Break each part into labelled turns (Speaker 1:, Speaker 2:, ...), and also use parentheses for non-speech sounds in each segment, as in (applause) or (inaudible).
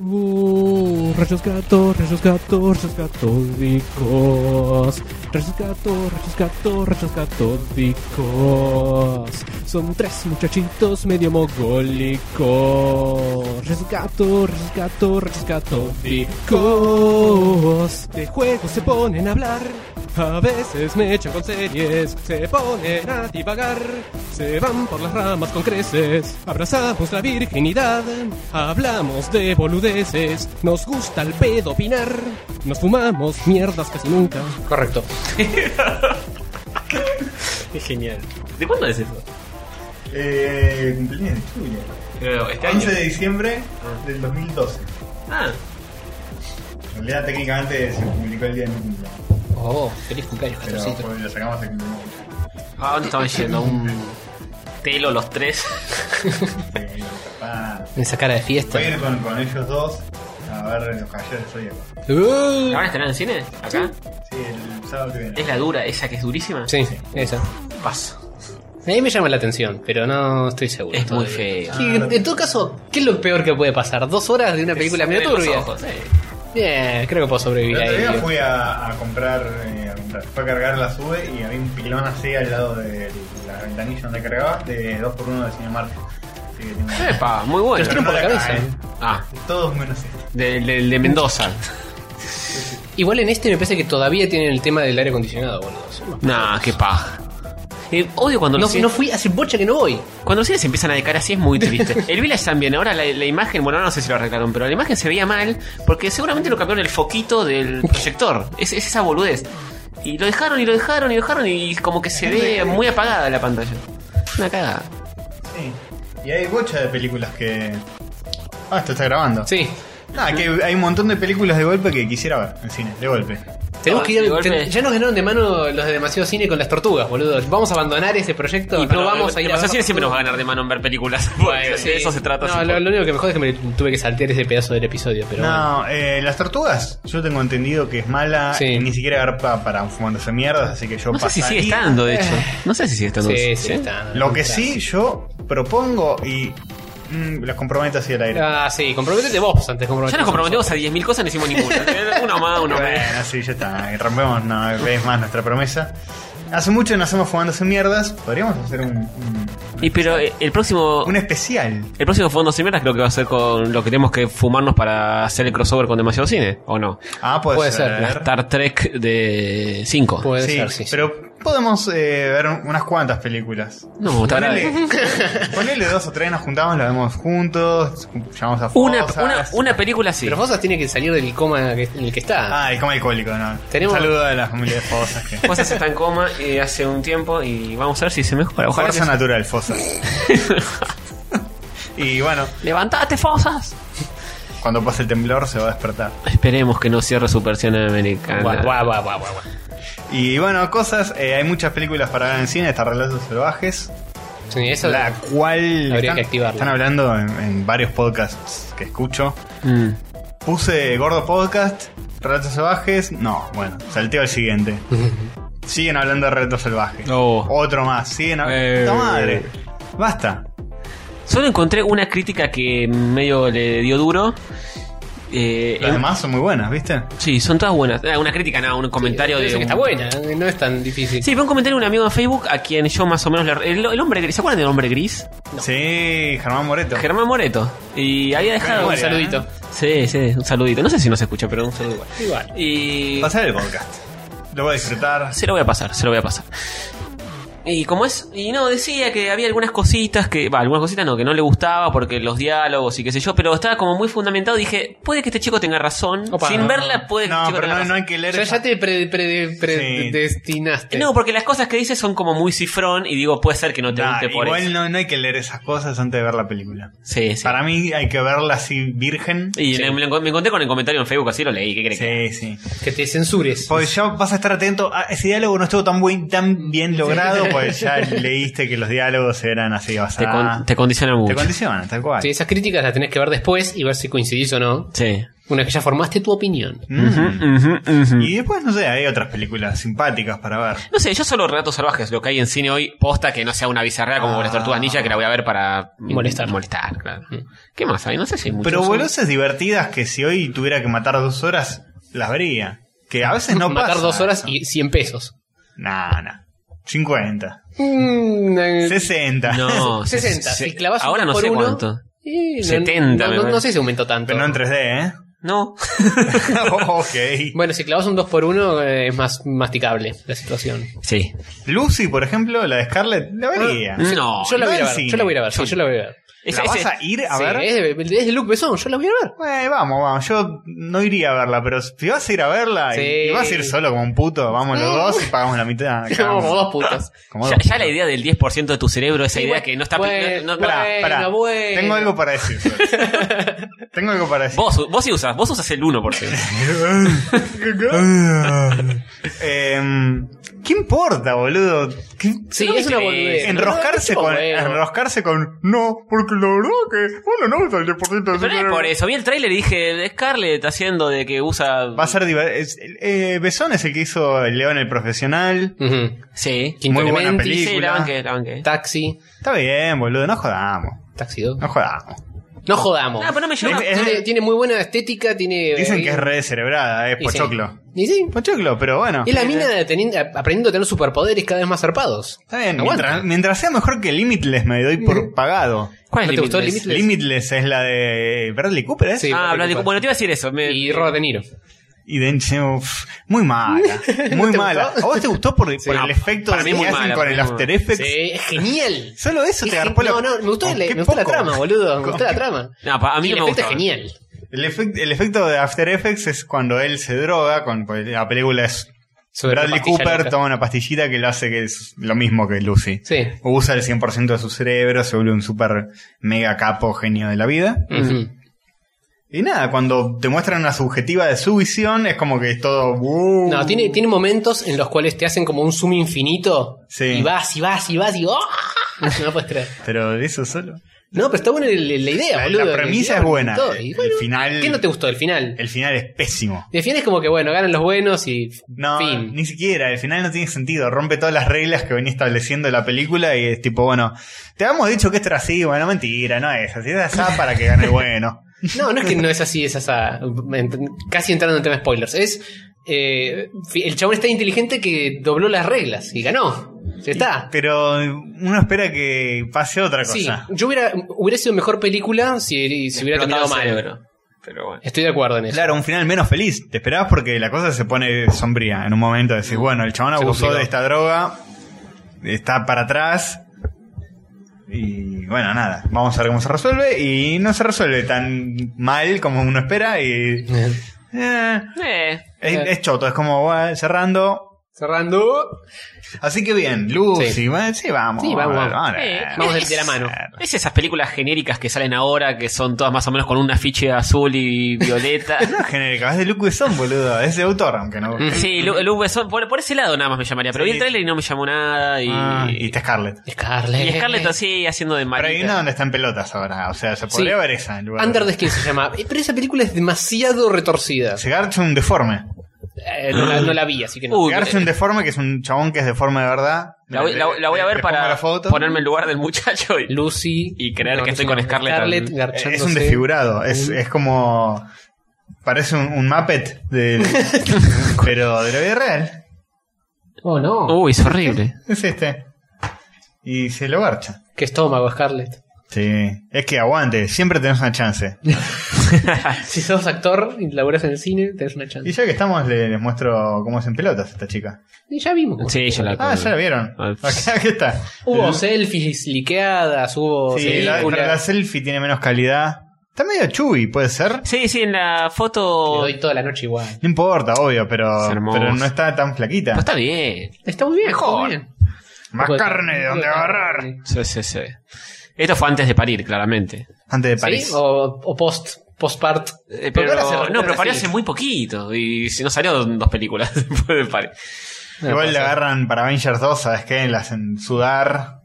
Speaker 1: Uh, rayos gatos, rayos gatos, rayos catódicos. Rayos gatos, rayos gatos, rayos catódicos. Son tres muchachitos medio mogólicos. Rayos gatos, rayos gatos, rayos catódicos. De juegos se ponen a hablar. A veces me echan con series, se ponen a divagar, se van por las ramas con creces, abrazamos la virginidad, hablamos de boludeces, nos gusta el pedo opinar, nos fumamos mierdas casi nunca.
Speaker 2: Correcto. (laughs) es genial. ¿De cuándo es eso?
Speaker 3: Eh, cumpleaños tuyo.
Speaker 2: Pero, Este
Speaker 3: 11
Speaker 2: año.
Speaker 3: de diciembre del 2012.
Speaker 2: Ah.
Speaker 3: En realidad, técnicamente se publicó el día de mi cumpleaños.
Speaker 2: Oh, feliz cumpleaños,
Speaker 3: Pero
Speaker 2: Castorcito.
Speaker 3: pues, lo sacamos el cumpleaños.
Speaker 2: ¿A dónde estaban yendo? ¿A un telo los tres?
Speaker 3: Sí, mi papá.
Speaker 4: En esa cara de fiesta.
Speaker 3: Voy a ir con, con ellos dos a ver los caballeros del Zodíaco.
Speaker 4: Uh,
Speaker 2: (laughs) ¿La van a estrenar en cine? ¿Acá?
Speaker 3: Sí, el sábado que viene.
Speaker 2: ¿Es la dura, esa que es durísima?
Speaker 4: sí, esa.
Speaker 2: Paso.
Speaker 4: A mí me llama la atención, pero no estoy seguro.
Speaker 2: Es muy
Speaker 4: todavía.
Speaker 2: feo.
Speaker 4: Y en- en todo caso, ¿qué es lo peor que puede pasar? ¿Dos horas de una película medio
Speaker 2: Los
Speaker 4: turbia?
Speaker 2: ojos, eh.
Speaker 4: Bien, creo que puedo
Speaker 3: El
Speaker 4: sobrevivir
Speaker 3: otro día
Speaker 4: ahí.
Speaker 3: fui a, a comprar, eh, a comprar, fui a cargar la sube y había un pilón así al lado de la ventanilla donde cargaba de 2x1 de Cinemark. Así que tengo-
Speaker 2: Epa, muy bueno.
Speaker 4: Pero tiene un por la
Speaker 3: Acá,
Speaker 4: cabeza.
Speaker 3: eh.
Speaker 2: Ah,
Speaker 3: Todos menos este.
Speaker 2: de, de- de (laughs) Mendoza.
Speaker 4: Igual en este me parece que todavía tienen el tema del aire acondicionado, boludo. Son unos-
Speaker 2: Nah, qué paja. Eh, odio cuando
Speaker 4: No,
Speaker 2: los cines-
Speaker 4: no fui, hace bocha que no voy.
Speaker 2: cuando los cines empiezan a decar así es muy (laughs) triste. El Village también, ahora la, la imagen, bueno, no sé si lo arreglaron, pero la imagen se veía mal porque seguramente lo cambiaron el foquito del proyector. Es, es esa boludez. Y lo dejaron y lo dejaron y lo dejaron y como que se ve muy apagada la pantalla. Una cagada.
Speaker 3: Sí. Y hay bocha de películas que. Ah, esto está grabando.
Speaker 4: Sí.
Speaker 3: Nada, que hay un montón de películas de golpe que quisiera ver en cine, de golpe.
Speaker 4: Tenemos
Speaker 2: Ah,
Speaker 4: que ir,
Speaker 2: de golpe.
Speaker 4: ten- ya nos ganaron de mano los de demasiado cine con las tortugas, boludo. Vamos a abandonar ese proyecto.
Speaker 2: Y pero
Speaker 4: no vamos a ir a ver
Speaker 2: así
Speaker 4: las
Speaker 2: siempre nos va a
Speaker 4: tortugas.
Speaker 2: ganar de mano en ver películas. Porque
Speaker 4: Sí.
Speaker 2: De eso se trata.
Speaker 4: No,
Speaker 2: sí,
Speaker 4: lo,
Speaker 2: por-
Speaker 4: lo único que me jode es que me tuve que saltear ese pedazo del episodio, pero bueno.
Speaker 3: No, eh, las tortugas, yo tengo entendido que es mala,
Speaker 4: Sí.
Speaker 3: y ni siquiera garpa para un fumándose mierdas, así que yo
Speaker 2: No sé si sigue
Speaker 3: pasaría.
Speaker 2: estando, de hecho. No sé si sigue estando.
Speaker 4: Sí, sí, está.
Speaker 3: Lo que sí yo propongo y mm, los comprometo hacia el aire.
Speaker 4: Ah, sí, comprometete vos antes de
Speaker 2: Ya
Speaker 4: comprometerte.
Speaker 2: nos comprometemos a 10.000 cosas, no hicimos (laughs) ninguna. Uno más, uno
Speaker 3: bueno,
Speaker 2: menos.
Speaker 3: sí, ya está. y Rompemos una vez más nuestra promesa. Hace mucho nos hacemos fumándose mierdas. Podríamos hacer un, un,
Speaker 2: Y pero eh, el próximo.
Speaker 3: un especial.
Speaker 2: El próximo Fondo Sin Mierdas creo que va a ser con lo que tenemos que fumarnos para hacer el crossover con demasiado cine, ¿o no?
Speaker 3: Ah, puede,
Speaker 4: Puede ser,
Speaker 3: ser.
Speaker 2: La Star Trek de 5.
Speaker 4: Puede
Speaker 3: sí,
Speaker 4: ser, sí. sí.
Speaker 3: pero podemos eh, ver unas cuantas películas.
Speaker 2: No, está
Speaker 3: Ponele,
Speaker 2: grave.
Speaker 3: (laughs) ponele dos o tres, nos juntamos, las vemos juntos, llamamos a
Speaker 2: Una,
Speaker 3: Fosas.
Speaker 2: una, una película así.
Speaker 4: Pero Fosas tiene que salir del coma que- en el que está.
Speaker 3: Ah, y como alcohólico, ¿no?
Speaker 4: Tenemos-
Speaker 3: Un saludo a la familia de Fosas.
Speaker 2: (laughs)
Speaker 3: Que...
Speaker 2: Cosas está en coma eh, hace un tiempo y vamos a ver si se mejora. Ojalá
Speaker 3: Fuerza
Speaker 2: que-
Speaker 3: natural, Fosas.
Speaker 2: (laughs)
Speaker 3: y bueno,
Speaker 2: ¡Levantate, Fosas!
Speaker 3: cuando pase el temblor se va a despertar.
Speaker 2: Esperemos que no cierre su versión americana.
Speaker 4: Guau, guau, guau, guau, guau, guau.
Speaker 3: Y bueno, cosas, eh, hay muchas películas para ver en cine, está Relatos Salvajes,
Speaker 4: Sí, eso
Speaker 3: la cual
Speaker 4: Habría
Speaker 3: están,
Speaker 4: que activarla.
Speaker 3: están hablando en, en varios podcasts que escucho.
Speaker 2: Mm.
Speaker 3: Puse Gordo Podcast, Relatos Salvajes, no, bueno, salteo al siguiente. Siguen hablando de Relatos Salvajes.
Speaker 2: Oh.
Speaker 3: Otro más, siguen
Speaker 2: Eh.
Speaker 3: hablando... madre! Basta.
Speaker 2: Solo encontré una crítica que medio le dio duro. Eh,
Speaker 3: Las
Speaker 2: en-
Speaker 3: demás son muy buenas, ¿viste?
Speaker 2: Sí, son todas buenas. Eh, Una crítica, no, un comentario
Speaker 4: Debe
Speaker 2: de.
Speaker 4: ser
Speaker 2: un-
Speaker 4: que está buena, no es tan difícil.
Speaker 2: Sí, fue un comentario de un amigo en Facebook a quien yo más o menos le... El, el hombre gris, ¿se acuerdan del hombre gris?
Speaker 3: Sí, Germán Moreto.
Speaker 2: Germán Moreto. Y había dejado...
Speaker 3: Germán ¿eh?
Speaker 4: un saludito.
Speaker 2: Sí, sí, un saludito. No sé si no se escucha, pero un saludo igual.
Speaker 4: Igual.
Speaker 2: Y...
Speaker 3: Pasar el podcast. Lo voy a disfrutar.
Speaker 2: Se lo voy a pasar, se lo voy a pasar. Y como es... Y no, decía que había algunas cositas que... Va, algunas cositas no, que no le gustaba porque los diálogos y qué sé yo, pero estaba como muy fundamentado. Dije, puede que este chico tenga razón.
Speaker 4: Opa.
Speaker 2: Sin verla puede que
Speaker 3: No,
Speaker 2: este chico
Speaker 3: pero
Speaker 2: tenga
Speaker 3: no,
Speaker 2: razón.
Speaker 3: no hay que leer.
Speaker 4: Ya, ya te pre- pre- predestinaste.
Speaker 2: No, porque las cosas que dice son como muy cifrón y digo, puede ser que no te
Speaker 3: Nah,
Speaker 2: guste por
Speaker 3: igual
Speaker 2: eso.
Speaker 3: no, no hay que leer esas cosas antes de ver la película.
Speaker 2: Sí, sí.
Speaker 3: Para mí hay que verla así virgen.
Speaker 2: Y le- me, me encontré con el comentario en Facebook, así lo leí, ¿qué crees?
Speaker 3: Sí, sí.
Speaker 4: Que te censures.
Speaker 3: Pues ya vas a estar atento. A ese diálogo no estuvo tan buen, tan bien logrado, pues ya leíste que los diálogos eran así
Speaker 2: Te,
Speaker 4: Ah.
Speaker 3: basados.
Speaker 2: con- te condiciona
Speaker 3: Te
Speaker 2: mucho.
Speaker 3: condicionan, tal cual.
Speaker 4: Sí, esas críticas las tenés que ver después y ver si coincidís o no.
Speaker 2: sí.
Speaker 4: Una que ya formaste tu opinión.
Speaker 3: Mm. Y después, no sé, hay otras películas simpáticas para ver.
Speaker 2: No sé, yo solo relatos salvajes, lo que hay en cine hoy, posta que no sea una bizarrera como las tortugas ninja que la voy a ver para
Speaker 4: Ah. Molestar.
Speaker 2: Molestar, claro. ¿Qué más hay? No sé si hay mucho
Speaker 3: Pero
Speaker 2: eso.
Speaker 3: boludeces divertidas que si hoy tuviera que matar dos horas, las vería. Que a veces no
Speaker 4: Matar
Speaker 3: pasa
Speaker 4: dos horas
Speaker 3: eso.
Speaker 4: y 100 pesos.
Speaker 3: Nah, nah. 50.
Speaker 4: Mm, eh,
Speaker 3: 60.
Speaker 4: (laughs)
Speaker 2: No,
Speaker 4: 60.
Speaker 2: se-
Speaker 4: Si clavas
Speaker 2: ahora
Speaker 4: uno
Speaker 2: no
Speaker 4: por
Speaker 2: sé
Speaker 4: uno,
Speaker 2: cuánto.
Speaker 4: eh, no-
Speaker 2: 70
Speaker 4: No,
Speaker 2: me
Speaker 4: no- no
Speaker 2: parece.
Speaker 4: sé si aumentó tanto.
Speaker 3: Pero no en
Speaker 4: (laughs)
Speaker 3: 3D, ¿eh? (laughs)
Speaker 2: No.
Speaker 3: ok.
Speaker 4: Bueno, si clavas un 2x1 eh, es más masticable la situación.
Speaker 2: sí.
Speaker 3: Lucy, por ejemplo, la de Scarlett, la vería.
Speaker 2: Mm. No,
Speaker 4: yo la voy a ir a
Speaker 3: no en
Speaker 4: ver. Yo la voy a ir a ver.
Speaker 2: cine.
Speaker 4: sí, yo la voy a ir a ver.
Speaker 2: Es-
Speaker 3: ¿La
Speaker 2: es-
Speaker 3: vas a ir a
Speaker 4: Sí,
Speaker 3: ver?
Speaker 4: Es, de, es de Luke Besson, yo la voy a ir
Speaker 2: (laughs)
Speaker 4: a ver.
Speaker 3: Eh, vamos, vamos. Yo no iría a verla, pero si vas a ir a verla y-
Speaker 4: Sí.
Speaker 3: y, vas a ir solo como un puto, vamos los dos y pagamos la
Speaker 4: (laughs)
Speaker 3: mitad.
Speaker 4: Como dos putas.
Speaker 3: Como
Speaker 2: ya,
Speaker 3: dos.
Speaker 2: ya la idea del 10% de tu cerebro, esa
Speaker 4: Sí,
Speaker 2: idea
Speaker 4: bueno, pues-
Speaker 2: que no está...
Speaker 4: bueno,
Speaker 2: no- no-
Speaker 4: bueno.
Speaker 2: pará.
Speaker 3: Pará, pará.
Speaker 4: bueno.
Speaker 3: Tengo algo para decir.
Speaker 4: (laughs)
Speaker 3: Tengo algo para decir.
Speaker 2: Vos, vos sí usas, vos usas el 1%.
Speaker 3: (laughs) Em, ¿Qué importa, boludo? ¿Qué-
Speaker 4: Sí,
Speaker 2: No me
Speaker 4: es una
Speaker 2: crees.
Speaker 4: boludez.
Speaker 3: Enroscarse
Speaker 4: No, no,
Speaker 3: con,
Speaker 4: no, no, no.
Speaker 3: enroscarse con no, porque la verdad que bueno, no usa el 10% de
Speaker 2: (laughs) Pero
Speaker 3: su
Speaker 2: no es
Speaker 3: cerebro".
Speaker 2: por eso. Vi el trailer y dije, Scarlett haciendo de que usa...
Speaker 3: Va a ser divertido. Eh, Besón es el que hizo el León el Profesional.
Speaker 4: Ujú.
Speaker 2: Sí.
Speaker 4: Quinto
Speaker 3: Muy buena
Speaker 4: Elementi,
Speaker 2: Sí, la
Speaker 3: película.
Speaker 2: banqué, la banqué.
Speaker 4: Taxi,
Speaker 3: Está bien, boludo, no jodamos.
Speaker 4: Taxi 2.
Speaker 3: No jodamos.
Speaker 4: No jodamos.
Speaker 2: No, Ah, pero no me llegó.
Speaker 3: Es-
Speaker 4: tiene, tiene muy buena estética, tiene...
Speaker 3: Dicen que es re cerebrada, es
Speaker 4: Y sí.
Speaker 3: pochoclo.
Speaker 4: Y sí.
Speaker 3: Pochoclo, pero bueno.
Speaker 4: Es la mina teniendo- aprendiendo a tener superpoderes cada vez más zarpados.
Speaker 3: Está bien,
Speaker 4: Aguanta.
Speaker 3: mientras, mientras sea mejor que Limitless me doy por pagado.
Speaker 2: ¿Cuál es Ah,
Speaker 4: ¿No te gustó
Speaker 2: Limitless?
Speaker 4: Limitless?
Speaker 3: Limitless es la de Bradley Cooper, ¿eh? ¿es?
Speaker 2: Ah,
Speaker 4: Sí. Bradley
Speaker 2: Bradley Cooper.
Speaker 4: Cooper.
Speaker 2: Bueno, te iba a decir eso. me-
Speaker 4: Y Robert De Niro.
Speaker 3: Y de uf, muy
Speaker 4: (laughs)
Speaker 3: mala, muy
Speaker 4: te
Speaker 3: mala.
Speaker 4: gustó? Ah,
Speaker 3: ¿A vos te gustó por, por
Speaker 2: No,
Speaker 3: el efecto
Speaker 2: para
Speaker 3: de
Speaker 2: mí
Speaker 3: que
Speaker 2: muy
Speaker 3: hacen
Speaker 2: mala,
Speaker 3: con
Speaker 2: para
Speaker 3: el
Speaker 2: mí muy
Speaker 3: After
Speaker 2: mala.
Speaker 3: Effects?
Speaker 4: Sí, es genial.
Speaker 3: Solo eso te
Speaker 4: Es
Speaker 3: agarpó
Speaker 4: gen-
Speaker 3: la...
Speaker 4: No, no, me gustó,
Speaker 3: Oh,
Speaker 4: la,
Speaker 3: qué
Speaker 4: me gustó la
Speaker 3: poco.
Speaker 4: trama, boludo. Me gustó la
Speaker 3: Qué-
Speaker 4: trama.
Speaker 2: No, pa- a mí
Speaker 4: Y
Speaker 2: no
Speaker 4: el
Speaker 2: me gustó.
Speaker 4: efecto es genial.
Speaker 3: El, efect- el efecto de After Effects es cuando él se droga, con, pues, la película es
Speaker 4: Sobre
Speaker 3: Bradley
Speaker 4: la pastilla
Speaker 3: Cooper
Speaker 4: loca.
Speaker 3: toma una pastillita que lo hace que es lo mismo que Lucy.
Speaker 4: Sí.
Speaker 3: Usa el 100% de su cerebro, se vuelve un super mega capo genio de la vida.
Speaker 4: Ujú.
Speaker 3: Y nada, cuando te muestran una subjetiva de su visión, es como que es todo... uh. "Wow".
Speaker 4: No, tiene, tiene momentos en los cuales te hacen como un zoom infinito.
Speaker 3: Sí.
Speaker 4: Y vas, y vas, y vas, y ¡oh! No puedes creer.
Speaker 3: Pero de eso solo.
Speaker 4: No, pero está buena el- el- la idea,
Speaker 3: La- la
Speaker 4: boludo.
Speaker 3: premisa
Speaker 4: idea
Speaker 3: es buena.
Speaker 4: todo. Y
Speaker 3: El final-
Speaker 4: ¿Qué no te gustó del final?
Speaker 3: El final es pésimo.
Speaker 4: El final es como que, bueno, ganan los buenos y
Speaker 3: No,
Speaker 4: fin.
Speaker 3: ni siquiera, el final no tiene sentido, rompe todas las reglas que venía estableciendo la película y es tipo, bueno, te habíamos dicho que esto era así, bueno, mentira, no es así, es así para que gane el
Speaker 4: (laughs)
Speaker 3: bueno.
Speaker 4: No, no es que no es así, es esa. Casi entrando en tema spoilers. Es. eh, fi- el chabón está inteligente que dobló las reglas y ganó. Ya está.
Speaker 3: Pero uno espera que pase otra cosa.
Speaker 4: Sí, yo hubiera, hubiera sido mejor película si, si hubiera
Speaker 2: Explotado
Speaker 4: terminado mal.
Speaker 2: cerebro. Pero bueno.
Speaker 4: Estoy de acuerdo en eso.
Speaker 3: Claro, un final menos feliz. Te esperabas porque la cosa se pone sombría. En un momento decís, bueno, el chabón
Speaker 4: Se
Speaker 3: abusó
Speaker 4: complicó.
Speaker 3: de esta droga, está para atrás. Y bueno, nada, vamos a ver cómo se resuelve. Y no se resuelve tan mal como uno espera. Y. eh,
Speaker 2: Eh,
Speaker 3: es,
Speaker 4: Eh.
Speaker 3: es choto, es como bueno, cerrando.
Speaker 4: (laughs) Cerrando.
Speaker 3: Así que bien, Lucy,
Speaker 4: Sí.
Speaker 3: bueno, sí, vamos.
Speaker 4: Sí, vamos,
Speaker 3: a ver,
Speaker 4: vamos.
Speaker 3: a ver.
Speaker 2: Eh,
Speaker 4: Vamos de, de
Speaker 3: (laughs)
Speaker 4: la mano.
Speaker 2: es esas películas genéricas que salen ahora, que son todas más o menos con un afiche azul y violeta.
Speaker 3: No es genérica, es de Luke Besson, boludo. Es de autor, aunque
Speaker 4: (laughs)
Speaker 3: no.
Speaker 2: sí, Lu- Luke Besson, por, por ese lado nada más me llamaría. Pero
Speaker 3: Sí.
Speaker 2: vi el trailer y no me llamó nada. Y,
Speaker 3: Ah, y está Scarlett.
Speaker 4: Scarlett.
Speaker 2: y Scarlett así haciendo de
Speaker 3: Pero hay una
Speaker 2: marita.
Speaker 3: donde están pelotas ahora. O sea, se podría
Speaker 4: Sí.
Speaker 3: ver esa en lugar.
Speaker 4: Under
Speaker 3: de-
Speaker 4: the Skin se llama. Eh, Pero esa película es demasiado retorcida.
Speaker 3: Se garcha un deforme.
Speaker 4: Eh, no, la, no la vi, así que no.
Speaker 2: Uy, eh,
Speaker 3: Se garcha un deforme que es un chabón que es deforme de verdad.
Speaker 2: La voy, la- la voy a
Speaker 3: Le-
Speaker 2: ver
Speaker 3: eh, le pongo
Speaker 2: para
Speaker 3: la foto.
Speaker 2: ponerme en lugar del muchacho. y-
Speaker 4: Lucy.
Speaker 2: Y creer
Speaker 4: no,
Speaker 2: que
Speaker 4: no
Speaker 2: estoy
Speaker 4: sé,
Speaker 2: con Scarlett
Speaker 4: Scarlett
Speaker 2: al-
Speaker 3: Eh,
Speaker 4: garchándose.
Speaker 3: Es un desfigurado. Es, es como. Parece un, un Muppet del.
Speaker 2: (laughs)
Speaker 3: pero de la vida real.
Speaker 4: Oh, no.
Speaker 2: Uy, es horrible.
Speaker 3: Es este. Y se lo garcha.
Speaker 4: Qué estómago, Scarlett. (laughs)
Speaker 3: Sí. Es que aguante. Siempre tenés una chance.
Speaker 4: Si sos actor y laburas en el cine, tenés una
Speaker 3: Y
Speaker 4: chance.
Speaker 3: ya que estamos, le- les muestro cómo es en pelotas esta chica.
Speaker 4: Y ya vimos. cómo
Speaker 2: Sí,
Speaker 4: se-
Speaker 2: yo la
Speaker 3: Ah, ya la vieron.
Speaker 2: Ah,
Speaker 3: Acá, aquí está.
Speaker 4: Hubo selfies liqueadas, hubo
Speaker 3: Sí, la, pero la
Speaker 4: películas.
Speaker 3: selfie tiene menos calidad. Está medio chubby, puede ser.
Speaker 2: Sí, sí, en la
Speaker 4: Le
Speaker 2: foto.
Speaker 4: doy toda la noche igual.
Speaker 3: No importa, obvio, pero,
Speaker 2: Es hermoso.
Speaker 3: pero no está tan
Speaker 2: Pues
Speaker 3: flaquita.
Speaker 2: está bien.
Speaker 4: Está muy bien,
Speaker 2: Mejor.
Speaker 4: muy bien.
Speaker 3: Más
Speaker 4: Puede-
Speaker 3: carne de donde
Speaker 4: puede-
Speaker 3: agarrar.
Speaker 2: Sí, sí, sí. Esto fue antes de parir, claramente.
Speaker 3: Antes de París.
Speaker 4: ¿Sí? Oh, O, o post, postpart.
Speaker 2: Eh,
Speaker 4: Porque
Speaker 2: pero,
Speaker 4: ahora se
Speaker 2: no, pero
Speaker 4: recupera
Speaker 2: parió
Speaker 4: así.
Speaker 2: (laughs) hace muy poquito. Y si no salió dos películas después de parir.
Speaker 4: No
Speaker 3: Igual le
Speaker 4: pasa.
Speaker 3: agarran para Avengers 2, ¿sabes qué? Las hacen sudar.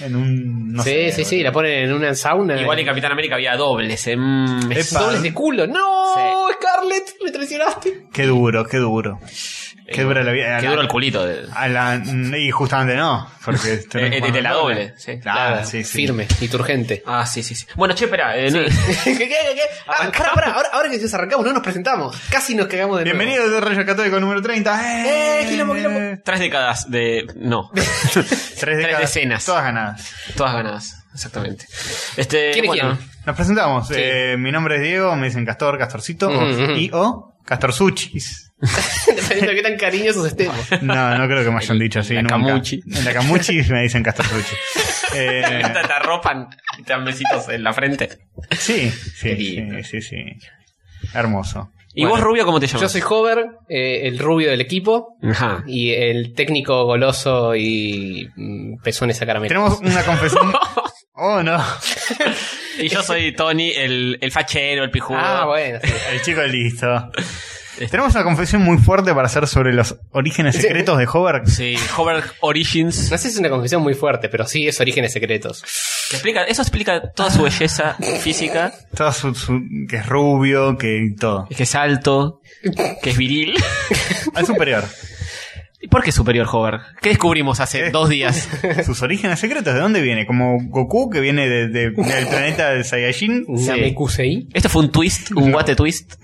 Speaker 3: en un. No
Speaker 4: sí,
Speaker 3: sé,
Speaker 4: sí, sí, la ponen en una sauna.
Speaker 2: Igual en
Speaker 4: en
Speaker 2: Capitán América había dobles. em, En...
Speaker 3: Epa.
Speaker 4: dobles de culo. No, Scarlett, me traicionaste.
Speaker 3: Qué duro, qué duro. Qué dura la vida. A
Speaker 2: Qué
Speaker 3: la-
Speaker 2: duro el culito. de-
Speaker 3: a la- y justamente no, porque este no
Speaker 2: Eh,
Speaker 3: es
Speaker 2: eh,
Speaker 3: más
Speaker 2: de la
Speaker 3: doble.
Speaker 2: doble, sí.
Speaker 3: Claro,
Speaker 4: Nada,
Speaker 3: sí, sí.
Speaker 4: Firme, turgente.
Speaker 2: Ah, sí, sí, sí. Bueno, che, espera. eh, no-
Speaker 4: (laughs)
Speaker 2: (laughs)
Speaker 4: ¿Qué, qué, qué, qué? Ah, pará, pará, ahora, ahora que nos arrancamos, no nos presentamos. Casi nos cagamos de nuevo.
Speaker 3: Bienvenidos a Rayo Católico número 30. ¡Eh!
Speaker 4: Eh, quilombo, quilombo.
Speaker 2: Tres décadas de...
Speaker 4: (laughs)
Speaker 2: No.
Speaker 3: Tres, décadas,
Speaker 2: decenas.
Speaker 3: Todas ganadas.
Speaker 2: Todas ganadas. Exactamente. Este,
Speaker 4: ¿Quién es
Speaker 2: bueno,
Speaker 4: quién?
Speaker 3: Nos presentamos.
Speaker 4: Sí.
Speaker 3: Eh, mi nombre es Diego, me dicen Castor, Castorcito,
Speaker 4: Ujú, ujú.
Speaker 3: o, y o Castorsuchis.
Speaker 4: (laughs) Dependiendo de qué tan cariñosos estemos.
Speaker 3: No, no creo que me hayan dicho así.
Speaker 2: La
Speaker 3: nunca.
Speaker 2: Camuchi.
Speaker 3: La Camuchi me dicen Castorsuchis. Eh,
Speaker 2: (laughs) Te, te arropan, y te dan besitos en la frente.
Speaker 3: sí, sí, sí,
Speaker 2: lindo.
Speaker 3: sí, sí. Hermoso.
Speaker 2: ¿Y
Speaker 4: Bueno.
Speaker 2: vos, Rubio, cómo te llamas?
Speaker 4: Yo soy Hover, eh, el rubio del equipo.
Speaker 2: Ajá.
Speaker 4: Y el técnico goloso y mm, pezones a caramelo.
Speaker 3: Tenemos una confesión. Oh, no.
Speaker 2: Y yo soy Tony, el, el fachero, el pijudo.
Speaker 4: Ah, bueno. sí.
Speaker 3: El chico listo. Tenemos una confesión muy fuerte para hacer sobre los orígenes secretos de Hover.
Speaker 2: Sí, Hover Origins.
Speaker 4: (laughs) No sé si es una confesión muy fuerte, pero sí es orígenes secretos.
Speaker 2: Que explica, eso explica toda su belleza física.
Speaker 3: Todo su- su- que es rubio, que todo.
Speaker 2: Es que es alto, que es viril. (laughs)
Speaker 3: Al superior.
Speaker 2: ¿Y ¿Por qué es superior Hover? ¿Qué descubrimos hace dos días?
Speaker 3: (laughs) Sus orígenes secretos, ¿de dónde viene? Como Goku, que viene de- de- del planeta de Saiyajin.
Speaker 2: Sí.
Speaker 4: Namekusei.
Speaker 2: Esto fue un twist, un guate twist.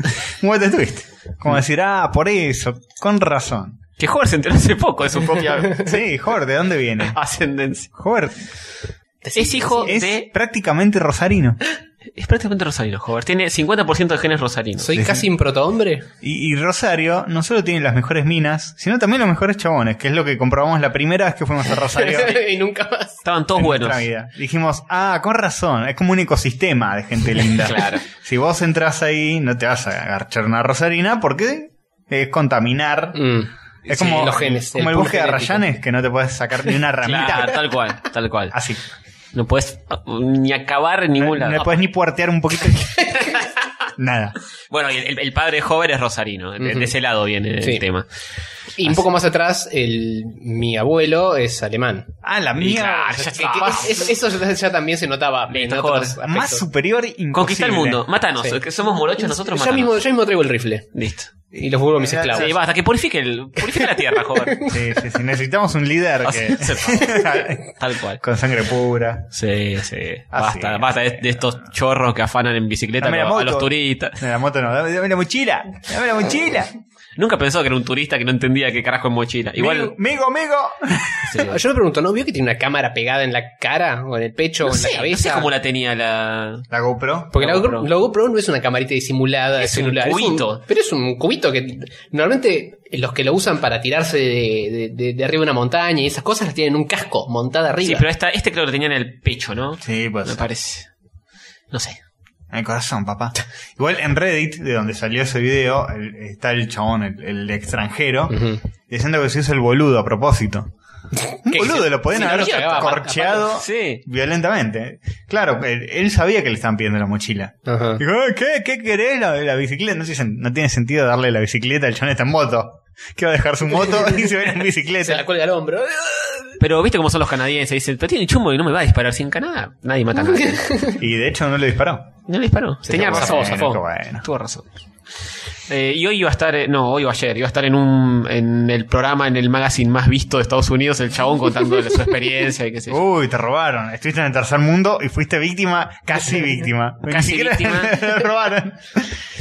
Speaker 3: What a twist. Como decir, ah, por eso, con razón.
Speaker 2: Que Hover se enteró hace poco de su propia
Speaker 3: (laughs) Sí, Hover, ¿de dónde viene?
Speaker 2: ascendencia.
Speaker 3: Hover
Speaker 2: Es hijo
Speaker 3: es
Speaker 2: Oh, de...
Speaker 3: prácticamente rosarino.
Speaker 2: Es prácticamente rosarino, Hover. Tiene 50% de genes rosarinos.
Speaker 4: Soy casi un protohombre.
Speaker 3: Y, y Rosario no solo tiene las mejores minas, sino también los mejores chabones, que es lo que comprobamos la primera vez que fuimos
Speaker 2: (laughs)
Speaker 3: a Rosario.
Speaker 4: (laughs) y nunca más.
Speaker 2: Estaban todos
Speaker 3: en
Speaker 2: buenos.
Speaker 3: nuestra vida. Dijimos, ah, con razón, es como un ecosistema de gente linda.
Speaker 2: (laughs) Claro.
Speaker 3: Si vos entras ahí, no te vas a agarchar una rosarina porque es contaminar.
Speaker 4: Mm.
Speaker 3: Es
Speaker 4: Sí,
Speaker 3: como,
Speaker 4: los genes,
Speaker 3: como el,
Speaker 4: el pool
Speaker 3: bosque de
Speaker 4: genético.
Speaker 3: rayanes que no te puedes
Speaker 2: (laughs)
Speaker 3: sacar ni una ramita. (laughs)
Speaker 2: Claro, tal cual, tal cual.
Speaker 3: Así.
Speaker 2: No puedes uh, ni acabar en
Speaker 3: No,
Speaker 2: ningún
Speaker 3: no
Speaker 2: lado.
Speaker 3: le puedes ni puertear
Speaker 2: (laughs)
Speaker 3: un poquito. Nada.
Speaker 2: Bueno, y el, el padre de Hover es rosarino. De, de ese lado viene el
Speaker 4: Sí.
Speaker 2: tema.
Speaker 4: Y un poco más atrás, el, mi abuelo es alemán.
Speaker 3: Ah, la mía.
Speaker 2: claro, ya
Speaker 4: Que- que es- eso ya, ya también se notaba en
Speaker 2: Listo,
Speaker 4: otros
Speaker 2: joder.
Speaker 4: aspectos.
Speaker 3: Más superior imposible.
Speaker 2: Conquista el mundo, mátanos.
Speaker 4: Sí.
Speaker 2: Que somos morochos nosotros,
Speaker 4: Yo
Speaker 2: mátanos.
Speaker 4: mismo, yo mismo traigo el rifle.
Speaker 2: Listo.
Speaker 4: Y los vuelvo mis
Speaker 3: Sí,
Speaker 4: esclavos.
Speaker 2: Sí, basta, que purifique, el, purifique la tierra, Hover.
Speaker 3: (laughs) Sí, sí,
Speaker 2: (laughs)
Speaker 3: sí. Necesitamos un líder
Speaker 2: O
Speaker 3: que...
Speaker 2: sea, se- tal cual.
Speaker 3: (laughs) con sangre pura.
Speaker 2: Sí, sí.
Speaker 3: Así
Speaker 2: Basta,
Speaker 3: es.
Speaker 2: basta de, de estos chorros que afanan en bicicleta
Speaker 3: Dame la
Speaker 2: a los- a los
Speaker 3: moto.
Speaker 2: turistas.
Speaker 3: Dame la moto, no. Dame, dame la mochila. Dame la mochila.
Speaker 2: Nunca pensó que era un turista que no entendía qué carajo es mochila. Igual.
Speaker 3: Migo, migo.
Speaker 2: sí.
Speaker 4: Ah, Yo le pregunto, ¿no vio que tiene una cámara pegada en la cara o en el pecho
Speaker 2: No
Speaker 4: o en
Speaker 2: sé,
Speaker 4: la
Speaker 2: no sé
Speaker 4: cabeza?
Speaker 2: cómo la tenía la.
Speaker 3: La GoPro.
Speaker 4: Porque la
Speaker 2: GoPro.
Speaker 4: GoPro, la GoPro no es una camarita disimulada de
Speaker 2: Es un
Speaker 4: celular.
Speaker 2: cubito.
Speaker 4: pero es un cubito que normalmente los que lo usan para tirarse de, de- de- de arriba de una montaña y esas cosas las tienen en un casco montada arriba.
Speaker 2: Sí, pero esta, este creo que lo tenía en el pecho, ¿no?
Speaker 3: Sí,
Speaker 2: Me
Speaker 3: pues.
Speaker 2: parece. No sé.
Speaker 3: En el corazón, papá. Igual en Reddit, de donde salió ese video, el- está el chabón, el, el extranjero,
Speaker 4: Ujú.
Speaker 3: diciendo que se hizo el boludo a propósito.
Speaker 2: (laughs)
Speaker 3: Un
Speaker 4: ¿Qué?
Speaker 3: boludo, lo podían
Speaker 4: Sí,
Speaker 3: haber
Speaker 4: lo llegaba a pa- a
Speaker 3: corcheado
Speaker 2: Sí.
Speaker 3: violentamente. Claro, él, él sabía que le estaban pidiendo la mochila.
Speaker 4: Ajá.
Speaker 3: Dijo, "Eh, ¿qué? ¿Qué querés? La, la bicicleta. No, tiene sen- no tiene sentido darle la bicicleta, el chabón está en moto. Que va a dejar
Speaker 2: (laughs)
Speaker 3: su moto y se va a ir en
Speaker 4: Se la
Speaker 3: bicicleta.
Speaker 4: cuelga al hombro.
Speaker 2: Pero viste cómo son los canadienses. Dicen, pero tiene chumbo y no me va a disparar. Si en Canadá nadie mata a nadie.
Speaker 3: (laughs) Y de hecho no le disparó.
Speaker 2: No le disparó. Tenía
Speaker 4: acabó.
Speaker 2: razón,
Speaker 4: Bueno,
Speaker 2: zafó.
Speaker 3: qué bueno.
Speaker 2: Tuvo razón. Eh, y hoy iba a estar, eh, no, hoy o ayer, iba a estar en un en el programa, en el magazine más visto de Estados Unidos, el chabón contando su experiencia y qué sé yo.
Speaker 3: Uy, te robaron. Estuviste en el tercer mundo y fuiste víctima, casi víctima.
Speaker 2: (laughs)
Speaker 3: Ni
Speaker 2: Casi
Speaker 3: siquiera (laughs)
Speaker 2: víctima.
Speaker 3: te robaron.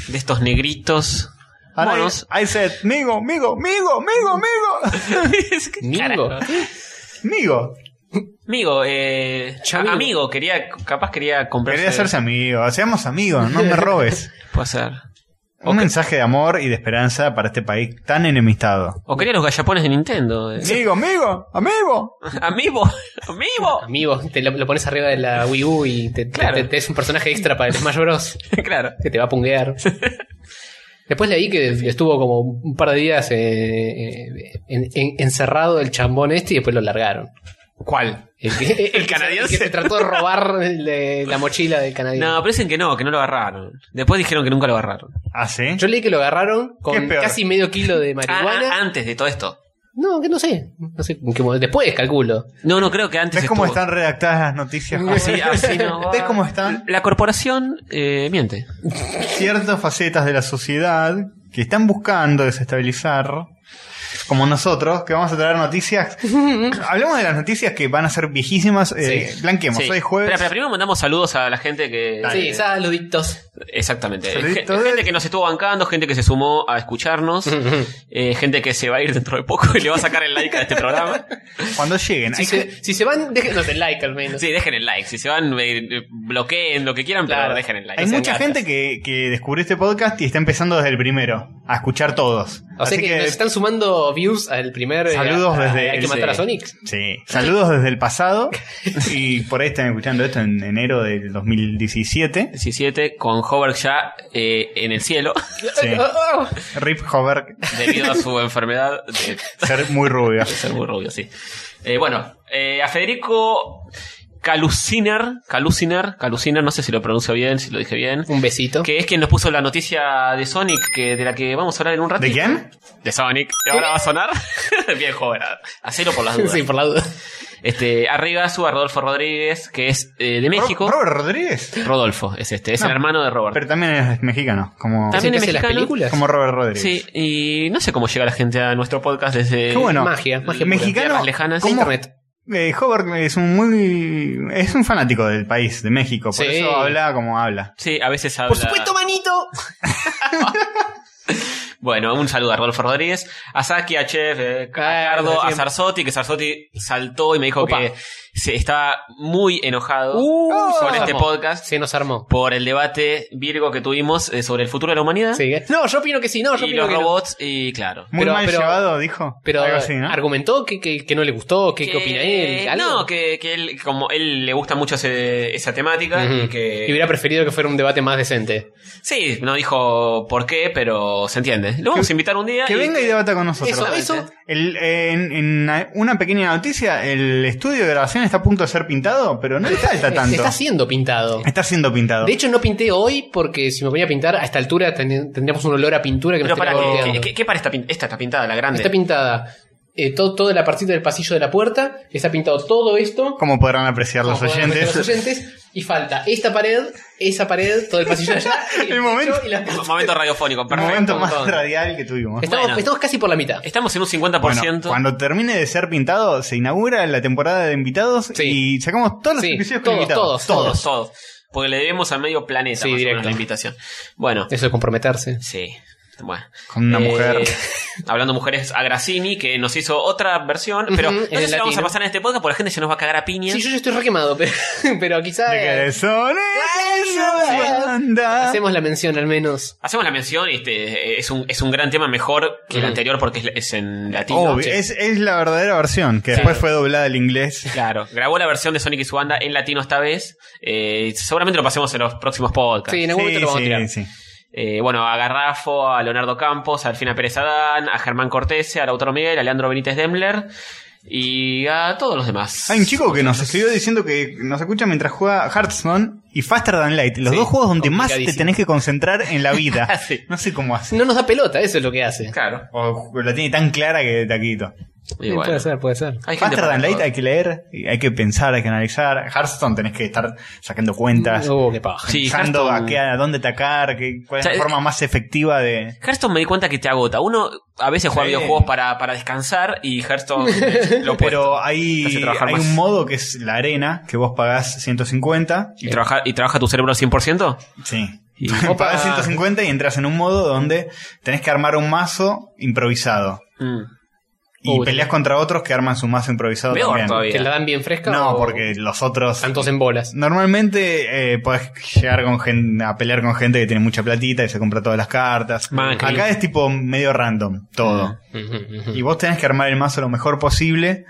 Speaker 2: De estos negritos
Speaker 3: Ahora
Speaker 2: monos.
Speaker 3: I, I said, migo, migo, migo, migo, (laughs) migo.
Speaker 2: Es que-
Speaker 4: Mingo.
Speaker 3: Migo.
Speaker 2: Amigo, eh,
Speaker 4: Chamigo.
Speaker 2: amigo, quería, capaz quería comprar.
Speaker 3: Quería hacerse amigo. Seamos amigos, no me (laughs) robes.
Speaker 2: Puede ser.
Speaker 3: Un mensaje de amor y de esperanza para este país tan enemistado.
Speaker 2: O quería los gallapones de Nintendo. eh.
Speaker 3: Migo, migo, amigo.
Speaker 2: (laughs) Amigo, amigo.
Speaker 3: (laughs)
Speaker 4: Amigo, te lo, lo pones arriba de la Wii U y te, te-
Speaker 2: Claro.
Speaker 4: te- te es un personaje extra para el Smash Bros.
Speaker 2: Claro.
Speaker 4: que te va a punguear. Después leí que estuvo como un par de días eh, eh, en- en- encerrado el chambón este y después lo largaron.
Speaker 2: ¿Cuál?
Speaker 4: El, que- el que-
Speaker 2: canadiense.
Speaker 4: el que se trató de robar el- la mochila del canadiense.
Speaker 2: No, pero dicen que no, que no lo agarraron. Después dijeron que nunca lo agarraron.
Speaker 3: ¿Ah, sí?
Speaker 4: Yo leí que lo agarraron
Speaker 3: ¿Qué
Speaker 4: con
Speaker 3: es peor?
Speaker 4: casi medio kilo de
Speaker 2: Ah, ah,
Speaker 4: marihuana.
Speaker 2: antes de todo esto.
Speaker 4: No, que no sé. No sé en qué momento- después calculo.
Speaker 2: No, no, creo que antes.
Speaker 3: ¿Ves cómo
Speaker 2: estuvo.
Speaker 3: están redactadas las noticias?
Speaker 2: Así, así ah, no va.
Speaker 3: (laughs) ¿Ves cómo están
Speaker 2: La corporación eh, miente.
Speaker 3: ciertas facetas de la sociedad que están buscando desestabilizar? Como nosotros, que vamos a
Speaker 2: (laughs)
Speaker 3: traer noticias. Hablemos de las noticias que van a ser viejísimas. Eh,
Speaker 4: Sí.
Speaker 3: Blanqueemos,
Speaker 2: Sí.
Speaker 3: hoy es jueves.
Speaker 2: Espera, espera, primero mandamos saludos a la gente que.
Speaker 4: Sí,
Speaker 2: eh, (laughs)
Speaker 4: saluditos.
Speaker 2: Exactamente. Gen-
Speaker 3: Saluditos.
Speaker 2: Gente que nos estuvo bancando, gente que se sumó a
Speaker 3: (laughs)
Speaker 2: escucharnos, eh, gente que se va a ir dentro de poco y le va a sacar el like a este
Speaker 3: (laughs)
Speaker 2: programa.
Speaker 3: Cuando lleguen.
Speaker 4: Si
Speaker 3: hay que-
Speaker 4: se, si se van, déjenos el like al menos.
Speaker 2: Sí, dejen el like. Si se van, eh, eh, bloqueen lo que quieran, pero
Speaker 4: Claro.
Speaker 2: dejen el like.
Speaker 3: Hay
Speaker 2: No sean
Speaker 3: mucha
Speaker 2: gatas.
Speaker 3: gente que, que descubrió este podcast y está empezando desde el primero, a escuchar todos.
Speaker 4: O
Speaker 3: Así
Speaker 4: sea que, nos están sumando views al primer. eh,
Speaker 3: Saludos
Speaker 4: a- a-
Speaker 3: desde
Speaker 4: Hay que
Speaker 3: el-
Speaker 4: matar a
Speaker 2: sí.
Speaker 4: Sonic.
Speaker 3: Sí, saludos desde el
Speaker 4: (laughs)
Speaker 3: pasado y por ahí están escuchando esto en enero del 2017.
Speaker 2: 17 con Hover ya eh, en el cielo (laughs)
Speaker 3: Sí.
Speaker 4: Oh,
Speaker 3: Rip Hover,
Speaker 2: debido a su enfermedad de
Speaker 3: ser muy rubio.
Speaker 2: ser muy rubio, sí. Eh, bueno, eh, a Federico Caluciner, Caluciner, Caluciner, no sé si lo pronuncio bien, si lo dije bien,
Speaker 4: Un besito.
Speaker 2: que es quien nos puso la noticia de Sonic, que de la que vamos a hablar en un rato.
Speaker 3: ¿De quién?
Speaker 2: De Sonic. ¿Ahora va a sonar? (laughs) bien joven, hacelo por
Speaker 3: (laughs)
Speaker 2: las dudas.
Speaker 4: Sí, por la duda.
Speaker 2: Este, arriba suba Rodolfo Rodríguez, que es eh, de México.
Speaker 3: Ro- Ah. Robert Rodríguez.
Speaker 2: Rodolfo es este, es
Speaker 3: No,
Speaker 2: el hermano de Robert.
Speaker 3: Pero también es mexicano, como,
Speaker 2: También
Speaker 4: ¿También
Speaker 2: es
Speaker 4: hace las
Speaker 2: mexicano.
Speaker 4: películas?
Speaker 3: como Robert Rodríguez.
Speaker 2: Sí, y no sé cómo llega la gente a nuestro podcast desde
Speaker 3: Qué bueno.
Speaker 4: Magia, magia pura.
Speaker 3: Mexicano,
Speaker 2: Tierras lejanas.
Speaker 3: ¿cómo?
Speaker 4: Internet.
Speaker 3: Eh, Hover es un muy es un fanático del país, de México, por
Speaker 4: Sí.
Speaker 3: eso habla como habla.
Speaker 2: Sí, a veces habla.
Speaker 4: Por supuesto, manito.
Speaker 2: Bueno, un saludo a Rodolfo Rodríguez, a Saki, a Chef, eh, a
Speaker 4: Ah,
Speaker 2: Cardo, a
Speaker 4: recién.
Speaker 2: Sarsotti, que Sarsotti saltó y me dijo
Speaker 4: Opa.
Speaker 2: que se estaba muy enojado
Speaker 4: Uh,
Speaker 2: con
Speaker 4: se
Speaker 2: este
Speaker 4: armó.
Speaker 2: podcast
Speaker 4: Se nos armó.
Speaker 2: por el debate Virgo que tuvimos eh, sobre el futuro de la humanidad
Speaker 4: Sigue. ¿eh? No, yo opino que sí, no, yo
Speaker 2: y
Speaker 4: opino
Speaker 2: los
Speaker 4: que no.
Speaker 2: robots y claro.
Speaker 3: Muy
Speaker 4: Pero-
Speaker 3: mal
Speaker 4: pero-
Speaker 3: llevado, dijo.
Speaker 4: Pero
Speaker 3: Algo así, ¿no?
Speaker 4: argumentó que, que, que no le gustó, que, que opina él. algo.
Speaker 2: No, que, que él, como él le gusta mucho ese- esa temática
Speaker 4: Ujú.
Speaker 2: y que...
Speaker 4: Y hubiera preferido que fuera un debate más decente.
Speaker 2: Sí, no dijo por qué, pero se entiende. Lo vamos a
Speaker 3: Que-
Speaker 2: invitar un día.
Speaker 3: Que
Speaker 2: y-
Speaker 3: venga y debata con nosotros.
Speaker 4: Eso, eso.
Speaker 3: El- en, en una pequeña noticia, el estudio de grabación está a punto de ser pintado, pero no le
Speaker 4: (laughs)
Speaker 3: falta tanto.
Speaker 4: Está siendo pintado.
Speaker 3: Está siendo pintado.
Speaker 4: De hecho, no pinté hoy porque si me ponía a pintar, a esta altura ten- tendríamos un olor a pintura que
Speaker 2: Pero
Speaker 4: no estaría
Speaker 2: pará, ¿qué-
Speaker 4: golpeando.
Speaker 2: ¿qué, qué, para esta, pin- esta está pintada, la grande?
Speaker 4: Está pintada eh, todo, toda la partita del pasillo de la puerta, está pintado todo esto.
Speaker 3: como podrán apreciar los
Speaker 4: como podrán ver
Speaker 3: oyentes.
Speaker 4: los oyentes, Y falta esta pared, esa pared, todo el pasillo
Speaker 3: (laughs)
Speaker 4: de allá. y
Speaker 3: El momento-
Speaker 4: yo y la-
Speaker 2: Un (laughs) momento radiofónico,
Speaker 3: El
Speaker 2: perfecto.
Speaker 3: momento más
Speaker 4: montón.
Speaker 3: radial que tuvimos.
Speaker 4: Estamos,
Speaker 2: Bueno.
Speaker 4: estamos casi por la mitad.
Speaker 2: Estamos en un 50%.
Speaker 3: Bueno, cuando termine de ser pintado, se inaugura la temporada de invitados
Speaker 4: Sí.
Speaker 3: y sacamos todos los
Speaker 4: Sí,
Speaker 3: episodios con
Speaker 4: todos,
Speaker 3: invitados.
Speaker 4: todos,
Speaker 2: todos, todos. Porque le debemos a medio planeta
Speaker 4: Sí,
Speaker 2: más o menos,
Speaker 4: directo.
Speaker 2: la invitación. Bueno,
Speaker 4: Eso de comprometerse.
Speaker 2: sí. Bueno.
Speaker 3: Con una
Speaker 2: Eh,
Speaker 3: mujer.
Speaker 2: (laughs) Hablando de mujeres, a Grassini, que nos hizo otra versión, pero
Speaker 4: Ujú,
Speaker 2: no
Speaker 4: en
Speaker 2: sé si la vamos a
Speaker 4: latino.
Speaker 2: pasar en este podcast porque la gente se nos va a cagar a piña.
Speaker 4: Sí, yo ya estoy requemado, (laughs) pero, pero quizá
Speaker 3: De que
Speaker 4: eh,
Speaker 3: son esa banda.
Speaker 4: hacemos la mención al menos.
Speaker 2: Hacemos la mención, y este, es un, es un gran tema mejor que el
Speaker 4: Ujú.
Speaker 2: anterior porque es, es en latino.
Speaker 3: Obvio,
Speaker 2: Sí.
Speaker 3: es, es la verdadera versión, que después fue doblada al inglés.
Speaker 2: Claro, grabó la versión de Sonic y su banda en latino esta vez. Eh, seguramente lo pasemos en los próximos podcasts.
Speaker 4: Sí, en algún momento lo vamos a tirar.
Speaker 3: sí.
Speaker 2: Eh, bueno, a Garrafo, a Leonardo Campos, a Alfina Pérez Adán, a Germán Cortese, a Lautaro Miguel, a Leandro Benítez Dembler y a todos los demás.
Speaker 3: Hay un chico que nos escribió diciendo que nos escucha mientras juega Hearthstone y Faster Than Light, los
Speaker 4: Sí,
Speaker 3: dos juegos donde más te
Speaker 4: complicadísimo.
Speaker 3: tenés que concentrar en la vida.
Speaker 2: (laughs) Sí.
Speaker 3: No sé cómo hace.
Speaker 4: No nos da pelota, eso es lo que hace.
Speaker 2: Claro.
Speaker 3: O la tiene tan clara que de taquito.
Speaker 2: Y
Speaker 4: Sí,
Speaker 2: bueno.
Speaker 4: Puede ser, puede ser.
Speaker 2: Hay gente
Speaker 3: Faster
Speaker 2: para
Speaker 3: Than Light
Speaker 2: todo.
Speaker 3: hay que leer, y hay que pensar, hay que analizar. Hearthstone tenés que estar sacando cuentas,
Speaker 4: Oh,
Speaker 3: (laughs)
Speaker 4: qué paja.
Speaker 2: Uh, Sí,
Speaker 3: pensando
Speaker 2: Hearthstone-
Speaker 3: a, qué, a dónde atacar, qué, cuál es
Speaker 2: O
Speaker 3: la
Speaker 2: sea,
Speaker 3: forma más efectiva de...
Speaker 2: Hearthstone me di cuenta que te agota. Uno a veces juega
Speaker 3: Sí.
Speaker 2: videojuegos para, para descansar y
Speaker 3: (laughs)
Speaker 2: Hearthstone lo
Speaker 3: Pero
Speaker 2: opuesto.
Speaker 3: hay,
Speaker 2: Te hace trabajar
Speaker 3: hay
Speaker 2: más.
Speaker 3: un modo que es la arena, que vos pagás 150.
Speaker 2: ¿Y, trabaja, ¿Y trabaja tu cerebro al 100%?
Speaker 3: Sí. (laughs)
Speaker 2: Y-
Speaker 4: Opa.
Speaker 3: Pagas 150 y entras en un modo donde tenés que armar un mazo improvisado.
Speaker 2: Mm.
Speaker 3: Y
Speaker 4: Uy.
Speaker 3: peleas contra otros que arman su mazo improvisado
Speaker 2: Peor
Speaker 3: también.
Speaker 2: todavía.
Speaker 4: ¿Te la dan bien fresca?
Speaker 3: No,
Speaker 4: o
Speaker 3: porque los otros.
Speaker 4: Están todos en bolas.
Speaker 3: Normalmente eh, podés llegar con gen- a pelear con gente que tiene mucha platita y se compra todas las cartas.
Speaker 2: Man, qué
Speaker 3: Acá
Speaker 2: lindo.
Speaker 3: es tipo medio random todo.
Speaker 4: Mm,
Speaker 3: Y vos tenés que armar el mazo lo mejor posible.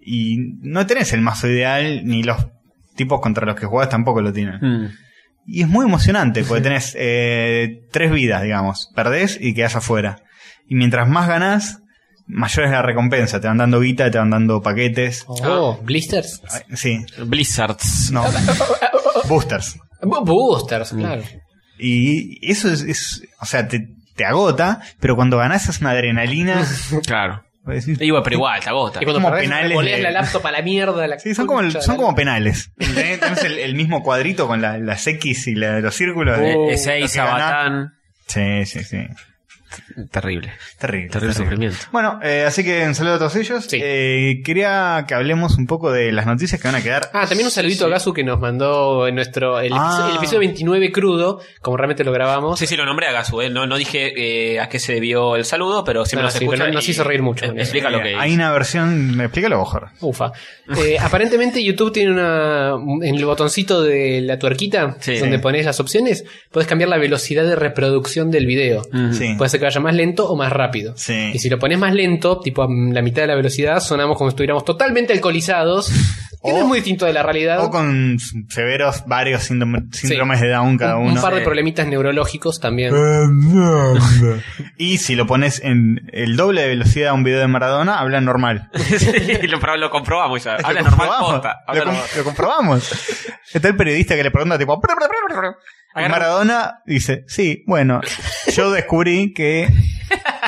Speaker 3: Y no tenés el mazo ideal, ni los tipos contra los que jugás tampoco lo tienen.
Speaker 2: Mm.
Speaker 3: Y es muy emocionante porque tenés eh, tres vidas, digamos. Perdés y quedás afuera. Y mientras más ganás, mayor es la recompensa. Te van dando guita, te van dando paquetes.
Speaker 4: Oh, blisters.
Speaker 3: Ay, Sí,
Speaker 2: Blizzards.
Speaker 4: (laughs)
Speaker 3: no. Boosters.
Speaker 4: Bu- Boosters, claro.
Speaker 3: Y
Speaker 4: (laughs)
Speaker 3: eso es, es- o sea, te, te agota, pero cuando ganás es una adrenalina
Speaker 2: Claro.
Speaker 3: Voy a decir.
Speaker 2: Digo, pero igual, está bota.
Speaker 4: Y cuando
Speaker 3: como
Speaker 4: perdés,
Speaker 3: penales
Speaker 4: revoleas
Speaker 3: de-
Speaker 4: la laptop a la mierda. La
Speaker 3: Sí, son como,
Speaker 4: concha de
Speaker 3: son
Speaker 4: la-
Speaker 3: como penales. Tenés tenés el, el mismo cuadrito con la- las X y la- los círculos. de-
Speaker 4: Oh.
Speaker 2: Eh, Ese
Speaker 3: lo que ganás.
Speaker 2: Sabatán.
Speaker 3: Sí, sí, sí.
Speaker 2: Terrible.
Speaker 3: Terrible.
Speaker 2: Terrible sufrimiento.
Speaker 3: Bueno, eh, así que un saludo a todos ellos.
Speaker 4: Sí.
Speaker 3: Eh, quería que hablemos un poco de las noticias que van a quedar.
Speaker 4: Ah, también un saludito a Gasu que nos mandó en nuestro el,
Speaker 3: Ah.
Speaker 4: episodio, el episodio 29 crudo, como realmente lo grabamos.
Speaker 2: Sí, sí, lo nombré a Gasu, ¿eh? no, no dije eh, a qué se debió el saludo, pero siempre
Speaker 4: No,
Speaker 2: nos
Speaker 4: sí,
Speaker 2: escucha
Speaker 4: pero nos
Speaker 2: y-
Speaker 4: hizo reír mucho.
Speaker 2: eh, Explica lo
Speaker 3: Eh,
Speaker 2: que
Speaker 3: Hay
Speaker 2: hizo.
Speaker 3: una versión. Explícalo, Bojor.
Speaker 4: Ufa. Eh, (laughs) aparentemente YouTube tiene una en el botoncito de la tuerquita
Speaker 2: Sí.
Speaker 4: donde pones las opciones, puedes cambiar la velocidad de reproducción del video.
Speaker 2: Mm.
Speaker 3: Sí.
Speaker 4: Puede ser que vaya más lento o más rápido.
Speaker 3: Sí.
Speaker 4: Y si lo pones más lento, tipo a la mitad de la velocidad, sonamos como si estuviéramos totalmente alcoholizados. que no
Speaker 3: O-
Speaker 4: es muy distinto de la realidad.
Speaker 3: O con severos varios síndrome- síndromes de Down cada
Speaker 4: un,
Speaker 3: uno.
Speaker 4: un par de
Speaker 2: Sí.
Speaker 4: problemitas neurológicos también.
Speaker 3: Y si lo pones en el doble de velocidad a un video de Maradona, habla normal.
Speaker 2: (laughs) Sí, lo, pero lo comprobamos ya. (laughs) Habla
Speaker 3: Lo
Speaker 2: normal
Speaker 3: comprobamos.
Speaker 2: posta.
Speaker 3: Lo,
Speaker 2: Habla
Speaker 3: com-
Speaker 2: normal.
Speaker 3: lo comprobamos. Está el periodista que le pregunta tipo... "Pra, pra, pra, pra, pra". Y
Speaker 2: Agarra-
Speaker 3: Maradona dice, sí, bueno, yo descubrí
Speaker 2: (laughs)
Speaker 3: que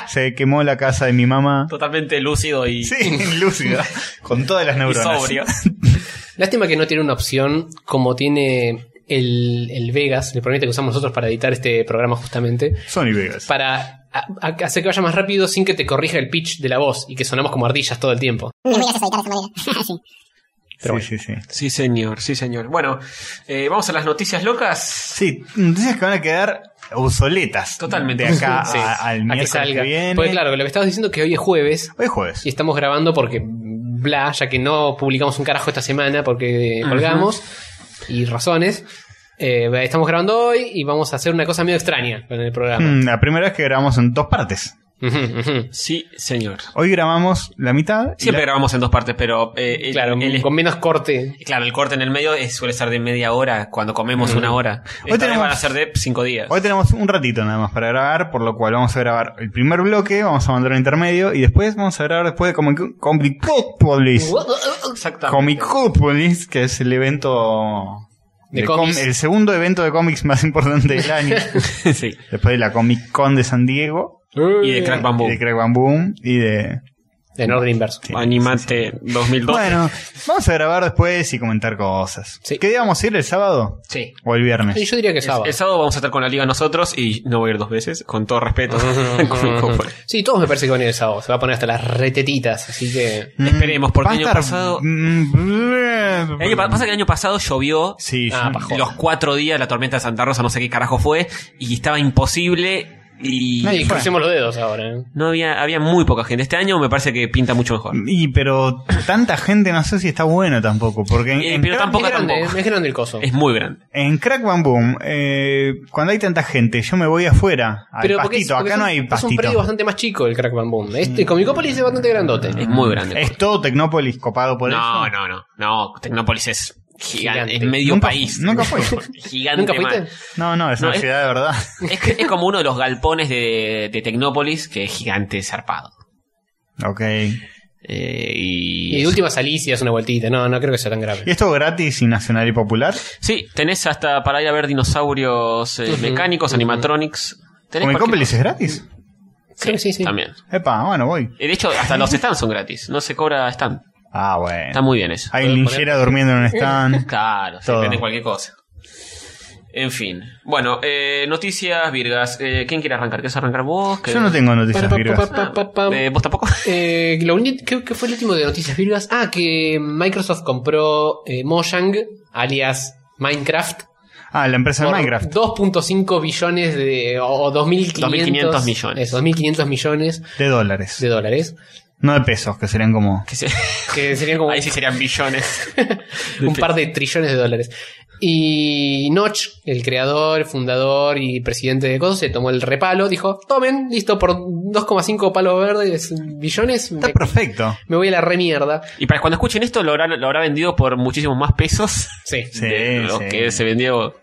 Speaker 3: se quemó la casa de mi mamá.
Speaker 2: Totalmente lúcido y,
Speaker 3: (laughs) Sí, lúcida. Con todas las
Speaker 2: y
Speaker 3: neuronas. (laughs)
Speaker 2: sobrio.
Speaker 4: Lástima que no tiene una opción como tiene el, el Vegas, el programa que usamos nosotros para editar este programa justamente,
Speaker 3: Sony Vegas.
Speaker 4: para a- a- hacer que vaya más rápido sin que te corrija el pitch de la voz y que sonamos como ardillas todo el tiempo.
Speaker 5: Es muy gracioso editar de esta manera. sí.
Speaker 3: Sí, sí, sí.
Speaker 2: Sí, señor, sí, señor. Bueno, eh, vamos a las noticias locas.
Speaker 3: Sí, noticias que van a quedar obsoletas.
Speaker 2: Totalmente.
Speaker 3: De acá
Speaker 4: Sí,
Speaker 3: a- al
Speaker 4: a que
Speaker 3: miércoles que,
Speaker 4: salga.
Speaker 3: viene.
Speaker 4: Pues claro, lo que estabas diciendo es que hoy es jueves
Speaker 3: Hoy es jueves.
Speaker 4: y estamos grabando porque bla, ya que no publicamos un carajo esta semana porque colgamos y razones. eh, estamos grabando hoy y vamos a hacer una cosa medio extraña con el programa.
Speaker 3: Mm, La primera vez que grabamos en dos partes.
Speaker 4: Ujú, ujú.
Speaker 2: Sí, señor.
Speaker 3: Hoy grabamos la mitad. y
Speaker 2: Siempre
Speaker 3: la-
Speaker 2: grabamos en dos partes, pero eh, el-
Speaker 4: Claro,
Speaker 2: el-
Speaker 4: con menos corte.
Speaker 2: claro, el corte en el medio es- suele ser de media hora cuando comemos una hora. Hoy
Speaker 3: tenemos-
Speaker 2: van a ser de cinco días.
Speaker 3: Hoy tenemos un ratito nada más para grabar, por lo cual vamos a grabar el primer bloque, vamos a mandar un intermedio y después vamos a grabar después de Comic Comicopolis.
Speaker 2: Exactamente.
Speaker 3: Comicopolis, que es el evento
Speaker 4: De
Speaker 3: com-
Speaker 4: cómics.
Speaker 3: el segundo evento de cómics más (laughs) importante del año,
Speaker 2: (laughs) sí.
Speaker 3: después de la Comic Con de San Diego,
Speaker 2: Y de Crack Bamboo.
Speaker 3: y de Crack Bam Boom y de
Speaker 4: En orden inverso.
Speaker 3: Sí,
Speaker 2: Animate 2002.
Speaker 3: Bueno, vamos a grabar después y comentar cosas.
Speaker 4: Sí.
Speaker 3: ¿Qué día vamos a ir el sábado
Speaker 2: Sí.
Speaker 3: o el viernes?
Speaker 4: Y yo diría que
Speaker 2: El-
Speaker 4: sábado.
Speaker 2: El, sábado vamos a estar con la liga nosotros y no voy a ir dos veces, con todo respeto. (laughs)
Speaker 3: (laughs)
Speaker 2: Con- con-
Speaker 4: Sí, todos me parece que van a ir el sábado. Se va a poner hasta las retetitas, así que.
Speaker 3: Mm,
Speaker 2: Esperemos, porque
Speaker 3: va a
Speaker 2: el año
Speaker 3: estar-
Speaker 2: pasado-
Speaker 3: Mm,
Speaker 2: El año pa- pasa que el año pasado llovió
Speaker 3: Sí,
Speaker 4: Ah,
Speaker 3: yo-
Speaker 4: pa' joder.
Speaker 2: los cuatro días la tormenta de Santa Rosa, no sé qué carajo fue, y estaba imposible y
Speaker 3: Nadie
Speaker 4: Y
Speaker 3: fue.
Speaker 4: crucemos los dedos ahora. ¿eh?
Speaker 2: no había, había muy poca gente. Este año me parece que pinta mucho mejor.
Speaker 3: Y pero tanta gente no sé si está bueno tampoco, porque en,
Speaker 2: Eh,
Speaker 3: en
Speaker 2: pero
Speaker 3: Crack-
Speaker 2: tampoco-
Speaker 4: Es grande,
Speaker 2: tampoco.
Speaker 4: ¿eh? es grande el coso.
Speaker 2: Es muy grande.
Speaker 3: en Crack Bam Boom, eh, cuando hay tanta gente, yo me voy afuera al
Speaker 4: porque es-
Speaker 3: pastito,
Speaker 4: porque
Speaker 3: acá
Speaker 4: es
Speaker 3: no
Speaker 4: un-
Speaker 3: hay
Speaker 4: Es un predio
Speaker 3: pastito.
Speaker 4: bastante más chico el Crack Bam Boom. Este Comicopolis es bastante grandote.
Speaker 2: Es muy grande.
Speaker 3: Es todo Tecnópolis copado por
Speaker 2: no,
Speaker 3: eso.
Speaker 2: no, no, no. Tecnópolis es gigante,
Speaker 4: Gigante.
Speaker 2: es medio
Speaker 3: Nunca-
Speaker 2: país.
Speaker 3: nunca fui.
Speaker 2: (laughs) gigante.
Speaker 4: ¿Nunca fuiste?
Speaker 2: mal.
Speaker 3: No, no, es
Speaker 2: No,
Speaker 3: una
Speaker 2: es-
Speaker 3: ciudad de verdad.
Speaker 2: Es, que- es como uno de los galpones de, de Tecnópolis que es gigante, zarpado.
Speaker 3: ok.
Speaker 2: Eh,
Speaker 4: Y
Speaker 2: y,
Speaker 4: de última salís y das una vueltita. No, no creo que sea tan
Speaker 3: ¿Y
Speaker 4: grave.
Speaker 3: esto gratis y nacional y popular?
Speaker 2: sí, tenés hasta para ir a ver dinosaurios eh,
Speaker 4: Ujú,
Speaker 2: mecánicos,
Speaker 4: ujú.
Speaker 2: animatronics. Tenés
Speaker 3: Comicopolis es gratis.
Speaker 2: cualquier-
Speaker 4: Sí, sí, sí.
Speaker 2: También.
Speaker 3: Epa, bueno, voy.
Speaker 2: Eh, De hecho, hasta
Speaker 4: (laughs)
Speaker 2: los stands son gratis. No se cobra stand.
Speaker 3: Ah,
Speaker 2: Está
Speaker 3: bueno.
Speaker 2: muy bien eso.
Speaker 3: Hay linchera durmiendo en
Speaker 2: (laughs)
Speaker 3: un stand.
Speaker 2: Claro, se
Speaker 3: Todo.
Speaker 2: vende cualquier cosa. En fin. Bueno, eh, noticias, Virgas. Eh, ¿Quién quiere arrancar? ¿Quieres arrancar vos? ¿Qué-
Speaker 3: Yo no tengo
Speaker 4: Pa,
Speaker 3: noticias
Speaker 4: pa,
Speaker 3: virgas.
Speaker 4: pa, pa, pa, pa.
Speaker 2: Eh, ¿Vos tampoco? (laughs)
Speaker 4: Eh, lo uni- ¿qué, qué fue el último de Noticias Virgas? Ah, que Microsoft compró eh, Mojang, alias Minecraft,
Speaker 3: Ah, la empresa de
Speaker 4: por
Speaker 3: Minecraft.
Speaker 4: 2.5 billones de, o, o 2.500
Speaker 2: 2.500 millones.
Speaker 4: eso, 2.500 millones
Speaker 3: De dólares.
Speaker 4: de dólares.
Speaker 3: No de pesos, que serían como...
Speaker 2: Que se-
Speaker 4: Que serían como
Speaker 2: Ahí sí serían billones.
Speaker 4: (laughs) un par de trillones de dólares. Y Notch, el creador, fundador y presidente de Coso, se tomó el repalo, dijo, tomen, listo, por 2,5 palos verdes, billones, me,
Speaker 3: Está perfecto.
Speaker 4: me voy a la remierda.
Speaker 2: Y para cuando escuchen esto, lo habrá, lo habrá vendido por muchísimos más pesos
Speaker 4: Sí.
Speaker 3: Sí,
Speaker 2: de lo
Speaker 3: sí.
Speaker 2: que se vendió.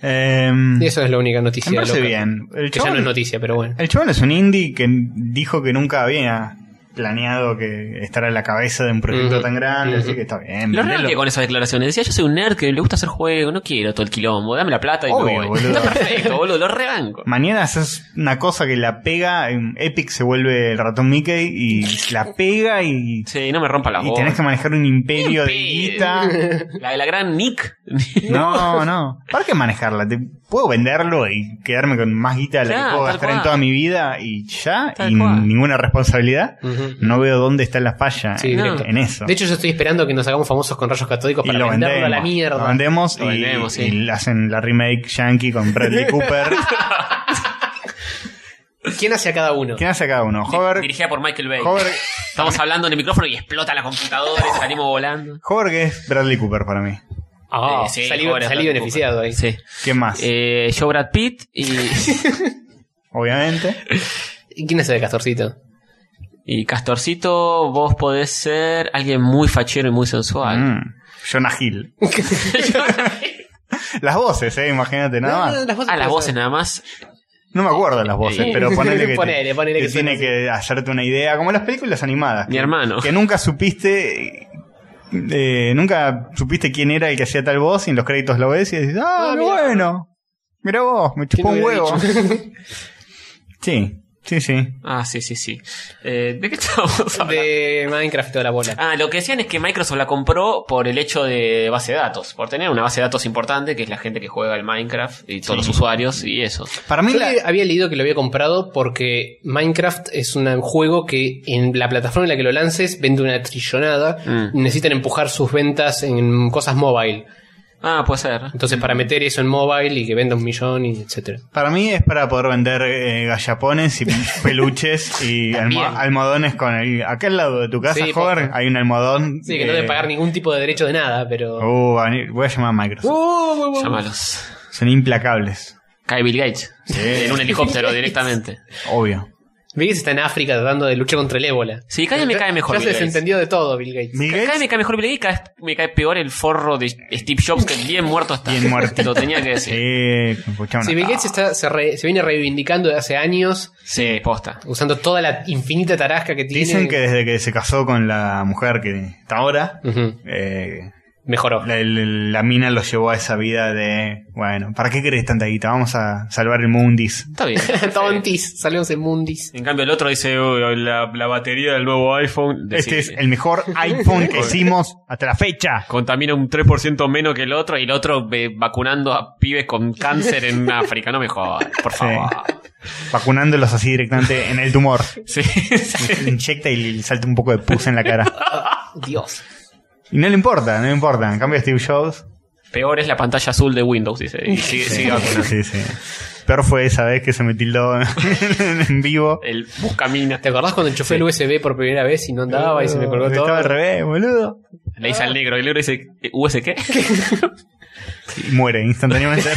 Speaker 3: Eh,
Speaker 4: Y Eso es la única
Speaker 3: me
Speaker 4: noticia.
Speaker 3: parece
Speaker 4: loca.
Speaker 3: bien. El
Speaker 4: Que ya no es
Speaker 3: chabón,
Speaker 4: noticia, pero bueno.
Speaker 3: el chabón es un indie que dijo que nunca había planeado que estar a la cabeza de un proyecto
Speaker 4: Ujú.
Speaker 3: tan grande, así que está bien.
Speaker 2: Lo raro
Speaker 3: vendelo.
Speaker 2: que con esas declaraciones decía, yo soy un nerd que le gusta hacer juegos, no quiero todo el quilombo, dame la plata y me
Speaker 3: Obvio,
Speaker 2: voy.
Speaker 3: boludo. Mm.
Speaker 2: Está perfecto, boludo, lo rebanco.
Speaker 3: Mañana haces una cosa que la pega, en Epic se vuelve el ratón Mickey y la pega y,
Speaker 2: Sí, no me rompa la
Speaker 3: y tenés que
Speaker 2: voz.
Speaker 3: manejar un imperio de guita.
Speaker 2: (laughs) La, la gran Nick. (laughs)
Speaker 3: No, no. ¿Para qué manejarla? Te- puedo venderlo y quedarme con más guita de la
Speaker 2: Claro,
Speaker 3: que puedo
Speaker 2: tal
Speaker 3: gastar en
Speaker 2: cual.
Speaker 3: toda mi vida y ya,
Speaker 2: Tal
Speaker 3: y
Speaker 2: cual.
Speaker 3: ninguna responsabilidad.
Speaker 4: Ujú.
Speaker 3: No veo dónde está la falla
Speaker 4: Sí,
Speaker 3: en,
Speaker 2: directo.
Speaker 3: en eso.
Speaker 4: De hecho, yo estoy esperando que nos hagamos famosos con rayos catódicos
Speaker 3: y
Speaker 4: para
Speaker 3: lo
Speaker 4: venderlo
Speaker 3: vendemos.
Speaker 4: a la mierda.
Speaker 3: Lo vendemos y,
Speaker 2: Lo vendemos, sí.
Speaker 3: y hacen la remake Yankee con Bradley
Speaker 4: (laughs)
Speaker 3: Cooper.
Speaker 4: ¿Quién hace a cada uno?
Speaker 3: ¿Quién hace cada uno? Hover.
Speaker 2: Dirigida por Michael Bay.
Speaker 3: Hover,
Speaker 2: Estamos hablando en el micrófono y explota la computadora y salimos volando.
Speaker 3: Hover que es Bradley Cooper para mí.
Speaker 4: Ah,
Speaker 2: Eh, sí,
Speaker 4: salí,
Speaker 2: joder,
Speaker 4: salí
Speaker 2: Bradley
Speaker 4: beneficiado ahí.
Speaker 2: Sí.
Speaker 3: ¿Quién más?
Speaker 2: Eh, yo Brad Pitt y,
Speaker 3: Obviamente.
Speaker 4: ¿Y quién hace de Castorcito?
Speaker 2: y Castorcito, vos podés ser alguien muy fachero y muy sensual.
Speaker 3: Mm. Jonah
Speaker 4: (laughs)
Speaker 3: Hill. Las voces, eh, imagínate, nada más.
Speaker 2: Ah, las voces nada más.
Speaker 3: No me acuerdo las voces,
Speaker 4: Eh, (laughs)
Speaker 3: pero ponele que, te-
Speaker 4: ponele, ponele
Speaker 3: te
Speaker 4: que
Speaker 3: tiene
Speaker 4: son
Speaker 3: que hacerte una idea, como las películas animadas.
Speaker 2: Mi
Speaker 3: que-
Speaker 2: hermano.
Speaker 3: Que nunca supiste, eh, nunca supiste quién era el que hacía tal voz y en los créditos lo ves y decís, ah,
Speaker 4: Ah,
Speaker 3: qué
Speaker 4: mirá.
Speaker 3: bueno, mira vos, me chupó un
Speaker 4: ¿Quién lo hubiera
Speaker 3: huevo. (laughs)
Speaker 4: (laughs)
Speaker 3: sí, sí, sí.
Speaker 2: Ah, sí, sí, sí. Eh, ¿De qué (laughs) estamos hablando?
Speaker 4: De Minecraft y toda la bola.
Speaker 2: Ah, lo que decían es que Microsoft la compró por el hecho de base de datos, por tener una base de datos importante, que es la gente que juega el Minecraft y todos los usuarios y eso.
Speaker 3: Para mí
Speaker 4: Yo
Speaker 3: la-
Speaker 4: le- había leído que lo había comprado porque Minecraft es un juego que en la plataforma en la que lo lances vende una trillonada.
Speaker 2: Mm.
Speaker 4: Necesitan empujar sus ventas en cosas mobile.
Speaker 2: Ah, puede ser.
Speaker 4: Entonces, para meter eso en mobile y que venda un millón y etcétera.
Speaker 3: Para mí es para poder vender eh, gallapones y
Speaker 4: (laughs)
Speaker 3: peluches y
Speaker 4: También.
Speaker 3: almo- almohadones con el... Acá al lado de tu casa,
Speaker 4: Sí,
Speaker 3: Hover, hay un almohadón.
Speaker 4: Sí, que no debe
Speaker 3: eh,
Speaker 4: pagar ningún tipo de derecho de nada,
Speaker 2: Oh.
Speaker 4: pero.
Speaker 3: uh, van a ir- voy a llamar a Microsoft.
Speaker 4: Uh.
Speaker 1: Oh,
Speaker 2: Llámalos.
Speaker 3: Son implacables.
Speaker 2: Cae Bill Gates. En un helicóptero directamente.
Speaker 3: Obvio.
Speaker 4: Bill Gates está en África tratando de luchar contra el ébola.
Speaker 2: Sí, cada vez me cae mejor
Speaker 4: Ya
Speaker 2: Bill
Speaker 4: se
Speaker 2: Gates.
Speaker 4: desentendió de todo, Bill Gates.
Speaker 3: Bill
Speaker 2: Cada vez
Speaker 3: Gates,
Speaker 2: me cae mejor Bill Gates, cada vez me cae peor el forro de Steve Jobs, que bien muerto está.
Speaker 3: Bien muerto.
Speaker 2: (laughs) Lo tenía que decir.
Speaker 3: eh, escuchá una-
Speaker 4: Sí, Bill Gates está- se, re- se viene reivindicando de hace años,
Speaker 2: Sí, posta.
Speaker 4: usando toda la infinita tarasca que tiene.
Speaker 3: Dicen que desde que se casó con la mujer que está ahora,
Speaker 4: Ujú,
Speaker 3: eh,
Speaker 4: Mejoró. (laughs)
Speaker 3: la, la- la mina lo llevó a esa vida de, bueno, ¿para qué querés tanta guita? Vamos a salvar el mundis.
Speaker 2: Está
Speaker 4: (laughs)
Speaker 2: bien.
Speaker 4: Tontis, salimos en Mundis.
Speaker 2: En cambio el otro dice, "Uy, la, la batería del nuevo iPhone
Speaker 3: Este es
Speaker 2: decime,
Speaker 3: el mejor iPhone que hicimos hasta la fecha.
Speaker 2: contamina un 3% menos que el otro y el otro eh, vacunando a pibes con cáncer
Speaker 4: (laughs)
Speaker 2: en África. No me jodas, por favor.
Speaker 3: Vacunándolos así directamente en el tumor.
Speaker 2: Sí.
Speaker 3: Le inyecta y le salta un poco de pus en la cara.
Speaker 4: Dios.
Speaker 3: Y no le importa, no le importa. En cambio Steve Jobs...
Speaker 2: Peor es la pantalla azul de Windows, dice. Y sigue, sigue vacunando.
Speaker 3: sí, sí. Peor fue esa vez que se me tildó (laughs) en vivo.
Speaker 2: El buscamina. este,
Speaker 4: ¿Te acordás cuando enchufé el USB por primera vez y no andaba y se me colgó todo?
Speaker 3: Uh, Estaba al revés, boludo.
Speaker 2: Le dice al negro, el negro dice, "¿Eh, ¿US qué?
Speaker 3: Y muere instantáneamente.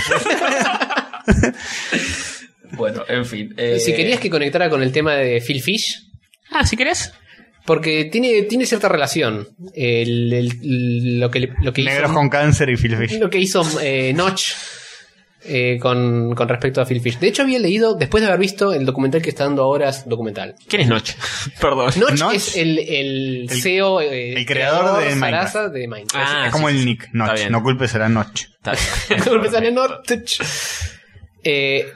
Speaker 2: Bueno, en fin.
Speaker 4: Eh,
Speaker 2: eh,
Speaker 4: Si querías que conectara con el tema de Phil Fish,
Speaker 2: Ah, si querés.
Speaker 4: porque tiene, tiene cierta relación. El- el- lo que, le- lo que
Speaker 3: Negros
Speaker 4: hizo,
Speaker 3: con cáncer y Phil Fish.
Speaker 4: lo que hizo eh, Notch eh, con, con respecto a Phil Fish. De hecho, había leído, después de haber visto el documental que está dando ahora, es documental.
Speaker 2: ¿Quién es
Speaker 4: (laughs)
Speaker 2: Noche? Perdón.
Speaker 4: Notch,
Speaker 3: Notch
Speaker 4: es el, el
Speaker 3: El-
Speaker 4: CEO, eh,
Speaker 3: el creador de Minecraft.
Speaker 4: Sarasa de Minecraft. (laughs)
Speaker 2: Ah,
Speaker 3: es como
Speaker 2: sí,
Speaker 3: el
Speaker 2: sí,
Speaker 3: Nick
Speaker 2: está
Speaker 3: Notch.
Speaker 2: bien.
Speaker 3: No culpes a la Notch.
Speaker 2: Está bien.
Speaker 4: Porque sale Notch. Eh,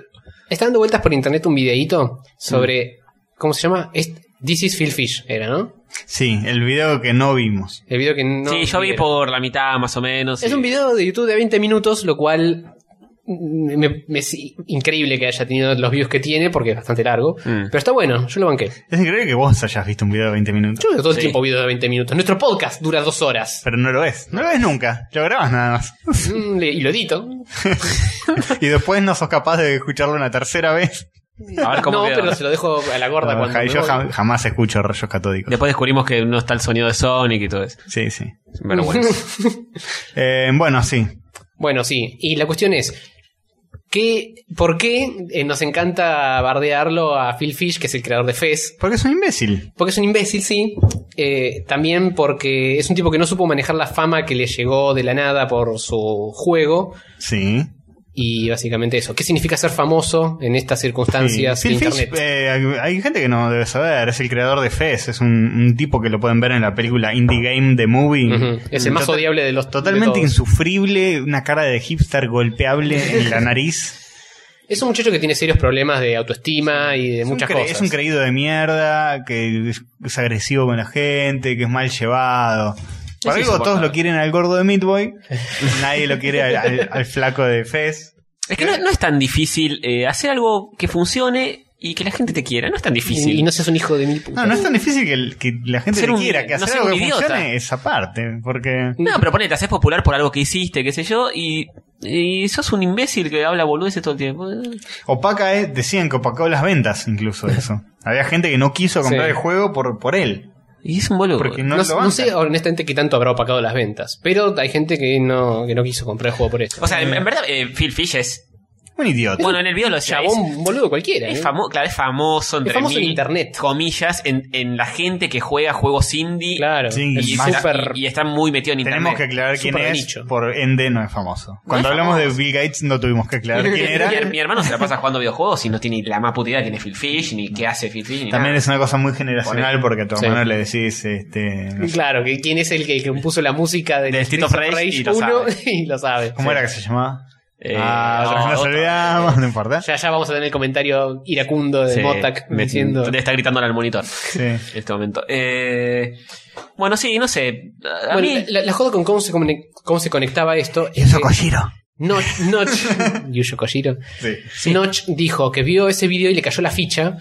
Speaker 4: está dando vueltas por internet un videíto sobre. ¿Cómo se llama? Es- This is Phil Fish, era, ¿no?
Speaker 3: Sí, el video que no vimos.
Speaker 4: El video que no.
Speaker 2: sí, yo vi
Speaker 4: vieron.
Speaker 2: por la mitad más o menos.
Speaker 4: Es
Speaker 2: y-
Speaker 4: un video de YouTube de 20 minutos, lo cual. mm, me- me es increíble que haya tenido los views que tiene, porque es bastante largo.
Speaker 2: Mm.
Speaker 4: Pero está bueno, yo lo banqué.
Speaker 3: Es increíble que vos hayas visto un video de 20 minutos.
Speaker 4: Yo veo todo el
Speaker 2: Sí.
Speaker 4: tiempo videos de 20 minutos. Nuestro podcast dura dos horas.
Speaker 3: (laughs) Pero no lo ves. No lo ves nunca. Lo grabas nada más. (laughs)
Speaker 4: Mm, le- y lo edito.
Speaker 3: Y después no sos capaz de escucharlo una tercera vez.
Speaker 2: A ver cómo
Speaker 4: no,
Speaker 2: queda.
Speaker 4: pero se lo dejo a la gorda
Speaker 3: No,
Speaker 4: cuando.
Speaker 3: ja-
Speaker 4: me
Speaker 3: yo
Speaker 4: voy. (laughs)
Speaker 3: jam- jamás escucho rayos catódicos.
Speaker 2: Después descubrimos que no está el sonido de Sonic y todo eso.
Speaker 3: Sí, sí.
Speaker 2: Pero bueno.
Speaker 3: Eh, bueno, sí.
Speaker 4: Bueno, sí. Y la cuestión es, ¿qué, ¿por qué eh, nos encanta bardearlo a Phil Fish, que es el creador de Fez?
Speaker 3: Porque es un imbécil.
Speaker 4: Porque es un imbécil, sí. Eh, también porque es un tipo que no supo manejar la fama que le llegó de la nada por su juego.
Speaker 3: Sí.
Speaker 4: Y básicamente eso. ¿Qué significa ser famoso en estas circunstancias
Speaker 3: Sí,
Speaker 4: de
Speaker 3: Phil Fish,
Speaker 4: internet?
Speaker 3: eh, hay- hay gente que no debe saber, es el creador de Fez, es un, un tipo que lo pueden ver en la película Indie Game The Movie.
Speaker 4: Ujú. Es el más
Speaker 3: Total-
Speaker 4: odiable de los
Speaker 3: Totalmente
Speaker 4: de todos.
Speaker 3: insufrible, una cara de hipster golpeable
Speaker 4: (laughs)
Speaker 3: en la nariz.
Speaker 4: Es un muchacho que tiene serios problemas de autoestima y de
Speaker 3: Es un
Speaker 4: muchas
Speaker 3: cre-
Speaker 4: cosas.
Speaker 3: Es un creído de mierda, que es- es agresivo con la gente, que es mal llevado. Por
Speaker 4: Es
Speaker 3: algo todos
Speaker 4: insoportable.
Speaker 3: lo quieren al gordo de Meat Boy,
Speaker 4: (laughs)
Speaker 3: nadie lo quiere al, al- al flaco de Fez.
Speaker 2: Es que no, no es tan difícil eh, hacer algo que funcione y que la gente te quiera. No es tan difícil.
Speaker 4: y, y no seas un hijo de mil putas.
Speaker 3: No, no es tan difícil que, el- que la gente
Speaker 2: Ser
Speaker 3: te
Speaker 2: un-
Speaker 3: quiera, que
Speaker 2: no
Speaker 3: hacer
Speaker 2: ser
Speaker 3: algo
Speaker 2: un
Speaker 3: que
Speaker 2: idiota.
Speaker 3: funcione es aparte, porque...
Speaker 2: No, pero ponete, te haces popular por algo que hiciste, qué sé yo, y, y sos un imbécil que habla boludeces todo el tiempo.
Speaker 3: Opaca es, decían que opacó las ventas incluso (laughs) eso. Había gente que no quiso comprar
Speaker 4: Sí.
Speaker 3: el juego por, por él.
Speaker 2: Y es un boludo.
Speaker 3: Porque no,
Speaker 4: No,
Speaker 3: lo
Speaker 4: sé- no
Speaker 3: bancan.
Speaker 4: sé honestamente qué tanto habrá opacado las ventas, pero hay gente que no, que no quiso comprar el juego por esto.
Speaker 2: O sea, en, en verdad, eh, Phil Fish es.
Speaker 3: Un idiota.
Speaker 2: Bueno, en el video lo decía, es-
Speaker 4: Chabón, un boludo cualquiera.
Speaker 2: Es
Speaker 4: ¿no?
Speaker 2: famoso, claro, es famoso entre
Speaker 4: famoso en
Speaker 2: mil
Speaker 4: internet.
Speaker 2: comillas en, en la gente que juega juegos indie
Speaker 4: Claro,
Speaker 3: Sí,
Speaker 4: es
Speaker 2: y,
Speaker 3: más-
Speaker 2: está-
Speaker 4: súper-
Speaker 2: y- y está muy metido en internet.
Speaker 3: Tenemos que aclarar quién
Speaker 4: Súper
Speaker 3: es.
Speaker 4: nicho.
Speaker 3: Por ende no es famoso. Cuando hablamos de Bill Gates no tuvimos que
Speaker 4: (laughs)
Speaker 3: aclarar
Speaker 2: (laughs)
Speaker 3: quién era.
Speaker 2: Mi, her- mi hermano se la pasa jugando videojuegos y no tiene la más puta idea quién es Phil Fish, ni qué hace Phil Fish, ni
Speaker 3: También
Speaker 2: nada.
Speaker 3: es una cosa muy generacional porque a tu
Speaker 4: Sí.
Speaker 3: hermano le decís este no sé,
Speaker 4: Claro, que quién es el que que compuso la música del
Speaker 2: Del Street of Rage y lo sabe.
Speaker 4: (laughs) y lo sabe.
Speaker 3: ¿Cómo
Speaker 4: Sí.
Speaker 3: era que se llamaba?
Speaker 2: Eh,
Speaker 3: ah,
Speaker 2: no,
Speaker 3: otra vez nos
Speaker 2: otra
Speaker 3: olvidamos, no importa.
Speaker 4: Ya, ya vamos a tener el comentario iracundo de
Speaker 2: Sí,
Speaker 4: Motak
Speaker 2: me-
Speaker 4: diciendo.
Speaker 2: Le está gritándole al monitor
Speaker 3: Sí.
Speaker 2: en este momento. Eh, bueno, sí, no sé. A- A
Speaker 4: Bueno,
Speaker 2: mí,
Speaker 4: la, la joda con cómo se, comune- cómo se conectaba esto. es
Speaker 3: Yuzo
Speaker 4: que
Speaker 3: Koshiro.
Speaker 4: Notch, Notch- (laughs) Yuzo Koshiro.
Speaker 3: Sí.
Speaker 4: Notch dijo que vio ese video y le cayó la ficha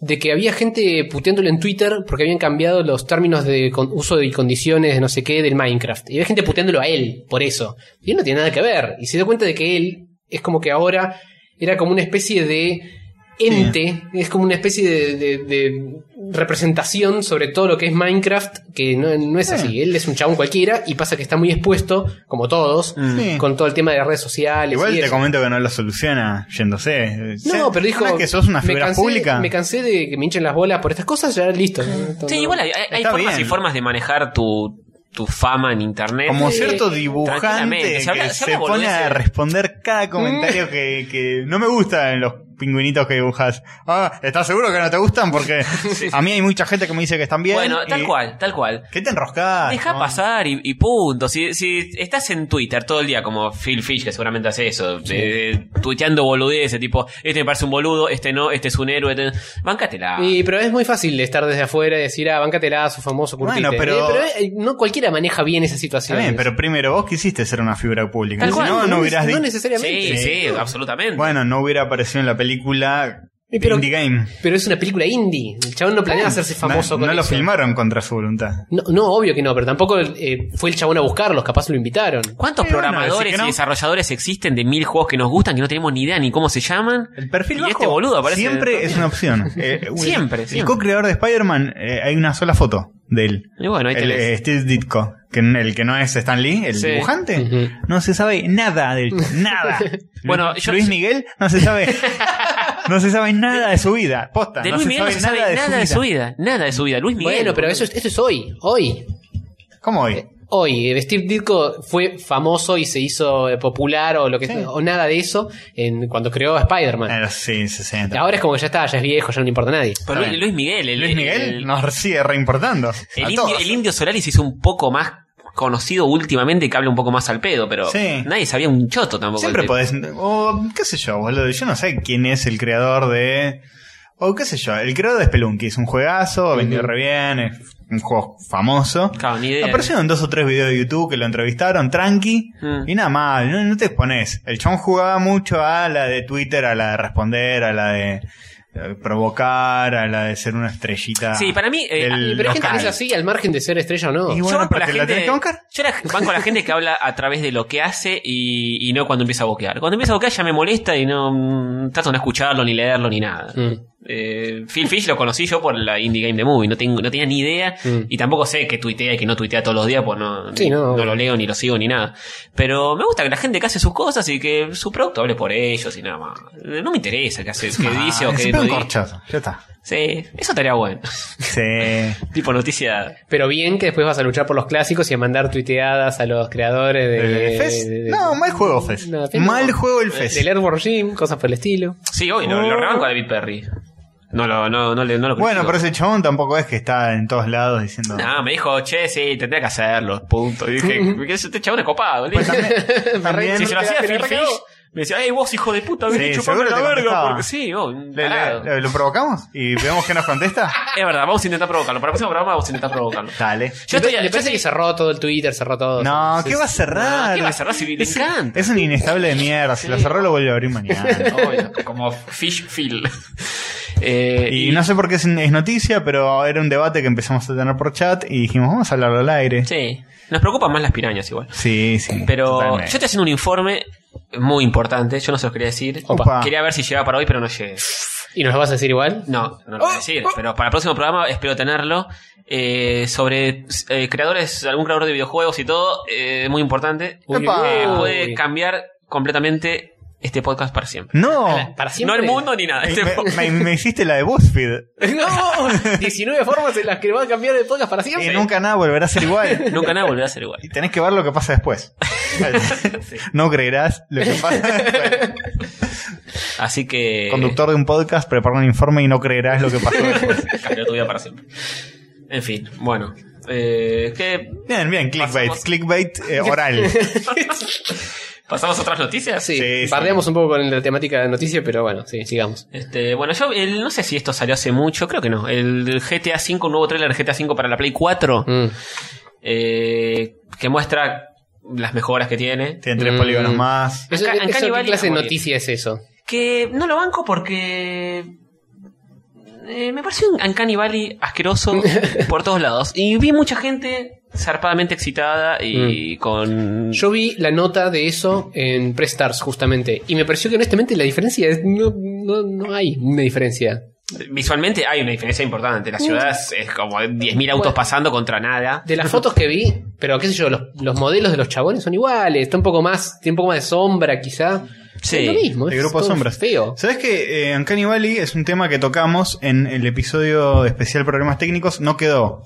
Speaker 4: de que había gente puteándole en Twitter porque habían cambiado los términos de con- uso y condiciones de no sé qué del Minecraft. Y había gente puteándolo a él por eso. Y él no tiene nada que ver. Y se dio cuenta de que él es como que ahora era como una especie de ente, es como una especie de, de- de representación sobre todo lo que es Minecraft, que no, no es así. Él es un chabón cualquiera y pasa que está muy expuesto, como todos,
Speaker 3: Sí.
Speaker 4: con todo el tema de redes sociales.
Speaker 3: Igual
Speaker 4: y
Speaker 3: te
Speaker 4: eso.
Speaker 3: comento que no lo soluciona yéndose.
Speaker 4: No, pero dijo.
Speaker 3: que sos una
Speaker 4: me
Speaker 3: figura
Speaker 4: cansé-
Speaker 3: pública.
Speaker 4: Me cansé de que me hinchen las bolas por estas cosas, ya listo.
Speaker 2: sí, igual hay, hay- hay
Speaker 3: Está
Speaker 2: formas
Speaker 3: bien.
Speaker 2: y formas de manejar tu, tu fama en internet.
Speaker 3: Como
Speaker 2: Eh,
Speaker 3: cierto dibujante
Speaker 2: tranquilamente.
Speaker 3: que
Speaker 2: Se habla- se
Speaker 3: se,
Speaker 2: habla
Speaker 3: pone a
Speaker 2: boludeces.
Speaker 3: responder cada
Speaker 2: Mm.
Speaker 3: comentario que, que no me gustan los pingüinitos que dibujas. Ah, ¿estás seguro que no te
Speaker 2: (laughs)
Speaker 3: gustan? Porque a mí hay mucha gente que me dice que están bien.
Speaker 2: Bueno, tal
Speaker 3: y-
Speaker 2: cual, tal cual.
Speaker 3: ¿Qué te enroscás?
Speaker 2: Deja
Speaker 3: no?
Speaker 2: pasar y, y punto. Si, si estás en Twitter todo el día, como Phil Fish, que seguramente hace eso, eh, tuiteando boludeces, tipo, este me parece un boludo, este no, este es un héroe. Este... Bancatela.
Speaker 4: Y, pero es muy fácil de estar desde afuera y decir, ah, bancatela, su famoso curtite.
Speaker 3: Bueno, pero-
Speaker 4: Eh, eh, no cualquiera maneja bien esa
Speaker 3: Está
Speaker 4: situación.
Speaker 3: bien, pero primero vos quisiste ser una figura pública.
Speaker 2: Tal
Speaker 3: Si
Speaker 2: cual,
Speaker 3: no, no hubieras
Speaker 4: no
Speaker 3: dicho.
Speaker 4: necesariamente.
Speaker 2: Sí, sí,
Speaker 4: No.
Speaker 2: absolutamente.
Speaker 3: Bueno, no hubiera aparecido en la película
Speaker 4: Y pero-
Speaker 3: Indie Game.
Speaker 4: Pero es una película indie. El chabón no planeaba hacerse famoso
Speaker 3: no,
Speaker 4: con
Speaker 3: no lo
Speaker 4: eso.
Speaker 3: filmaron contra su voluntad.
Speaker 4: No, no, obvio que no, pero tampoco eh, fue el chabón a buscarlos, capaz lo invitaron.
Speaker 2: ¿Cuántos
Speaker 3: Eh, bueno,
Speaker 2: programadores
Speaker 3: decir que no.
Speaker 2: y desarrolladores existen de mil juegos que nos gustan que no tenemos ni idea ni cómo se llaman?
Speaker 3: El perfil
Speaker 2: Y
Speaker 3: bajo
Speaker 2: este boludo aparece
Speaker 3: siempre
Speaker 2: también.
Speaker 3: es una opción.
Speaker 2: (laughs)
Speaker 3: Eh, uy,
Speaker 2: Siempre,
Speaker 3: El
Speaker 2: siempre.
Speaker 3: co-creador de Spider-Man, eh, hay una sola foto de él.
Speaker 2: Y bueno, ahí
Speaker 3: el,
Speaker 2: tenés.
Speaker 3: eh, Steve Ditko, que n- el que no es Stan Lee, el
Speaker 2: Sí.
Speaker 3: dibujante,
Speaker 4: Ujú.
Speaker 3: no se sabe nada
Speaker 4: (laughs)
Speaker 3: del nada.
Speaker 2: Bueno,
Speaker 3: Lu-
Speaker 2: yo-
Speaker 3: Luis Miguel no se sabe
Speaker 2: (laughs)
Speaker 3: no se sabe nada de su vida. Posta,
Speaker 2: de
Speaker 3: no
Speaker 2: Luis
Speaker 3: se
Speaker 2: Miguel no
Speaker 3: sabe
Speaker 2: se sabe nada, de, su vida. Nada de su vida. Luis Miguel.
Speaker 4: Bueno, pero eso, es- eso es hoy. Hoy.
Speaker 3: ¿Cómo hoy?
Speaker 4: Hoy, eh, Steve Ditko fue famoso y se hizo eh, popular o lo que o nada de eso en, cuando creó a
Speaker 3: A
Speaker 4: Spider-Man.
Speaker 3: los sí, 60.
Speaker 4: Ahora es como que ya está, ya es viejo, ya no le importa a nadie.
Speaker 2: Pero Lu-
Speaker 3: bien.
Speaker 2: Luis Miguel. El,
Speaker 3: Luis
Speaker 2: el-
Speaker 3: Miguel
Speaker 2: el-
Speaker 3: nos sigue reimportando.
Speaker 2: El
Speaker 3: a
Speaker 2: indio,
Speaker 3: todos.
Speaker 2: el indio Solari se hizo un poco más conocido últimamente y que habla un poco más al pedo, pero
Speaker 3: Sí.
Speaker 2: nadie sabía un choto tampoco.
Speaker 3: Siempre
Speaker 2: del-
Speaker 3: podés. O qué sé yo, boludo. Yo no sé quién es el creador de. O qué sé yo, el creador de Spelunky es un juegazo, vendió re bien, es un juego famoso.
Speaker 2: Claro, ni idea.
Speaker 3: Aparecieron dos o tres videos de YouTube que lo entrevistaron, tranqui,
Speaker 2: Mm.
Speaker 3: y nada más, no, no te expones. El chon jugaba mucho a la de Twitter, a la de responder, a la de eh, provocar, a la de ser una estrellita.
Speaker 2: Sí, para mí, eh,
Speaker 3: del
Speaker 2: a-
Speaker 4: Pero hay gente que
Speaker 3: local.
Speaker 4: es así al margen de ser estrella o no.
Speaker 3: Y bueno,
Speaker 2: yo banco a la
Speaker 3: porque la
Speaker 2: gente-
Speaker 3: tenés que bancar.
Speaker 2: yo la- banco a la gente que habla a través de lo que hace y, y no cuando empieza a boquear. Cuando empieza a boquear ya me molesta y no mm, trato de no escucharlo, ni leerlo, ni nada.
Speaker 4: Mm.
Speaker 2: Eh, Phil Fish lo conocí yo por la Indie Game The Movie, no, tengo, no tenía ni idea
Speaker 4: Mm.
Speaker 2: y tampoco sé que tuitea y que no tuitea todos los días, pues no,
Speaker 4: Sí, no.
Speaker 2: no lo leo ni lo sigo ni nada. Pero me gusta que la gente que hace sus cosas y que su producto hable por ellos y nada más. No me interesa qué hace, qué
Speaker 3: Ah,
Speaker 2: dice o qué
Speaker 3: siempre
Speaker 2: no
Speaker 3: un
Speaker 2: dice. (laughs)
Speaker 3: corchazo, ya está.
Speaker 2: Sí, eso estaría bueno. (laughs)
Speaker 3: Sí.
Speaker 2: tipo noticia.
Speaker 4: Pero bien que después vas a luchar por los clásicos y a mandar tuiteadas a los creadores de.
Speaker 2: Eh,
Speaker 3: ¿El Fez?
Speaker 4: de- de-
Speaker 3: Eh, No, mal juego Fez.
Speaker 4: No, Fez no.
Speaker 3: mal juego el Fez.
Speaker 4: Del Airborne Gym, cosas por el estilo.
Speaker 2: Sí, hoy lo, lo rebanco a David Perry. No lo, no, no, le- no lo
Speaker 3: Bueno,
Speaker 2: critico.
Speaker 3: pero ese chabón tampoco es que está en todos lados diciendo.
Speaker 2: No, me dijo, che, sí, tendría que hacerlo, punto. Y dije, ¿qué es este chabón es copado? (laughs) Le dije,
Speaker 3: Pues También
Speaker 2: si se lo hacía
Speaker 4: me
Speaker 2: Phil
Speaker 4: recagó.
Speaker 2: Fish, me decía, ey, vos hijo de puta, vení
Speaker 3: Sí,
Speaker 2: chupame
Speaker 3: seguro
Speaker 2: la
Speaker 3: te
Speaker 2: verga.
Speaker 3: contestaba.
Speaker 2: Porque sí, vos, un
Speaker 3: ¿Le- le-
Speaker 2: tarado.
Speaker 3: le- ¿Lo provocamos? ¿Y vemos qué
Speaker 2: (laughs)
Speaker 3: nos contesta?
Speaker 2: Es verdad, vamos a intentar provocarlo. Para el próximo programa vamos a intentar provocarlo.
Speaker 3: Dale.
Speaker 2: Yo estoy,
Speaker 4: Le
Speaker 2: yo
Speaker 4: parece
Speaker 2: estoy-
Speaker 4: que cerró todo el Twitter, cerró todo.
Speaker 3: No, ¿qué va a
Speaker 2: Ah,
Speaker 3: cerrar?
Speaker 2: ¿Qué va a cerrar si le encanta?
Speaker 3: Es un inestable de mierda. Si lo cerró, lo vuelve a
Speaker 2: (laughs)
Speaker 3: abrir mañana.
Speaker 2: Obvio, como Fish Phil. Eh,
Speaker 3: (laughs) Y no sé por qué es, es noticia, pero era un debate que empezamos a tener por chat y dijimos, vamos a hablarlo al aire.
Speaker 2: Sí, nos preocupan más las pirañas igual.
Speaker 3: Sí, sí.
Speaker 2: Pero
Speaker 3: totalmente.
Speaker 2: yo estoy haciendo un informe muy importante, yo no se los quería decir.
Speaker 3: Opa.
Speaker 2: Quería ver si llegaba para hoy, pero no llegué.
Speaker 4: ¿Y nos lo vas a decir igual?
Speaker 2: No, no lo voy a
Speaker 4: Oh,
Speaker 2: decir, pero para el próximo programa espero tenerlo. eh, sobre eh, creadores, algún creador de videojuegos y todo, eh, muy importante.
Speaker 4: Uy,
Speaker 3: Epa.
Speaker 2: Eh,
Speaker 4: uy.
Speaker 2: puede cambiar completamente este podcast para siempre.
Speaker 3: No.
Speaker 4: Para
Speaker 2: No
Speaker 4: siempre.
Speaker 2: el mundo ni nada. (laughs) este podcast.
Speaker 3: Me, me- me hiciste la de BuzzFeed.
Speaker 2: (laughs)
Speaker 4: (laughs) No, 19 formas en las que va a cambiar el podcast para
Speaker 3: Y
Speaker 4: siempre.
Speaker 3: nunca nada volverá a
Speaker 2: (laughs)
Speaker 3: ser igual.
Speaker 2: Nunca nada volverá a ser igual.
Speaker 3: Y tenés que ver lo que pasa después. No creerás lo que pasa después.
Speaker 2: Así que.
Speaker 3: Conductor de un podcast prepara un informe y no creerás lo que pasó después.
Speaker 2: Cambió tu vida para siempre. En fin, bueno. Eh, ¿qué?
Speaker 4: (laughs)
Speaker 3: Bien, bien, clickbait.
Speaker 2: Pasamos.
Speaker 3: Clickbait eh, oral.
Speaker 2: ¿Pasamos a otras noticias?
Speaker 4: Sí,
Speaker 3: Sí, sí.
Speaker 4: bardeamos un poco con la temática de noticias, pero bueno, sí, sigamos.
Speaker 2: Este, bueno, yo el- no sé si esto salió hace mucho, creo que no. El GTA V, un nuevo trailer de GTA V para la Play 4,
Speaker 4: Mm.
Speaker 2: eh, que muestra las mejoras que tiene.
Speaker 3: Tienen tres
Speaker 4: Mm.
Speaker 3: polígonos más.
Speaker 4: Eso-
Speaker 2: Acá- en
Speaker 4: eso,
Speaker 2: Cannibal
Speaker 4: ¿Qué clase de
Speaker 2: morir.
Speaker 4: noticia es eso?
Speaker 2: Que no lo banco porque. eh, me pareció un Uncanny Valley
Speaker 4: (laughs)
Speaker 2: asqueroso por todos lados. Y vi mucha gente zarpadamente excitada y con.
Speaker 4: Mm. Yo vi la nota de eso en Prestars, justamente, y me pareció que honestamente la diferencia es. No, no, no hay una diferencia.
Speaker 2: Visualmente hay una diferencia importante. La ciudad es, es como 10.000 autos
Speaker 4: Mm. Bueno.
Speaker 2: pasando contra nada.
Speaker 4: De las fotos que vi, pero qué sé yo, los, los modelos de los chabones son iguales, está un poco más, tiene un poco más de sombra quizá.
Speaker 2: (laughs) Sí,
Speaker 4: es lo mismo,
Speaker 3: El
Speaker 4: es
Speaker 3: grupo de
Speaker 4: todo
Speaker 3: sombras.
Speaker 4: Feo.
Speaker 3: ¿Sabes que eh, Uncanny Valley es un tema que tocamos en el episodio especial Problemas Técnicos? No quedó.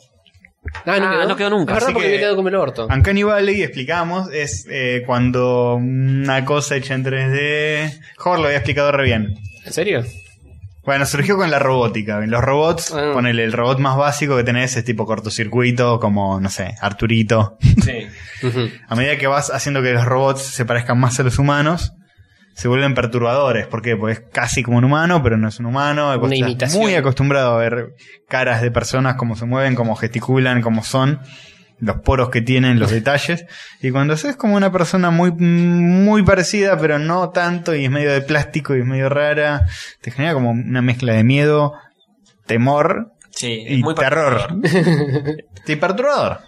Speaker 4: Ah, no,
Speaker 2: Ah,
Speaker 4: quedó.
Speaker 2: no quedó nunca,
Speaker 4: Es verdad
Speaker 3: así
Speaker 4: porque
Speaker 3: que-
Speaker 4: me he quedado como el orto.
Speaker 3: Uncanny Valley, explicamos, es eh, cuando una cosa hecha en 3D. Jorge lo había explicado re bien.
Speaker 4: ¿En serio?
Speaker 3: Ah. Bueno, surgió con la robótica. En los robots,
Speaker 4: Ah.
Speaker 3: ponele el robot más básico que tenés es tipo cortocircuito, como, no sé, Arturito.
Speaker 2: sí.
Speaker 4: Ujú.
Speaker 3: A medida que vas haciendo que los robots se parezcan más a los humanos, se vuelven perturbadores. ¿Por qué? Porque es casi como un humano, pero no es un humano. Vos estás
Speaker 4: imitación.
Speaker 3: Muy acostumbrado a ver caras de personas, cómo se mueven, cómo gesticulan, cómo son, los poros que tienen, los detalles. Y cuando haces como una persona muy, muy parecida, pero no tanto, y es medio de plástico y es medio rara, te genera como una mezcla de miedo, temor
Speaker 2: Sí, es
Speaker 3: y
Speaker 2: muy
Speaker 3: terror. y perturbador.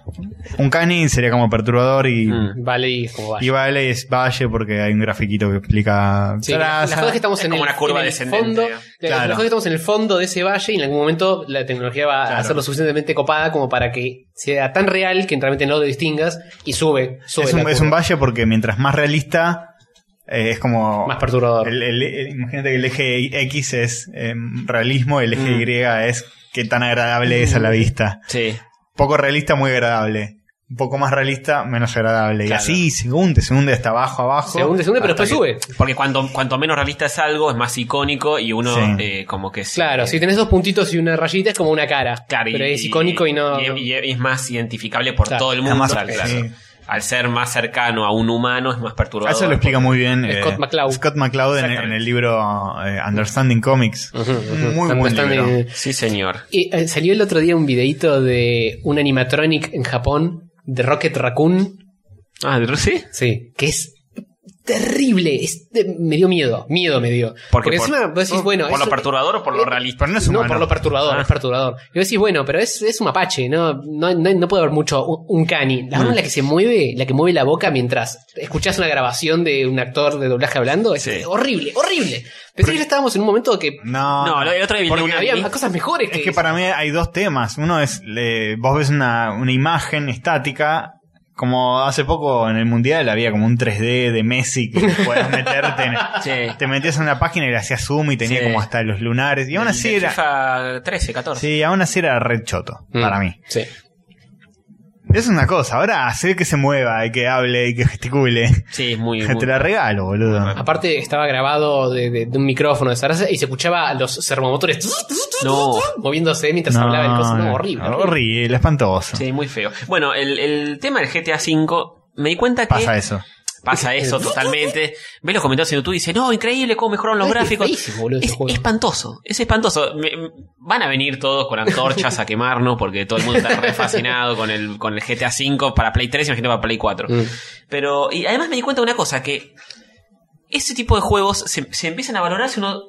Speaker 3: Un cani sería como perturbador y...
Speaker 2: Mm.
Speaker 4: Vale, y es como vaya.
Speaker 3: Y Vale es Valle porque hay un grafiquito que explica.
Speaker 4: Sí,
Speaker 3: traza.
Speaker 4: las cosas que estamos
Speaker 2: Es
Speaker 4: en
Speaker 2: como
Speaker 4: el,
Speaker 2: una curva
Speaker 4: en el
Speaker 2: descendente,
Speaker 4: fondo,
Speaker 2: digamos.
Speaker 4: las- las
Speaker 3: Claro.
Speaker 4: cosas que estamos en el fondo de ese valle y en algún momento la tecnología va a
Speaker 3: Claro.
Speaker 4: ser lo suficientemente copada como para que sea tan real que realmente no lo distingas y sube, sube
Speaker 3: es,
Speaker 4: la
Speaker 3: un, es
Speaker 4: curva.
Speaker 3: un Valle porque mientras más realista eh, es como.
Speaker 4: más perturbador.
Speaker 3: el- el- el- imagínate que el eje X es eh, realismo, el
Speaker 4: Mm.
Speaker 3: eje Y es qué tan agradable es a
Speaker 2: Mm.
Speaker 3: la vista.
Speaker 2: Sí.
Speaker 3: Poco realista, muy agradable. Un poco más realista, menos agradable. Y
Speaker 2: Claro.
Speaker 3: así se hunde, se hunde hasta abajo, abajo.
Speaker 4: Se hunde, se hunde, pero
Speaker 3: hasta
Speaker 4: después sube.
Speaker 2: Porque cuanto, cuanto menos realista es algo, es más icónico y uno
Speaker 3: Sí.
Speaker 2: eh, como que... se-
Speaker 4: Claro, si tenés dos puntitos y una rayita es como una cara.
Speaker 2: Claro, y-
Speaker 4: pero es icónico y, no.
Speaker 2: Y, y es más identificable por
Speaker 4: Claro.
Speaker 2: todo el
Speaker 3: que-
Speaker 2: mundo.
Speaker 3: Además,
Speaker 2: Claro,
Speaker 3: sí.
Speaker 2: Al ser más cercano a un humano es más perturbador.
Speaker 3: Eso lo explica muy bien eh,
Speaker 4: Scott McCloud.
Speaker 3: Scott McCloud en, el- en el libro eh, Understanding Comics.
Speaker 4: Ujú, ujú.
Speaker 3: Muy
Speaker 4: Tanto
Speaker 3: buen
Speaker 4: están
Speaker 3: libro.
Speaker 4: en-
Speaker 2: Sí, señor.
Speaker 4: Y, eh, salió el otro día un videito de un animatronic en Japón de Rocket Raccoon.
Speaker 2: Ah, ¿sí?
Speaker 4: Sí. Que es terrible. es de- me dio miedo. Miedo me dio. Porque encima vos decís, bueno.
Speaker 2: ¿Por lo
Speaker 4: eso-
Speaker 2: perturbador o por lo
Speaker 4: eh,
Speaker 2: realista?
Speaker 3: Pero no es
Speaker 4: no,
Speaker 3: humano.
Speaker 4: por lo perturbador,
Speaker 2: Ah.
Speaker 4: es perturbador. Y vos decís, bueno, pero es, es un mapache, no, no, no, no puede haber mucho un, un cani. La,
Speaker 2: Mm.
Speaker 4: la que se mueve, la que mueve la boca mientras escuchás una grabación de un actor de doblaje hablando, es
Speaker 2: Sí.
Speaker 4: horrible, horrible. Pensé que ya estábamos en un momento que
Speaker 3: No,
Speaker 2: No, el otro día vi
Speaker 4: porque
Speaker 2: una-
Speaker 4: había
Speaker 2: vi-
Speaker 4: más cosas mejores que,
Speaker 3: Es que para mí hay dos temas. Uno es, le- vos ves una, una imagen estática Como hace poco en el mundial había como un 3D de Messi que (laughs) podías meterte en.
Speaker 2: Sí.
Speaker 3: Te metías en una página y le hacías zoom y tenía
Speaker 2: Sí.
Speaker 3: como hasta los lunares. Y aún
Speaker 2: Del-
Speaker 3: así
Speaker 2: del
Speaker 3: era.
Speaker 2: FIFA 13, 14.
Speaker 3: Sí, aún así era red choto
Speaker 4: Mm.
Speaker 3: para mí.
Speaker 4: Sí.
Speaker 3: Es una cosa, ahora hacer que se mueva y que hable y que gesticule.
Speaker 2: Sí, es
Speaker 3: (laughs)
Speaker 2: muy, muy-
Speaker 3: Te la regalo, boludo.
Speaker 4: Aparte estaba grabado de, de- de un micrófono de Sarasa y se escuchaba a los servomotores
Speaker 2: No.
Speaker 4: moviéndose mientras hablaba el coso. No, horrible.
Speaker 3: no, horrible, espantoso.
Speaker 2: Sí, muy feo. Bueno, el, el tema del GTA V, me di cuenta que
Speaker 3: Pasa eso.
Speaker 2: pasa
Speaker 4: (laughs)
Speaker 2: eso totalmente. Ve los comentarios en YouTube y dice, no, increíble cómo mejoraron los
Speaker 4: Es
Speaker 2: gráficos.
Speaker 4: feísimo, boludo, ese
Speaker 2: Es
Speaker 4: juego.
Speaker 2: espantoso, es espantoso. Me- me- van a venir todos con antorchas a quemarnos porque todo el mundo está re fascinado con el, con el GTA V para Play 3 y imagino para Play 4.
Speaker 4: Mm.
Speaker 2: Pero, y además me di cuenta de una cosa, que ese tipo de juegos se, se empiezan a valorar si uno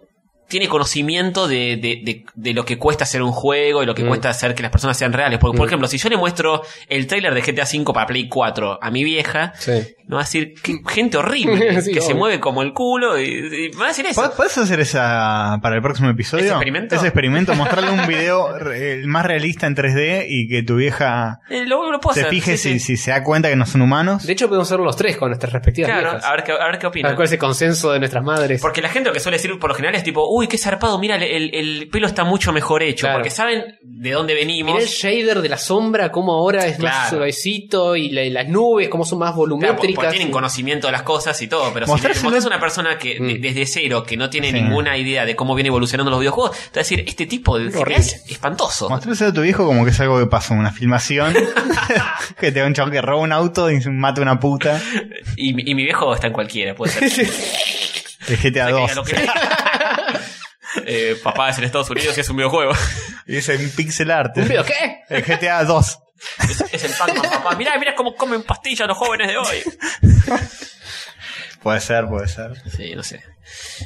Speaker 2: tiene conocimiento de, de- de- de lo que cuesta hacer un juego y lo que
Speaker 4: Mm.
Speaker 2: cuesta hacer que las personas sean reales. Porque, por
Speaker 4: Mm.
Speaker 2: ejemplo, si yo le muestro el tráiler de GTA V para Play 4 a mi vieja,
Speaker 4: Sí.
Speaker 2: me va a decir, qué gente horrible,
Speaker 4: (laughs) Sí,
Speaker 2: que se
Speaker 4: obvio.
Speaker 2: mueve como el culo, y, y me va a decir eso.
Speaker 3: ¿Pod- ¿Podés hacer esa para el próximo episodio?
Speaker 2: ¿Ese experimento?
Speaker 3: Ese experimento,
Speaker 2: (laughs)
Speaker 3: mostrarle un video re- el más realista en 3D y que tu vieja
Speaker 2: Eh, Lo, lo puedo
Speaker 3: se
Speaker 2: hacer.
Speaker 3: fije
Speaker 2: sí,
Speaker 3: si,
Speaker 2: sí.
Speaker 3: si se da cuenta que no son humanos.
Speaker 4: De hecho, podemos hacerlo los tres con nuestras respectivas
Speaker 2: Claro,
Speaker 4: viejas.
Speaker 2: a ver, qué- a ver qué
Speaker 4: A ver
Speaker 2: opinan.
Speaker 4: cuál es el consenso de nuestras madres.
Speaker 2: Porque la gente lo que suele decir por lo general es tipo, uy, qué zarpado, mira, el, el- el pelo está mucho mejor hecho.
Speaker 4: Claro.
Speaker 2: Porque saben de dónde venimos.
Speaker 4: Mirá el shader de la sombra, cómo ahora es más
Speaker 2: Claro.
Speaker 4: suavecito y la- y las nubes, cómo son más
Speaker 2: Claro, porque- porque
Speaker 4: volumétricas.
Speaker 2: tienen conocimiento de las cosas y todo, pero si
Speaker 3: Mostrárselo-
Speaker 2: le mostrás a una persona que de-
Speaker 4: Mm.
Speaker 2: desde cero, que no tiene
Speaker 3: Sí.
Speaker 2: ninguna idea de cómo viene evolucionando los videojuegos, te va a decir, este tipo de
Speaker 4: Horrible.
Speaker 2: es espantoso.
Speaker 3: Mostrarse a tu viejo como que es algo que pasó en
Speaker 2: (laughs)
Speaker 3: una filmación. (laughs) que te da un chabón que roba un auto y mata una puta.
Speaker 2: Y, mi- y mi viejo está en cualquiera, puede
Speaker 4: (laughs)
Speaker 2: ser.
Speaker 3: El GTA 2.
Speaker 2: O sea, que diga lo que- (laughs) Eh, papá es en Estados Unidos y es un videojuego.
Speaker 3: Y es en pixel art.
Speaker 4: ¿Un video qué?
Speaker 3: El GTA 2.
Speaker 2: Es, es el Pac-Man, papá. Mirá, mirá cómo comen pastillas los jóvenes de hoy.
Speaker 3: Puede ser, puede ser.
Speaker 2: Sí, no sé.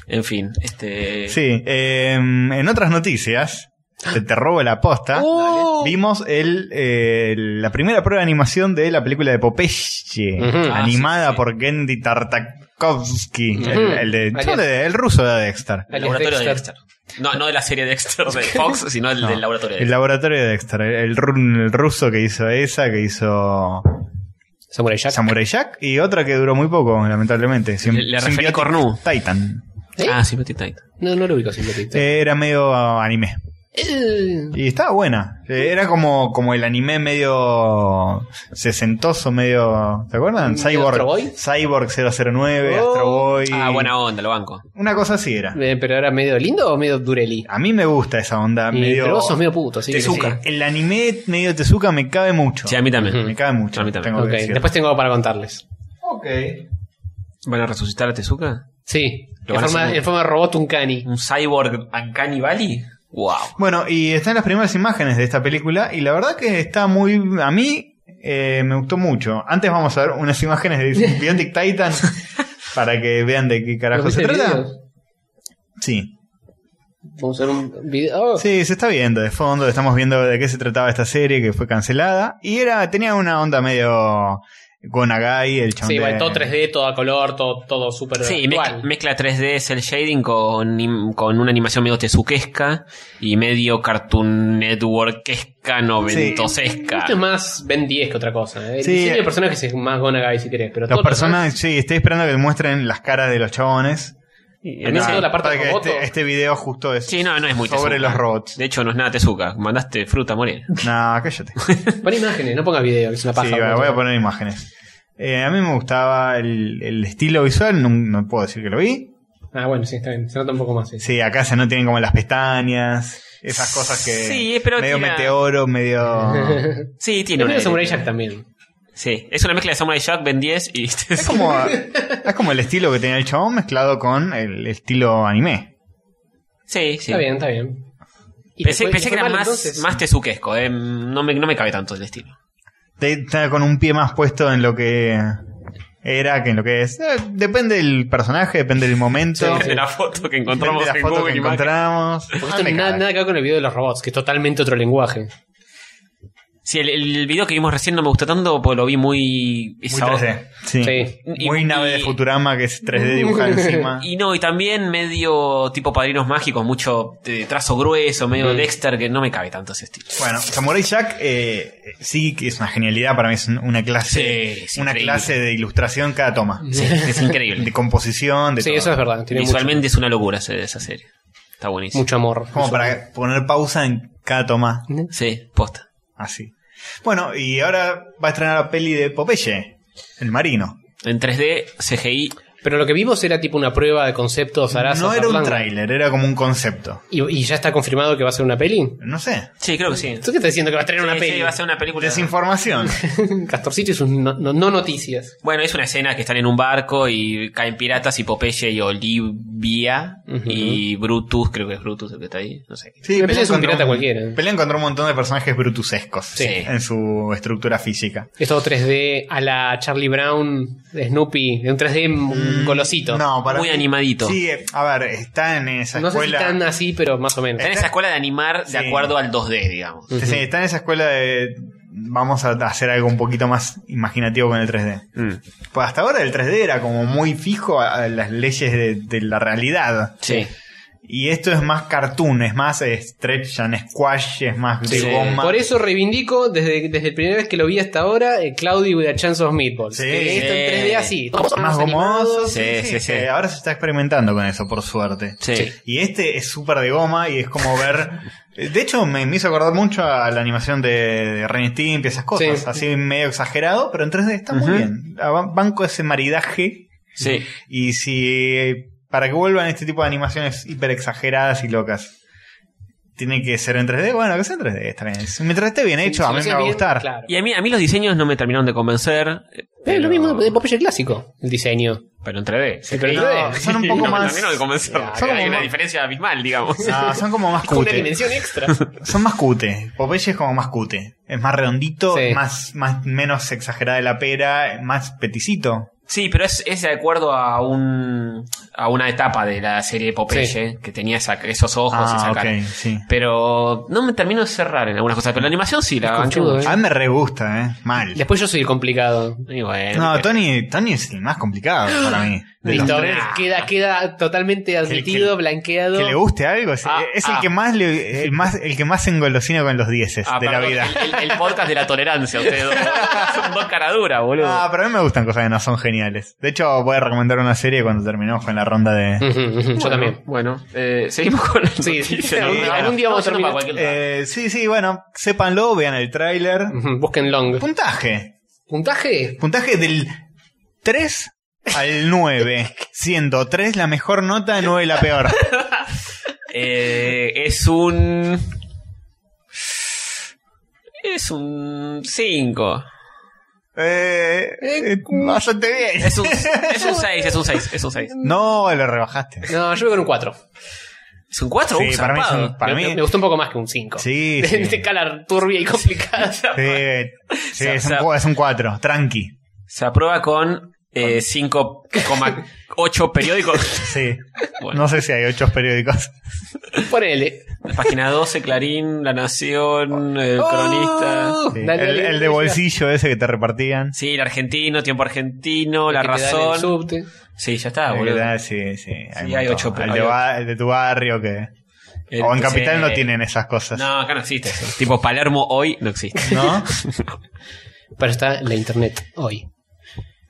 Speaker 2: En fin, este.
Speaker 3: Sí, eh, en otras noticias, te, te robo la posta.
Speaker 4: Oh.
Speaker 3: Vimos el, eh, la primera prueba de animación de la película de Popeye,
Speaker 4: Ujú.
Speaker 2: Ah,
Speaker 3: animada
Speaker 2: sí, sí.
Speaker 3: por Gendy Tartakovsky,
Speaker 4: Ujú.
Speaker 3: el, el de,
Speaker 4: Alias.
Speaker 3: el ruso de Dexter.
Speaker 2: El laboratorio de
Speaker 4: Dexter.
Speaker 2: Dexter. No, no de la serie Dexter de Fox, sino el del laboratorio de
Speaker 3: El laboratorio de Dexter, el, el ru- el ruso que hizo esa, que hizo
Speaker 4: Samurai Jack.
Speaker 3: Samurai Jack y otra que duró muy poco, lamentablemente. Sim-
Speaker 2: Le- le referí
Speaker 3: Symbiotic
Speaker 2: cornu.
Speaker 3: Titan.
Speaker 4: ¿Eh?
Speaker 2: Ah, sí, Betty Titan.
Speaker 4: No, no lo ubico simplemente.
Speaker 3: Eh, Era medio anime. Y estaba buena. Eh, Era como, como el anime medio sesentoso, medio. ¿Te acuerdan?
Speaker 4: ¿Medio
Speaker 3: Cyborg,
Speaker 4: Astro Boy?
Speaker 3: Cyborg 009,
Speaker 4: Oh.
Speaker 3: Astro Boy.
Speaker 2: Ah, buena onda, lo banco.
Speaker 3: Una cosa así era.
Speaker 4: ¿Pero era medio lindo o medio dureli?
Speaker 3: A mí me gusta esa onda.
Speaker 4: Y-
Speaker 3: medio,
Speaker 4: Pero vos sos medio puto, así que
Speaker 2: Tezuka.
Speaker 4: sí.
Speaker 3: El anime medio Tezuka me cabe mucho.
Speaker 2: Sí, a mí también.
Speaker 3: Me cabe mucho.
Speaker 2: A mí también.
Speaker 3: tengo
Speaker 4: Ok,
Speaker 3: que decir.
Speaker 4: después tengo algo para contarles.
Speaker 3: Ok.
Speaker 2: ¿Van a resucitar a Tezuka?
Speaker 4: Sí,
Speaker 2: Lo
Speaker 4: en
Speaker 2: van a
Speaker 4: forma,
Speaker 2: hacer-
Speaker 4: en forma de robot Uncanny.
Speaker 2: ¿Un cyborg Uncanny Valley? ¡Wow!
Speaker 3: Bueno, y están las primeras imágenes de esta película. Y la verdad que está muy. A mí eh, me gustó mucho. Antes vamos a ver unas imágenes
Speaker 4: (laughs)
Speaker 3: de Biotic Titan para que vean de qué carajo
Speaker 4: ¿Los
Speaker 3: se
Speaker 4: viste en
Speaker 3: trata.
Speaker 4: video?
Speaker 3: Sí.
Speaker 4: Vamos a ver un video.
Speaker 3: Sí, se está viendo de fondo, estamos viendo de qué se trataba esta serie que fue cancelada. Y era, tenía una onda medio Gonagai, el chabón
Speaker 4: Sí,
Speaker 3: de-
Speaker 4: bueno, todo 3D, todo a color, todo, todo súper
Speaker 2: Sí, mezcla,
Speaker 4: actual.
Speaker 2: mezcla 3D cel shading con, im- con una animación medio tezuquesca y medio cartoon networkesca noventosesca.
Speaker 4: Esto Este es más Ben 10 que otra cosa. ¿eh? El
Speaker 3: Sí.
Speaker 4: diseño de personajes es más Gonagai si querés, pero
Speaker 3: Los
Speaker 4: todo-
Speaker 3: personajes, sí, estoy esperando que muestren las caras de los chabones.
Speaker 4: A mí me quedó la parte
Speaker 3: Para
Speaker 4: de
Speaker 3: que
Speaker 4: Roboto.
Speaker 3: este, este video justo es
Speaker 2: Sí, no, no es muy
Speaker 3: sobre
Speaker 2: Tezuka.
Speaker 3: los robots.
Speaker 2: De hecho, no es nada Tezuka. Mandaste fruta a morir.
Speaker 3: No,
Speaker 2: (laughs)
Speaker 3: cállate.
Speaker 4: (laughs) Pon imágenes, no pongas video, que es una paja.
Speaker 3: Sí, bueno,
Speaker 4: boludo.
Speaker 3: voy a poner imágenes. Eh, a mí me gustaba el, el estilo visual, no, no puedo decir que lo vi.
Speaker 4: Ah, bueno, sí, está bien. Se nota un poco más. sí.
Speaker 3: Sí, acá se no tienen como las pestañas, esas cosas que...
Speaker 2: Sí, pero
Speaker 3: medio
Speaker 2: tira- (laughs)
Speaker 3: meteoro, medio...
Speaker 2: Sí, tiene
Speaker 4: Pero
Speaker 2: una.
Speaker 4: mira Samurai Jack también.
Speaker 2: Sí, es una mezcla de Samurai Jack, Ben 10 y. (laughs)
Speaker 3: Es como, es como el estilo que tenía el chabón mezclado con el estilo anime.
Speaker 2: sí, sí.
Speaker 4: Está bien, está bien. ¿Y
Speaker 2: Pensé,
Speaker 4: le fue-
Speaker 2: pensé
Speaker 4: le
Speaker 2: que
Speaker 4: fue
Speaker 2: era
Speaker 4: mal,
Speaker 2: más,
Speaker 4: entonces?
Speaker 2: más tezuquesco, eh. no, me, no me cabe tanto el estilo.
Speaker 3: Te- Está con un pie más puesto en lo que era que en lo que es. Eh, Depende del personaje, depende del momento.
Speaker 4: Sí,
Speaker 2: Depende
Speaker 4: sí.
Speaker 2: de (laughs) la foto que
Speaker 3: Depende
Speaker 2: encontramos
Speaker 3: de la
Speaker 2: en
Speaker 3: foto
Speaker 2: Google
Speaker 3: que
Speaker 2: Imagen.
Speaker 3: encontramos.
Speaker 4: Porque
Speaker 3: Ah,
Speaker 4: esto
Speaker 3: me
Speaker 4: nada,
Speaker 3: cagas.
Speaker 4: nada que ver con el video de los robots, que es totalmente otro lenguaje.
Speaker 2: Sí, el, el video que vimos recién no me gustó tanto porque lo vi muy.
Speaker 3: Muy
Speaker 2: esa-
Speaker 3: 3D. Sí.
Speaker 4: Sí.
Speaker 2: Y-
Speaker 3: Muy nave de
Speaker 2: y-
Speaker 3: Futurama que es
Speaker 2: (laughs)
Speaker 3: 3D dibujada encima.
Speaker 2: Y no, y también medio tipo padrinos mágicos, mucho eh, trazo grueso, medio
Speaker 4: Mm.
Speaker 2: Dexter, que no me cabe tanto ese
Speaker 4: (laughs)
Speaker 2: estilo.
Speaker 3: Bueno, Samurai Jack eh, sí que es una genialidad para mí, es una clase,
Speaker 2: Sí, es
Speaker 3: una
Speaker 2: increíble.
Speaker 3: clase de ilustración cada toma.
Speaker 2: Sí, es
Speaker 3: De
Speaker 2: increíble.
Speaker 3: composición, de
Speaker 4: Sí,
Speaker 3: todo.
Speaker 4: eso es verdad. (laughs) Tiene mucho,
Speaker 2: Visualmente es una locura ese- esa serie. Está buenísimo.
Speaker 4: mucho amor.
Speaker 3: Como para poner pausa en cada toma.
Speaker 2: Sí, posta.
Speaker 3: Así. Bueno, y ahora va a estrenar la peli de Popeye, el marino.
Speaker 2: En 3D, CGI.
Speaker 4: Pero lo que vimos era tipo una prueba de conceptos. Sarasa,
Speaker 3: no era un
Speaker 4: Zarlanga.
Speaker 3: tráiler, era como un concepto.
Speaker 4: ¿Y, y ya está confirmado que va a ser una peli?
Speaker 3: No sé.
Speaker 2: Sí, creo que sí.
Speaker 4: ¿Tú qué estás diciendo que va a tener una
Speaker 2: Sí, sí,
Speaker 4: peli?
Speaker 2: va a ser una película.
Speaker 4: (laughs)
Speaker 3: Desinformación.
Speaker 4: Castorcito y sus no, no- no noticias.
Speaker 2: Bueno, es una escena que están en un barco y caen piratas y Popeye y Olivia
Speaker 4: Ujú.
Speaker 2: y Brutus, creo que es Brutus el que está ahí, no sé.
Speaker 3: Sí,
Speaker 4: Me
Speaker 3: pelea
Speaker 4: parece un
Speaker 3: contra
Speaker 4: pirata cualquiera.
Speaker 3: Pelea contra un montón de personajes brutusescos
Speaker 2: Sí.
Speaker 3: en su estructura física.
Speaker 4: Es todo 3D a la Charlie Brown, Snoopy, de un 3D golosito.
Speaker 3: Mm, No, para
Speaker 2: Muy
Speaker 3: mí-
Speaker 2: animadito.
Speaker 3: Sí, eh, a ver, está en esa
Speaker 4: No sé si
Speaker 3: escuela.
Speaker 4: están así, pero más o menos.
Speaker 2: Está en esa escuela de animar
Speaker 3: Sí.
Speaker 2: de acuerdo al 2D, digamos.
Speaker 3: Sí, sí, está en esa escuela de vamos a hacer algo un poquito más imaginativo con el 3D.
Speaker 2: Mm.
Speaker 3: Pues hasta ahora el 3D era como muy fijo a, a las leyes de, de la realidad.
Speaker 2: Sí.
Speaker 3: Y esto es más cartoon, es más stretch and squash, es más de
Speaker 2: Sí.
Speaker 3: goma.
Speaker 4: Por eso reivindico desde, desde la primera vez que lo vi hasta ahora, eh, Claudio y la Chance of Meatballs.
Speaker 3: Sí.
Speaker 4: Que esto en 3D así. todos
Speaker 3: más
Speaker 4: animados.
Speaker 3: gomoso.
Speaker 2: Sí, sí, sí.
Speaker 3: que Ahora se está experimentando con eso, por suerte.
Speaker 2: Sí.
Speaker 3: Y este es súper de goma y es como ver. (laughs) De hecho, me, me hizo acordar mucho a la animación de, de Ren y Stimpy, esas cosas.
Speaker 4: Sí.
Speaker 3: Así medio exagerado, pero en 3D está muy
Speaker 2: Ujú.
Speaker 3: bien. Aban- Banco ese maridaje.
Speaker 2: Sí.
Speaker 3: Y si. Para que vuelvan este tipo de animaciones hiper exageradas y locas. Tiene que ser en 3D. Bueno, que sea en 3D. Está bien. Si- Mientras esté bien hecho, a
Speaker 4: Si lo
Speaker 3: mí me
Speaker 4: hacen
Speaker 3: va a
Speaker 4: bien,
Speaker 3: gustar.
Speaker 4: claro.
Speaker 2: Y a mí, a mí los diseños no me terminaron de convencer. eh,
Speaker 4: Pero es lo mismo de Popeye clásico, el diseño.
Speaker 2: Pero en 3D.
Speaker 4: Sí, pero en
Speaker 2: CGI.
Speaker 4: 3D.
Speaker 3: No, son un
Speaker 2: (laughs)
Speaker 3: poco
Speaker 2: No me
Speaker 3: más.
Speaker 2: terminaron de convencer.
Speaker 4: Ya,
Speaker 3: son
Speaker 2: Hay
Speaker 3: como
Speaker 2: una
Speaker 3: más- Ah.
Speaker 2: diferencia abismal, digamos.
Speaker 3: (laughs) No, son como más
Speaker 4: Con una
Speaker 3: cute.
Speaker 4: dimensión extra.
Speaker 3: Son más cute. Popeye es como más cute. Es más redondito,
Speaker 4: Sí.
Speaker 3: más, más, menos exagerada de la pera, más peticito.
Speaker 2: (laughs) Sí, pero es, es de acuerdo a un a una etapa de la serie Popeye
Speaker 4: Sí.
Speaker 2: que tenía esa- esos ojos y
Speaker 3: Ah,
Speaker 2: esa cara.
Speaker 3: ok, sí.
Speaker 2: Pero no me termino de cerrar en algunas cosas. Pero la animación sí, la banqué
Speaker 4: conchudo,
Speaker 2: mucho.
Speaker 4: eh.
Speaker 3: A mí me re gusta, eh. Mal.
Speaker 4: (laughs) Después yo soy el complicado.
Speaker 2: Y bueno, eh,
Speaker 3: No,
Speaker 2: que-
Speaker 3: Tony, Tony es el más complicado para mí. De los
Speaker 4: Listo,
Speaker 3: tres.
Speaker 4: ¿ves? queda, queda totalmente admitido,
Speaker 3: que-
Speaker 4: blanqueado.
Speaker 3: Que le guste algo. Es, eh,
Speaker 2: Ah,
Speaker 3: es el
Speaker 2: ah.
Speaker 3: que más le- eh, el más, el que más se engolosina con los dieces
Speaker 2: Ah,
Speaker 3: de la
Speaker 2: perdón,
Speaker 3: vida.
Speaker 2: El, el- el podcast de la tolerancia, ustedes
Speaker 3: (laughs)
Speaker 2: dos. Son dos caraduras, boludo.
Speaker 3: Ah, pero a mí me gustan cosas que no son geniales. De hecho, voy a recomendar una serie cuando terminemos con la ronda
Speaker 2: Mm.
Speaker 3: de.
Speaker 4: Ujú, ujú, Yo
Speaker 2: Bueno,
Speaker 4: también.
Speaker 2: Bueno, eh, seguimos con el
Speaker 4: Sí, sí, algún- algún día vamos a terminar.
Speaker 3: Eh, sí, sí, bueno, sépanlo, vean el tráiler.
Speaker 4: Ujú, Busquen long.
Speaker 3: Puntaje.
Speaker 4: ¿Puntaje?
Speaker 3: Puntaje del 3
Speaker 2: (laughs)
Speaker 3: al 9, siendo 3 la mejor nota, 9 la peor.
Speaker 2: Eh, es un... Es un 5.
Speaker 3: Eh, eh, bastante bien.
Speaker 2: Es un 6, es un 6, es un 6.
Speaker 3: No, lo rebajaste.
Speaker 4: No, yo voy con un 4.
Speaker 2: Es un 4,
Speaker 3: Sí, para mí es un- para
Speaker 4: me,
Speaker 3: mí-
Speaker 4: me gustó un poco más que un 5. (laughs)
Speaker 3: Sí,
Speaker 4: De
Speaker 3: sí.
Speaker 4: de escala turbia y complicada.
Speaker 3: Sí, sí, es, un,
Speaker 2: Zap.
Speaker 3: cu- es un 4, tranqui.
Speaker 2: Se aprueba con eh, 5,8
Speaker 3: (laughs)
Speaker 2: periódicos.
Speaker 3: Sí.
Speaker 2: Bueno.
Speaker 3: No sé si hay 8
Speaker 4: (laughs)
Speaker 3: periódicos.
Speaker 4: (laughs) Ponele.
Speaker 2: Página 12, Clarín, La Nación, El Cronista.
Speaker 4: Oh,
Speaker 3: Sí.
Speaker 4: dale,
Speaker 3: El,
Speaker 4: dale,
Speaker 3: el
Speaker 4: dale,
Speaker 3: de
Speaker 4: ya.
Speaker 3: bolsillo ese que te repartían.
Speaker 2: Sí, El Argentino, Tiempo Argentino, La
Speaker 4: Que te dan en el
Speaker 2: Razón.
Speaker 4: subte.
Speaker 2: Sí, ya está,
Speaker 3: Eh,
Speaker 2: boludo.
Speaker 3: ah, sí, sí.
Speaker 2: Sí, hay
Speaker 3: montón.
Speaker 2: ocho, pero
Speaker 3: el, de
Speaker 2: hay
Speaker 3: ba- el de tu barrio que...
Speaker 2: El-
Speaker 3: o en Capital
Speaker 2: sí.
Speaker 3: no tienen esas cosas.
Speaker 2: No, acá no existe eso. Tipo Palermo hoy no existe.
Speaker 4: (laughs)
Speaker 3: ¿No?
Speaker 4: Pero está en la internet hoy.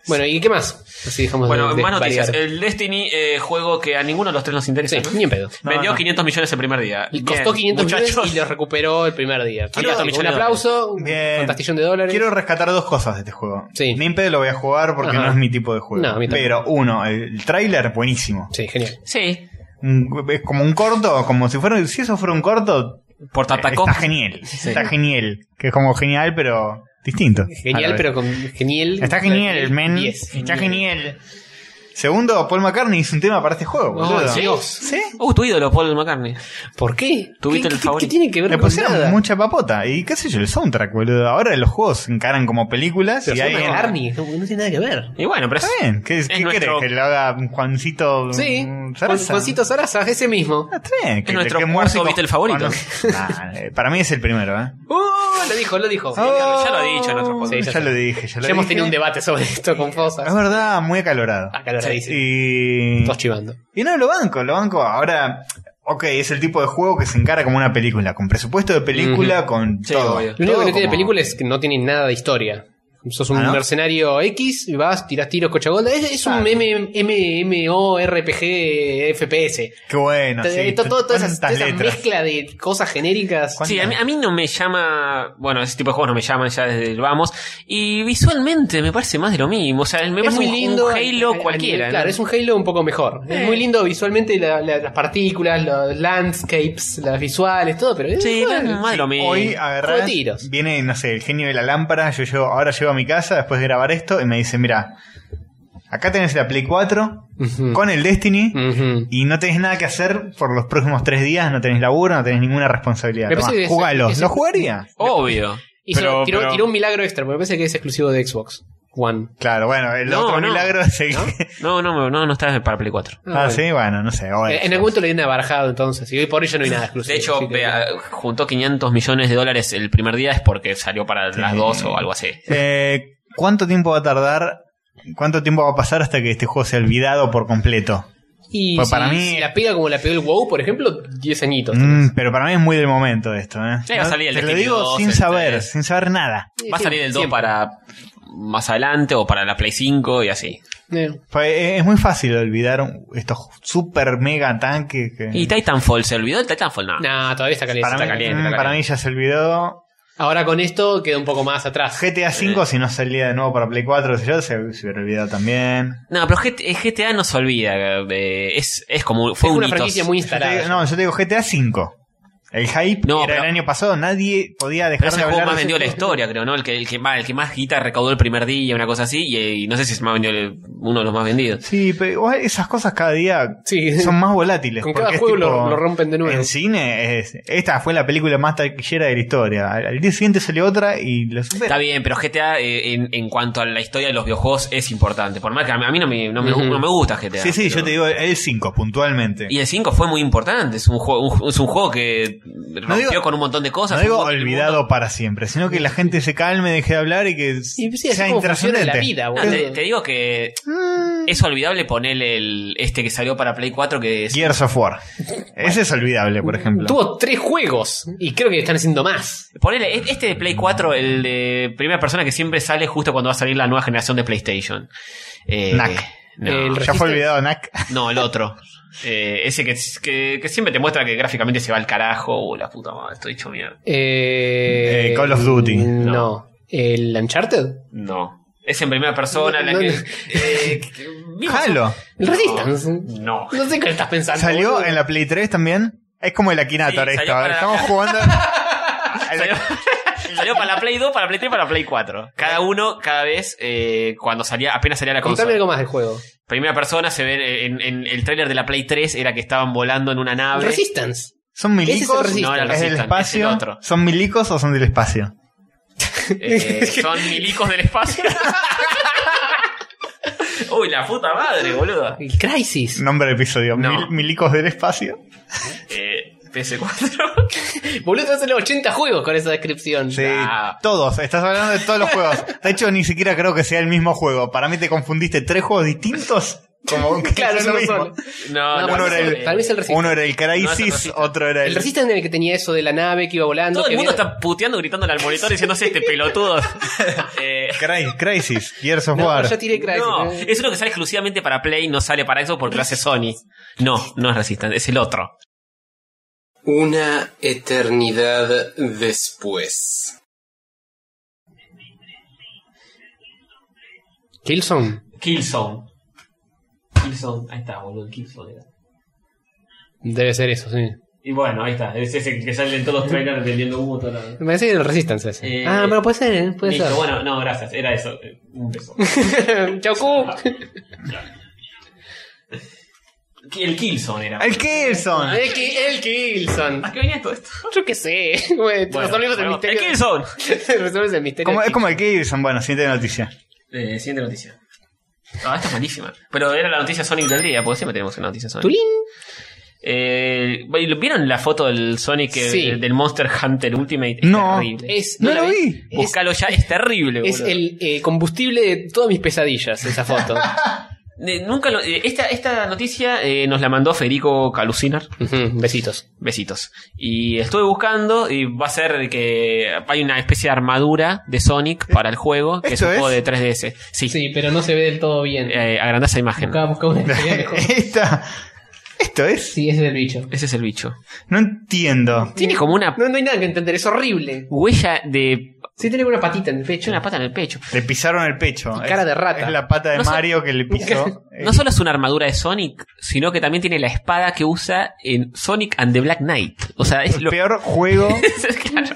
Speaker 4: Bueno, ¿y qué más? Así dejamos de-
Speaker 2: Bueno,
Speaker 4: de
Speaker 2: más noticias.
Speaker 4: variar.
Speaker 2: El Destiny, eh, juego que a ninguno de los tres nos interesa.
Speaker 4: Sí,
Speaker 2: ¿no?
Speaker 4: ni en pedo.
Speaker 3: No,
Speaker 2: Vendió
Speaker 3: no.
Speaker 2: 500 millones el primer día. Bien,
Speaker 4: Costó 500
Speaker 2: muchachos.
Speaker 4: millones y los recuperó el primer día. Quiero
Speaker 2: 500
Speaker 4: un
Speaker 2: millones de
Speaker 4: aplauso, un
Speaker 3: Bien.
Speaker 4: fantastillón de dólares.
Speaker 3: Quiero rescatar dos cosas de este juego.
Speaker 4: Sí.
Speaker 3: Ni en pedo lo voy a jugar porque
Speaker 4: Ajá.
Speaker 3: no es mi tipo de juego.
Speaker 4: No, a mí tampoco.
Speaker 3: Pero uno, el tráiler buenísimo.
Speaker 4: Sí, genial.
Speaker 2: Sí,
Speaker 3: Un- es como un corto, como si fuera, si eso fuera un corto, eh,
Speaker 2: por Tatacop.
Speaker 3: está genial. Está genial. Que es como genial, pero distinto. A
Speaker 4: Genial,
Speaker 3: la
Speaker 4: pero
Speaker 3: vez.
Speaker 4: con genial.
Speaker 3: Está genial, men.
Speaker 4: Yes,
Speaker 3: Está genial. Segundo, Paul McCartney hizo un tema para este juego,
Speaker 4: Oh,
Speaker 3: boludo.
Speaker 4: Dios.
Speaker 3: ¿Sí?
Speaker 2: Uh, tu ídolo, Paul McCartney.
Speaker 4: ¿Por qué?
Speaker 2: Tuviste
Speaker 4: ¿Qué,
Speaker 2: el
Speaker 4: qué-
Speaker 2: favorito.
Speaker 4: qué tiene que ver
Speaker 3: Le
Speaker 4: con
Speaker 3: pusieron
Speaker 4: nada?
Speaker 3: mucha papota. Y qué sé yo, el soundtrack, boludo. Ahora los juegos se encaran como películas
Speaker 4: Pero
Speaker 3: y
Speaker 4: son
Speaker 3: hay.
Speaker 4: McCartney, no, no tiene nada que ver.
Speaker 2: Y bueno, pero es,
Speaker 3: Está bien. ¿Qué, qué querés?
Speaker 2: nuestro-
Speaker 3: ¿Que lo haga un Juancito?
Speaker 4: Sí,
Speaker 3: mm,
Speaker 4: Juan-
Speaker 3: Sarasa?
Speaker 4: Juancito Sarasa, ese mismo.
Speaker 3: Ah, está bien. ¿Que-
Speaker 2: nuestro
Speaker 3: que
Speaker 2: cuarto
Speaker 3: músico-
Speaker 4: (laughs)
Speaker 2: Beatle favorito.
Speaker 3: Ah, no. Nah, eh, para mí es el primero, ¿eh?
Speaker 4: lo dijo, lo dijo.
Speaker 2: ya lo he dicho en otros
Speaker 4: Sí,
Speaker 2: podcasts.
Speaker 4: ya
Speaker 3: ya
Speaker 4: sé.
Speaker 3: lo dije, ya lo
Speaker 4: ya hemos
Speaker 3: dije.
Speaker 4: tenido un debate Ah, sobre esto con
Speaker 3: Es
Speaker 4: Fosas.
Speaker 3: verdad, muy acalorado.
Speaker 4: Acaloradísimo.
Speaker 3: Y...
Speaker 4: Todos chivando.
Speaker 3: y no, lo banco, lo banco. Ahora, ok, es el tipo de juego que se encara como una película, con presupuesto de película, con
Speaker 2: Sí,
Speaker 3: todo.
Speaker 2: obvio. Lo
Speaker 4: Lo
Speaker 3: Todo
Speaker 4: único que no tiene
Speaker 3: como-
Speaker 4: película es que no tiene nada de historia. Sos un
Speaker 3: Ah, ¿no? Ah,
Speaker 4: mercenario X y vas, tiras tiros, cocha golda. Es, es un
Speaker 3: Claro.
Speaker 4: M- MMORPG FPS.
Speaker 3: Qué bueno,
Speaker 4: Te-
Speaker 3: sí.
Speaker 4: eh, to- todo- toda esa,
Speaker 3: tantas
Speaker 4: toda esa
Speaker 3: letras.
Speaker 4: mezcla de cosas genéricas.
Speaker 3: ¿Cuántas?
Speaker 2: Sí, a mí, a mí no me llama. Bueno, ese tipo de juegos no me llaman ya desde el vamos. Y visualmente me parece más de lo mismo. O sea, me
Speaker 4: Es
Speaker 2: parece
Speaker 4: muy
Speaker 2: un-
Speaker 4: lindo.
Speaker 2: un
Speaker 4: a-
Speaker 2: Halo
Speaker 4: a- a-
Speaker 2: cualquiera.
Speaker 4: Claro,
Speaker 2: ¿no?
Speaker 4: es un Halo un poco mejor.
Speaker 2: Eh.
Speaker 4: Es muy lindo visualmente la- la- las partículas, los landscapes, las visuales, todo, pero.
Speaker 2: Sí,
Speaker 4: bueno,
Speaker 2: no, más de lo mismo.
Speaker 3: Hoy
Speaker 4: Juego
Speaker 3: agarrás,
Speaker 4: de tiros.
Speaker 3: viene, no sé, el genio de la lámpara, yo llevo, ahora llego a mi casa después de grabar esto y me dice, mira, acá tenés la Play 4
Speaker 4: Ujú.
Speaker 3: con el
Speaker 4: Mm.
Speaker 3: Destiny
Speaker 4: Ujú.
Speaker 3: y no tenés nada que hacer por los próximos tres días, no tenés laburo, no tenés ninguna responsabilidad.
Speaker 4: Me parece
Speaker 3: Tomá,
Speaker 4: que es-
Speaker 3: jugalo.
Speaker 4: es-
Speaker 3: ¿Lo jugaría?
Speaker 2: Obvio.
Speaker 4: Hizo-
Speaker 3: Pero-
Speaker 4: tiró,
Speaker 3: pero-
Speaker 4: tiró un milagro extra, porque me parece que es exclusivo de Xbox One.
Speaker 3: Claro, bueno, el
Speaker 2: No,
Speaker 3: otro
Speaker 2: no.
Speaker 3: milagro es el
Speaker 2: ¿No?
Speaker 3: que-
Speaker 2: No, no, no, no está para Play 4.
Speaker 3: (laughs) Ah,
Speaker 4: bueno.
Speaker 3: sí, bueno, no sé. o
Speaker 4: Eh, En
Speaker 3: Xbox.
Speaker 4: algún momento lo habían abarajado entonces, y hoy por ello no hay nada exclusivo.
Speaker 2: De hecho,
Speaker 4: así que-
Speaker 2: vea, juntó 500 millones de dólares el primer día es porque salió para las dos o algo así.
Speaker 3: Eh, ¿Cuánto tiempo va a tardar? ¿Cuánto tiempo va a pasar hasta que este juego sea olvidado por completo?
Speaker 4: y
Speaker 3: pues
Speaker 4: si-
Speaker 3: para mí-
Speaker 4: si la pega como la pegó el WoW, por ejemplo, 10 añitos.
Speaker 3: Mm, pero para mí es muy del momento esto, ¿eh?
Speaker 2: Sí, va a salir el
Speaker 3: Te lo
Speaker 2: Destiny este,
Speaker 3: digo
Speaker 2: 2,
Speaker 3: sin
Speaker 2: el
Speaker 3: saber,
Speaker 2: 3.
Speaker 3: sin saber nada.
Speaker 2: Va a salir el 2 para más adelante o para la Play 5 y así.
Speaker 4: Eh,
Speaker 3: Pues, eh, es muy fácil olvidar un- estos super mega tanques que...
Speaker 2: Y Titanfall, ¿se olvidó el Titanfall? No.
Speaker 4: nah, todavía está caliente.
Speaker 3: para, mí,
Speaker 4: está caliente,
Speaker 3: mm,
Speaker 4: está
Speaker 3: para
Speaker 4: caliente.
Speaker 3: mí ya se olvidó.
Speaker 4: Ahora con esto queda un poco más atrás.
Speaker 3: GTA V, si no salía de nuevo para Play 4, si yo, se, se hubiera olvidado también.
Speaker 2: No, pero G- eh, GTA no se olvida. eh, es, es como. Fue
Speaker 4: es
Speaker 2: un
Speaker 4: una
Speaker 2: hito.
Speaker 4: franquicia muy
Speaker 3: Yo te
Speaker 4: instalada.
Speaker 3: digo- Eh, no, yo te digo GTA V. El hype
Speaker 2: No,
Speaker 3: era
Speaker 2: pero-
Speaker 3: el año pasado, nadie podía
Speaker 2: Pero
Speaker 3: dejar
Speaker 2: es
Speaker 3: de
Speaker 2: el
Speaker 3: hablar
Speaker 2: juego más
Speaker 3: de
Speaker 2: vendido de la
Speaker 3: ese juego.
Speaker 2: historia, creo, ¿no? El que, el que más, el que más guita recaudó el primer día, una cosa así, y, y no sé si es más vendido, el- uno de los más vendidos.
Speaker 3: Sí, pero igual esas cosas cada día
Speaker 4: Sí.
Speaker 3: son más volátiles.
Speaker 4: Con
Speaker 3: porque
Speaker 4: cada
Speaker 3: es
Speaker 4: juego lo-
Speaker 3: tipo-
Speaker 4: lo rompen de nuevo.
Speaker 3: En cine, es- esta fue la película más taquillera de la historia. Al, al día siguiente salió otra y lo supera.
Speaker 2: Está bien, pero GTA eh, en, en cuanto a la historia de los videojuegos es importante. Por más que a mí, a mí no, me, no, me,
Speaker 4: Ujú.
Speaker 2: no me gusta GTA.
Speaker 3: Sí, sí,
Speaker 2: pero-
Speaker 3: yo te digo el 5 puntualmente.
Speaker 2: Y el 5 fue muy importante. Es un juego, un- es un juego que rompió
Speaker 3: digo-
Speaker 2: con un montón de cosas.
Speaker 3: no digo
Speaker 2: un-
Speaker 3: olvidado para siempre, sino que la gente se calme, deje de hablar y que
Speaker 4: sí, así
Speaker 3: sea
Speaker 4: como funciona
Speaker 3: intrascendente.
Speaker 4: la vida,
Speaker 2: No,
Speaker 4: boludo.
Speaker 2: te, te digo que
Speaker 3: Mm.
Speaker 2: es olvidable ponerle el este que salió para Play 4 que es
Speaker 3: Gears of War. Ese es olvidable, por ejemplo.
Speaker 4: Tuvo tres juegos y creo que están haciendo más.
Speaker 2: Ponele, e- este de Play 4, el de primera persona que siempre sale justo cuando va a salir la nueva generación de PlayStation. Eh,
Speaker 3: Knack.
Speaker 2: No,
Speaker 4: El
Speaker 3: ya
Speaker 4: registro-
Speaker 3: fue olvidado, Nak.
Speaker 2: no, el otro. Eh, ese que, que, que siempre te muestra que gráficamente se va al carajo. Uh, la puta madre, estoy hecho mierda.
Speaker 4: Eh,
Speaker 3: Eh, Call of Duty.
Speaker 4: No. ¿El Uncharted?
Speaker 2: No. Es en primera persona
Speaker 4: No,
Speaker 2: la
Speaker 4: no,
Speaker 2: que.
Speaker 4: no.
Speaker 2: eh, que- mismo-
Speaker 3: Halo.
Speaker 4: ¿El Resistance?
Speaker 2: No.
Speaker 4: No sé qué estás pensando.
Speaker 3: Salió
Speaker 4: boludo.
Speaker 3: en la Play 3 también. Es como el Akinator
Speaker 2: Sí, salió
Speaker 3: esto.
Speaker 2: para- (laughs)
Speaker 3: Estamos jugando.
Speaker 2: Salió, (laughs) salió para la Play 2, para la Play 3, para la Play 4. Cada uno, cada vez, eh, cuando salía, apenas salía la consola.
Speaker 4: Contame algo más del juego.
Speaker 2: Primera persona se ve en, en el tráiler de la Play 3 era que estaban volando en una nave.
Speaker 4: Resistance.
Speaker 3: ¿Son
Speaker 4: Ese es el
Speaker 3: milicos?
Speaker 4: Resistance.
Speaker 2: No, era el
Speaker 3: ¿Es del
Speaker 2: Resistance, es
Speaker 3: espacio?
Speaker 2: el otro.
Speaker 3: ¿Son milicos o son del espacio?
Speaker 4: (laughs)
Speaker 2: Eh, son milicos del espacio. Uy, la puta madre,
Speaker 4: (laughs)
Speaker 2: boludo.
Speaker 4: El Crisis.
Speaker 3: Nombre del episodio.
Speaker 2: No.
Speaker 3: Mil- ¿Milicos del espacio?
Speaker 2: Eh,
Speaker 4: (laughs)
Speaker 2: PS4.
Speaker 4: Boludo, te hacen los 80 juegos con esa descripción.
Speaker 3: Mm. Sí,
Speaker 2: Ah.
Speaker 3: todos. Estás hablando de todos los juegos. De hecho, ni siquiera creo que sea el mismo juego. Para mí te confundiste tres juegos distintos.
Speaker 4: (laughs)
Speaker 3: Como que
Speaker 4: (laughs) Claro,
Speaker 3: es
Speaker 4: no
Speaker 3: lo
Speaker 4: lo
Speaker 3: mismo.
Speaker 4: son.
Speaker 2: No,
Speaker 4: No,
Speaker 2: no,
Speaker 3: uno
Speaker 4: para,
Speaker 2: no,
Speaker 3: era
Speaker 4: mí es
Speaker 2: eh,
Speaker 4: el, para mí es el Resistance.
Speaker 3: Uno era
Speaker 2: No,
Speaker 3: el
Speaker 2: es el
Speaker 3: Crisis,
Speaker 2: Resistance.
Speaker 3: otro era
Speaker 4: El
Speaker 3: el...
Speaker 4: Resistance era el que tenía eso de la nave que iba volando.
Speaker 2: Todo
Speaker 4: que
Speaker 2: el mundo
Speaker 4: viene-
Speaker 2: está puteando, gritándole al monitor diciéndose este
Speaker 4: (laughs)
Speaker 2: pelotudo. Eh,
Speaker 3: Cry- Crisis, Gears of
Speaker 4: No,
Speaker 3: War.
Speaker 4: ya tiré Crisis.
Speaker 2: no,
Speaker 4: eh.
Speaker 2: es uno que sale exclusivamente para Play, no sale para eso porque lo hace Sony. No, no es Resistance, es el otro.
Speaker 5: Una eternidad después.
Speaker 4: Killzone.
Speaker 2: Killzone. Killzone, ahí está, boludo, Killzone era.
Speaker 4: Debe ser eso, sí.
Speaker 2: Y bueno, ahí está. Es ese que sale en todos los trailers vendiendo humo todo el
Speaker 4: Me parece que el Resistance ese.
Speaker 2: Eh,
Speaker 4: ah, pero puede ser, eh, puede ser.
Speaker 2: bueno, no, gracias. Era eso. Eh, Un (laughs) beso.
Speaker 4: (laughs) Chau,
Speaker 2: (laughs)
Speaker 4: Cook.
Speaker 2: El Killzone era.
Speaker 3: El Killzone.
Speaker 4: Ah, El, Ki- el Killzone.
Speaker 2: ¿A qué venía todo esto?
Speaker 4: Pues Yo qué sé. (laughs) Güey,
Speaker 2: Bueno,
Speaker 4: resolvemos el
Speaker 2: bueno, el
Speaker 4: misterio. (laughs)
Speaker 2: Killzone.
Speaker 4: resolvemos el misterio.
Speaker 3: Como,
Speaker 4: del
Speaker 3: es como el Killzone. Bueno, siguiente noticia.
Speaker 2: Eh, siguiente noticia. Ah, esta es malísima. Pero era la noticia Sonic del día, porque siempre tenemos una noticia Sonic.
Speaker 4: Tulín.
Speaker 2: Eh, ¿Vieron la foto del Sonic que-
Speaker 4: Sí.
Speaker 2: del Monster Hunter Ultimate? Es
Speaker 3: No.
Speaker 2: terrible.
Speaker 4: Es,
Speaker 3: No
Speaker 4: ¿la
Speaker 3: lo
Speaker 4: ves?
Speaker 3: vi.
Speaker 4: Es-
Speaker 2: Buscalo ya, es terrible.
Speaker 4: Es
Speaker 2: boludo.
Speaker 4: el eh, combustible de todas mis pesadillas,
Speaker 3: (laughs)
Speaker 4: esa foto.
Speaker 2: Eh, nunca lo- eh, esta, esta noticia eh, nos la mandó Federico Calucinar.
Speaker 4: Ujú, Besitos.
Speaker 2: Besitos. Y estuve buscando y va a ser que hay una especie de armadura de Sonic para el juego, que es
Speaker 3: ¿Esto
Speaker 2: un juego
Speaker 3: es?
Speaker 2: de 3DS. Sí,
Speaker 4: Sí, pero no se ve del todo bien.
Speaker 2: Eh, agrandá esa imagen.
Speaker 4: Busca, busca una historia mejor.
Speaker 3: (laughs) Esta, esto es.
Speaker 4: Sí, es del bicho.
Speaker 2: Ese es el bicho.
Speaker 3: No entiendo.
Speaker 2: Tiene como una
Speaker 4: Ah, No, no hay nada que entender, es horrible.
Speaker 2: huella de...
Speaker 4: Sí, tiene una patita en el pecho.
Speaker 2: Tiene una pata en el pecho.
Speaker 3: Le pisaron el pecho.
Speaker 4: Y cara de rata.
Speaker 3: Es la pata de
Speaker 2: No sé-
Speaker 3: Mario
Speaker 2: (laughs)
Speaker 3: que le pisó.
Speaker 2: No solo es una armadura de Sonic, sino que también tiene la espada que usa en Sonic and the Black Knight. O sea, es
Speaker 3: el
Speaker 2: lo... (laughs)
Speaker 3: peor juego.
Speaker 2: Claro.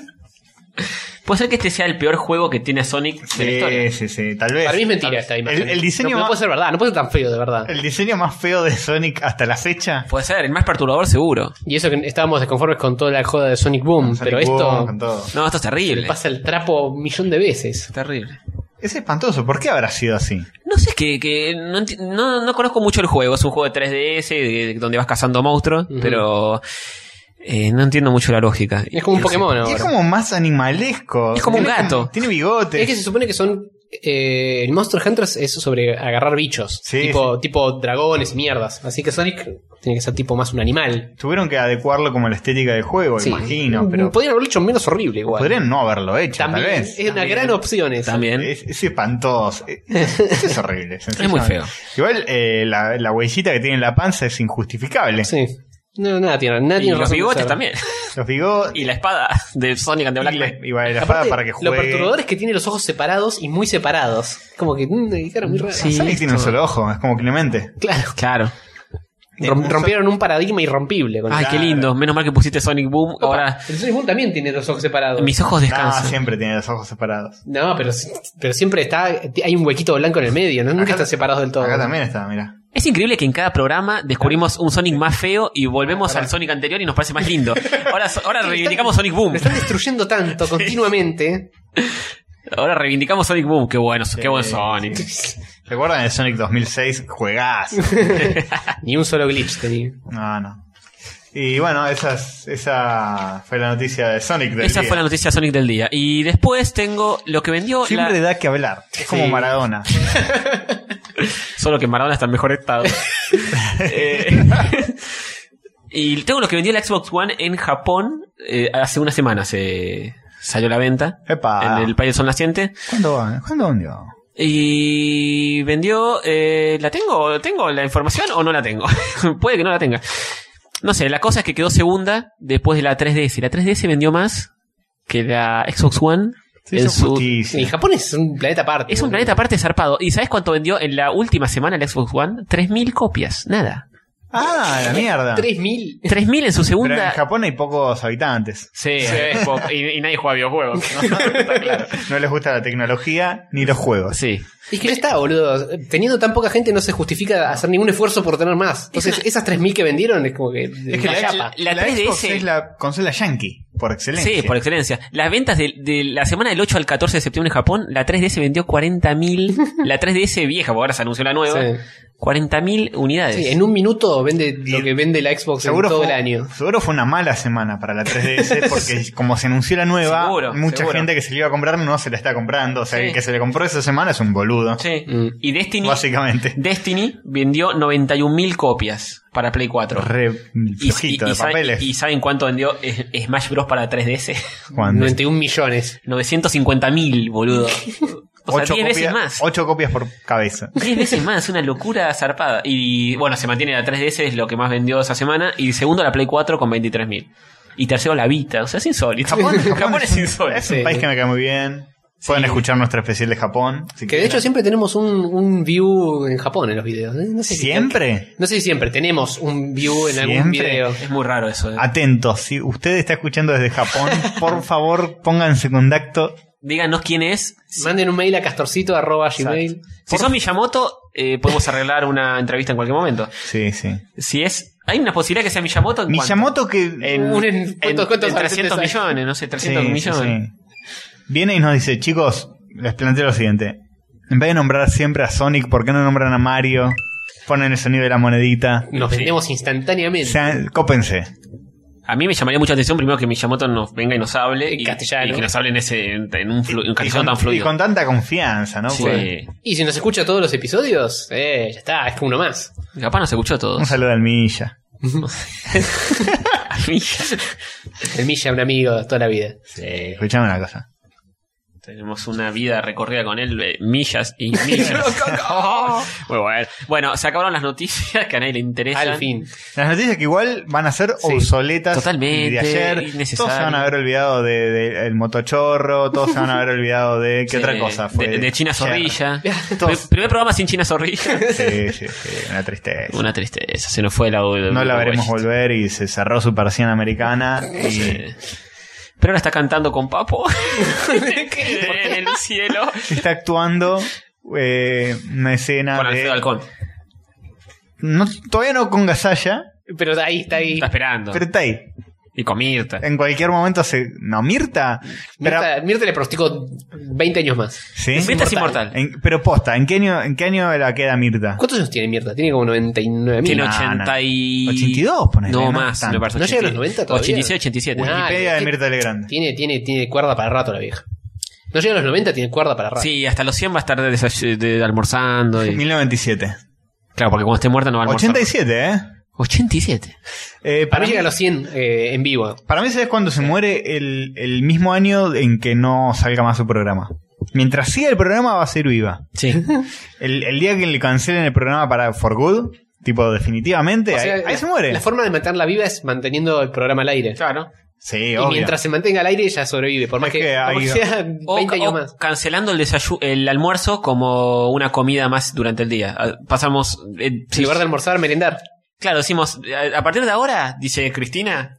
Speaker 2: Puede ser que este sea el peor juego que tiene Sonic de la historia.
Speaker 3: sí, sí, sí, tal vez.
Speaker 4: Para mí
Speaker 3: Tal
Speaker 4: es mentira
Speaker 3: vez.
Speaker 4: esta imagen.
Speaker 3: El, el diseño
Speaker 4: no, no
Speaker 3: más,
Speaker 4: puede ser verdad, no puede ser tan feo de verdad.
Speaker 3: el diseño más feo de Sonic hasta la fecha.
Speaker 2: Puede ser, el más perturbador seguro.
Speaker 4: Y eso que estábamos desconformes con toda la joda de Sonic Boom,
Speaker 3: Sonic
Speaker 4: pero
Speaker 3: Boom,
Speaker 4: esto
Speaker 3: con todo.
Speaker 2: No, esto es terrible.
Speaker 4: le pasa el trapo un millón de veces.
Speaker 2: Terrible.
Speaker 3: Es espantoso. ¿Por qué habrá sido así?
Speaker 2: No sé, es que, que no, enti- no, no conozco mucho el juego. Es un juego de 3DS de- de- donde vas cazando monstruos,
Speaker 4: Ujú.
Speaker 2: pero eh, no entiendo mucho la lógica.
Speaker 4: Es como un Pokémon
Speaker 3: Y es
Speaker 4: ahora.
Speaker 3: como más animalesco.
Speaker 2: Es como un
Speaker 3: Tiene-
Speaker 2: gato.
Speaker 3: Tiene bigotes.
Speaker 4: Es que se supone que son. eh, el Monster Hunter es sobre agarrar bichos.
Speaker 3: Sí,
Speaker 4: tipo, tipo dragones y mierdas. Así que Sonic tiene que ser tipo más un animal.
Speaker 3: Tuvieron que adecuarlo como la estética del juego,
Speaker 4: Sí.
Speaker 3: Pues imagino. Pero
Speaker 4: Podrían haberlo hecho menos horrible igual.
Speaker 3: podrían no haberlo hecho,
Speaker 4: También
Speaker 3: tal
Speaker 4: es
Speaker 3: vez.
Speaker 4: una
Speaker 2: También.
Speaker 4: gran opción esa.
Speaker 2: También.
Speaker 3: Es, es espantoso. Es, es horrible.
Speaker 2: Es muy feo.
Speaker 3: Igual eh, la, la huellita que tiene en la panza es injustificable.
Speaker 4: Sí. No, nada tiene, nada
Speaker 2: Y
Speaker 4: tiene
Speaker 2: los
Speaker 4: razón de
Speaker 2: bigotes
Speaker 4: ser.
Speaker 2: también.
Speaker 3: Los bigotes.
Speaker 2: Y la espada de Sonic and the Black
Speaker 3: Y la,
Speaker 2: Knight.
Speaker 3: y la espada
Speaker 4: Aparte,
Speaker 3: para que
Speaker 4: Lo
Speaker 3: juegue.
Speaker 4: perturbador es que tiene los ojos separados y muy separados. Como que. mm, cara muy rara.
Speaker 2: Sí.
Speaker 3: Ah, Sonic tiene un solo ojo, es como Clemente. (laughs)
Speaker 4: Claro.
Speaker 2: Claro.
Speaker 4: Rom- rompieron un paradigma irrompible. Con
Speaker 2: Ay, qué lindo. Menos mal que pusiste Sonic Boom.
Speaker 4: Opa,
Speaker 2: Ahora
Speaker 4: El Sonic Boom también tiene los ojos separados.
Speaker 2: mis ojos
Speaker 3: Ah,
Speaker 2: descansan.
Speaker 3: siempre tiene los ojos separados.
Speaker 4: No, pero, pero siempre está. Hay un huequito blanco en el medio. ¿no? Nunca
Speaker 3: Acá-
Speaker 4: están separados del todo.
Speaker 3: Acá también está, mira.
Speaker 2: es increíble que en cada programa descubrimos un Sonic más feo y volvemos al Sonic anterior y nos parece más
Speaker 4: (laughs)
Speaker 2: lindo. Ahora, so- ahora reivindicamos Sonic Boom.
Speaker 4: Lo están destruyendo tanto continuamente.
Speaker 2: Ahora reivindicamos Sonic Boom. Qué bueno, qué buen Sonic.
Speaker 3: Eh, (laughs) ¿Recuerdan el Sonic 2006? Juegás.
Speaker 4: Ni un solo glitch tenía.
Speaker 3: No, no. Y bueno, esas, esa fue la noticia de Sonic del
Speaker 2: Esa
Speaker 3: día.
Speaker 2: fue la noticia Sonic del día. Y después tengo lo que vendió la-
Speaker 3: Siempre da que hablar. Es como
Speaker 4: Sí.
Speaker 3: Maradona.
Speaker 2: Solo que Maradona está en mejor
Speaker 3: (laughs)
Speaker 2: estado. Eh, y tengo lo que vendió la Xbox One en Japón. eh, hace una semana se salió a la venta.
Speaker 3: Epa.
Speaker 2: En el país del sol naciente.
Speaker 3: ¿Cuándo va? ¿Cuándo vendió?
Speaker 2: Y vendió... eh, ¿La tengo? ¿Tengo la información o no la tengo? (laughs) Puede que no la tenga. No sé, la cosa es que quedó segunda después de la 3DS. La 3DS vendió más que la Xbox One.
Speaker 3: Sí,
Speaker 2: en
Speaker 3: hizo
Speaker 2: su
Speaker 3: justicia.
Speaker 4: Sí, Japón es un planeta aparte.
Speaker 2: Es un planeta aparte zarpado. ¿Y sabes cuánto vendió en la última semana el Xbox One? 3.000 copias. Nada.
Speaker 3: Ah, la mierda.
Speaker 4: 3000.
Speaker 2: 3.000 en su
Speaker 3: Pero en
Speaker 2: segunda.
Speaker 3: Japón hay pocos habitantes.
Speaker 2: Sí, es poco. Y, y nadie juega videojuegos. (laughs)
Speaker 3: No les gusta la tecnología ni los juegos.
Speaker 2: Sí.
Speaker 4: Es que no está, boludo. Teniendo tan poca gente no se justifica hacer ningún esfuerzo por tener más. Entonces, esas 3000 que vendieron es como que.
Speaker 3: Es que
Speaker 4: la
Speaker 3: la,
Speaker 4: chapa.
Speaker 2: la
Speaker 3: la
Speaker 2: 3DS
Speaker 3: Xbox es la consola yankee, por excelencia.
Speaker 2: Sí, por excelencia. Las ventas de, de la semana del 8 al 14 de septiembre en Japón, la 3DS vendió 40.000. La 3DS vieja, porque ahora se anunció la nueva.
Speaker 4: Sí.
Speaker 2: 40.000 unidades.
Speaker 4: Sí, en un minuto vende lo
Speaker 3: Y-
Speaker 4: que vende la Xbox en
Speaker 3: Seguro
Speaker 4: todo
Speaker 3: fue,
Speaker 4: el año.
Speaker 3: seguro fue una mala semana para la
Speaker 2: (laughs)
Speaker 3: 3DS porque como se anunció la nueva,
Speaker 2: Seguro,
Speaker 3: mucha
Speaker 2: seguro.
Speaker 3: gente que se le iba a comprar no se la está comprando. O sea,
Speaker 2: Sí.
Speaker 3: el que se le compró esa semana es un boludo,
Speaker 2: Sí.
Speaker 4: Mm.
Speaker 2: Y Destiny,
Speaker 3: básicamente.
Speaker 2: Destiny vendió 91.000 copias para Play 4.
Speaker 3: Re
Speaker 2: Y,
Speaker 3: flojito
Speaker 2: y- y
Speaker 3: de
Speaker 2: sabe-
Speaker 3: papeles.
Speaker 2: y saben cuánto vendió eh, Smash Bros. para 3DS?
Speaker 3: Juan.
Speaker 4: 91 millones.
Speaker 2: 950 mil, boludo. O
Speaker 3: Ocho
Speaker 2: sea, 10 veces
Speaker 3: copias-
Speaker 2: más.
Speaker 3: ocho copias por
Speaker 2: (laughs)
Speaker 3: cabeza.
Speaker 2: 10 veces más, una locura zarpada. Y bueno, se mantiene la 3DS, es lo que más vendió esa semana. Y segundo, la Play 4 con 23 mil. Y tercero, la Vita. O sea, es insólito.
Speaker 3: Japón, Japón
Speaker 2: es insólito.
Speaker 3: Es un
Speaker 4: Sí.
Speaker 3: país que me cae muy bien. Pueden escuchar nuestro especial de Japón. si
Speaker 4: Que de
Speaker 3: quieren.
Speaker 4: hecho siempre tenemos un, un view en Japón en los videos. ¿eh? No sé si-
Speaker 3: siempre.
Speaker 4: no sé si siempre tenemos un view en algún
Speaker 3: Siempre.
Speaker 4: video.
Speaker 2: Es muy raro eso. eh.
Speaker 3: Ah. Atentos, si usted está escuchando desde
Speaker 2: (laughs)
Speaker 3: Japón, por favor pónganse en contacto.
Speaker 2: Díganos quién es.
Speaker 4: Manden un mail a castorcito arroba gmail.
Speaker 2: Si son Miyamoto, eh, podemos arreglar una entrevista en cualquier momento.
Speaker 3: Sí, sí.
Speaker 2: Si es. Hay una posibilidad que sea Miyamoto. ¿en cuánto? Eh,
Speaker 3: Miyamoto que
Speaker 2: En,
Speaker 4: Un-
Speaker 2: en-
Speaker 4: ¿cuántos-
Speaker 2: en 300
Speaker 4: cuántos habitantes hay?
Speaker 2: millones, no sé,
Speaker 3: Sí,
Speaker 2: 300
Speaker 3: sí,
Speaker 2: millones.
Speaker 3: sí. Viene y nos dice, chicos, les planteo lo siguiente. En vez de nombrar siempre a Sonic, ¿por qué no nombran a Mario? Ponen el sonido de la monedita.
Speaker 4: Nos
Speaker 2: Sí.
Speaker 4: vendemos instantáneamente.
Speaker 3: Sean- cópense.
Speaker 2: A mí me llamaría mucha atención primero que Miyamoto nos venga y nos hable.
Speaker 4: En
Speaker 2: y,
Speaker 4: castellano.
Speaker 2: y que nos hable en, ese, en, en un, flu- en un
Speaker 3: Y
Speaker 2: castellano
Speaker 3: con,
Speaker 2: tan
Speaker 3: y
Speaker 2: fluido.
Speaker 3: con tanta confianza, ¿no?
Speaker 2: Sí.
Speaker 3: Pues,
Speaker 4: Y si nos escucha todos los episodios, eh, ya está, es que uno más.
Speaker 2: Capaz nos escuchó a
Speaker 3: un
Speaker 2: (laughs) todos.
Speaker 3: saludo al Milla.
Speaker 4: El Milla, un amigo de toda la vida.
Speaker 3: Escuchame una cosa.
Speaker 2: Tenemos una vida recorrida con él, eh, millas
Speaker 3: (laughs)
Speaker 2: y millas. (laughs) Muy bueno. Bueno, se acabaron las noticias que a nadie le interesan.
Speaker 4: Al fin.
Speaker 3: Las noticias que igual van a ser
Speaker 4: Sí.
Speaker 3: obsoletas
Speaker 2: Totalmente,
Speaker 3: de ayer.
Speaker 2: innecesario.
Speaker 3: Todos se van a haber olvidado del de, el motochorro, todos se van a haber
Speaker 2: (laughs)
Speaker 3: olvidado de qué
Speaker 2: Sí,
Speaker 3: otra cosa fue.
Speaker 2: De, de China
Speaker 3: ayer.
Speaker 2: Zorrilla.
Speaker 3: (laughs) Todos-
Speaker 2: Pri- Primer programa sin China
Speaker 3: (laughs)
Speaker 2: Zorrilla.
Speaker 3: Sí, sí, sí, una tristeza.
Speaker 2: Una tristeza, se nos fue la E
Speaker 3: No la veremos
Speaker 2: West.
Speaker 3: volver y se cerró su persiana americana. Y
Speaker 2: Sí. Pero ahora está cantando con
Speaker 3: (laughs)
Speaker 2: Papo (laughs) en el cielo.
Speaker 3: está actuando eh, una escena.
Speaker 2: Con
Speaker 3: de-
Speaker 2: Alfredo Halcón.
Speaker 3: No, todavía no con Gasalla,
Speaker 4: Pero ahí está ahí.
Speaker 2: Está esperando.
Speaker 3: pero está ahí.
Speaker 2: Y con Mirta.
Speaker 3: En cualquier momento se. No, Mirta. Pero,
Speaker 4: Mirta, Mirta le prostico 20 años más.
Speaker 3: ¿sí?
Speaker 2: Mirta es inmortal.
Speaker 3: En- pero posta, ¿en qué, año, ¿en qué año la queda Mirta?
Speaker 4: ¿Cuántos años tiene Mirta? Tiene como 99 mil.
Speaker 2: Tiene
Speaker 3: no,
Speaker 2: 80 y...
Speaker 3: no. 82 ponele,
Speaker 2: No,
Speaker 3: ¿no?
Speaker 2: más,
Speaker 3: Tanto.
Speaker 2: me parece.
Speaker 4: ¿No llega a los
Speaker 2: 80.
Speaker 4: 90 todavía?
Speaker 2: 86, 87.
Speaker 4: Wow.
Speaker 3: Wikipedia
Speaker 4: ah,
Speaker 3: de
Speaker 4: ¿qué-
Speaker 3: Mirta Legrand.
Speaker 4: Tiene, tiene, tiene cuerda para rato la vieja. No llega a los 90, tiene cuerda para rato.
Speaker 2: Sí, hasta los 100 va a estar desay- de- almorzando. y-
Speaker 3: 1997.
Speaker 2: Claro, porque cuando esté muerta no va a almorzar.
Speaker 3: 87, ¿eh?
Speaker 2: 87.
Speaker 3: Eh,
Speaker 4: Para mí llega a los 100 eh, en vivo.
Speaker 3: Para mí, ¿sabes cuando se muere el, el mismo año en que no salga más su programa? Mientras siga el programa, va a ser viva.
Speaker 2: Sí.
Speaker 4: (laughs)
Speaker 3: El, el día que le cancelen el programa para For Good, tipo, definitivamente,
Speaker 4: O sea,
Speaker 3: ahí, ahí
Speaker 4: la-
Speaker 3: se muere.
Speaker 4: La forma de mantenerla viva es manteniendo el programa al aire.
Speaker 2: Claro.
Speaker 3: sí,
Speaker 4: Y
Speaker 3: obvio.
Speaker 4: mientras se mantenga al aire, ella sobrevive. Por más
Speaker 3: Es
Speaker 4: que,
Speaker 3: que
Speaker 4: por más
Speaker 3: ahí-
Speaker 4: que sea 20
Speaker 2: O,
Speaker 4: años
Speaker 2: o
Speaker 4: más.
Speaker 2: cancelando el desayu- el almuerzo como una comida más durante el día. Ah, Pasamos... eh,
Speaker 4: En lugar de almorzar, merendar.
Speaker 2: Claro, decimos, eh, a a partir de ahora, dice Cristina,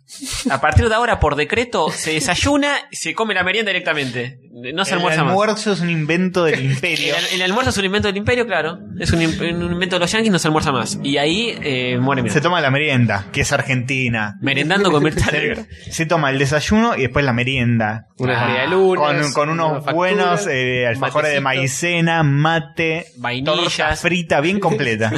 Speaker 2: a partir de ahora por decreto se desayuna y se come la merienda directamente. No se
Speaker 3: el
Speaker 2: almuerza más.
Speaker 3: almuerzo es un invento
Speaker 4: (laughs)
Speaker 3: del
Speaker 2: El,
Speaker 3: imperio.
Speaker 2: al- el almuerzo es un invento del imperio, claro. Es un, im- un invento de los yanquis, no se almuerza más. Y ahí eh, muere mi
Speaker 3: se toma la merienda, que es argentina.
Speaker 2: Merendando con Mirta Legrand.
Speaker 3: Se toma el desayuno y después la merienda.
Speaker 4: Una
Speaker 2: Ah,
Speaker 4: media luna.
Speaker 3: Con, con unos buenos eh, alfajores de maicena, mate,
Speaker 2: Vainillas.
Speaker 3: torta
Speaker 2: (laughs)
Speaker 3: frita bien completa.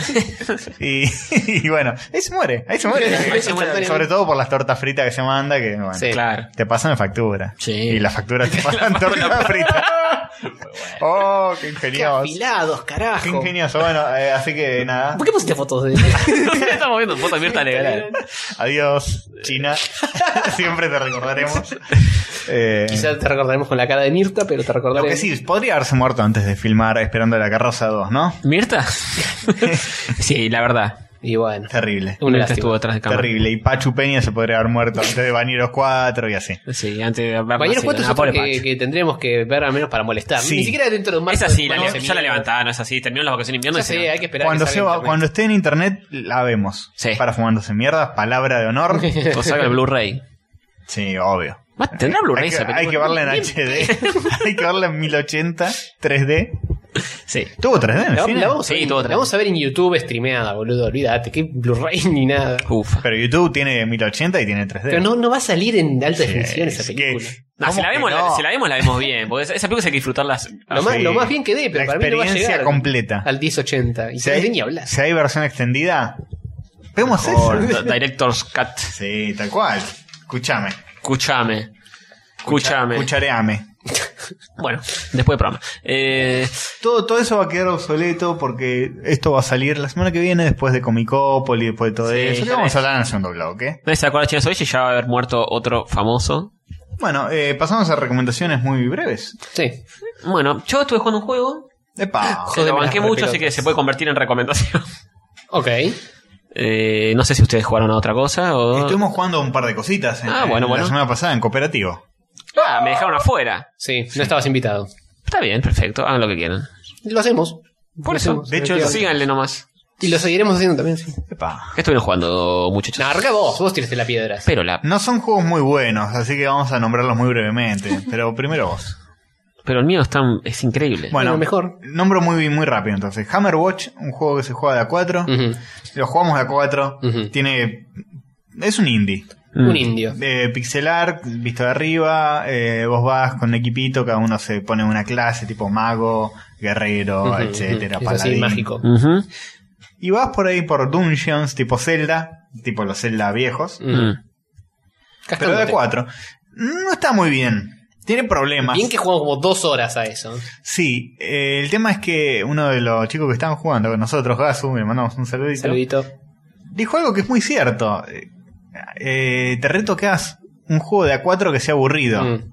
Speaker 3: y, (laughs) y bueno, ahí se muere, ahí
Speaker 2: (laughs)
Speaker 3: se
Speaker 2: Ahí
Speaker 3: muere.
Speaker 2: se muere.
Speaker 3: Sobre todo por las tortas fritas que se manda, que bueno,
Speaker 4: Sí.
Speaker 2: Claro. (laughs)
Speaker 3: te pasan factura.
Speaker 2: Sí.
Speaker 3: Y las
Speaker 2: (laughs)
Speaker 3: facturas te pasan tortas fritas. oh, qué ingenioso.
Speaker 4: Afilados,
Speaker 3: Qué
Speaker 4: carajo.
Speaker 3: ingenioso. Bueno, eh, así
Speaker 2: (laughs)
Speaker 3: que nada.
Speaker 4: ¿Por qué pusiste fotos (laughs) de
Speaker 2: Estamos viendo fotos de Mirta Legrand.
Speaker 3: Adiós, China. (laughs) Siempre te recordaremos. Eh,
Speaker 4: Quizás te recordaremos con la cara de Mirta, pero te
Speaker 3: lo que
Speaker 4: recordaremos.
Speaker 3: sí, podría haberse muerto antes de filmar Esperando la Carroza 2, ¿no?
Speaker 2: ¿Mirta? (laughs) sí, la verdad.
Speaker 4: Y bueno.
Speaker 3: Terrible.
Speaker 4: Una
Speaker 2: Mirta
Speaker 4: lástima.
Speaker 2: estuvo atrás de cámara.
Speaker 3: Terrible. Y Pachu Peña se podría haber muerto antes de Bañeros 4 y así.
Speaker 2: Sí, antes de haber
Speaker 4: Mañana
Speaker 2: nacido.
Speaker 4: cuánto es
Speaker 2: Ah,
Speaker 4: otro
Speaker 2: pobre
Speaker 4: que,
Speaker 2: Pacho.
Speaker 4: que tendremos que ver al menos para molestar.
Speaker 3: Sí.
Speaker 4: Ni siquiera dentro de un marzo.
Speaker 2: Esa sí, la,
Speaker 4: cuando
Speaker 2: le-
Speaker 4: se
Speaker 2: ya la
Speaker 4: mide.
Speaker 2: levantaron, es así. Terminó las vacaciones de invierno
Speaker 4: Ya
Speaker 2: y se
Speaker 4: sé, hay que esperar.
Speaker 3: Cuando,
Speaker 4: que
Speaker 3: se
Speaker 4: salga
Speaker 3: va-
Speaker 4: internet.
Speaker 3: cuando esté en internet, la vemos.
Speaker 2: Sí.
Speaker 3: Para fumándose mierdas, palabra de
Speaker 4: (laughs)
Speaker 3: honor.
Speaker 2: (laughs) O saca el Blu-ray.
Speaker 3: sí, obvio.
Speaker 2: Va, ¿Tendrá Blu-ray
Speaker 3: Hay que,
Speaker 2: esa
Speaker 3: hay que
Speaker 2: película?
Speaker 3: verla en HD. (laughs) hay que verla en 1080, 3D.
Speaker 2: Sí.
Speaker 3: Tuvo 3D en el
Speaker 4: La,
Speaker 3: cine?
Speaker 4: la vamos,
Speaker 2: Sí,
Speaker 4: a ver,
Speaker 2: todo
Speaker 4: la
Speaker 2: atrás.
Speaker 4: vamos a ver en YouTube streameada, boludo. Olvídate, que Blu-ray ni nada.
Speaker 2: Ufa.
Speaker 3: Pero YouTube tiene 1080 y tiene 3D.
Speaker 4: Pero no, no va a salir en alta
Speaker 3: Sí,
Speaker 4: definición esa
Speaker 3: así
Speaker 4: película.
Speaker 3: que-
Speaker 2: No, si,
Speaker 3: ¿cómo
Speaker 2: la
Speaker 3: que
Speaker 2: vemos, la,
Speaker 3: no? Ah,
Speaker 2: si la vemos, la vemos bien. Porque esa, esa película hay que
Speaker 4: (laughs)
Speaker 2: disfrutarlas.
Speaker 4: Lo, más,
Speaker 3: Sí.
Speaker 4: lo más bien que dé, pero
Speaker 3: La
Speaker 4: para mí no va a
Speaker 3: experiencia
Speaker 4: llegar
Speaker 3: completa.
Speaker 4: al 1080. Y
Speaker 3: Si
Speaker 4: se
Speaker 3: hay,
Speaker 4: ni hablar.
Speaker 3: si hay versión extendida, vemos eso. (laughs)
Speaker 2: Director's Cut.
Speaker 3: Sí, tal cual. Escúchame.
Speaker 2: Escúchame. Escúchame.
Speaker 3: Cuchareame.
Speaker 2: Bueno, después del programa. Eh,
Speaker 3: Todo, todo eso va a quedar obsoleto porque esto va a salir la semana que viene después de Comicópolis, después de todo
Speaker 2: Sí,
Speaker 3: eso.
Speaker 2: ya
Speaker 3: Lo vamos
Speaker 2: ves.
Speaker 3: a hablar en el segundo bloque.
Speaker 2: Nadie se acuerda de China Zorrilla y ya va a haber muerto otro famoso.
Speaker 3: Bueno, eh, pasamos a recomendaciones muy breves.
Speaker 4: Sí.
Speaker 2: Bueno, yo estuve jugando un juego.
Speaker 3: Epa.
Speaker 2: Se lo banqué
Speaker 3: las
Speaker 2: mucho, así
Speaker 3: pelotas.
Speaker 2: que se puede convertir en recomendación. (laughs)
Speaker 4: Ok.
Speaker 2: Eh, no sé si ustedes jugaron a otra cosa o.
Speaker 3: Estuvimos jugando un par de cositas en-
Speaker 2: Ah, bueno,
Speaker 3: en
Speaker 2: bueno.
Speaker 3: la semana pasada en cooperativo.
Speaker 2: Ah, me dejaron afuera.
Speaker 4: Sí, no estabas invitado.
Speaker 2: Está bien, perfecto. Hagan lo que quieran.
Speaker 4: Lo hacemos.
Speaker 2: Por
Speaker 4: Lo
Speaker 2: eso.
Speaker 4: hacemos,
Speaker 3: De hecho,
Speaker 4: efectivamente.
Speaker 2: Síganle nomás.
Speaker 4: Y lo seguiremos haciendo también, sí.
Speaker 3: Epa.
Speaker 2: ¿Qué estuvieron jugando, muchachos?
Speaker 4: No, arranca vos, vos tiraste la piedra.
Speaker 2: Pero la.
Speaker 3: No son juegos muy buenos, así que vamos a nombrarlos muy brevemente. Pero primero vos.
Speaker 2: Pero el mío es, tan, es increíble.
Speaker 3: Bueno,
Speaker 4: Pero mejor.
Speaker 3: Nombro muy, muy rápido entonces. Hammer Watch, un juego que se juega de a 4.
Speaker 4: Ujú.
Speaker 3: Lo jugamos de a 4.
Speaker 4: Ujú.
Speaker 3: Tiene. Es un indie.
Speaker 4: Un
Speaker 2: Mm.
Speaker 4: indio.
Speaker 3: Eh, pixel art, visto de arriba, eh, vos vas con un equipito, cada uno se pone una clase tipo mago, guerrero,
Speaker 4: Ujú,
Speaker 3: Oh, etcétera,
Speaker 4: ujú. Es así,
Speaker 3: paladín.
Speaker 4: mágico.
Speaker 2: Ujú.
Speaker 3: Y vas por ahí por dungeons tipo Zelda, tipo los Zelda viejos,
Speaker 4: Mm.
Speaker 3: pero
Speaker 4: Cascándote.
Speaker 3: de 4. No está muy bien. Tiene problemas.
Speaker 4: Bien que jugamos como dos horas a eso.
Speaker 3: Sí, eh, el tema es que uno de los chicos que estaban jugando con nosotros, Gasu, le mandamos un saludito,
Speaker 4: Saludito.
Speaker 3: dijo algo que es muy cierto. Eh, eh, te reto que hagas un juego de A4 que sea aburrido.
Speaker 4: Mm.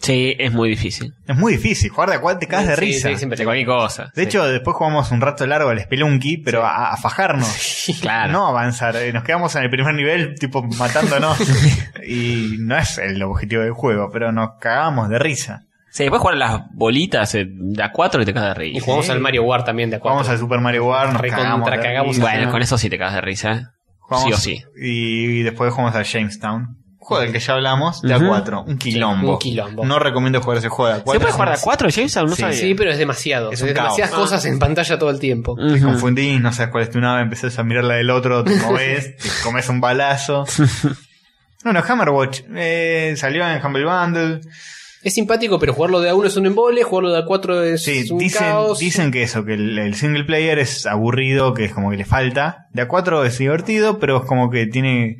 Speaker 2: Sí, es muy difícil.
Speaker 3: Es muy difícil, jugar de A4 te cagas de
Speaker 4: Sí,
Speaker 3: risa.
Speaker 4: sí, siempre.
Speaker 2: De cualquier cosa. Sí.
Speaker 3: De hecho, después jugamos un rato largo al Spelunky, pero a, a
Speaker 4: (laughs)
Speaker 3: fajarnos.
Speaker 2: claro.
Speaker 3: No avanzar, eh, nos quedamos en el primer nivel, tipo
Speaker 4: (laughs)
Speaker 3: matándonos. y no es el objetivo del juego, pero nos cagamos de risa.
Speaker 2: Sí, después jugar a las bolitas eh, de a 4 y te cagas de
Speaker 4: Y
Speaker 2: risa.
Speaker 4: jugamos
Speaker 3: Sí.
Speaker 4: al Mario War también de acuerdo.
Speaker 3: Jugamos al Super Mario War, nos
Speaker 4: Recontra
Speaker 3: cagamos. de
Speaker 4: cagamos
Speaker 3: risa.
Speaker 2: Bueno, con eso sí te cagas de risa. ¿eh? Sí o
Speaker 3: Jugamos-
Speaker 2: sí.
Speaker 3: Y, y después jugamos a Jamestown. Juego del que ya hablamos, de
Speaker 2: Ujú.
Speaker 3: A4. Un quilombo.
Speaker 4: un quilombo.
Speaker 3: No recomiendo jugar ese juego de A4.
Speaker 2: ¿Se puede jugar de a
Speaker 3: Es-
Speaker 2: 4, Jameson? No
Speaker 3: Sí.
Speaker 2: sabía.
Speaker 4: Sí, pero es demasiado.
Speaker 3: Es
Speaker 4: Es
Speaker 3: un caos. Ah. Mm.
Speaker 4: demasiadas cosas en pantalla todo el tiempo.
Speaker 2: Ujú.
Speaker 3: Te confundís, no sabes cuál es tu nave, empezás a mirar la del
Speaker 2: (laughs)
Speaker 3: otro, te movés, te comes un balazo. Bueno, Hammerwatch eh, salió en Humble Bundle.
Speaker 4: Es simpático, pero jugarlo de a uno es un embole, jugarlo de a cuatro es
Speaker 3: Sí,
Speaker 4: un
Speaker 3: dicen,
Speaker 4: caos.
Speaker 3: dicen que eso, que el, el single player es aburrido, que es como que le falta. De A4 es divertido, pero es como que tiene,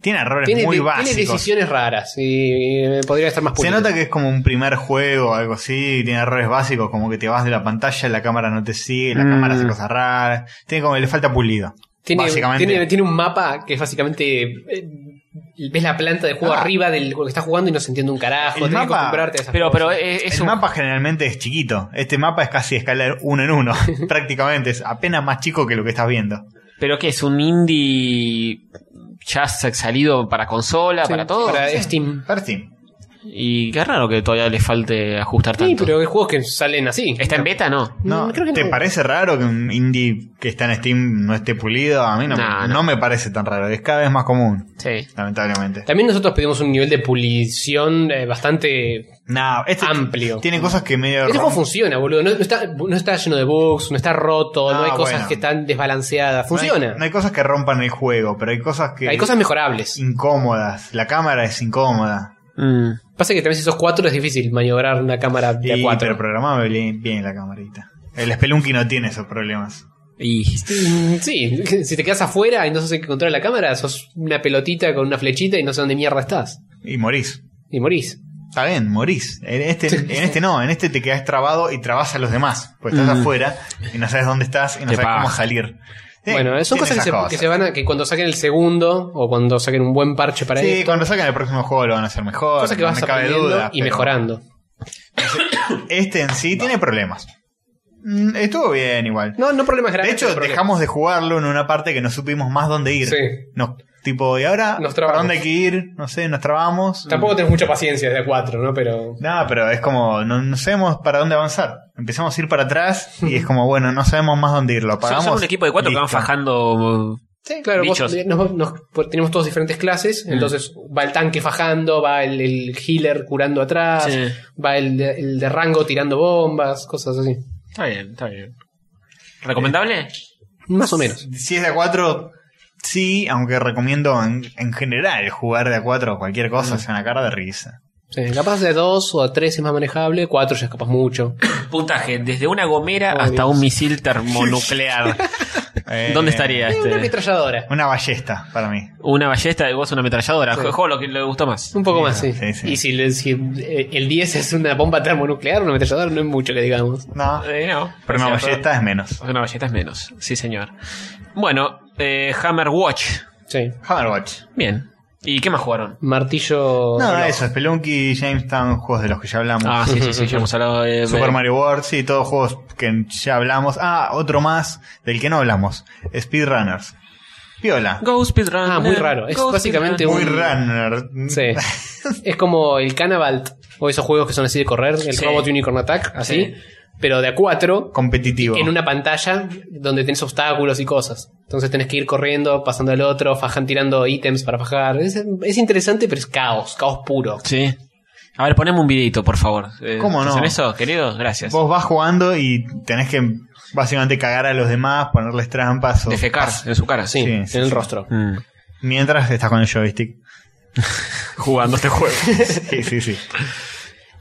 Speaker 3: tiene errores
Speaker 4: tiene,
Speaker 3: muy
Speaker 4: tiene
Speaker 3: básicos.
Speaker 4: decisiones raras y eh, podría estar más
Speaker 3: Se
Speaker 4: pulido.
Speaker 3: nota que es como un primer juego o algo así, tiene errores básicos, como que te vas de la pantalla, la cámara no te sigue, la
Speaker 2: Mm.
Speaker 3: cámara hace cosas raras, tiene como que le falta pulido.
Speaker 4: tiene,
Speaker 3: básicamente.
Speaker 4: tiene, tiene un mapa que es básicamente. eh, ves la planta de juego
Speaker 3: Ah.
Speaker 4: arriba del juego que estás jugando y no se entiende un carajo.
Speaker 3: El
Speaker 4: Tenés que
Speaker 3: mapa-
Speaker 4: acostumbrarte a esas
Speaker 2: Pero,
Speaker 4: cosas.
Speaker 2: pero eh, es
Speaker 3: el
Speaker 2: un...
Speaker 3: mapa generalmente es chiquito, este mapa es casi escalar uno en
Speaker 4: (laughs)
Speaker 3: uno, prácticamente, es apenas más chico que lo que estás viendo.
Speaker 2: ¿Pero qué? ¿Es un indie ya sa- salido para consola,
Speaker 4: Sí,
Speaker 2: para todo?
Speaker 4: Para Steam.
Speaker 3: Para Steam.
Speaker 2: Y qué raro que todavía le falte ajustar
Speaker 4: Sí,
Speaker 2: tanto.
Speaker 4: pero hay juegos que salen así.
Speaker 2: ¿Está en beta no?
Speaker 3: No,
Speaker 4: Mm, creo que
Speaker 3: ¿Te
Speaker 4: no.
Speaker 3: parece raro que un indie que está en Steam no esté pulido? A mí no,
Speaker 2: No, no.
Speaker 3: no me parece tan raro, es cada vez más común,
Speaker 2: Sí.
Speaker 3: lamentablemente.
Speaker 4: También nosotros pedimos un nivel de pulición eh, bastante
Speaker 3: No, este
Speaker 4: amplio.
Speaker 3: tiene cosas que medio...
Speaker 4: Este juego
Speaker 3: rom-
Speaker 4: funciona, boludo. No, no está, no está lleno de bugs, no está roto, no
Speaker 3: Ah,
Speaker 4: hay cosas
Speaker 3: bueno.
Speaker 4: que están desbalanceadas.
Speaker 3: no hay-
Speaker 4: Funciona.
Speaker 3: No hay cosas que rompan el juego, pero hay cosas que...
Speaker 4: Hay cosas mejorables.
Speaker 3: incómodas. La cámara es incómoda.
Speaker 2: Mm.
Speaker 4: Pasa que también si sos cuatro es difícil maniobrar una cámara de a
Speaker 3: Y, pero
Speaker 4: cuatro.
Speaker 3: programaba bien, bien la camarita. El Spelunky no tiene esos problemas.
Speaker 2: Y...
Speaker 4: Mm, Sí, si te quedas afuera y no sos el que controla la cámara, sos una pelotita con una flechita y no sé dónde mierda estás.
Speaker 3: Y morís.
Speaker 4: Y morís.
Speaker 3: Está bien, morís. En este, en este no, en este te quedás trabado y trabás a los demás. Pues estás
Speaker 4: Mm.
Speaker 3: afuera y no sabes dónde estás y no
Speaker 2: Qué
Speaker 3: sabes cómo
Speaker 2: paja.
Speaker 3: salir. Sí,
Speaker 4: bueno,
Speaker 3: tiene
Speaker 4: son cosas que,
Speaker 3: esas
Speaker 4: se, que se van a. que cuando saquen el segundo o cuando saquen un buen parche para
Speaker 3: Sí,
Speaker 4: esto,
Speaker 3: cuando saquen el próximo juego lo van a hacer mejor.
Speaker 4: cosas que
Speaker 3: no
Speaker 4: vas
Speaker 3: me cabe
Speaker 4: aprendiendo
Speaker 3: duda,
Speaker 4: y
Speaker 3: pero
Speaker 4: mejorando.
Speaker 3: Este en sí tiene problemas. Mm, Estuvo bien igual.
Speaker 4: No, no problemas
Speaker 3: De
Speaker 4: graves.
Speaker 3: hecho,
Speaker 4: pero problemas.
Speaker 3: dejamos de jugarlo en una parte que no supimos más dónde ir.
Speaker 4: Sí.
Speaker 3: No, tipo, y ahora, ¿para
Speaker 4: Nos trabamos.
Speaker 3: dónde hay que ir? No sé, nos trabamos.
Speaker 4: Tampoco tenés mucha paciencia desde a cuatro, ¿no? Pero.
Speaker 3: Nada, pero es como, no, no sabemos para dónde avanzar. Empezamos a ir para atrás y es como, bueno, no sabemos más dónde ir. Lo
Speaker 2: Somos
Speaker 3: apagamos.
Speaker 2: un equipo de cuatro que van
Speaker 3: listo.
Speaker 2: fajando.
Speaker 4: Sí, claro, vos-
Speaker 2: Bichos.
Speaker 4: nos- nos- pues, tenemos todos diferentes clases,
Speaker 3: Mm.
Speaker 4: entonces va el tanque fajando, va el, el healer curando atrás,
Speaker 2: Sí.
Speaker 4: va el de, el de rango tirando bombas, cosas así.
Speaker 2: Está bien, está bien. ¿Recomendable?
Speaker 4: Más o menos.
Speaker 3: Si es de A4, sí, aunque recomiendo en, en general jugar de A4 o cualquier
Speaker 2: Mm.
Speaker 3: cosa, es una cara de risa.
Speaker 4: Sí, capaz de dos o a tres es más manejable, cuatro ya es capaz mucho.
Speaker 2: Puntaje, desde una gomera
Speaker 4: Oh,
Speaker 2: hasta
Speaker 4: Dios.
Speaker 2: un misil (laughs) termonuclear.
Speaker 3: Eh,
Speaker 2: ¿Dónde estaría
Speaker 4: Eh, Una
Speaker 2: este?
Speaker 4: ametralladora.
Speaker 3: Una ballesta para mí.
Speaker 2: Una ballesta de vos, una ametralladora.
Speaker 4: Sí.
Speaker 2: Juego lo que le gustó más.
Speaker 4: Un poco más, sí.
Speaker 3: sí, sí.
Speaker 4: Y si, le- si, eh, el 10 es una bomba termonuclear, una ametralladora no es mucho que digamos.
Speaker 3: No,
Speaker 2: Eh, no,
Speaker 3: pero una
Speaker 2: es cierto.
Speaker 3: ballesta es menos.
Speaker 2: Una ballesta es menos, sí señor. Bueno, eh, Hammer Watch.
Speaker 4: Sí.
Speaker 3: Hammerwatch.
Speaker 2: Bien. ¿Y qué más jugaron?
Speaker 4: Martillo.
Speaker 3: No, eso, Spelunky, Jamestown, juegos de los que ya hablamos.
Speaker 2: Ah, sí, sí, sí, ya hemos hablado de...
Speaker 3: Super Mario World, sí, todos juegos que ya hablamos. Ah, otro más del que no hablamos. Speedrunners. Piola.
Speaker 2: Go Speedrun.
Speaker 4: Ah, muy raro. Es
Speaker 2: Go
Speaker 4: básicamente
Speaker 2: Speedrun.
Speaker 3: Muy runner. (laughs)
Speaker 4: Sí. es como el Cannabalt o esos juegos que son así de correr, el
Speaker 2: Sí.
Speaker 4: Robot Unicorn Attack, así,
Speaker 2: Sí.
Speaker 4: pero de a cuatro
Speaker 3: Competitivo.
Speaker 4: en una pantalla donde tenés obstáculos y cosas. Entonces tenés que ir corriendo, pasando al otro, fajan tirando ítems para fajar. Es, es interesante, pero es caos, caos puro.
Speaker 2: Sí. A ver, poneme un videito, por favor. Eh,
Speaker 3: ¿Cómo
Speaker 2: ¿estás
Speaker 3: no?
Speaker 2: en eso, querido? Gracias.
Speaker 3: Vos vas jugando y tenés que básicamente cagar a los demás, ponerles trampas o...
Speaker 2: Defecar en su cara.
Speaker 4: Sí,
Speaker 3: Sí,
Speaker 4: en
Speaker 3: sí,
Speaker 4: el
Speaker 3: sí.
Speaker 4: rostro.
Speaker 2: Mm.
Speaker 3: Mientras estás con el
Speaker 4: (laughs)
Speaker 3: joystick.
Speaker 2: Jugando este juego.
Speaker 3: Sí, sí, sí.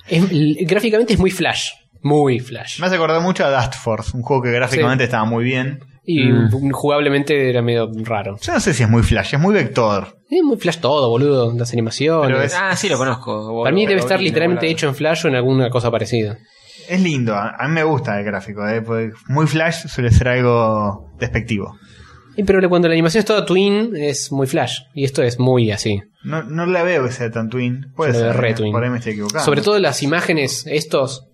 Speaker 4: Es- l- gráficamente es muy flash. Muy flash.
Speaker 3: Me hace acordar mucho a Dust Force, un juego que gráficamente estaba muy bien.
Speaker 4: Y
Speaker 2: Mm.
Speaker 4: jugablemente era medio raro.
Speaker 3: Yo no sé si es muy flash, es muy vector.
Speaker 4: Es muy flash todo, boludo. Las
Speaker 3: Pero es-
Speaker 4: animaciones.
Speaker 2: (laughs) Ah, sí, lo conozco.
Speaker 4: Para mí
Speaker 2: Lo-
Speaker 4: debe
Speaker 2: lo
Speaker 4: estar
Speaker 2: vi,
Speaker 4: literalmente
Speaker 2: lo-
Speaker 4: hecho en flash o en alguna cosa parecida.
Speaker 3: Es lindo, a, a mí me gusta el gráfico. eh, porque muy flash suele ser algo despectivo.
Speaker 4: Y pero cuando la animación es toda twin, es muy flash. Y esto es muy así.
Speaker 3: No, no la veo que sea tan twin. Puede
Speaker 4: Yo la veo
Speaker 3: ser.
Speaker 4: re
Speaker 3: eh,
Speaker 4: twin.
Speaker 3: Por ahí me estoy equivocando.
Speaker 4: Sobre todo las imágenes, estos,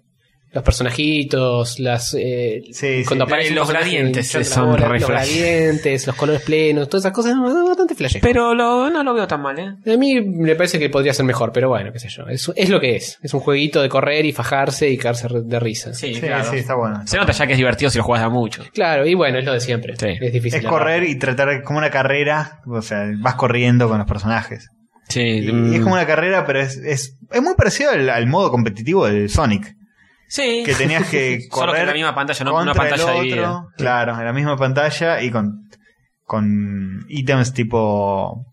Speaker 4: los personajitos, las. eh,
Speaker 3: Sí, sí.
Speaker 4: cuando
Speaker 2: apare-
Speaker 4: aparecen
Speaker 2: los
Speaker 4: personajes,
Speaker 2: gradientes,
Speaker 4: la
Speaker 2: son
Speaker 4: bola,
Speaker 2: re
Speaker 4: los
Speaker 2: flash.
Speaker 4: gradientes, los colores plenos, todas esas cosas, es bastante flash.
Speaker 2: Pero lo- no lo veo tan mal, ¿eh?
Speaker 4: A mí me parece que podría ser mejor, pero bueno, qué sé yo. Es, es lo que es. Es un jueguito de correr y fajarse y caerse re- de risa.
Speaker 2: Sí,
Speaker 3: Sí,
Speaker 2: claro.
Speaker 3: sí, está bueno.
Speaker 2: Se nota ya que es divertido si lo juegas a mucho.
Speaker 4: Claro, y bueno, es lo de siempre.
Speaker 2: Sí.
Speaker 4: Es difícil.
Speaker 3: Es correr y tratar como una carrera, o sea, vas corriendo con los personajes.
Speaker 2: Sí,
Speaker 3: Y, y es como una carrera, pero es, es, es muy parecido al, al modo competitivo del Sonic,
Speaker 2: sí.
Speaker 3: que tenías
Speaker 2: (laughs)
Speaker 3: que correr
Speaker 2: Solo que en la misma pantalla, no
Speaker 3: contra
Speaker 2: una pantalla
Speaker 3: el otro,
Speaker 2: dividida.
Speaker 3: Claro, en la misma pantalla y con, con ítems tipo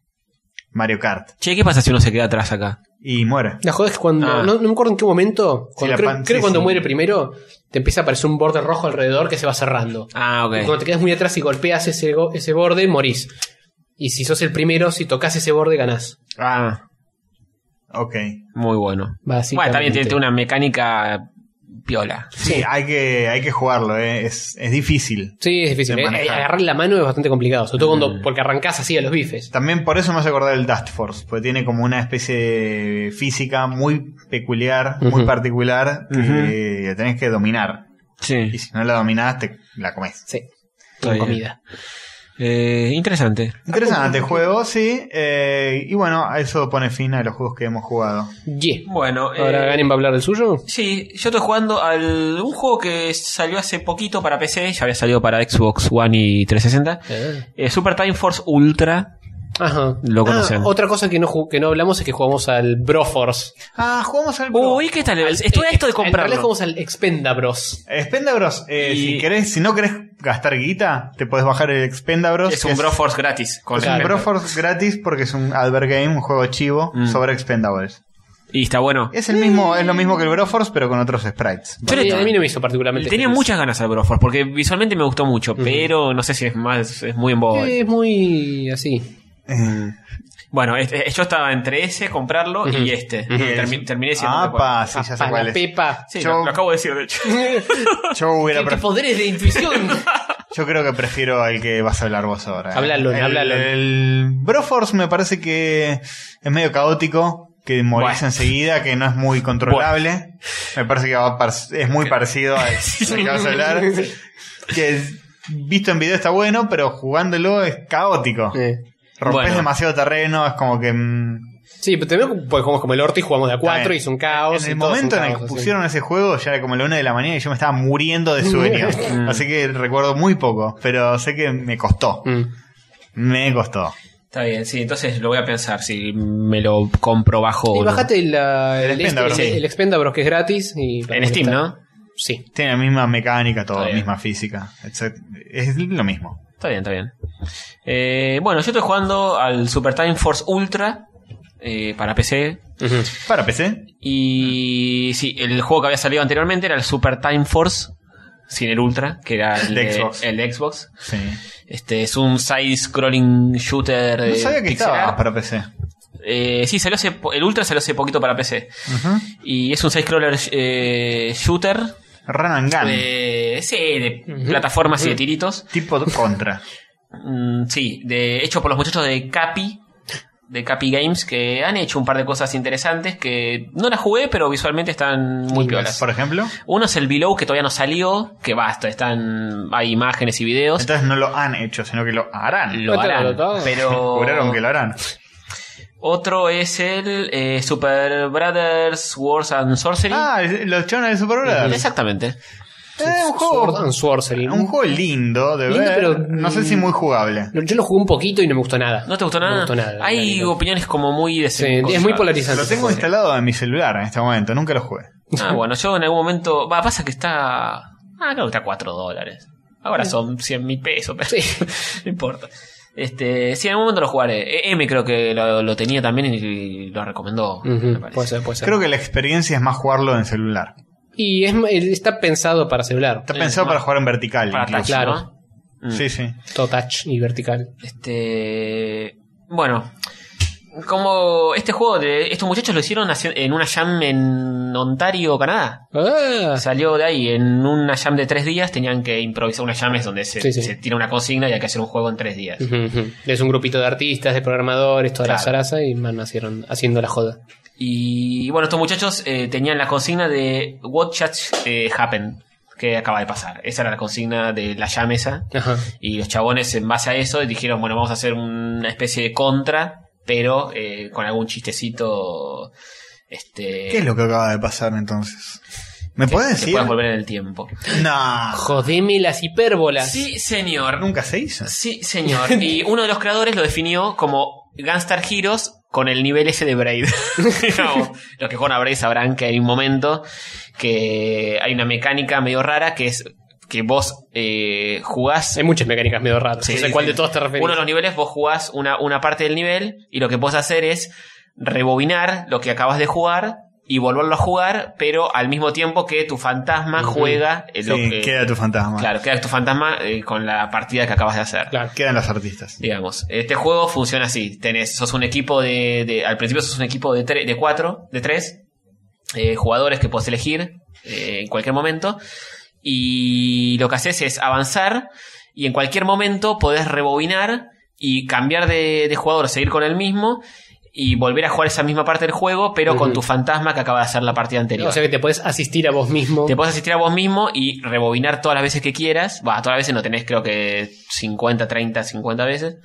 Speaker 3: Mario Kart.
Speaker 2: Che, ¿qué pasa si uno se queda atrás acá?
Speaker 3: Y muere.
Speaker 4: La joda es cuando.
Speaker 2: Ah.
Speaker 4: No, no me acuerdo en qué momento. cuando-
Speaker 3: la
Speaker 4: creo
Speaker 3: pan-
Speaker 4: creo
Speaker 3: sí,
Speaker 4: cuando
Speaker 3: sí.
Speaker 4: muere primero, te empieza a aparecer un borde rojo alrededor que se va cerrando.
Speaker 2: Ah,
Speaker 4: Y cuando
Speaker 2: ok.
Speaker 4: te quedas muy atrás y golpeas ese, go- ese borde, morís. Y si sos el primero, si tocas ese borde, ganás.
Speaker 2: Ah,
Speaker 3: Ok.
Speaker 2: muy bueno. Bueno,
Speaker 4: Básicamente.
Speaker 2: está bien, tiene tiene una mecánica piola.
Speaker 3: Sí, Hay, que, hay que jugarlo, eh, es, es difícil.
Speaker 4: Sí, es difícil.
Speaker 3: de
Speaker 4: Eh,
Speaker 3: manejar.
Speaker 4: agarrar la mano es bastante complicado. Sobre todo cuando.
Speaker 2: Mm.
Speaker 4: Porque arrancás así a los bifes.
Speaker 3: También por eso me hace acordar el Dust Force, porque tiene como una especie de física muy peculiar, muy
Speaker 4: Ujú.
Speaker 3: particular, que tenés que dominar.
Speaker 2: Sí.
Speaker 3: Y si no la dominás, te la comes.
Speaker 4: Sí.
Speaker 2: Está
Speaker 4: Con
Speaker 2: bien.
Speaker 4: comida.
Speaker 2: Eh, interesante.
Speaker 3: Interesante juego, sí. eh, y bueno, a eso pone fin a los juegos que hemos jugado.
Speaker 4: Yeah.
Speaker 2: Bueno, eh,
Speaker 4: Ahora Ganem va a hablar del suyo.
Speaker 2: Sí, yo estoy jugando al un juego que salió hace poquito para PC, ya había salido para Xbox One y 360. Eh, Super Time Force Ultra,
Speaker 4: Ajá.
Speaker 2: Lo conocen.
Speaker 4: Ah, otra cosa que no, ju- que no hablamos es que jugamos al Broforce.
Speaker 3: Ah, jugamos al Pro.
Speaker 2: Uy, ¿qué tal? Estoy a Ah, esto de
Speaker 4: En realidad
Speaker 2: comprarlo.
Speaker 4: jugamos al Expendabros.
Speaker 3: Expendabros, eh,
Speaker 2: Y-
Speaker 3: si querés, si no querés gastar guita, te podés bajar el Expendabros.
Speaker 2: Es
Speaker 3: que
Speaker 2: un Broforce gratis. Con
Speaker 3: es un
Speaker 2: el-
Speaker 3: Broforce gratis porque es un Albert Game, un juego chivo
Speaker 2: Mm.
Speaker 3: sobre Expendables.
Speaker 2: Y está bueno.
Speaker 3: Es el mismo, es lo mismo que el Broforce, pero con otros sprites.
Speaker 2: Yo
Speaker 4: a,
Speaker 2: le-
Speaker 4: mí, a mí no me hizo particularmente.
Speaker 2: Tenía
Speaker 4: feliz. Eh,
Speaker 2: muchas ganas al Broforce porque visualmente me gustó mucho, pero no sé si es más es muy en boga.
Speaker 4: Es muy así.
Speaker 3: Eh,
Speaker 2: Bueno, este- yo estaba entre ese comprarlo y este. (laughs) Termi- terminé siendo
Speaker 3: Apa, Ah, sí, ya sé
Speaker 4: Papá,
Speaker 3: cuál
Speaker 4: la
Speaker 3: es.
Speaker 4: pepa.
Speaker 2: Sí,
Speaker 3: Yo-
Speaker 2: lo, lo acabo de decir de hecho.
Speaker 3: Yo
Speaker 2: (laughs)
Speaker 3: hubiera
Speaker 4: Qué- qué
Speaker 3: pref-
Speaker 4: poderes de intuición.
Speaker 3: Yo creo que prefiero al que vas a hablar vos ahora. eh.
Speaker 4: Háblalo,
Speaker 3: el,
Speaker 4: háblalo.
Speaker 3: El Broforce me parece que es medio caótico, que morís
Speaker 2: Bueno.
Speaker 3: enseguida, que no es muy controlable. Me parece que va par- es muy parecido
Speaker 2: (laughs)
Speaker 3: al al que vas a hablar. que es- visto en video está bueno, pero jugándolo es caótico.
Speaker 4: (laughs) Eh.
Speaker 3: Rompes
Speaker 2: Bueno.
Speaker 3: demasiado terreno, es como que... mm,
Speaker 4: Sí, pero también pues, jugamos como el orto y jugamos de a
Speaker 3: Está
Speaker 4: cuatro
Speaker 3: bien.
Speaker 4: y es un caos.
Speaker 3: En el
Speaker 4: y todo es un
Speaker 3: momento en el que
Speaker 4: caos, así.
Speaker 3: pusieron ese juego, ya era como la una de la mañana y yo me estaba muriendo de
Speaker 2: (laughs)
Speaker 3: sueño. Así que recuerdo muy poco, pero sé que me costó.
Speaker 4: Mm.
Speaker 3: Me costó.
Speaker 2: Está bien, sí, entonces lo voy a pensar si me lo compro bajo o
Speaker 4: Y
Speaker 2: Oh, no.
Speaker 4: bajate la-
Speaker 3: El
Speaker 4: el,
Speaker 3: Expendabros,
Speaker 4: este-
Speaker 3: sí.
Speaker 4: el Expendabros que es gratis. Y
Speaker 2: En Steam, ¿no?
Speaker 4: Sí.
Speaker 3: Tiene la misma mecánica, todo,
Speaker 2: Está bien.
Speaker 3: misma física, etc. Es lo mismo.
Speaker 2: Está bien, está bien. Eh, bueno, yo estoy jugando al Super Time Force Ultra eh, para PC.
Speaker 3: Para PC,
Speaker 2: Y sí, el juego que había salido anteriormente era el Super Time Force, sin el Ultra, que era el
Speaker 3: De
Speaker 2: de
Speaker 3: Xbox.
Speaker 2: el de Xbox.
Speaker 3: sí.
Speaker 2: Este es un side-scrolling shooter.
Speaker 3: No
Speaker 2: de
Speaker 3: sabía que
Speaker 2: pixel
Speaker 3: estaba
Speaker 2: art.
Speaker 3: para PC.
Speaker 2: Eh, sí, salió hace po- el Ultra salió hace poquito para PC.
Speaker 3: Ujú.
Speaker 2: Y es un side-scroller eh, shooter.
Speaker 3: Run and Gun,
Speaker 2: Eh, De, sí, de
Speaker 4: Ujú.
Speaker 2: plataformas y de tiritos.
Speaker 3: tipo
Speaker 2: (laughs)
Speaker 3: contra.
Speaker 2: Mm, sí, de, hecho por los muchachos de Capi, de Capi Games, que han hecho un par de cosas interesantes que no las jugué, pero visualmente están muy piolas.
Speaker 3: Por ejemplo.
Speaker 2: Uno es el Below, que todavía no salió, que basta, están, hay imágenes y videos.
Speaker 3: Entonces no lo han hecho, sino que lo harán.
Speaker 2: Lo
Speaker 4: Cuéntalo
Speaker 2: harán,
Speaker 4: todo.
Speaker 2: pero...
Speaker 3: (laughs) Juraron que lo harán.
Speaker 2: Otro es el eh, Super Brothers Wars and Sorcery.
Speaker 3: Ah, los chones de Super Brothers.
Speaker 2: Exactamente.
Speaker 3: Eh, un
Speaker 4: Sword
Speaker 3: juego.
Speaker 4: and Sorcery.
Speaker 3: Un juego lindo de
Speaker 4: Lindo,
Speaker 3: ver.
Speaker 4: pero- mm,
Speaker 3: no sé si muy jugable.
Speaker 4: Yo lo jugué un poquito y no me gustó nada.
Speaker 2: ¿No te gustó
Speaker 4: No
Speaker 2: nada?
Speaker 4: me gustó nada,
Speaker 2: Hay
Speaker 4: Danilo.
Speaker 2: opiniones como muy...
Speaker 4: Sí, es muy
Speaker 2: polarizado
Speaker 4: polarizante.
Speaker 3: Lo tengo instalado en mi celular en este momento, nunca lo jugué.
Speaker 2: Ah, bueno, yo en algún momento. Va, pasa que está. Ah, creo que está 4 dólares. Ahora son 100 mil pesos, pero (laughs) no importa. Este, sí, en algún momento lo jugaré. E- M creo que lo, lo tenía también y lo recomendó.
Speaker 4: Ujú,
Speaker 2: me parece.
Speaker 4: Puede ser, puede ser.
Speaker 3: Creo que la experiencia es más jugarlo en celular.
Speaker 4: Y es, está pensado para celular.
Speaker 3: Está pensado
Speaker 2: más-
Speaker 3: para jugar en vertical.
Speaker 2: Para Mm.
Speaker 3: incluso.
Speaker 2: touch,
Speaker 4: claro.
Speaker 2: ¿no?
Speaker 3: Sí, sí.
Speaker 4: Todo touch y vertical.
Speaker 2: Este. Bueno. Como este juego, de, estos muchachos lo hicieron haci- en una jam en Ontario, Canadá.
Speaker 4: Ah,
Speaker 2: Salió de ahí, en una jam de tres días tenían que improvisar. Una jam es donde se,
Speaker 4: Sí, sí.
Speaker 2: se tira una consigna y hay que hacer un juego en tres días.
Speaker 4: Ujú, ujú. Es un grupito de artistas, de programadores, toda la
Speaker 2: Claro.
Speaker 4: zaraza y man, nacieron haciendo la joda.
Speaker 2: Y bueno, estos muchachos eh, tenían la consigna de What Just eh, Happened, que acaba de pasar. Esa era la consigna de la jam esa.
Speaker 4: Ajá.
Speaker 2: Y los chabones, en base a eso, dijeron: Bueno, vamos a hacer una especie de contra, pero eh, con algún chistecito. Este,
Speaker 3: ¿Qué es lo que acaba de pasar entonces? ¿Me puedes
Speaker 2: que
Speaker 3: decir?
Speaker 2: puedas volver en el tiempo.
Speaker 3: No.
Speaker 4: Jodeme las hipérbolas.
Speaker 2: Sí, señor.
Speaker 3: Nunca se hizo.
Speaker 2: Sí, señor. Y uno de los creadores lo definió como Gunstar Heroes con el nivel ese de Braid. (laughs) Digamos, los que juegan a Braid sabrán que hay un momento que hay una mecánica medio rara que es que vos eh, jugás...
Speaker 4: Hay muchas mecánicas medio raras.
Speaker 2: Sí,
Speaker 4: no sé
Speaker 2: sí,
Speaker 4: cuál
Speaker 2: sí.
Speaker 4: de todos te referís.
Speaker 2: Uno de los niveles vos jugás una, una parte del nivel y lo que podés hacer es rebobinar lo que acabas de jugar y volverlo a jugar, pero al mismo tiempo que tu fantasma
Speaker 4: Ujú.
Speaker 2: juega eh, lo
Speaker 3: Sí,
Speaker 2: que-
Speaker 3: queda tu fantasma.
Speaker 2: Claro, queda tu fantasma eh, con la partida que acabas de hacer.
Speaker 4: Claro.
Speaker 3: Quedan los artistas.
Speaker 2: Digamos, este juego funciona así. Tenés, sos un equipo de, de- al principio sos un equipo de, tre- de cuatro, de tres eh, jugadores que podés elegir eh, en cualquier momento. Y lo que haces es avanzar y en cualquier momento podés rebobinar y cambiar de, de jugador, seguir con el mismo y volver a jugar esa misma parte del juego, pero con
Speaker 4: Ujú.
Speaker 2: tu fantasma que acaba de hacer la partida anterior.
Speaker 4: O sea que te puedes asistir a vos mismo.
Speaker 2: Te podés asistir a vos mismo y rebobinar todas las veces que quieras. Va, todas las veces no tenés, creo que 50, 30, 50 veces.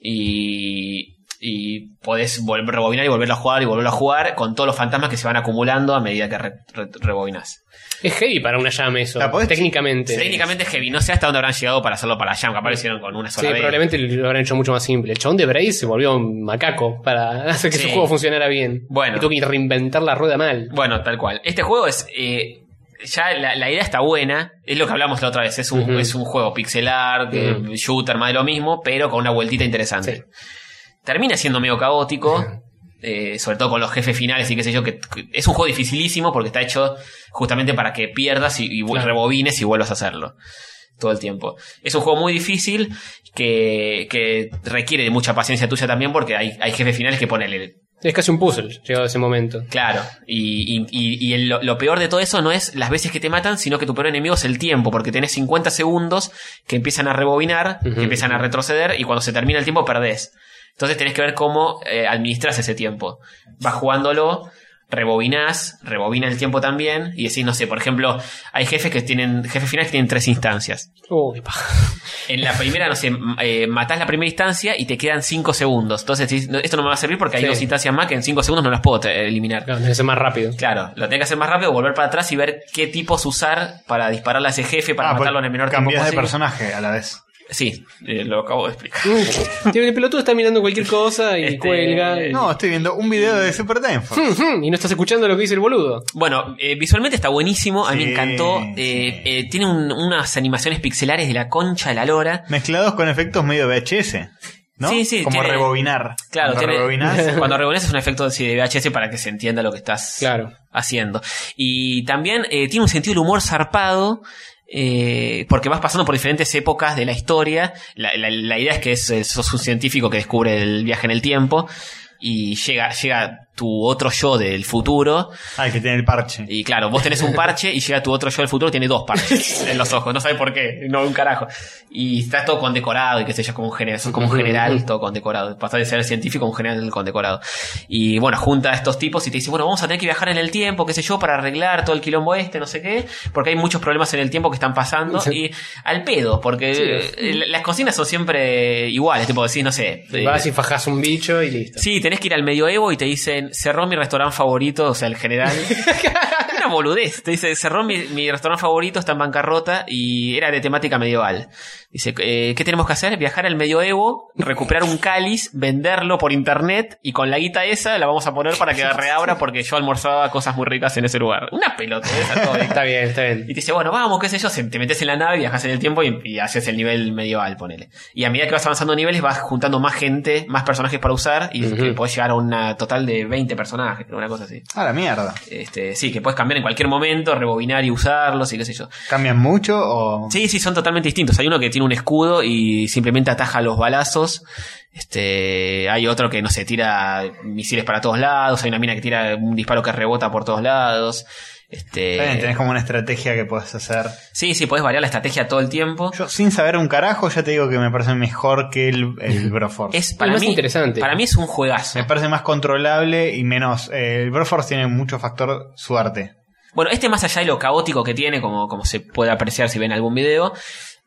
Speaker 2: Y, y podés vol- rebobinar y volverlo a jugar y volverlo a jugar con todos los fantasmas que se van acumulando a medida que re- re- rebobinas.
Speaker 4: Es heavy para una llama eso.
Speaker 3: La podés-
Speaker 4: Técnicamente.
Speaker 2: Técnicamente es heavy. No sé hasta dónde habrán llegado para hacerlo para Jam. Capaz lo hicieron con una
Speaker 4: Sí,
Speaker 2: sola vez.
Speaker 4: probablemente lo habrán hecho mucho más simple. El chabón de Braid se volvió un macaco para (laughs) hacer que
Speaker 2: Sí.
Speaker 4: su juego funcionara bien.
Speaker 2: Bueno.
Speaker 4: Y tuvo que reinventar la rueda mal.
Speaker 2: Bueno, tal cual. Este juego es. eh, ya la, la idea está buena. Es lo que hablamos la otra vez. Es un,
Speaker 4: Ujú.
Speaker 2: es un juego pixel art, eh,
Speaker 4: Ujú.
Speaker 2: shooter, más de lo mismo, pero con una vueltita interesante.
Speaker 4: Sí.
Speaker 2: Termina siendo medio caótico. eh, sobre todo con los jefes finales y qué sé yo, que que es un juego dificilísimo porque está hecho justamente para que pierdas y, y vu-
Speaker 4: Claro.
Speaker 2: rebobines y vuelvas a hacerlo todo el tiempo. Es un juego muy difícil que, que requiere de mucha paciencia tuya también porque hay, hay jefes finales que ponele
Speaker 4: Es casi un puzzle, llegado a ese momento.
Speaker 2: Claro, y, y- y- y el- lo, lo peor de todo eso no es las veces que te matan, sino que tu peor enemigo es el tiempo, porque tenés 50 segundos que empiezan a rebobinar,
Speaker 4: Ujú.
Speaker 2: que empiezan a retroceder, y cuando se termina el tiempo perdés. Entonces tenés que ver cómo eh, administras ese tiempo. Vas jugándolo, rebobinás, rebobina el tiempo también, y decís, no sé, por ejemplo, hay jefes que tienen, jefes finales que tienen tres instancias.
Speaker 4: Oh, (laughs) qué paja.
Speaker 2: En la primera, no sé, m- eh, matás la primera instancia y te quedan 5 segundos. Entonces decís, "No, esto no me va a servir porque hay
Speaker 4: Sí.
Speaker 2: dos instancias más que en 5 segundos no las puedo eh, eliminar.
Speaker 4: Claro, debe ser más rápido.
Speaker 2: Claro, lo tenés que hacer más rápido, volver para atrás y ver qué tipos usar para dispararle a ese jefe, para
Speaker 3: Ah,
Speaker 2: matarlo en
Speaker 3: porque
Speaker 2: el menor tiempo
Speaker 3: cambiás
Speaker 2: posible.
Speaker 3: de personaje a la vez.
Speaker 2: Sí, eh, lo acabo de explicar.
Speaker 4: Tiene el pelotudo está mirando cualquier cosa y
Speaker 2: Uh. Este,
Speaker 4: cuelga. y-
Speaker 3: No, estoy viendo un video de Super Time Force.
Speaker 2: Hmm.
Speaker 4: Ujú, Y no estás escuchando lo que dice el boludo.
Speaker 2: Bueno, eh, visualmente está buenísimo, a mí
Speaker 3: Sí,
Speaker 2: me encantó.
Speaker 3: sí.
Speaker 2: eh, eh, tiene un- unas animaciones pixelares de la concha de la lora.
Speaker 3: Mezclados con efectos medio VHS. ¿No?
Speaker 2: Sí, sí,
Speaker 3: Como
Speaker 2: tiene-
Speaker 3: rebobinar.
Speaker 2: Claro,
Speaker 3: Cuando
Speaker 2: tiene-
Speaker 3: rebobinás.
Speaker 2: (laughs) cuando rebobinas es un efecto así de VHS para que se entienda lo que estás
Speaker 4: Claro.
Speaker 2: haciendo. Y también eh, tiene un sentido del humor zarpado. eh, porque vas pasando por diferentes épocas de la historia. La, la- la idea es que es- eh, sos un científico que descubre el viaje en el tiempo. Y llega, llega tu otro yo del futuro.
Speaker 3: Ah, el que tiene el parche.
Speaker 2: (laughs) Y claro, vos tenés un parche y llega tu otro yo del futuro, tiene dos parches en los ojos, no sabe por qué, no un carajo. Y está todo condecorado y qué sé yo, como un general, como un general todo condecorado. Pasás de ser científico a un general condecorado. Y bueno, junta a estos tipos y te dice, bueno, vamos a tener que viajar en el tiempo, qué sé yo, para arreglar todo el quilombo este, no sé qué, porque hay muchos problemas en el tiempo que están pasando y al pedo, porque eh, la- las cocinas son siempre iguales, tipo decís, no sé. eh,
Speaker 4: Vas y fajas un bicho y listo.
Speaker 2: Sí, tenés que ir al medioevo y te dicen, cerró mi restaurante favorito, o sea, el general. Una boludez. Te dice, cerró mi, mi restaurante favorito, está en bancarrota y era de temática medieval. Dice, eh, ¿qué tenemos que hacer? Viajar al medioevo, recuperar un cáliz, venderlo por internet y con la guita esa la vamos a poner para que reabra porque yo almorzaba cosas muy ricas en ese lugar. Una pelota,
Speaker 4: Está bien, está
Speaker 2: y
Speaker 4: bien.
Speaker 2: te dice, bueno, vamos, qué sé yo, se- te metes en la nave, viajas en el tiempo y, y haces el nivel medieval, ponele. Y a medida que vas avanzando niveles, vas juntando más gente, más personajes para usar y
Speaker 4: Ujú.
Speaker 2: que podés llegar a una total de 20 personajes, creo, una cosa así.
Speaker 3: Ah, la mierda.
Speaker 2: Este, sí, que puedes cambiar en cualquier momento, rebobinar y usarlos y qué sé yo.
Speaker 3: ¿Cambian mucho o.?
Speaker 2: Sí, sí, son totalmente distintos. Hay uno que tiene un escudo y simplemente ataja los balazos. Este, hay otro que no sé, tira misiles para todos lados. Hay una mina que tira un disparo que rebota por todos lados.
Speaker 3: Está bien,
Speaker 2: Este,
Speaker 3: tenés como una estrategia que podés hacer.
Speaker 2: sí, sí, podés variar la estrategia todo el tiempo.
Speaker 3: Yo, sin saber un carajo, ya te digo que me parece mejor que el,
Speaker 2: (laughs)
Speaker 3: el Broforce.
Speaker 2: Es para
Speaker 4: más
Speaker 2: mí
Speaker 4: interesante.
Speaker 2: Para mí es un juegazo.
Speaker 3: Me parece más controlable y menos. eh, el Broforce tiene mucho factor suerte.
Speaker 2: Bueno, este más allá de lo caótico que tiene, como, como se puede apreciar si ven algún video,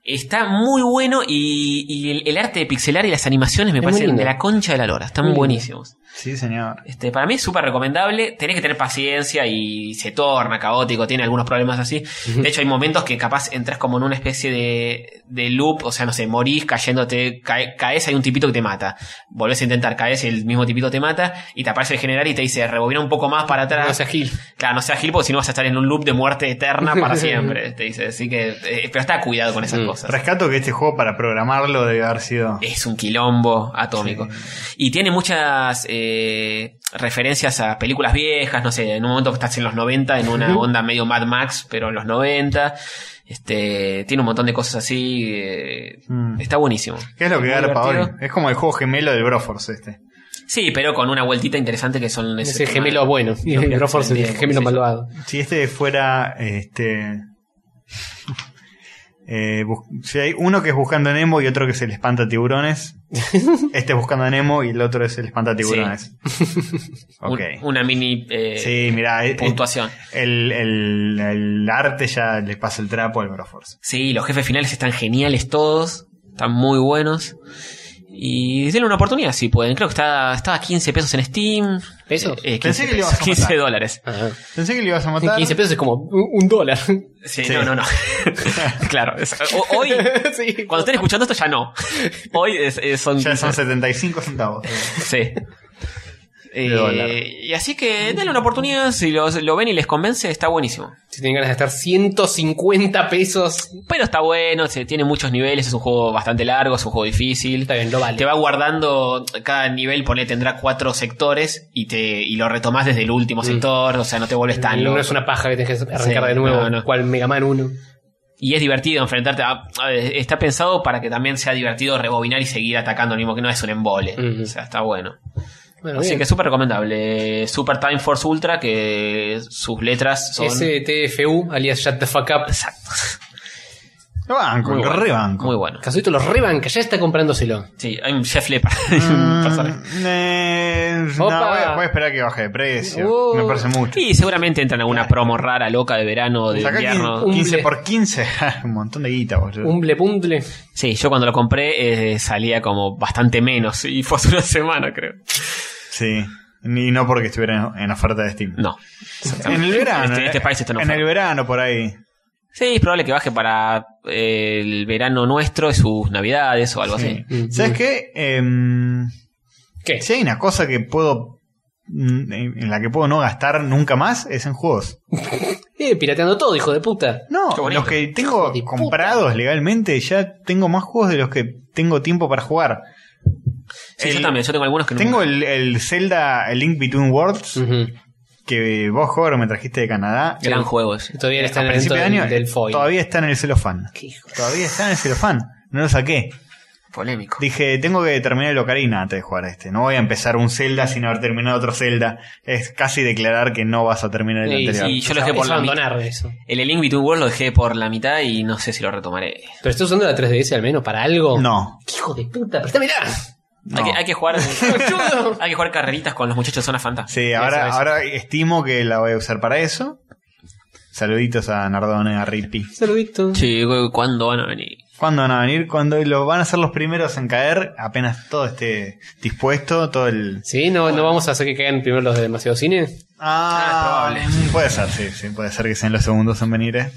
Speaker 2: está muy bueno y, y el, el arte de pixelar y las animaciones me
Speaker 4: Es muy
Speaker 2: parecen
Speaker 4: lindo.
Speaker 2: de la concha de la lora, están
Speaker 4: Muy lindo.
Speaker 2: buenísimos.
Speaker 3: Sí, señor.
Speaker 2: Este, para mí es súper recomendable, tenés que tener paciencia y se torna caótico, tiene algunos problemas así. De hecho, hay momentos que capaz entras como en una especie de, de loop, o sea, no sé, morís cayéndote, cae- caes, hay un tipito que te mata. Volvés a intentar, caes, el mismo tipito te mata y te aparece el general y te dice, rebobina un poco más para atrás.
Speaker 4: No sea Gil.
Speaker 2: Claro, no seas gil porque si no vas a estar en un loop de muerte eterna
Speaker 4: (laughs)
Speaker 2: para siempre, te dice. Así que, eh, pero está cuidado con esas
Speaker 4: Mm.
Speaker 2: cosas.
Speaker 3: Rescato que este juego para programarlo debe haber sido.
Speaker 2: Es un quilombo atómico. Y tiene muchas eh, referencias a películas viejas, no sé, en un momento estás en los 90, en una onda medio Mad Max, pero en los 90. Este, tiene un montón de cosas así. eh,
Speaker 3: Mm.
Speaker 2: Está buenísimo.
Speaker 3: ¿Qué es lo que
Speaker 2: Muy
Speaker 3: garpa hoy?
Speaker 2: divertido.
Speaker 3: Es como el juego gemelo del Broforce este.
Speaker 2: Sí, pero con una vueltita interesante que son... este,
Speaker 4: Es
Speaker 2: ese
Speaker 4: el
Speaker 2: tema de-
Speaker 4: gemelo bueno. (laughs) Y el Broforce es el gemelo malvado.
Speaker 3: Si este fuera. este eh, bus- Si hay uno que es buscando a Nemo y otro que es el espanta tiburones. este es buscando a Nemo y el otro es el
Speaker 2: (laughs)
Speaker 3: espanta tiburones.
Speaker 2: Un-
Speaker 3: ok.
Speaker 2: una mini eh,
Speaker 3: sí, mirá. eh,
Speaker 2: puntuación.
Speaker 3: El, el- el arte ya le pasa el trapo al Broforce.
Speaker 2: Sí, los jefes finales están geniales todos, están muy buenos. Y denle una oportunidad si pueden. Creo que está, estaba a 15 pesos en Steam.
Speaker 4: ¿Pesos?
Speaker 2: Eh, 15,
Speaker 3: Pensé que le
Speaker 2: pesos,
Speaker 3: ibas a
Speaker 2: 15
Speaker 3: matar.
Speaker 2: dólares.
Speaker 4: Ajá.
Speaker 3: Pensé que le ibas a matar.
Speaker 4: 15 pesos es como un un dólar. (laughs)
Speaker 2: Sí,
Speaker 3: Sí.
Speaker 2: no,
Speaker 3: (laughs)
Speaker 2: no, no. claro. es- o- hoy,
Speaker 4: sí.
Speaker 2: cuando estén escuchando esto, ya no. Hoy es- es- son.
Speaker 3: Ya son
Speaker 2: 15. (laughs)
Speaker 3: 75 centavos.
Speaker 2: Sí. Eh,
Speaker 3: dólar.
Speaker 2: y así que denle una oportunidad. Si los- lo ven y les convence, está buenísimo.
Speaker 4: Si tienen ganas de gastar 150 pesos.
Speaker 2: Pero está bueno, se- tiene muchos niveles, es un juego bastante largo, es un juego difícil.
Speaker 4: Está bien, lo vale.
Speaker 2: Te va guardando cada nivel, pone tendrá cuatro sectores y te y lo retomás desde el último sector, o sea, no te vuelves tan
Speaker 4: Mm. no
Speaker 2: loco.
Speaker 4: es una paja que tenés que arrancar
Speaker 2: Sí,
Speaker 4: de nuevo,
Speaker 2: no, no.
Speaker 4: cual Mega Man 1.
Speaker 2: Y es divertido enfrentarte a, a ver, está pensado para que también sea divertido rebobinar y seguir atacando, mismo que no es un embole.
Speaker 4: Ujú.
Speaker 2: O sea, está bueno.
Speaker 4: Bueno,
Speaker 2: Así
Speaker 4: bien.
Speaker 2: que súper recomendable. Super Time Force Ultra, que sus letras son
Speaker 4: eh, STFU, alias Shut the Fuck Up. Exacto.
Speaker 3: Lo banco,
Speaker 2: Muy
Speaker 3: lo
Speaker 2: bueno. (laughs)
Speaker 3: rebanco.
Speaker 2: muy buenas.
Speaker 4: Casuito los rebanca, ya está comprándoselo.
Speaker 2: Sí, (laughs) hay un Chef Lepa. un personaje.
Speaker 3: Mm, eh, no, voy,
Speaker 4: Opa.
Speaker 3: a- voy a esperar que baje de precio.
Speaker 4: Uh.
Speaker 3: Me parece mucho.
Speaker 2: Y seguramente entran alguna promo rara, loca de verano, de
Speaker 3: Sacá
Speaker 2: invierno.
Speaker 3: 15,
Speaker 4: Un
Speaker 3: 15
Speaker 4: ble-
Speaker 3: por (laughs) 15. un montón de guita, boludo.
Speaker 4: Umble pumble.
Speaker 2: Sí, yo cuando lo compré eh, salía como bastante menos y fue hace una semana, creo.
Speaker 3: Sí. Y no porque estuviera en, en oferta de Steam.
Speaker 2: No.
Speaker 3: En el verano.
Speaker 2: Este,
Speaker 3: eh,
Speaker 2: este país está en
Speaker 3: en el
Speaker 2: oferta.
Speaker 3: verano, por ahí.
Speaker 2: Sí, es probable que baje para eh, el verano nuestro, sus navidades o algo
Speaker 3: Sí.
Speaker 2: así.
Speaker 4: Mm,
Speaker 3: ¿Sabes
Speaker 4: mm.
Speaker 3: qué? Em,
Speaker 4: ¿Qué?
Speaker 3: si hay una cosa que puedo. mm, En en la que puedo no gastar nunca más es en juegos.
Speaker 4: Eh, pirateando todo, hijo de puta.
Speaker 3: No,
Speaker 2: Qué bonito.
Speaker 3: los que tengo
Speaker 4: de puta.
Speaker 3: comprados legalmente ya tengo más juegos de los que tengo tiempo para jugar.
Speaker 2: Sí, yo
Speaker 3: El-
Speaker 2: también, yo tengo algunos que no.
Speaker 3: Tengo el, el Zelda el Link Between Worlds
Speaker 4: Ujú.
Speaker 3: que vos, Jorge, me trajiste de Canadá.
Speaker 2: Gran juego ese.
Speaker 4: Y Todavía está
Speaker 3: A
Speaker 4: en el
Speaker 3: principio
Speaker 4: evento
Speaker 3: de año eh,
Speaker 4: del, del foil.
Speaker 3: todavía está en el celofán.
Speaker 4: Qué hijo de-
Speaker 3: Todavía está en el celofán. No lo saqué.
Speaker 2: Polémico.
Speaker 3: Dije, tengo que terminar el Ocarina antes de jugar a este. No voy a empezar un Zelda sin haber terminado otro Zelda. Es casi declarar que no vas a terminar el
Speaker 4: Sí,
Speaker 3: anterior.
Speaker 2: sí. Y yo lo
Speaker 4: Es
Speaker 2: dejé por la
Speaker 4: abandonar eso.
Speaker 2: El Link Between Worlds lo dejé por la mitad y no sé si lo retomaré.
Speaker 4: Pero estás usando la 3DS al menos para algo.
Speaker 3: No.
Speaker 4: Qué hijo de puta, préstamela.
Speaker 3: no.
Speaker 2: Hay, que, hay que
Speaker 3: (laughs)
Speaker 2: jugar.
Speaker 4: Chudo.
Speaker 2: hay que jugar carreritas con los muchachos de Zona Fanta.
Speaker 3: Sí, ahora, ahora estimo que la voy a usar para eso. Saluditos a Nardone, a Rippy.
Speaker 4: Saludito.
Speaker 2: Sí, ¿cuándo van a venir?
Speaker 3: ¿Cuándo van a venir? Cuando lo van a ser los primeros en caer, apenas todo esté dispuesto, todo el...
Speaker 4: Sí, no, no vamos a hacer que caigan primero los de demasiado cine.
Speaker 3: Ah,
Speaker 2: Ah, es
Speaker 3: mm, puede ser, sí, sí, puede ser que sean los segundos en venir, eh.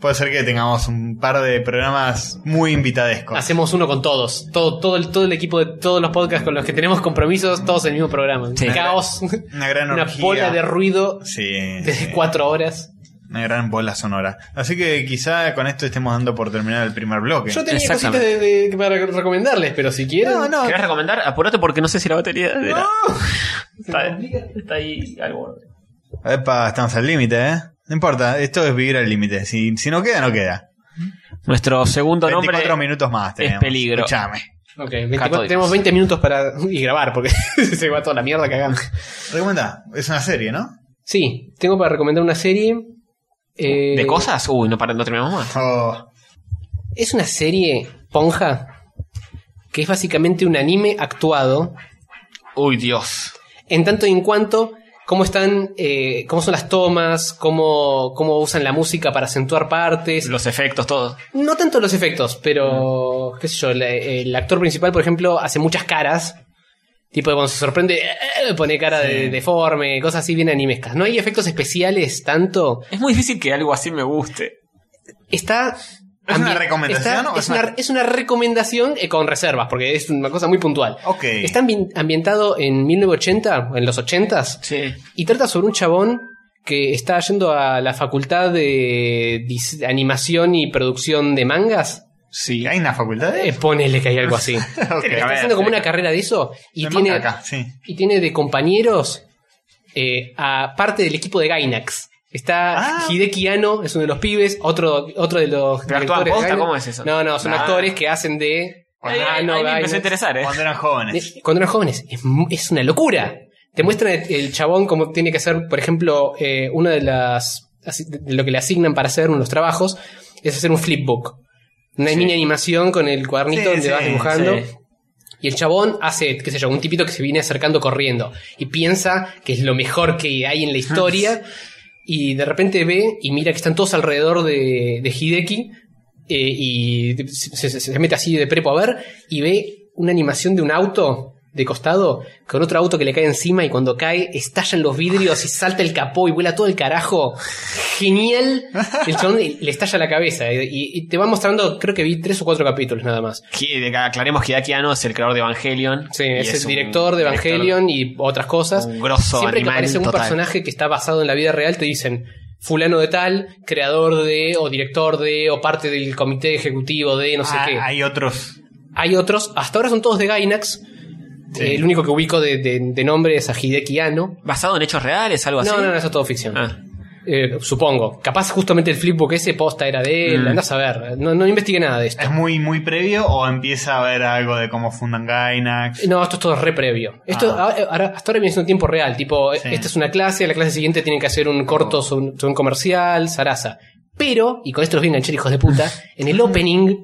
Speaker 3: Puede ser que tengamos un par de programas muy invitadescos.
Speaker 4: Hacemos uno con todos. Todo, todo, el, todo el equipo de todos los podcasts con los que tenemos compromisos, todos en el mismo programa.
Speaker 2: Sí.
Speaker 4: Caos.
Speaker 3: Una gran
Speaker 4: (laughs) Una
Speaker 3: orgía.
Speaker 4: bola de ruido
Speaker 3: Sí,
Speaker 4: de
Speaker 3: sí,
Speaker 4: cuatro horas.
Speaker 3: una gran bola sonora. Así que quizá con esto estemos dando por terminar el primer bloque.
Speaker 4: Yo tenía cositas
Speaker 2: Exactamente.
Speaker 4: de, de- para recomendarles, pero si quieren.
Speaker 3: No, no,
Speaker 2: ¿Querés (laughs) recomendar? Apurate porque no sé si la batería. de la-
Speaker 4: No.
Speaker 2: Está, está ahí al borde.
Speaker 3: Epa, estamos al límite, ¿eh? No importa, esto es vivir al límite. Si, si no queda, no queda.
Speaker 2: Nuestro segundo
Speaker 3: 24
Speaker 2: nombre.
Speaker 3: minutos más tenemos.
Speaker 2: peligro.
Speaker 3: Escuchame.
Speaker 4: Ok, 24
Speaker 2: Catódicos.
Speaker 4: tenemos 20 minutos para (laughs) y grabar porque se va toda la mierda cagando.
Speaker 3: Recomendá, es una serie, ¿no?
Speaker 4: Sí, tengo para recomendar una serie. eh,
Speaker 2: ¿De cosas? Uy, no, para, no terminamos más.
Speaker 3: Oh,
Speaker 4: Es una serie ponja que es básicamente un anime actuado
Speaker 2: Uy, Dios.
Speaker 4: en tanto y en cuanto cómo están, eh, cómo son las tomas, cómo, cómo usan la música para acentuar partes.
Speaker 2: Los efectos, todo.
Speaker 4: No tanto los efectos, pero qué sé yo, la- el actor principal, por ejemplo, hace muchas caras. Tipo, cuando se sorprende, eh, pone cara de, deforme, cosas así bien animescas. No hay efectos especiales tanto.
Speaker 2: Es muy difícil que algo así me guste.
Speaker 4: Está.
Speaker 3: ¿Es una
Speaker 4: ambi-
Speaker 3: recomendación
Speaker 4: está-
Speaker 3: o
Speaker 4: es,
Speaker 3: es
Speaker 4: una,
Speaker 3: una-
Speaker 4: es una recomendación eh, con reservas, porque es una cosa muy puntual.
Speaker 3: ok.
Speaker 4: Está ambi- ambientado en 1980, en los 80s,
Speaker 2: Sí.
Speaker 4: y trata sobre un chabón que está yendo a la facultad de dis- animación y producción de mangas.
Speaker 2: Sí.
Speaker 3: ¿Hay una facultad de
Speaker 4: Eh, ponele que hay algo
Speaker 2: (laughs)
Speaker 4: así.
Speaker 3: Ok.
Speaker 4: Está haciendo como una carrera de eso y
Speaker 3: Me
Speaker 4: tiene,
Speaker 3: manca acá, sí.
Speaker 4: y tiene de compañeros eh, a parte del equipo de Gainax. Está
Speaker 3: Ah.
Speaker 4: Hideki Anno, es uno de los pibes, otro, otro de los
Speaker 2: ¿Pero actúan
Speaker 4: directores de
Speaker 2: posta?
Speaker 4: Gainax.
Speaker 2: ¿Cómo es eso?
Speaker 4: No, no, son
Speaker 2: Ah.
Speaker 4: actores que hacen de
Speaker 2: Ahí, ahí
Speaker 4: Anno,
Speaker 2: me empezó a
Speaker 4: Gainax.
Speaker 2: interesar, ¿eh?
Speaker 3: Cuando eran jóvenes.
Speaker 4: De- Cuando eran jóvenes, es, mu- es una locura. Te muestran el, el chabón como tiene que hacer, por ejemplo, eh, una de las asi- de lo que le asignan para hacer unos trabajos es hacer un flipbook. Una
Speaker 2: Sí.
Speaker 4: mini animación con el cuadernito
Speaker 3: Sí,
Speaker 4: donde
Speaker 3: sí,
Speaker 4: vas dibujando.
Speaker 2: sí.
Speaker 4: Y el chabón hace, qué sé yo, un tipito que se viene acercando corriendo y piensa que es lo mejor que hay en la historia. y de repente ve y mira que están todos alrededor de, de Hideki. eh, y se, se- se mete así de prepo a ver y ve una animación de un auto de costado con otro auto que le cae encima y cuando cae estallan los
Speaker 2: (laughs)
Speaker 4: vidrios y salta el capó y vuela todo el carajo. Genial. El chabón le le estalla la cabeza y, y te va mostrando, creo que vi tres o cuatro capítulos nada más.
Speaker 2: Ki- Aclaremos que Hideaki Anno es el creador de Evangelion.
Speaker 4: Sí,
Speaker 2: Y
Speaker 4: es, el
Speaker 2: un
Speaker 4: director de Evangelion y otras cosas.
Speaker 2: un grosso
Speaker 4: Siempre que
Speaker 2: animal
Speaker 4: aparece un
Speaker 2: total.
Speaker 4: personaje que está basado en la vida real, te dicen fulano de tal, creador de, o director de, o parte del comité ejecutivo de, no sé
Speaker 3: Ah,
Speaker 4: qué. Hay...
Speaker 3: Hay otros.
Speaker 4: otros, hasta ahora son todos de Gainax. Eh, El único que ubico de, de- de nombre es a Hideki Anno.
Speaker 2: ¿Basado en hechos reales, algo así?
Speaker 4: No, no, no, eso es todo ficción.
Speaker 2: Ah.
Speaker 4: Eh, supongo. Capaz justamente el flipbook ese posta era de él.
Speaker 2: Mm.
Speaker 4: Andás a ver. No, no investigué nada de esto.
Speaker 3: ¿Es muy, muy previo o empieza a haber algo de cómo fundan Gainax?
Speaker 4: No, esto es todo re previo. Esto
Speaker 3: Ah.
Speaker 4: ahora- ahora- hasta ahora viene siendo tiempo real. Tipo, eh,
Speaker 3: Sí.
Speaker 4: esta es una clase, la clase siguiente tienen que hacer un corto sobre un, sobre un comercial, zaraza. Pero, y con esto los voy a enganchar, hijos de puta, en el opening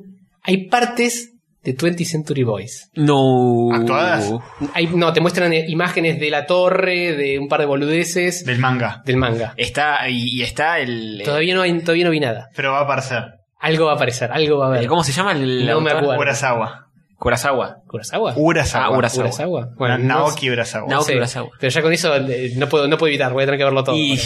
Speaker 4: hay partes de 20th Century Boys.
Speaker 2: No.
Speaker 3: ¿Actuadas?
Speaker 4: Hay- no, te muestran eh, imágenes de la torre, de un par de boludeces,
Speaker 3: Del manga.
Speaker 4: del manga.
Speaker 2: Está, y, y está el. eh,
Speaker 4: Todavía no, hay, todavía no vi nada.
Speaker 3: Pero va a aparecer.
Speaker 4: Algo va a aparecer, algo va a haber.
Speaker 2: ¿Cómo se llama el.
Speaker 4: No me
Speaker 2: autor?
Speaker 4: acuerdo. Bueno.
Speaker 3: Urasawa.
Speaker 2: Kurosawa.
Speaker 4: ¿Kurosawa?
Speaker 3: Urasawa.
Speaker 2: Ah, Urasawa.
Speaker 4: ¿Kurosawa?
Speaker 3: Na-
Speaker 4: no
Speaker 3: Naoki
Speaker 4: sé.
Speaker 3: Urasawa.
Speaker 2: Naoki.
Speaker 4: No sé,
Speaker 2: Kurosawa.
Speaker 4: Pero ya con eso eh, no puedo, no puedo evitar, voy a tener que verlo todo.
Speaker 2: Y,
Speaker 4: ahora.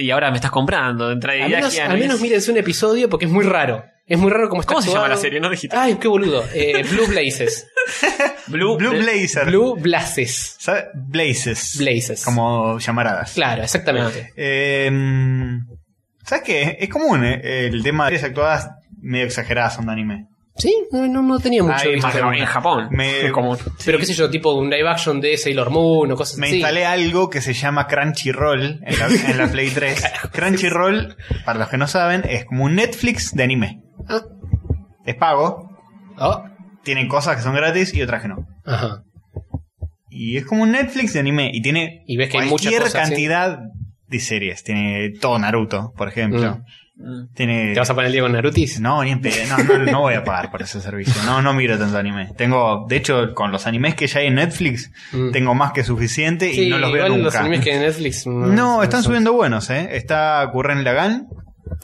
Speaker 2: y ahora me estás comprando. Entra
Speaker 4: Al
Speaker 2: Hideaki
Speaker 4: menos,
Speaker 2: Anno
Speaker 4: al
Speaker 2: y-
Speaker 4: menos mírense un episodio porque es muy raro. Es muy raro como está
Speaker 2: ¿Cómo se llama
Speaker 4: actuado.
Speaker 2: la serie? No dijiste.
Speaker 4: Ay, qué boludo. Eh, Blue
Speaker 2: (laughs)
Speaker 4: Blazes.
Speaker 2: Blue,
Speaker 3: Blue Blazer.
Speaker 4: Blue Blazes.
Speaker 3: ¿Sabe? Blazes.
Speaker 4: Blazes.
Speaker 3: Como llamaradas.
Speaker 4: Claro,
Speaker 2: Ah.
Speaker 4: exactamente.
Speaker 3: Eh, ¿Sabes qué? Es común eh, el tema de series actuadas medio exageradas son de anime.
Speaker 4: Sí, no, no, no tenía mucho.
Speaker 3: Ay,
Speaker 4: visto.
Speaker 3: más
Speaker 2: En Japón.
Speaker 3: Me-
Speaker 2: Como-
Speaker 4: Pero qué sé yo, tipo un live action de Sailor Moon o cosas
Speaker 3: Me
Speaker 4: así.
Speaker 3: instalé algo que se llama Crunchyroll en la, en la Play
Speaker 4: (laughs)
Speaker 3: 3. Crunchyroll, para los que no saben, es como un Netflix de anime.
Speaker 4: Ah,
Speaker 3: Es pago,
Speaker 4: oh,
Speaker 3: tienen cosas que son gratis y otras que no.
Speaker 4: Ajá.
Speaker 3: Y es como un Netflix de anime y tiene
Speaker 4: Y ves que hay muchas
Speaker 3: cualquier
Speaker 4: cosas, sí.
Speaker 3: cantidad de series. Tiene todo Naruto, por ejemplo.
Speaker 2: Mm.
Speaker 3: Tiene
Speaker 4: ¿Te vas a poner el día con Narutis?
Speaker 3: No, ni en pedo. No, no, no voy a pagar por ese servicio. No, no miro tanto anime. Tengo, de hecho, con los animes que ya hay en Netflix,
Speaker 4: Mm.
Speaker 3: tengo más que suficiente y no los veo
Speaker 4: igual
Speaker 3: nunca.
Speaker 4: los animes que hay en
Speaker 3: (laughs)
Speaker 4: Netflix.
Speaker 3: No, están
Speaker 4: son-
Speaker 3: subiendo buenos, ¿eh? Está Curren Lagan,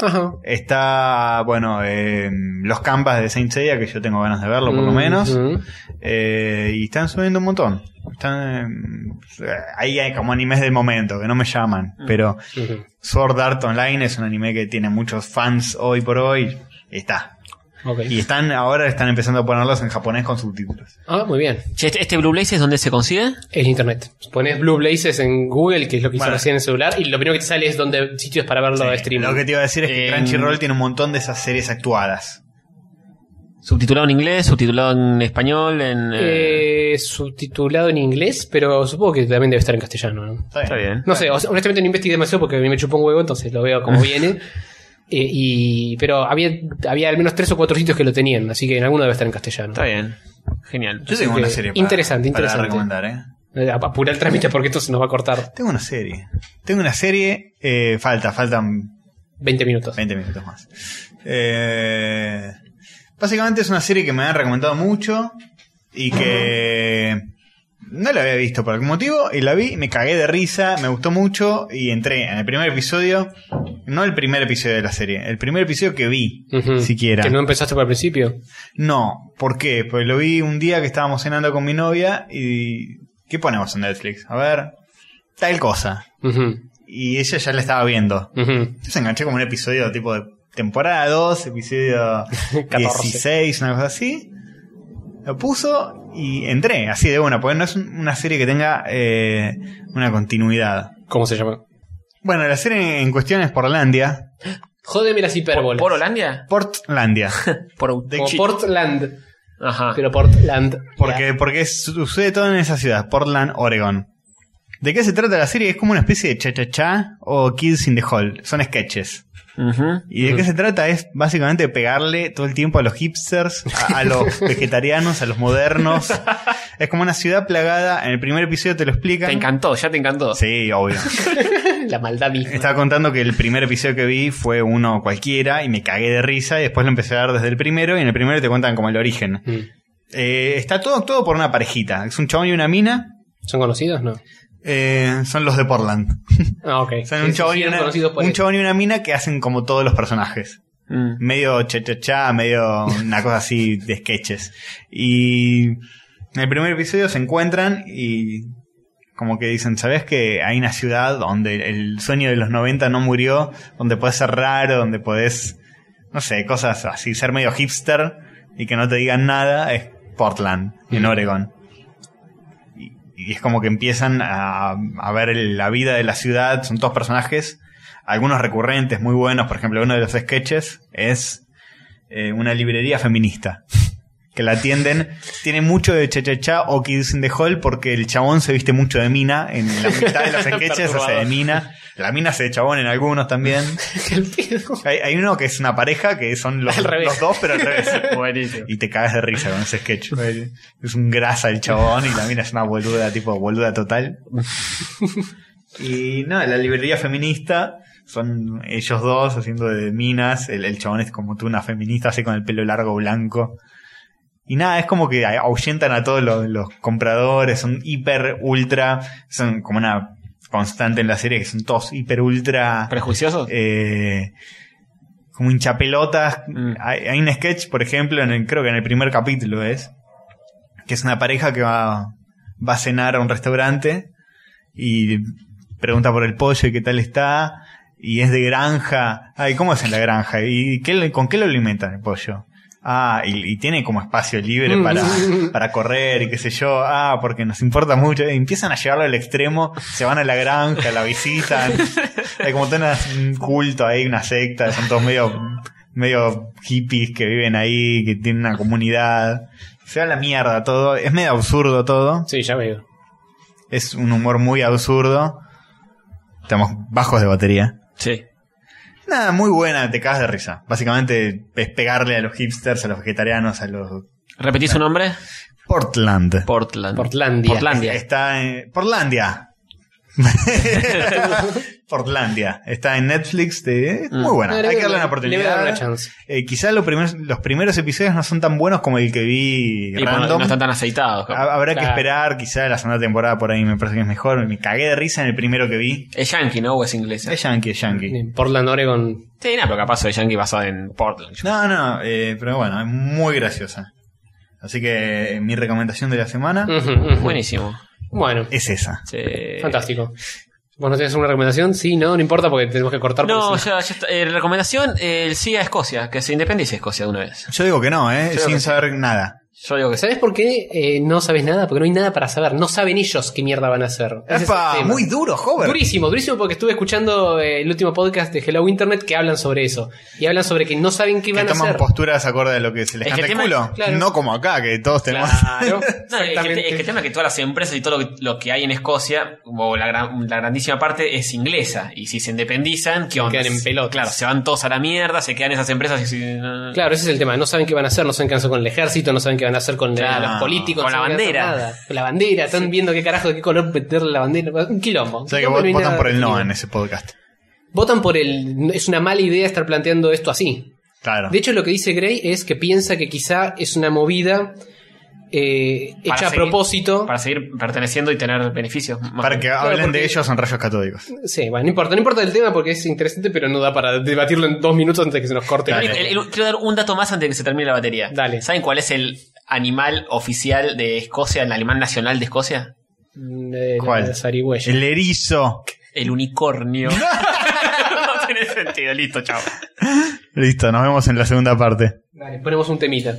Speaker 4: Ajá.
Speaker 3: está, bueno, eh, Los Campas de Saint Seiya, que yo tengo ganas de verlo por lo
Speaker 4: Mm,
Speaker 3: menos,
Speaker 4: mm.
Speaker 3: eh, y están subiendo un montón. Están, eh, ahí hay como animes del momento, que no me llaman, pero
Speaker 4: Ujú.
Speaker 3: Sword Art Online es un anime que tiene muchos fans hoy por hoy, está.
Speaker 4: Ok.
Speaker 3: Y están, ahora están empezando a ponerlos en japonés con subtítulos.
Speaker 4: Ah, muy bien.
Speaker 2: Che, este, este Blue Blazes dónde se consigue?
Speaker 4: El internet. Pones Blue Blazes en Google, que es lo que hice
Speaker 3: Bueno.
Speaker 4: recién en el celular, y lo primero que te sale es donde sitios para verlo de streaming.
Speaker 3: Lo que te iba a decir es que
Speaker 2: Eh,
Speaker 3: Crunchyroll tiene un montón de esas series actuadas.
Speaker 2: Subtitulado en inglés, subtitulado en español, en... eh,
Speaker 4: Eh, subtitulado en inglés, pero supongo que también debe estar en castellano. ¿no?
Speaker 2: Está bien.
Speaker 4: No sé, o sea, honestamente no investigué demasiado porque a mí me chupó un huevo, entonces lo
Speaker 3: (laughs)
Speaker 4: veo como viene. Eh, y, pero había, había al menos tres o cuatro sitios que lo tenían, así que en alguno debe estar en castellano.
Speaker 2: Está bien. Genial.
Speaker 3: Yo tengo una
Speaker 4: que-
Speaker 3: serie para,
Speaker 4: interesante,
Speaker 3: para
Speaker 4: interesante.
Speaker 3: recomendar, ¿eh?
Speaker 4: Eh, Apurar el trámite porque esto se nos va a cortar
Speaker 3: Tengo una serie. Tengo una serie. eh, falta, faltan
Speaker 4: 20 minutos.
Speaker 3: 20 minutos más. Eh, básicamente es una serie que me han recomendado mucho y que no la había visto por algún motivo y la vi, me cagué de risa, me gustó mucho y entré en el primer episodio, no el primer episodio de la serie, el primer episodio que vi
Speaker 4: Ujú.
Speaker 3: siquiera.
Speaker 4: Que no empezaste por el principio.
Speaker 3: No, ¿por qué? Pues lo vi un día que estábamos cenando con mi novia y ¿qué ponemos en Netflix? A ver, tal cosa.
Speaker 4: Ujú,
Speaker 3: Y ella ya la estaba viendo.
Speaker 4: ujú.
Speaker 3: Yo se enganché como un episodio tipo de temporada 2, episodio 16, una cosa así. Lo puso y entré, así de una, porque no es un- una serie que tenga eh, una continuidad.
Speaker 4: ¿Cómo se llama?
Speaker 3: Bueno, la serie en cuestión es Portlandia.
Speaker 4: Jódeme las
Speaker 2: ¿Por,
Speaker 4: hipérboles.
Speaker 2: por Hollandia?
Speaker 3: Portlandia.
Speaker 2: Por...
Speaker 3: De
Speaker 4: Como
Speaker 3: chi-
Speaker 4: Portland.
Speaker 2: Ajá.
Speaker 4: Pero Portland.
Speaker 3: porque porque sucede todo en esa ciudad, Portland, Oregon. ¿De qué se trata la serie? Es como una especie de cha-cha-cha o Kids in the Hall. Son sketches.
Speaker 2: Ujú.
Speaker 3: ¿Y de qué se trata? Es básicamente pegarle todo el tiempo a los hipsters, a,
Speaker 2: (laughs)
Speaker 3: a los vegetarianos, a los modernos. Es como una ciudad plagada. En el primer episodio te lo explican.
Speaker 2: Te encantó, ya te encantó.
Speaker 3: Sí, obvio.
Speaker 4: Ya. (laughs) La maldad
Speaker 3: (laughs)
Speaker 4: misma.
Speaker 3: Estaba contando que el primer episodio que vi fue uno cualquiera y me cagué de risa y después lo empecé a ver desde el primero y en el primero te cuentan como el origen.
Speaker 4: Mm.
Speaker 3: Eh, está todo actuado por una parejita. Es un chabón y una mina.
Speaker 4: ¿Son conocidos? No.
Speaker 3: Eh, son los de Portland.
Speaker 4: Ah, ok.
Speaker 3: Son
Speaker 4: Sí,
Speaker 3: un
Speaker 4: sí,
Speaker 3: chabón,
Speaker 4: sí,
Speaker 3: y
Speaker 4: eran
Speaker 3: una,
Speaker 4: conocidos por
Speaker 3: un
Speaker 4: él.
Speaker 3: chabón y una mina que hacen como todos los personajes.
Speaker 2: Mm.
Speaker 3: medio cha-cha-cha, medio una cosa así de sketches. Y en el primer episodio se encuentran y como que dicen, ¿sabes que hay una ciudad donde el sueño de los 90 no murió? Donde podés ser raro, donde podés, no sé, cosas así, ser medio hipster y que no te digan nada, es Portland, en
Speaker 4: Mm.
Speaker 3: Oregon. Y- Y es como que empiezan a, a ver el- la vida de la ciudad, son todos personajes, algunos recurrentes muy buenos, por ejemplo, uno de los sketches es eh, una librería feminista. Que la atienden, tiene mucho de cha cha cha o Kids in the Hall porque el chabón se viste mucho de mina. En la mitad
Speaker 4: (laughs)
Speaker 3: de los sketches hace de
Speaker 4: Perturbador.
Speaker 3: mina. La mina hace de chabón en algunos también.
Speaker 4: (laughs) El pedo.
Speaker 3: Hay, hay uno que es una pareja que son los,
Speaker 4: Al revés.
Speaker 3: los dos, pero al
Speaker 4: (laughs)
Speaker 3: revés.
Speaker 2: Buenísimo.
Speaker 3: (laughs) Y te cagas de risa con ese sketch. Es un grasa el chabón y la mina es una boluda, tipo boluda total. Y no, la librería feminista son ellos dos haciendo de minas. El, el chabón es como tú, una feminista así con el pelo largo blanco. Y nada, es como que ahuyentan a todos los, los compradores, son hiper, ultra, son como una constante en la serie que son todos hiper, ultra
Speaker 2: ¿Prejuiciosos?
Speaker 3: eh, como hinchapelotas.
Speaker 2: Mm.
Speaker 3: Hay, hay un sketch, por ejemplo, en el, creo que en el primer capítulo es, que es una pareja que va, va a cenar a un restaurante y pregunta por el pollo y qué tal está. Y es de granja. Ay, ¿cómo es en la granja? ¿Y qué le- con qué lo alimentan el pollo? Ah, y, y tiene como espacio libre
Speaker 4: Mm.
Speaker 3: para, para correr y qué sé yo. Ah, porque nos importa mucho. Y empiezan a llevarlo al extremo, se van a la granja, la visitan. Hay como todo una- un culto ahí, una secta, son todos medio, medio hippies que viven ahí, que tienen una comunidad. Se va a la mierda todo, es medio absurdo todo.
Speaker 4: Sí, ya veo.
Speaker 3: Es un humor muy absurdo. Estamos bajos de batería.
Speaker 2: Sí.
Speaker 3: Nada, muy buena, te cagas de risa. Básicamente es pegarle a los hipsters, a los vegetarianos, a los...
Speaker 2: ¿Repetí su nombre?
Speaker 3: Portland.
Speaker 2: Portland.
Speaker 4: Portlandia.
Speaker 2: Portlandia.
Speaker 3: Está en... Portlandia. (laughs) Portlandia. Está en Netflix. De... Muy buena.
Speaker 4: Ah, le
Speaker 3: Hay
Speaker 4: voy
Speaker 3: que
Speaker 4: a
Speaker 3: darle
Speaker 4: dar-
Speaker 3: una
Speaker 4: le voy a dar una
Speaker 3: oportunidad.
Speaker 4: chance.
Speaker 3: Eh, quizás los primeros, los primeros episodios no son tan buenos como el que vi
Speaker 2: Y bueno,
Speaker 3: random. Ah,
Speaker 2: no están tan aceitados. capaz.
Speaker 3: Ha- Habrá que
Speaker 4: Claro.
Speaker 3: esperar, quizás la segunda temporada por ahí me parece que es mejor. Me cagué de risa en el primero que vi.
Speaker 2: Es yankee, ¿no? O es inglesa.
Speaker 3: Es Yankee, es Yankee.
Speaker 4: En Portland, Oregon.
Speaker 2: Sí, no, pero capaz soy yankee basado en Portland.
Speaker 3: No, no, eh, pero bueno, es muy graciosa. Así que eh, mi recomendación de la semana
Speaker 4: Ujú, ujú.
Speaker 2: Buenísimo. Eh,
Speaker 4: Bueno,
Speaker 3: es esa.
Speaker 2: Sí.
Speaker 4: fantástico. ¿Vos no tenés alguna recomendación? Sí, no, no importa porque tenemos que cortar.
Speaker 2: No,
Speaker 4: porque si
Speaker 2: ya, ya está. Eh, recomendación, el sí a Escocia, que se independice Escocia de una vez.
Speaker 3: Yo digo que no,
Speaker 2: Yo
Speaker 3: ¿eh?
Speaker 2: creo
Speaker 3: sin
Speaker 2: que sí.
Speaker 3: saber nada.
Speaker 4: Yo digo que, ¿sabes por qué eh, no sabes nada? Porque no hay nada para saber. No saben ellos qué mierda van a hacer. Ese es el
Speaker 3: Epa,
Speaker 4: tema.
Speaker 3: muy duro, joven.
Speaker 4: Durísimo, durísimo porque estuve escuchando eh, el último podcast de Hello Internet que hablan sobre eso. Y hablan sobre que no saben qué
Speaker 3: Que
Speaker 4: van a
Speaker 3: toman
Speaker 4: hacer.
Speaker 3: posturas acorde a lo que se les
Speaker 2: Es que
Speaker 3: canta
Speaker 2: el
Speaker 3: el
Speaker 2: tema-
Speaker 3: culo.
Speaker 4: claro.
Speaker 3: No como acá, que todos tenemos. (laughs)
Speaker 4: (laughs)
Speaker 2: No, es,
Speaker 4: Claro,
Speaker 2: que,
Speaker 4: exactamente.
Speaker 2: es que el tema es que todas las empresas y todo lo que, lo que hay en Escocia, o la, gran- la grandísima parte, es inglesa. Y si se independizan, ¿qué onda?
Speaker 4: quedan en pelotas.
Speaker 2: Claro, se van todos a la mierda, se quedan esas empresas y si-
Speaker 4: Claro, ese es el tema. No saben qué van a hacer, no saben qué van a hacer con el ejército, no saben qué van a hacer con eh,
Speaker 2: Claro,
Speaker 4: los políticos.
Speaker 2: con
Speaker 4: no
Speaker 2: la
Speaker 4: saben qué van a hacer
Speaker 2: bandera.
Speaker 4: nada. Con la bandera, están viendo qué carajo, de qué color meterle la bandera. Un quilombo.
Speaker 3: O sea que
Speaker 4: No,
Speaker 3: vos-
Speaker 4: no hay
Speaker 3: votan
Speaker 4: nada
Speaker 3: por el no
Speaker 4: definido.
Speaker 3: en ese podcast.
Speaker 4: Votan por el... Es una mala idea estar planteando esto así.
Speaker 3: Claro.
Speaker 4: De hecho, lo que dice Gray es que piensa que quizá es una movida eh,
Speaker 2: Para
Speaker 4: hecha a
Speaker 2: seguir-
Speaker 4: propósito.
Speaker 2: Para seguir perteneciendo y tener beneficios. más
Speaker 3: Para que hablen
Speaker 4: porque-
Speaker 3: de ellos en rayos catódicos.
Speaker 4: Sí, bueno, no importa, no importa el tema porque es interesante, pero no da para debatirlo en dos minutos antes de que se nos corte. Eh,
Speaker 2: El
Speaker 3: Dale.
Speaker 2: único- el- el- quiero dar un dato más antes de que se termine la batería.
Speaker 4: Dale.
Speaker 2: ¿Saben cuál es el animal oficial de Escocia, el animal nacional de Escocia?
Speaker 4: Eh, la
Speaker 3: ¿Cuál?
Speaker 4: zarigüeya.
Speaker 3: El erizo.
Speaker 2: El
Speaker 3: (laughs)
Speaker 2: unicornio. (laughs) no tiene sentido, listo, chao.
Speaker 3: Listo, nos vemos en la segunda parte.
Speaker 4: Dale, ponemos un temita.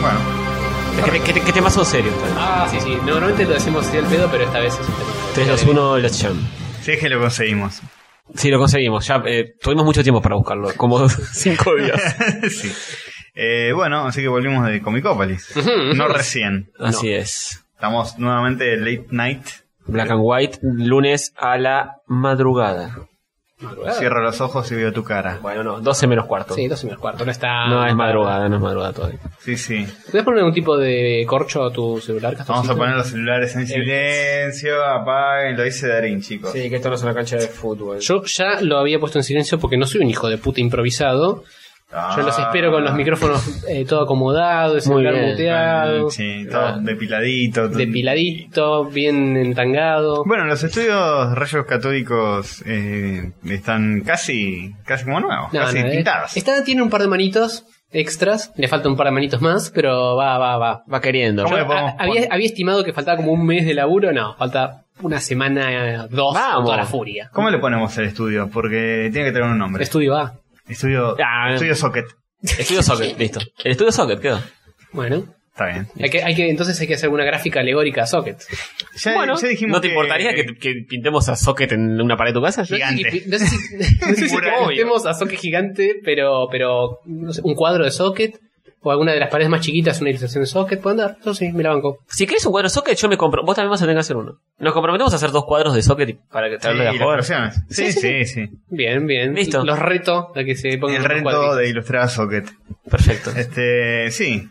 Speaker 3: Bueno,
Speaker 2: ¿Qué, qué, qué temazo serio?
Speaker 4: Ah, sí, sí. Normalmente lo decimos así al pedo, pero esta vez es un temita.
Speaker 2: 3, 2, 1, Let's Jam.
Speaker 3: si es que lo conseguimos. (laughs)
Speaker 2: Sí, lo conseguimos. Ya eh, tuvimos mucho tiempo para buscarlo, (laughs) como 5 días.
Speaker 3: sí. Eh, bueno, así que volvimos de Comicopolis. no recién.
Speaker 2: (laughs) Así es.
Speaker 3: Estamos nuevamente late night.
Speaker 2: Black and White, lunes a la madrugada.
Speaker 3: Cierro los ojos y veo tu cara.
Speaker 2: Bueno, no, 12 menos cuarto.
Speaker 4: Sí, 12 menos cuarto, no está.
Speaker 2: No es madrugada, no es madrugada todavía.
Speaker 3: Sí, sí.
Speaker 4: ¿Puedes poner algún tipo de corcho a tu celular?
Speaker 3: Vamos
Speaker 4: Castorcito?
Speaker 3: a poner los celulares en silencio, apaguen, lo dice Darín, chicos.
Speaker 2: Sí, que esto no es una cancha de fútbol.
Speaker 4: Yo ya lo había puesto en silencio porque no soy un hijo de puta improvisado.
Speaker 3: Ah.
Speaker 4: Yo los espero con los micrófonos eh, todo acomodado,
Speaker 2: Muy
Speaker 4: el celular
Speaker 2: bien.
Speaker 4: muteado,
Speaker 3: Sí, todo depiladito. todo-
Speaker 4: depiladito, bien entangado.
Speaker 3: Bueno, los estudios rayos catódicos eh, están casi, casi como nuevos,
Speaker 4: No,
Speaker 3: casi
Speaker 4: no, eh.
Speaker 3: pintados.
Speaker 4: Esta tiene un par de manitos extras, le falta un par de manitos más, pero va, va, va.
Speaker 2: Va queriendo.
Speaker 3: ¿Cómo
Speaker 4: Yo
Speaker 3: le podemos
Speaker 4: ha- había,
Speaker 3: poner?
Speaker 4: había estimado que faltaba como un mes de laburo, no, falta una semana, eh, dos,
Speaker 2: Vamos.
Speaker 4: toda la furia.
Speaker 3: ¿Cómo le ponemos el estudio? Porque tiene que tener un nombre.
Speaker 4: Estudio A.
Speaker 3: Estudio,
Speaker 2: Ah.
Speaker 3: estudio Socket.
Speaker 2: Estudio (laughs) Socket, listo. El estudio Socket quedó.
Speaker 4: Bueno,
Speaker 3: Está bien.
Speaker 4: hay que, hay que, entonces hay que hacer una gráfica alegórica a Socket.
Speaker 3: Ya, ya dijimos
Speaker 2: ¿no te
Speaker 3: que-
Speaker 2: importaría que, que pintemos a Socket en una pared de tu casa?
Speaker 3: Sí. Gigante.
Speaker 4: No sé si, (laughs) no sé si
Speaker 3: Mural.
Speaker 4: contemos a Socket gigante, pero, pero no sé, un cuadro de Socket o alguna de las paredes más chiquitas, una ilustración de Socket, puede andar. Yo sí, me la banco.
Speaker 2: Si querés un cuadro Socket, yo me compro. Vos también vas a tener que hacer uno. Nos comprometemos a hacer dos cuadros de Socket y- para que
Speaker 3: Sí,
Speaker 2: te hable de
Speaker 3: las
Speaker 2: jugar.
Speaker 3: versiones. Sí, sí, sí.
Speaker 4: Bien, bien.
Speaker 2: Listo.
Speaker 4: Los reto a que se pongan
Speaker 3: El
Speaker 4: los
Speaker 3: reto
Speaker 4: cuadritos.
Speaker 3: de ilustrar a Socket.
Speaker 2: (laughs) Perfecto.
Speaker 3: Este, sí.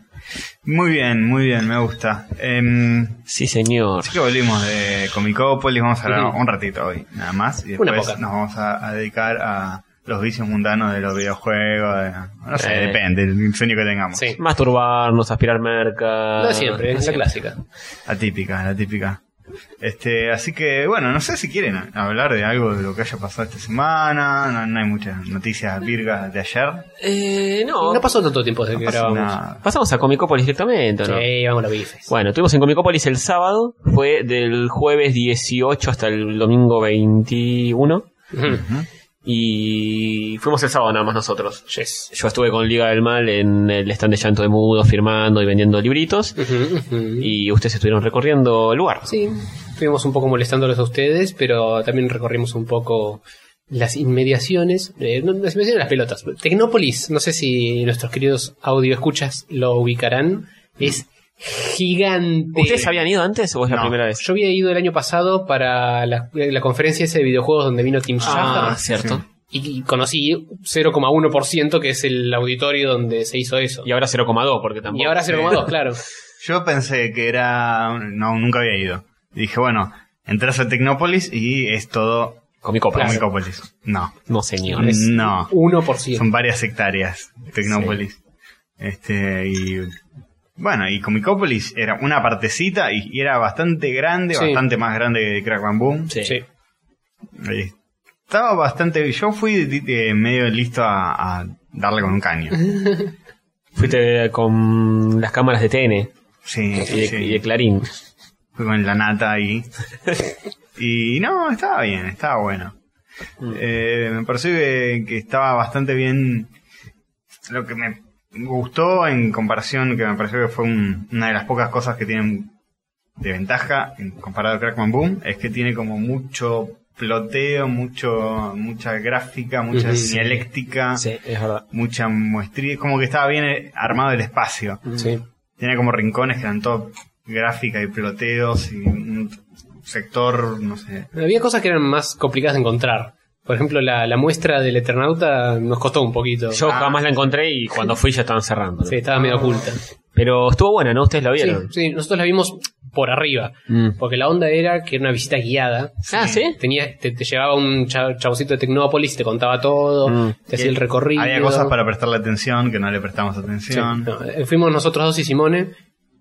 Speaker 3: Muy bien, muy bien, me gusta. Em,
Speaker 2: Sí, señor.
Speaker 3: Así que volvimos de Comicópolis, vamos a hablar
Speaker 4: Ujú.
Speaker 3: un ratito hoy, nada más, y
Speaker 4: Una
Speaker 3: después nos
Speaker 4: poca.
Speaker 3: vamos a, a dedicar a los vicios mundanos de los videojuegos, de- no sé,
Speaker 2: Eh.
Speaker 3: depende del sueño que tengamos.
Speaker 4: Sí.
Speaker 2: Masturbarnos, aspirar merca.
Speaker 4: Lo de siempre, es la
Speaker 2: Siempre.
Speaker 4: clásica.
Speaker 3: La típica, la típica. Este, así que bueno, no sé si quieren a- hablar de algo de lo que haya pasado esta semana, no, no hay muchas noticias virgas de ayer.
Speaker 2: Eh, no.
Speaker 4: No pasó tanto tiempo desde que
Speaker 3: Pasa
Speaker 4: grabamos.
Speaker 3: nada.
Speaker 2: Pasamos a Comicopolis directamente, ¿o no?
Speaker 4: Sí, vamos a los bifes.
Speaker 2: Bueno, estuvimos en Comicopolis el sábado, fue del jueves 18 hasta el domingo 21
Speaker 4: Ujú.
Speaker 2: y fuimos el sábado nada más nosotros. Yo estuve con Liga del Mal en el stand de llanto de mudo firmando y vendiendo libritos
Speaker 4: Ujú, ujú.
Speaker 2: y ustedes estuvieron recorriendo el lugar.
Speaker 4: Sí, estuvimos un poco molestándolos a ustedes, pero también recorrimos un poco las inmediaciones, eh, no, las inmediaciones de las pelotas. Tecnópolis, no sé si nuestros queridos audio escuchas lo ubicarán, es gigante.
Speaker 2: ¿Ustedes habían ido antes o es la
Speaker 3: No.
Speaker 2: primera vez?
Speaker 4: Yo había ido el año pasado para la, eh, la conferencia esa de videojuegos donde vino Tim Schafer
Speaker 2: cierto.
Speaker 4: y conocí 0,1% que es el auditorio donde se hizo eso.
Speaker 2: Y ahora 0,2 porque tampoco.
Speaker 4: Y ahora 0,2, claro.
Speaker 2: (laughs)
Speaker 3: Yo pensé que era, un- no, nunca había ido. Y dije, bueno, entras a Tecnópolis y es todo
Speaker 2: Comicopolis.
Speaker 3: Comicópolis. No.
Speaker 2: No, señor. es-
Speaker 3: No.
Speaker 4: 1%.
Speaker 3: Son varias hectáreas, Tecnópolis. Este, y. Bueno, y Comicópolis era una partecita y, y era bastante grande,
Speaker 4: Sí.
Speaker 3: bastante más grande que Crack Bam Boom.
Speaker 2: Sí.
Speaker 4: Sí.
Speaker 3: Eh, Estaba bastante. Yo fui di- eh, medio listo a, a darle con un caño.
Speaker 2: Ah.
Speaker 4: Mm.
Speaker 2: Fuiste con las cámaras de TN
Speaker 3: Sí,
Speaker 2: y de,
Speaker 3: sí.
Speaker 2: y de Clarín.
Speaker 3: Fui con la nata ahí. y no, estaba bien, estaba bueno. Eh, me pareció que, que estaba bastante bien. Lo que me gustó en comparación, que me pareció que fue un- una de las pocas cosas que tienen de ventaja en comparado a Crackman Boom, es que tiene como mucho ploteo, mucho mucha gráfica, mucha
Speaker 4: Ujú.
Speaker 3: dialéctica,
Speaker 2: Sí, es verdad.
Speaker 3: mucha muestría. Como que estaba bien eh, armado el espacio.
Speaker 4: Sí.
Speaker 3: Tiene como rincones que eran todo gráfica y peloteos y un sector, no sé.
Speaker 4: Había cosas que eran más complicadas de encontrar. Por ejemplo, la, la muestra del Eternauta nos costó un poquito.
Speaker 2: Yo
Speaker 3: Ah.
Speaker 2: jamás la encontré y cuando fui ya estaban cerrando.
Speaker 4: Sí, estaba medio oculta.
Speaker 2: Pero estuvo buena, ¿no? Ustedes la
Speaker 4: Sí,
Speaker 2: vieron.
Speaker 4: sí, nosotros la vimos por arriba.
Speaker 2: Mm.
Speaker 4: Porque la onda era que era una visita guiada.
Speaker 2: Ah, ¿sí?
Speaker 4: Tenía, te, te llevaba un cha- chaboncito de Tecnópolis, te contaba todo,
Speaker 2: Mm.
Speaker 4: te hacía el recorrido.
Speaker 3: Había cosas para prestarle atención que no le prestamos
Speaker 4: Sí,
Speaker 3: atención.
Speaker 4: no, eh, fuimos nosotros dos y Simone.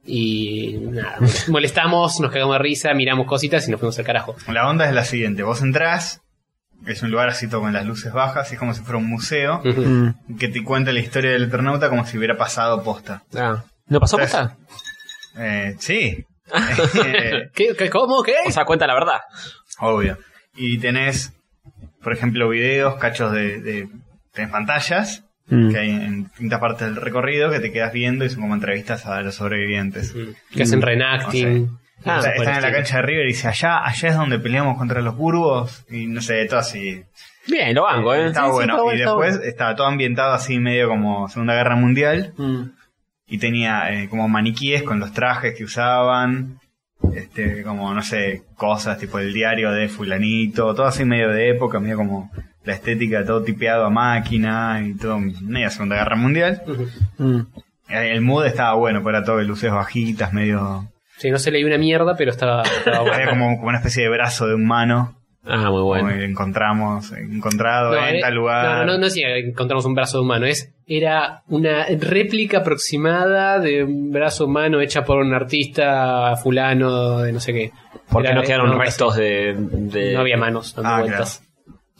Speaker 4: Y nada, (laughs) molestamos, nos cagamos de risa, miramos cositas y nos fuimos al carajo.
Speaker 3: La onda es la siguiente: vos entrás, es un lugar así todo con las luces bajas, y es como si fuera un museo
Speaker 4: Ujú.
Speaker 3: que te cuenta la historia del Eternauta como si hubiera pasado posta.
Speaker 2: Ah. ¿No pasó
Speaker 3: Tres.
Speaker 2: posta?
Speaker 3: Eh,
Speaker 4: (laughs)
Speaker 3: sí. Eh,
Speaker 4: ¿Qué, qué- cómo? ¿Qué?
Speaker 2: O sea, cuenta la verdad.
Speaker 3: Obvio. Y tenés, por ejemplo, videos, cachos de, de- tenés pantallas
Speaker 2: Mm.
Speaker 3: que hay en distintas partes del recorrido que te quedas viendo y son como entrevistas a los sobrevivientes.
Speaker 4: que
Speaker 3: mm,
Speaker 4: hacen renacting.
Speaker 2: Ah,
Speaker 3: O sea,
Speaker 4: cosas por
Speaker 3: están
Speaker 4: el
Speaker 3: en la
Speaker 4: estilo.
Speaker 3: cancha de River y dice allá, allá es donde peleamos contra los burgos y no sé, todo así.
Speaker 2: Bien, lo banco, ¿eh?
Speaker 3: Estaba
Speaker 4: sí,
Speaker 3: bueno.
Speaker 4: está bueno,
Speaker 3: y
Speaker 4: está
Speaker 3: después
Speaker 4: bueno.
Speaker 3: estaba todo ambientado así medio como Segunda Guerra Mundial
Speaker 2: Mm.
Speaker 3: y tenía eh, como maniquíes con los trajes que usaban, este, como no sé, cosas tipo el diario de fulanito, todo así medio de época, medio como la estética todo tipeado a máquina y todo, media Segunda Guerra Mundial. Eh, El mood estaba bueno, para todo, de luces bajitas, medio...
Speaker 4: Sí, no se leía una mierda,
Speaker 2: (laughs)
Speaker 4: pero estaba, estaba bueno.
Speaker 3: Había como, como una especie de brazo de humano,
Speaker 2: Ah, muy
Speaker 3: como
Speaker 2: bueno.
Speaker 3: el encontramos, encontrado
Speaker 4: No,
Speaker 3: en
Speaker 4: eh,
Speaker 3: tal lugar.
Speaker 4: No, no, no, no decía que encontramos un brazo humano. Es, era una réplica aproximada de un brazo humano hecha por un artista fulano de no sé qué.
Speaker 2: Porque
Speaker 4: Era-
Speaker 2: no quedaron
Speaker 4: eh, no,
Speaker 2: restos de. de-
Speaker 4: No había manos dando
Speaker 3: Ah,
Speaker 4: vueltas.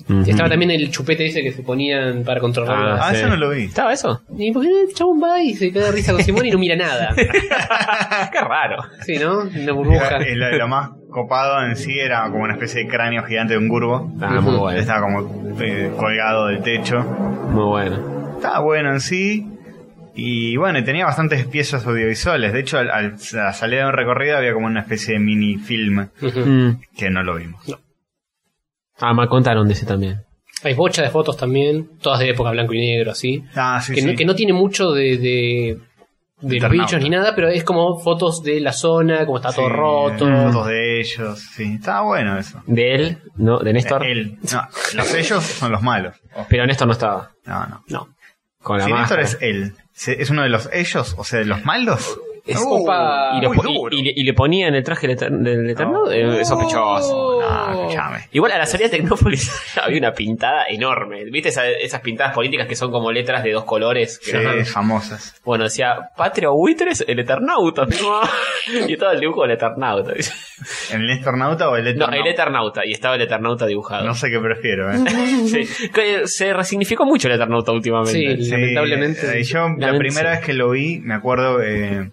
Speaker 2: Ujú.
Speaker 4: Estaba también el chupete ese que se ponían para controlar.
Speaker 2: Ah,
Speaker 4: las-
Speaker 3: Ah, eso
Speaker 2: sí.
Speaker 3: no lo vi.
Speaker 2: ¿Estaba eso?
Speaker 4: Y por qué el chabón va y se queda de risa con Simón y no
Speaker 2: (laughs)
Speaker 4: mira nada.
Speaker 2: Ah, Qué raro.
Speaker 4: Sí, ¿no? Una burbuja.
Speaker 3: Y lo, lo más copado en sí era como una especie de cráneo gigante de un curvo.
Speaker 2: Ah, muy
Speaker 4: Ujú.
Speaker 2: bueno.
Speaker 3: Estaba como eh, colgado del techo.
Speaker 2: Muy bueno.
Speaker 3: Estaba bueno en sí. Y bueno, y tenía bastantes piezas audiovisuales. De hecho, al, al- a la salida de un recorrido había como una especie de mini film
Speaker 4: Ujú.
Speaker 2: Mm.
Speaker 3: que no lo vimos.
Speaker 2: Ah, me contaron de ese también.
Speaker 4: Hay bocha de fotos también, todas de época blanco y negro, así.
Speaker 3: Ah, sí,
Speaker 4: que,
Speaker 3: sí.
Speaker 4: No, que no tiene mucho de, de, de los
Speaker 3: Internauta.
Speaker 4: bichos ni nada, pero es como fotos de la zona, como está todo
Speaker 3: Sí, Mm.
Speaker 4: roto.
Speaker 3: Fotos de ellos, sí. Estaba bueno eso.
Speaker 2: De él, no, de Néstor.
Speaker 3: Él, no, los ellos son los malos.
Speaker 2: Pero Néstor no estaba.
Speaker 3: No, no.
Speaker 4: No.
Speaker 2: Con la
Speaker 3: Si Néstor
Speaker 2: máscara.
Speaker 3: es él, ¿se- ¿es uno de los ellos? O sea, de los malos.
Speaker 2: Es-
Speaker 3: Uh,
Speaker 4: Opa.
Speaker 2: y, lo
Speaker 3: muy
Speaker 2: po-
Speaker 3: duro.
Speaker 2: y- y le- y le ponían el traje del Eter- del Eterno. eh, es sospechoso.
Speaker 3: No, escuchame.
Speaker 2: Igual a la salida de Tecnópolis (laughs) había una pintada enorme. ¿Viste esa- esas pintadas políticas que son como letras de dos colores? Que no-
Speaker 3: Sí, famosas.
Speaker 2: Bueno, decía Patria o Buitres, el
Speaker 3: (laughs)
Speaker 2: Eternauta. firmaba. y estaba el dibujo del Eternauta.
Speaker 3: ¿El Néstor Nauta o el
Speaker 2: No,
Speaker 3: Eternauta?
Speaker 2: el Eternauta. Y estaba el Eternauta dibujado.
Speaker 3: No sé qué prefiero, ¿eh?
Speaker 2: (laughs) Sí. Que eh, Se resignificó mucho el Eternauta últimamente.
Speaker 4: Sí. Lamentablemente.
Speaker 3: eh, yo la
Speaker 2: Lamentablemente.
Speaker 3: primera vez que lo vi, me acuerdo, eh,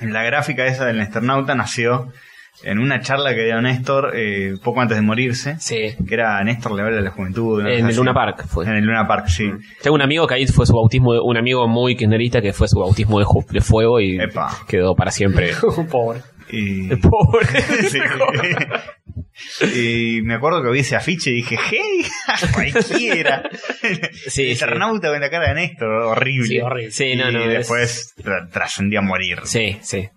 Speaker 3: en la gráfica esa del Nesternauta nació en una charla que dio Néstor eh, poco antes de morirse,
Speaker 2: Sí.
Speaker 3: que era Néstor le habla a la juventud. una
Speaker 2: En
Speaker 3: cosa
Speaker 2: el
Speaker 3: así.
Speaker 2: Luna Park fue. Mm.
Speaker 3: En el Luna Park, sí.
Speaker 2: Tengo un amigo que ahí fue su bautismo, de- un amigo muy kirchnerista que fue su bautismo de, ju- de fuego y
Speaker 3: Epa.
Speaker 2: quedó para
Speaker 3: (laughs)
Speaker 2: siempre.
Speaker 4: (laughs) Pobre.
Speaker 3: Y,
Speaker 2: (laughs) Pobre.
Speaker 3: (laughs) sí. Y me acuerdo que vi ese afiche y dije, ¡Hey! (laughs) cualquiera.
Speaker 2: (laughs) sí.
Speaker 3: Nesternauta con la cara de Néstor, horrible.
Speaker 4: Sí, horrible.
Speaker 2: Sí, no,
Speaker 3: y
Speaker 2: no, es-
Speaker 3: después tra- trascendió a morir.
Speaker 2: Sí, sí.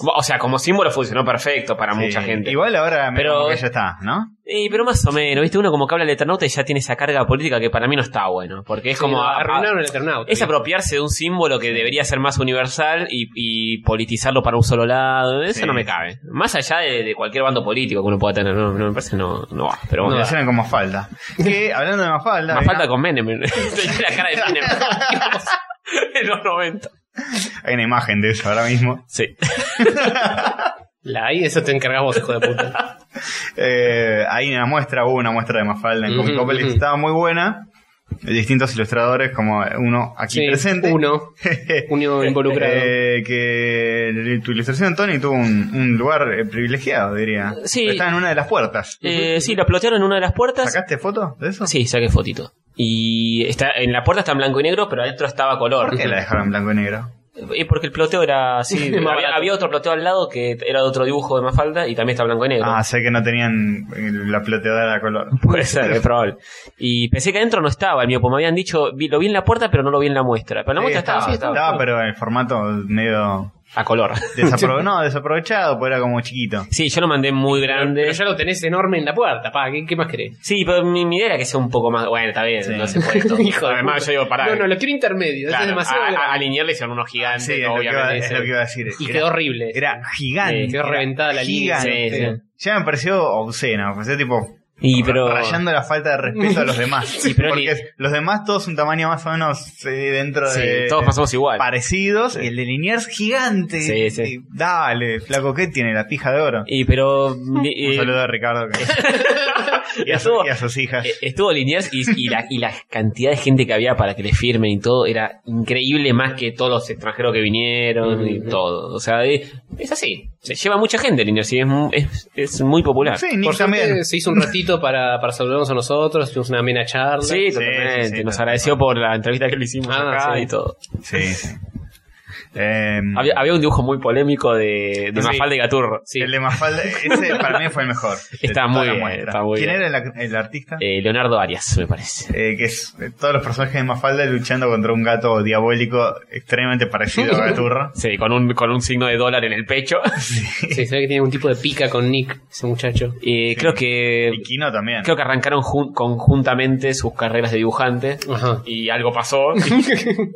Speaker 2: O sea, como símbolo funcionó perfecto para
Speaker 3: Sí.
Speaker 2: mucha gente.
Speaker 3: Igual ahora me
Speaker 2: Pero-
Speaker 3: como que ya está, ¿no?
Speaker 2: Eh, pero más o menos, ¿viste? Uno como que habla del Eternauta y ya tiene esa carga política que para mí no está bueno. Porque es como...
Speaker 4: Sí,
Speaker 2: a- a-
Speaker 4: arruinaron el Eternauta.
Speaker 2: es apropiarse de un símbolo que debería ser más universal y, y politizarlo para un solo lado. Eso
Speaker 3: Sí.
Speaker 2: no me cabe. Más allá de, de cualquier bando político que uno pueda tener. No, no me parece no, no va. Pero
Speaker 3: Lo
Speaker 2: bueno.
Speaker 3: hacen como falta.
Speaker 2: (laughs)
Speaker 3: Que hablando de Mafalda.
Speaker 2: Más
Speaker 3: hay
Speaker 2: falta
Speaker 3: una-
Speaker 2: con Menem. (laughs) Tenía la cara de Menem.
Speaker 3: (laughs)
Speaker 2: (laughs) en los 90.
Speaker 3: Hay una imagen de eso ahora mismo.
Speaker 2: Sí.
Speaker 4: La ahí, eso te encargas vos, hijo de
Speaker 3: (laughs)
Speaker 4: puta.
Speaker 3: Eh, hay una muestra, hubo una muestra de Mafalda en
Speaker 4: Ujú,
Speaker 3: Comicopolis.
Speaker 4: ujú.
Speaker 3: Estaba muy buena. Distintos ilustradores, como uno aquí
Speaker 4: Sí,
Speaker 3: presente. (laughs)
Speaker 4: uno, uno involucrado.
Speaker 3: Eh, que tu ilustración, Tony, tuvo un, un lugar eh, privilegiado, diría.
Speaker 2: Sí.
Speaker 3: Está en una de las puertas.
Speaker 2: Eh, sí, lo plotearon en una de las puertas.
Speaker 3: ¿Sacaste foto de eso?
Speaker 2: Sí, saqué fotito. Y está, en la puerta está en blanco y negro, pero adentro estaba color.
Speaker 3: ¿Por qué la dejaron en blanco y negro?
Speaker 2: Eh, porque el ploteo era así. había,
Speaker 4: Más barato.
Speaker 2: había otro ploteo al lado que era de otro dibujo de Mafalda y también está blanco y negro.
Speaker 3: Ah, sé que no tenían eh, la plateadora de color.
Speaker 2: (laughs) Puede ser, es probable. Y pensé que adentro no estaba el mío, porque me habían dicho, vi- lo vi en la puerta, pero no lo vi en la muestra. Pero en la
Speaker 3: Sí,
Speaker 2: muestra estaba, estaba,
Speaker 3: estaba, pero en el formato medio
Speaker 2: a color. (laughs)
Speaker 3: Desapro- no, desaprovechado, pues era como chiquito.
Speaker 2: Sí, yo lo mandé muy grande.
Speaker 4: Pero ya lo tenés enorme en la puerta, pa, ¿qué, qué más querés?
Speaker 2: Sí, pero mi, mi idea era que sea un poco más. Bueno, está bien,
Speaker 3: Sí.
Speaker 2: no se puede. todo.
Speaker 4: Hijo de
Speaker 2: Además,
Speaker 4: puta.
Speaker 2: yo digo, pará.
Speaker 4: No, no, lo quiero intermedio,
Speaker 2: claro,
Speaker 4: es demasiado
Speaker 3: Ah,
Speaker 2: a- a-
Speaker 4: grande.
Speaker 2: alinearle hicieron unos gigantes,
Speaker 3: Sí, es lo, que iba,
Speaker 2: obviamente.
Speaker 3: es lo que iba a decir.
Speaker 4: Y
Speaker 3: Era-
Speaker 4: quedó horrible.
Speaker 3: Era gigante.
Speaker 4: Sí, quedó
Speaker 3: era
Speaker 4: reventada la línea.
Speaker 3: gigante.
Speaker 2: Sí, sí.
Speaker 3: Ya me pareció obscena, me pareció tipo
Speaker 2: Y pero.
Speaker 3: rayando la falta de respeto a los demás.
Speaker 2: (laughs) pero
Speaker 3: porque
Speaker 2: ni-
Speaker 3: los demás todos un tamaño más o menos eh, dentro
Speaker 2: Sí,
Speaker 3: de
Speaker 2: todos pasamos igual.
Speaker 3: parecidos y el de Liniers gigante.
Speaker 2: Sí, sí.
Speaker 3: Y dale, flaco, ¿qué tiene? La pija de oro.
Speaker 2: Y pero.
Speaker 3: un
Speaker 2: eh,
Speaker 3: saludo a Ricardo
Speaker 2: (laughs)
Speaker 3: que- y, a su-
Speaker 2: Estuvo-
Speaker 3: y a sus hijas.
Speaker 2: eh, Estuvo Liniers y, y la, y la cantidad de gente que había para que le firmen y todo era increíble, más que todos los extranjeros que vinieron y
Speaker 4: Ujú.
Speaker 2: todo. O sea, eh, es así. Se lleva mucha gente Liniers y es, mu- es, es muy popular.
Speaker 3: sí, Nick
Speaker 4: Por suerte
Speaker 3: también.
Speaker 4: se hizo
Speaker 3: (laughs)
Speaker 4: un ratito para, para saludarnos a nosotros, tuvimos una amena charla.
Speaker 2: Sí,
Speaker 3: sí,
Speaker 2: totalmente.
Speaker 3: sí,
Speaker 2: Nos
Speaker 3: totalmente. Mm.
Speaker 2: agradeció por la entrevista que le hicimos
Speaker 4: Ah,
Speaker 2: acá
Speaker 4: sí.
Speaker 2: y todo.
Speaker 3: Sí, sí. Eh,
Speaker 2: Había, había un dibujo muy polémico de, de
Speaker 3: Sí.
Speaker 2: Mafalda y Gaturro. Sí.
Speaker 3: El de Mafalda, ese para mí fue el mejor. De
Speaker 2: (laughs) Está
Speaker 3: toda
Speaker 2: muy
Speaker 3: la
Speaker 2: bien,
Speaker 3: muestra.
Speaker 2: está muy
Speaker 3: ¿Quién
Speaker 2: bien.
Speaker 3: era el, el artista?
Speaker 2: Eh, Leonardo Arias, me parece.
Speaker 3: Eh, que es eh, todos los personajes de Mafalda luchando contra un gato diabólico extremadamente parecido a
Speaker 2: (laughs)
Speaker 3: Gaturro.
Speaker 2: Sí, con un, con un signo de dólar en el pecho. (laughs)
Speaker 4: Sí, se ve que tiene un tipo de pica con Nick, ese muchacho.
Speaker 2: Eh, Creo que.
Speaker 3: Y Kino también.
Speaker 2: Creo que arrancaron jun- conjuntamente sus carreras de dibujante.
Speaker 4: Ajá.
Speaker 2: Y algo
Speaker 3: (laughs)
Speaker 2: pasó.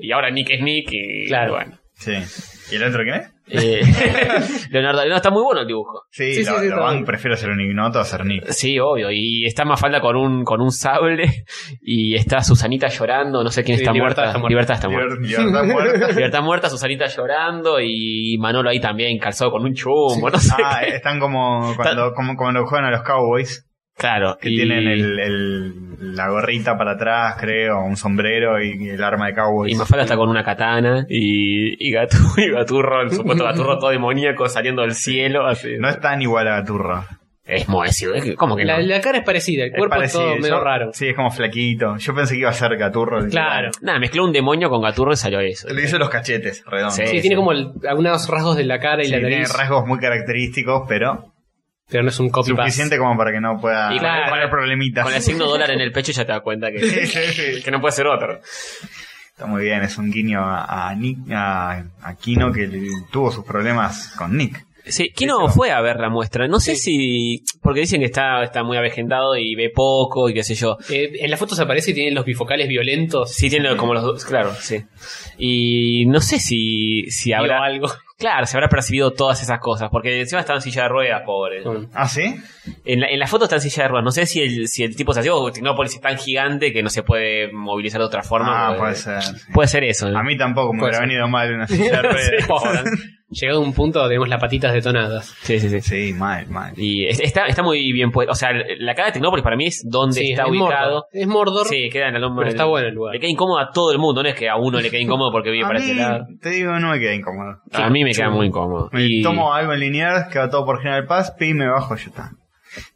Speaker 2: y ahora Nick es Nick. Y
Speaker 4: Claro.
Speaker 2: bueno.
Speaker 3: Sí. ¿Y el otro quién es?
Speaker 2: (laughs) Eh, Leonardo, no, está muy bueno el dibujo.
Speaker 3: Sí,
Speaker 4: Sí,
Speaker 3: lo,
Speaker 4: sí, sí,
Speaker 3: lo
Speaker 4: está
Speaker 3: van-
Speaker 4: bien.
Speaker 3: prefiero ser un ignoto a ser Nick.
Speaker 2: Sí, obvio. Y está Mafalda con un, con un sable. Y está Susanita llorando. No sé quién
Speaker 4: Sí,
Speaker 2: está,
Speaker 4: Libertad
Speaker 2: muerta.
Speaker 4: está muerta.
Speaker 2: Libertad está muerta. (laughs)
Speaker 3: Liber- Libertad muerta.
Speaker 2: Libertad muerta, Susanita llorando. Y Manolo ahí también calzado con un chumbo. No sé.
Speaker 3: Ah, están como cuando, como cuando juegan a los Cowboys,
Speaker 2: Claro.
Speaker 3: que
Speaker 2: y-
Speaker 3: tienen el, el- la gorrita para atrás, creo, un sombrero y el arma de
Speaker 2: Y
Speaker 3: Cowboys.
Speaker 2: Mafalda está con una katana y, y, Gatu- y Gaturro, el supuesto Gaturro todo demoníaco saliendo del cielo. Así.
Speaker 3: No es tan igual a Gaturro.
Speaker 2: Es moesio, ¿eh? ¿cómo que no?
Speaker 4: La, la cara es parecida, el
Speaker 3: Es
Speaker 4: cuerpo es,
Speaker 3: parecido,
Speaker 4: todo medio
Speaker 3: yo-
Speaker 4: raro.
Speaker 3: Sí, es como flaquito. Yo pensé que iba a ser Gaturro. el-
Speaker 4: Claro.
Speaker 2: Nada, mezcló un demonio con Gaturro y salió eso.
Speaker 3: Le hizo los cachetes redondos.
Speaker 2: Sí,
Speaker 4: Sí,
Speaker 2: sí.
Speaker 4: tiene como el- algunos rasgos de la cara y
Speaker 3: Sí,
Speaker 4: la
Speaker 3: tiene
Speaker 4: nariz,
Speaker 3: rasgos muy característicos, pero
Speaker 4: pero no es un copy
Speaker 3: suficiente como para que no pueda
Speaker 2: Y con-
Speaker 3: tener
Speaker 2: con el-
Speaker 3: problemitas.
Speaker 2: Con el signo dólar en el pecho ya te das cuenta que,
Speaker 3: (laughs) Sí, sí, sí.
Speaker 2: (laughs) que no puede ser otro.
Speaker 3: Está muy bien, es un guiño a, a Nick, a, a Kino que le- tuvo sus problemas con Nick.
Speaker 2: Sí, Kino fue a ver la muestra. No sé si. Porque dicen que está, está muy avejentado y ve poco y qué sé yo.
Speaker 4: Eh, en la foto se aparece y tiene los bifocales violentos.
Speaker 2: Sí, tiene como los dos, claro, sí. Y no sé si, si
Speaker 4: Vio
Speaker 2: habrá.
Speaker 4: algo.
Speaker 2: Claro, se habrá percibido todas esas cosas. Porque encima estaba en silla de ruedas, pobre.
Speaker 4: Mm.
Speaker 2: (laughs)
Speaker 3: ¿Ah, sí?
Speaker 2: En la, en la foto está en silla de ruedas. No sé si el, si el tipo se hacía. o Tecnópolis es tan gigante que no se puede movilizar de otra forma.
Speaker 3: ah,
Speaker 2: porque-
Speaker 3: puede ser. sí.
Speaker 2: Puede ser eso. ¿no?
Speaker 3: A mí tampoco me
Speaker 4: eh. Puede
Speaker 3: hubiera
Speaker 4: ser.
Speaker 3: venido mal
Speaker 4: (laughs)
Speaker 3: una silla de ruedas.
Speaker 2: Sí, joder.
Speaker 4: Llegado a un punto tenemos las patitas detonadas.
Speaker 2: sí, sí, sí.
Speaker 3: Sí, mal, mal.
Speaker 2: Y es- está, está muy bien puesto. O sea, la cara de Tecnópolis para mí es donde
Speaker 4: Sí,
Speaker 2: está
Speaker 4: es
Speaker 2: ubicado.
Speaker 4: Mordor. Es Mordor,
Speaker 2: Sí, queda en la loma
Speaker 4: pero
Speaker 2: del-
Speaker 4: está bueno el lugar.
Speaker 2: Le queda incómodo a todo el mundo, no es que a uno le queda incómodo porque vive
Speaker 3: A
Speaker 2: para
Speaker 3: mí,
Speaker 2: este lado.
Speaker 3: te digo, no me queda incómodo.
Speaker 2: A mí me queda muy incómodo.
Speaker 3: Me
Speaker 2: Y-
Speaker 3: tomo algo en linear, queda todo por General Paz, pi, me bajo, ya está.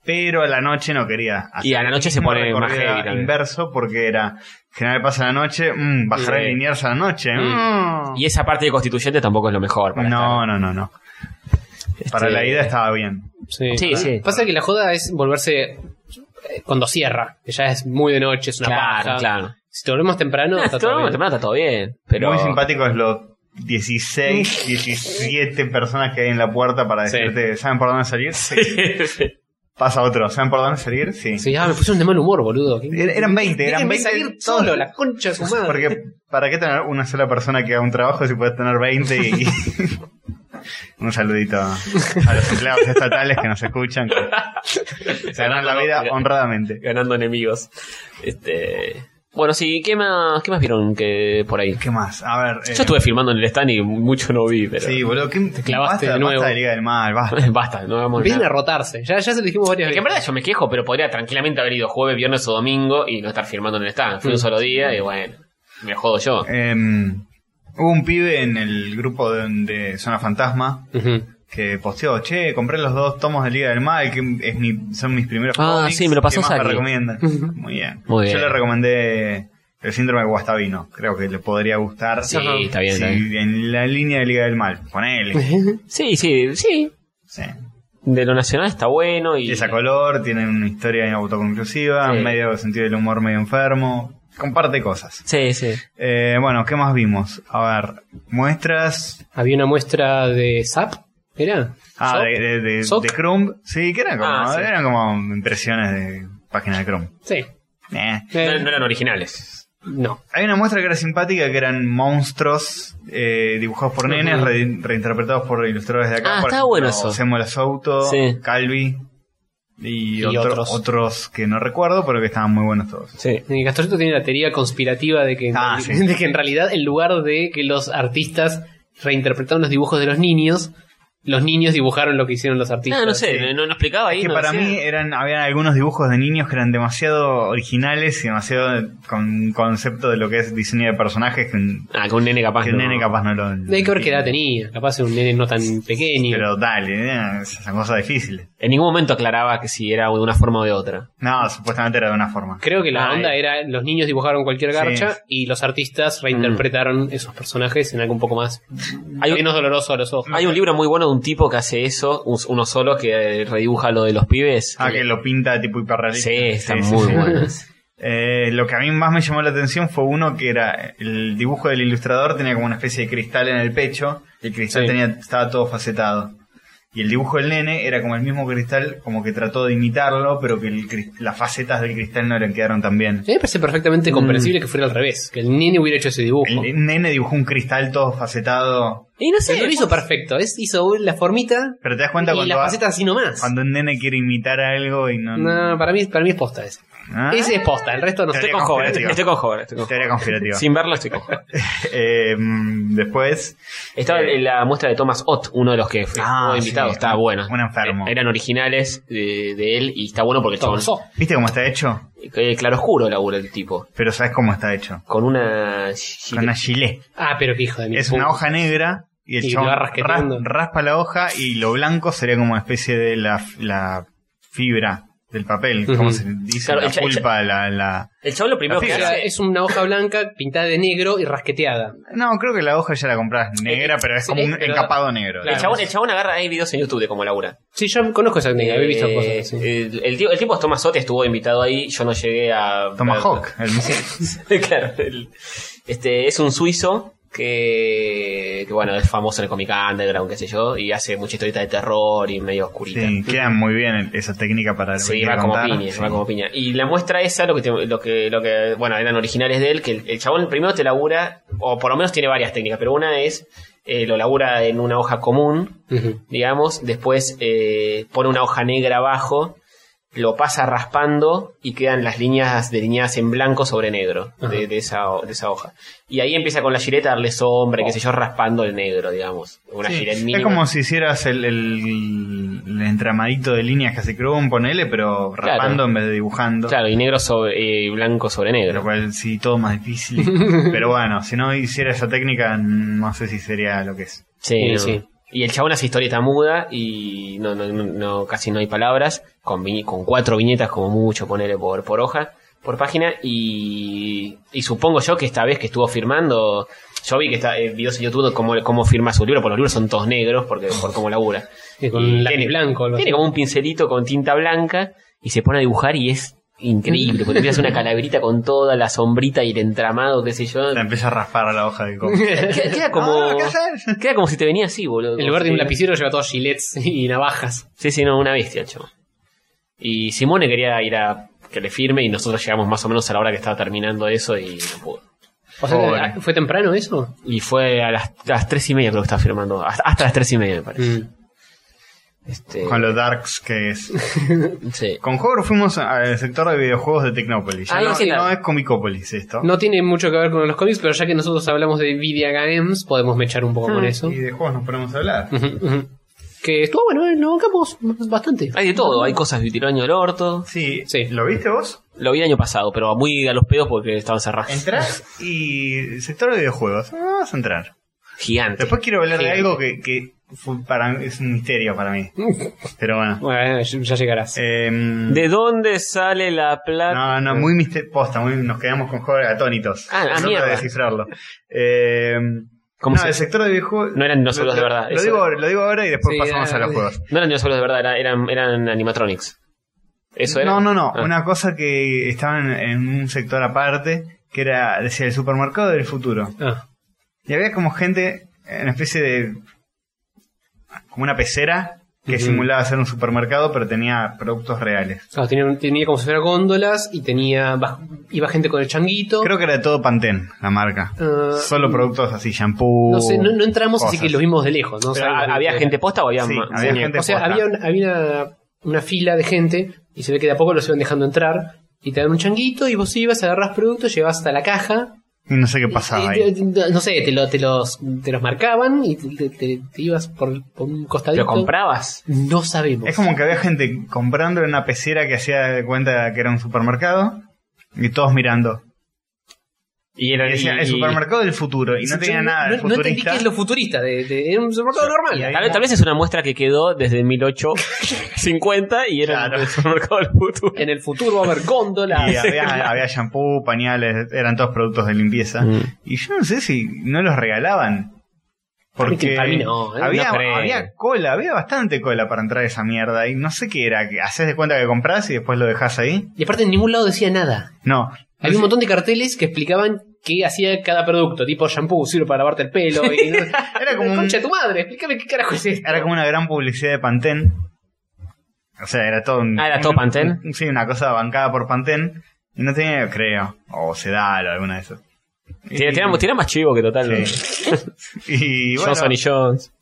Speaker 3: Pero a la noche no quería. hacer
Speaker 2: Y a la
Speaker 3: el
Speaker 2: noche se
Speaker 3: mismo
Speaker 2: pone más
Speaker 3: recorrido
Speaker 2: heavy también.
Speaker 3: inverso porque era General Paz a la noche, mm, bajar
Speaker 2: Sí.
Speaker 3: en linear a la noche. mm.
Speaker 2: Y esa parte de constituyente tampoco es lo mejor. Para
Speaker 3: No, no, no, no.
Speaker 2: estar-
Speaker 3: Para
Speaker 2: este-
Speaker 3: la ida estaba bien.
Speaker 4: Sí,
Speaker 2: Sí, sí.
Speaker 4: Pasa que la joda es volverse eh, cuando cierra, que ya es muy de noche, es una
Speaker 2: Claro,
Speaker 4: paja.
Speaker 2: claro.
Speaker 4: Si te volvemos temprano,
Speaker 2: No,
Speaker 4: está
Speaker 2: está
Speaker 4: todo bien.
Speaker 2: temprano está todo bien. Pero...
Speaker 3: Muy simpáticos los
Speaker 2: (laughs)
Speaker 3: 16, 17 personas que hay en la puerta para
Speaker 2: Sí.
Speaker 3: decirte, ¿saben por dónde
Speaker 2: (laughs)
Speaker 3: salir? Sí. Pasa otro, ¿saben por dónde salir? Sí.
Speaker 4: Sí, ah, me pusieron de mal humor, boludo. ¿Qué-
Speaker 3: Er- Eran 20, eran
Speaker 4: Déjenme
Speaker 3: 20.
Speaker 4: salir
Speaker 3: todos.
Speaker 4: solo, la concha
Speaker 2: (laughs)
Speaker 3: (laughs)
Speaker 4: de su madre.
Speaker 3: Porque, ¿para qué tener una sola persona que haga un trabajo si puedes tener 20 y... (laughs) Un saludito a los empleados estatales que nos escuchan, que
Speaker 4: (laughs)
Speaker 3: se ganan la vida honradamente.
Speaker 2: Ganando enemigos. Este... Bueno, sí, ¿qué más, ¿qué más vieron que por ahí?
Speaker 3: ¿Qué más? A ver... eh,
Speaker 2: Yo estuve filmando en el stand y mucho no vi, pero...
Speaker 3: Sí, boludo, ¿qué-
Speaker 4: clavaste
Speaker 3: basta-
Speaker 4: de nuevo.
Speaker 3: Basta de Liga del Mal,
Speaker 2: (laughs)
Speaker 3: basta.
Speaker 2: Basta, no hagamos
Speaker 4: Empiezan
Speaker 2: nada.
Speaker 4: a rotarse. Ya, ya se lo dijimos varias
Speaker 2: Es que en
Speaker 4: veces.
Speaker 2: verdad yo me quejo, pero podría tranquilamente haber ido jueves, viernes o domingo y no estar firmando en el stand. Fui un solo día y bueno, me jodo yo.
Speaker 3: Em, hubo un pibe en el grupo de, de Zona Fantasma
Speaker 4: Ujú.
Speaker 3: que posteó, che, compré los dos tomos de Liga del Mal, que es mi, son mis primeros
Speaker 2: Ah,
Speaker 3: cómics,
Speaker 2: sí, me lo pasó
Speaker 3: ¿qué más me
Speaker 2: Saki.
Speaker 3: recomiendan? Muy bien.
Speaker 2: Muy bien.
Speaker 3: Yo le recomendé el síndrome de Guastavino, creo que le podría gustar.
Speaker 2: Sí, está bien,
Speaker 3: Sí,
Speaker 2: está bien.
Speaker 3: en la línea de Liga del Mal, ponele.
Speaker 2: Sí, sí, sí.
Speaker 3: Sí.
Speaker 2: De lo nacional está bueno y...
Speaker 3: Y esa color, tiene una historia autoconclusiva,
Speaker 2: Sí.
Speaker 3: medio sentido del humor medio enfermo, comparte cosas.
Speaker 2: Sí, sí.
Speaker 3: Eh, bueno, ¿qué más vimos? A ver, muestras,
Speaker 4: Había una muestra de SAP, ¿era?
Speaker 3: Ah,
Speaker 4: ¿Zap?
Speaker 3: de, de, de,
Speaker 4: Soc.
Speaker 3: de Chrome. Sí, que eran como,
Speaker 2: Ah, sí.
Speaker 3: eran como impresiones de página de Chrome.
Speaker 4: Sí.
Speaker 3: Eh.
Speaker 2: No,
Speaker 4: Eh,
Speaker 2: no eran originales.
Speaker 4: no.
Speaker 3: Hay una muestra que era simpática, que eran monstruos eh, dibujados por nenes, re- reinterpretados por ilustradores de acá.
Speaker 2: Ah,
Speaker 3: por
Speaker 2: estaba bueno eso.
Speaker 3: Samuel Souto,
Speaker 2: Sí.
Speaker 3: Calvi y,
Speaker 4: Y
Speaker 3: otro-
Speaker 4: otros.
Speaker 3: otros. que no recuerdo, pero que estaban muy buenos todos.
Speaker 2: Sí.
Speaker 4: Y Castorcito tiene la teoría conspirativa de que,
Speaker 3: Ah, sí.
Speaker 4: de que en realidad en lugar de que los artistas reinterpretaron los dibujos de los niños, los niños dibujaron lo que hicieron los artistas.
Speaker 2: Ah, No, no sé, no, no explicaba ahí.
Speaker 3: que
Speaker 2: no
Speaker 3: para
Speaker 2: decía.
Speaker 3: mí eran habían algunos dibujos de niños que eran demasiado originales y demasiado con concepto de lo que es diseño de personajes que, un-
Speaker 2: Ah, con un nene capaz.
Speaker 3: que
Speaker 2: no.
Speaker 3: un nene capaz no lo.
Speaker 4: Hay que ver qué edad tenía. Capaz era un nene no tan pequeño.
Speaker 3: Pero dale, eh, esas son cosas difíciles.
Speaker 2: En ningún momento aclaraba que si era de una forma o de otra.
Speaker 3: No, supuestamente era de una forma.
Speaker 4: Creo que la
Speaker 2: Ah,
Speaker 4: onda
Speaker 2: eh.
Speaker 4: era los niños dibujaron cualquier
Speaker 3: Sí.
Speaker 4: garcha y los artistas reinterpretaron esos personajes en algo un poco más
Speaker 2: Hay un-
Speaker 4: menos doloroso a los ojos.
Speaker 2: Hay un libro muy bueno de un tipo que hace eso, un- uno solo, que redibuja lo de los pibes.
Speaker 3: Ah, que lo pinta tipo hiperrealista.
Speaker 2: Sí, están
Speaker 3: Sí, sí,
Speaker 2: muy
Speaker 3: sí.
Speaker 2: (laughs) buenas.
Speaker 3: Eh, lo que a mí más me llamó la atención fue uno que era el dibujo del ilustrador tenía como una especie de cristal en el pecho y el cristal
Speaker 4: Sí.
Speaker 3: tenía, estaba todo facetado. Y el dibujo del nene era como el mismo cristal, como que trató de imitarlo, pero que el cris- las facetas del cristal no le quedaron tan bien.
Speaker 4: A mí me parece perfectamente comprensible que fuera al revés, que el nene hubiera hecho ese dibujo.
Speaker 3: Mm. El, el nene dibujó un cristal todo facetado,
Speaker 4: Y no sé, lo hizo perfecto, es, hizo la formita
Speaker 3: pero te das pues. cuenta
Speaker 4: y
Speaker 3: cuando,
Speaker 4: las
Speaker 3: va-
Speaker 4: facetas así nomás.
Speaker 3: cuando un nene quiere imitar algo y no...
Speaker 4: No, para mí, para mí es posta ese.
Speaker 3: ¿Ah?
Speaker 4: Ese es posta, el resto no sé.
Speaker 3: Teoría
Speaker 2: Con Hover, estoy,
Speaker 3: conspirativa.
Speaker 2: estoy con Hover, estoy con Hover.
Speaker 3: Teoría conspirativa.
Speaker 2: Sin verlo estoy con Hover.
Speaker 3: (laughs) Eh, mm, después...
Speaker 2: Estaba en la muestra de Thomas Ott, uno de los que fue
Speaker 3: Eh, Ah,
Speaker 2: estuvo
Speaker 3: sí,
Speaker 2: invitado,
Speaker 3: un-
Speaker 2: estaba bueno.
Speaker 3: un enfermo.
Speaker 2: Eh, Eran originales de, de él y está bueno porque el chabón.
Speaker 4: Tomazó.
Speaker 3: ¿Viste cómo está hecho?
Speaker 2: Eh, claroscuro labura el tipo.
Speaker 3: Pero sabes cómo está hecho.
Speaker 2: Con una. gi-
Speaker 3: Con una gilet.
Speaker 4: Ah, pero qué hijo de mi
Speaker 3: Es
Speaker 4: puta.
Speaker 3: una hoja negra y el
Speaker 4: Y lo
Speaker 3: chabón
Speaker 4: va
Speaker 3: ras-
Speaker 4: rasqueteando.
Speaker 3: raspa la hoja y lo blanco sería como una especie de la, la fibra del papel, como
Speaker 4: Ujú.
Speaker 3: se dice,
Speaker 2: Claro,
Speaker 3: la
Speaker 2: el cha- el
Speaker 3: pulpa, la, la-
Speaker 2: El chabón lo primero
Speaker 3: La
Speaker 2: que
Speaker 4: O sea,
Speaker 2: hace.
Speaker 4: es una hoja blanca pintada de negro y rasqueteada.
Speaker 3: No, creo que la hoja ya la compras negra, pero es
Speaker 4: sí,
Speaker 3: como un
Speaker 4: pero-
Speaker 3: encapado negro.
Speaker 4: Claro.
Speaker 2: el, chabón, el chabón agarra, hay videos en YouTube de cómo labura.
Speaker 4: Sí, yo conozco esa técnica, he visto
Speaker 2: Eh,
Speaker 4: cosas así.
Speaker 2: El, el tío- el tipo es Thomas Ott, estuvo invitado ahí, yo no llegué a.
Speaker 3: Tomahawk,
Speaker 2: (laughs)
Speaker 3: el
Speaker 2: claro. el- este, es un suizo que, que, bueno, es famoso en el Comic Underground, qué sé yo, y hace mucha historieta de terror y medio oscurita.
Speaker 3: sí, queda muy bien el- esa técnica para lo que
Speaker 2: Sí,
Speaker 3: quiero
Speaker 2: va como
Speaker 3: contar.
Speaker 2: piña,
Speaker 3: Sí.
Speaker 2: va como piña. Y la muestra esa, lo que, te- lo que, lo que, bueno, eran originales de él, que el, el chabón primero te labura, o por lo menos tiene varias técnicas, pero una es, eh, lo labura en una hoja común,
Speaker 4: Ujú.
Speaker 2: digamos, después eh, pone una hoja negra abajo, lo pasa raspando y quedan las líneas delineadas en blanco sobre negro de, de esa, ho- de esa hoja. Y ahí empieza con la gireta a darle sombra, qué sé yo, raspando el negro, digamos. Una
Speaker 3: Sí,
Speaker 2: giret
Speaker 3: Es
Speaker 2: mínima.
Speaker 3: como si hicieras el, el- el entramadito de líneas que hace Chrome, ponele, pero
Speaker 2: Claro.
Speaker 3: rapando en vez de dibujando.
Speaker 2: Claro, y negro sobre, eh, blanco sobre negro.
Speaker 3: Lo cual pues, sí, todo más difícil. Pero bueno, si no hiciera esa técnica, no sé si sería lo que es.
Speaker 2: Sí,
Speaker 4: Y
Speaker 2: no.
Speaker 4: sí.
Speaker 2: Y el chabón hace historieta muda y no, no, no, no- casi no hay palabras, con, vi- con cuatro viñetas como mucho, ponerle por, por hoja, por página, y, y supongo yo que esta vez que estuvo firmando, yo vi que está, eh, videos en YouTube de cómo, cómo firma su libro, porque los libros son todos negros,
Speaker 4: (laughs)
Speaker 2: porque por cómo labura.
Speaker 4: Sí, con
Speaker 2: Y
Speaker 4: un lápiz blanco. algo así.
Speaker 2: Tiene como un pincelito con tinta blanca y se pone a dibujar y es increíble, porque te hace una calaverita con toda la sombrita y el entramado, qué sé yo.
Speaker 3: La empieza a raspar a la hoja de copia.
Speaker 2: Queda, queda como... Queda como si te venía así, boludo.
Speaker 4: En lugar de un
Speaker 2: Como si te-
Speaker 4: lapicero lleva todos gilets y navajas.
Speaker 2: Sí, sí, no, una bestia, chavo. Y Simone quería ir a que le firme y nosotros llegamos más o menos a la hora que estaba terminando eso y no pudo.
Speaker 4: O sea,
Speaker 3: Pobre.
Speaker 4: ¿ah, ¿fue temprano eso?
Speaker 2: Y fue a las, a las tres y media creo que estaba firmando. Hasta, hasta las tres y media me parece.
Speaker 3: Mm.
Speaker 2: Este,
Speaker 3: (laughs) Con los darks que es.
Speaker 2: sí.
Speaker 3: Con Hover fuimos al sector de videojuegos de Tecnópolis. Ya
Speaker 2: Ah,
Speaker 3: no,
Speaker 2: sí, claro.
Speaker 3: no es Comicopolis esto.
Speaker 4: No tiene mucho que ver con los cómics, pero ya que nosotros hablamos de video games, podemos mechar un poco con eso.
Speaker 3: Y de juegos nos podemos hablar.
Speaker 4: Ujú, ujú. que estuvo bueno, eh, lo bancamos bastante.
Speaker 2: Hay de todo, hay cosas de tiraño del orto.
Speaker 3: Sí,
Speaker 4: Sí.
Speaker 3: ¿lo viste vos?
Speaker 2: Lo vi el año pasado, pero muy a los pedos porque estaban cerrados.
Speaker 3: Entrás y sector de videojuegos. Ah, vas a entrar.
Speaker 2: Gigante.
Speaker 3: Después quiero hablar de
Speaker 4: Sí.
Speaker 3: algo que, que fue para mí- es un misterio para mí. Pero bueno.
Speaker 2: eh,
Speaker 4: Bueno, ya ya llegarás.
Speaker 3: Em,
Speaker 2: ¿De dónde sale la plata?
Speaker 3: No, no, muy mister- posta, muy, nos quedamos con juegos atónitos.
Speaker 2: Ah, la
Speaker 3: Tratando
Speaker 2: mierda.
Speaker 3: de descifrarlo. Eh,
Speaker 2: ¿Cómo
Speaker 3: no,
Speaker 2: se-
Speaker 3: el sector de videojuegos.
Speaker 2: No eran dinosaurios
Speaker 3: lo-
Speaker 2: de verdad,
Speaker 3: Lo
Speaker 2: eso
Speaker 3: digo, lo digo ahora y después
Speaker 4: Sí,
Speaker 3: pues pasamos
Speaker 4: era-
Speaker 3: a los juegos.
Speaker 2: No eran dinosaurios de verdad, era- eran, eran animatronics. ¿Eso era?
Speaker 3: No, no, no.
Speaker 2: Ah.
Speaker 3: Una cosa que estaban en un sector aparte, que era, decía, el supermercado del futuro.
Speaker 4: Ah,
Speaker 3: Y había como gente, eh, una especie de. como una pecera que
Speaker 4: Ujú.
Speaker 3: simulaba ser un supermercado, pero tenía productos reales.
Speaker 4: claro, tenía, tenía como si fuera góndolas y tenía baj- iba gente con el changuito.
Speaker 3: Creo que era de todo Pantene, la marca.
Speaker 4: Ah,
Speaker 3: Solo productos así, shampoo.
Speaker 4: no sé, no, no entramos, así
Speaker 3: cosas.
Speaker 4: que los vimos de lejos. No
Speaker 2: Pero,
Speaker 4: sabemos
Speaker 2: ¿ha-
Speaker 4: de
Speaker 2: ¿Había
Speaker 4: qué era.
Speaker 2: gente posta o había,
Speaker 3: Sí,
Speaker 2: ma-
Speaker 3: había
Speaker 2: muñecos?
Speaker 3: gente
Speaker 4: O sea,
Speaker 3: posta.
Speaker 4: había, una, había una, una fila de gente y se ve que de a poco los iban dejando entrar y te dan un changuito y vos ibas, agarras productos, llevas hasta la caja
Speaker 3: Y no sé qué pasaba
Speaker 4: Eh,
Speaker 3: ahí.
Speaker 4: eh, No no sé, te, lo- te los, te los marcaban y te, te- te- te ibas por, por un costadito.
Speaker 2: ¿Lo comprabas?
Speaker 4: No sabemos.
Speaker 3: Es como que había gente comprando en una pecera que hacía de cuenta que era un supermercado y todos mirando.
Speaker 2: Y
Speaker 3: Y
Speaker 2: era
Speaker 3: decía, el supermercado del futuro. Y no tenía
Speaker 4: Yo
Speaker 3: nada de
Speaker 4: no, no entendí
Speaker 3: futurista.
Speaker 4: qué es lo futurista. De, de- era un supermercado normal.
Speaker 3: Y ahí-
Speaker 2: Tal, vez- tal vez es una muestra que quedó desde 1850 y era
Speaker 3: Claro.
Speaker 2: el supermercado del
Speaker 4: (laughs)
Speaker 2: futuro.
Speaker 4: En el
Speaker 3: (laughs)
Speaker 4: futuro va a haber góndolas.
Speaker 2: (laughs)
Speaker 3: Y había, había shampoo, pañales, eran todos productos de limpieza. Y yo no sé si no los regalaban. Porque
Speaker 4: Para mí no, eh,
Speaker 3: había,
Speaker 2: no creo.
Speaker 3: había cola, había bastante cola para entrar a esa mierda. Y no sé qué era, que haces de cuenta que compras y después lo dejas ahí.
Speaker 4: Y aparte en ningún lado decía nada.
Speaker 3: No,
Speaker 4: Había un montón de carteles que explicaban qué hacía cada producto, tipo shampoo, sirve para lavarte el pelo.
Speaker 3: (laughs)
Speaker 4: y-
Speaker 3: era como, un-
Speaker 4: Concha de tu madre, explícame qué carajo es esto.
Speaker 3: era como una gran publicidad de Pantene. O sea, era todo un-
Speaker 2: Ah, ¿era todo
Speaker 3: un-
Speaker 2: Pantene?
Speaker 3: un- sí, una cosa bancada por Pantene. Y no tenía, creo, o Sedal o alguna de esas.
Speaker 2: Tiene,
Speaker 3: Y-
Speaker 2: tiene- tiene más chivo que total. (laughs)
Speaker 3: Sí. y bueno,
Speaker 2: Johnson y Jones.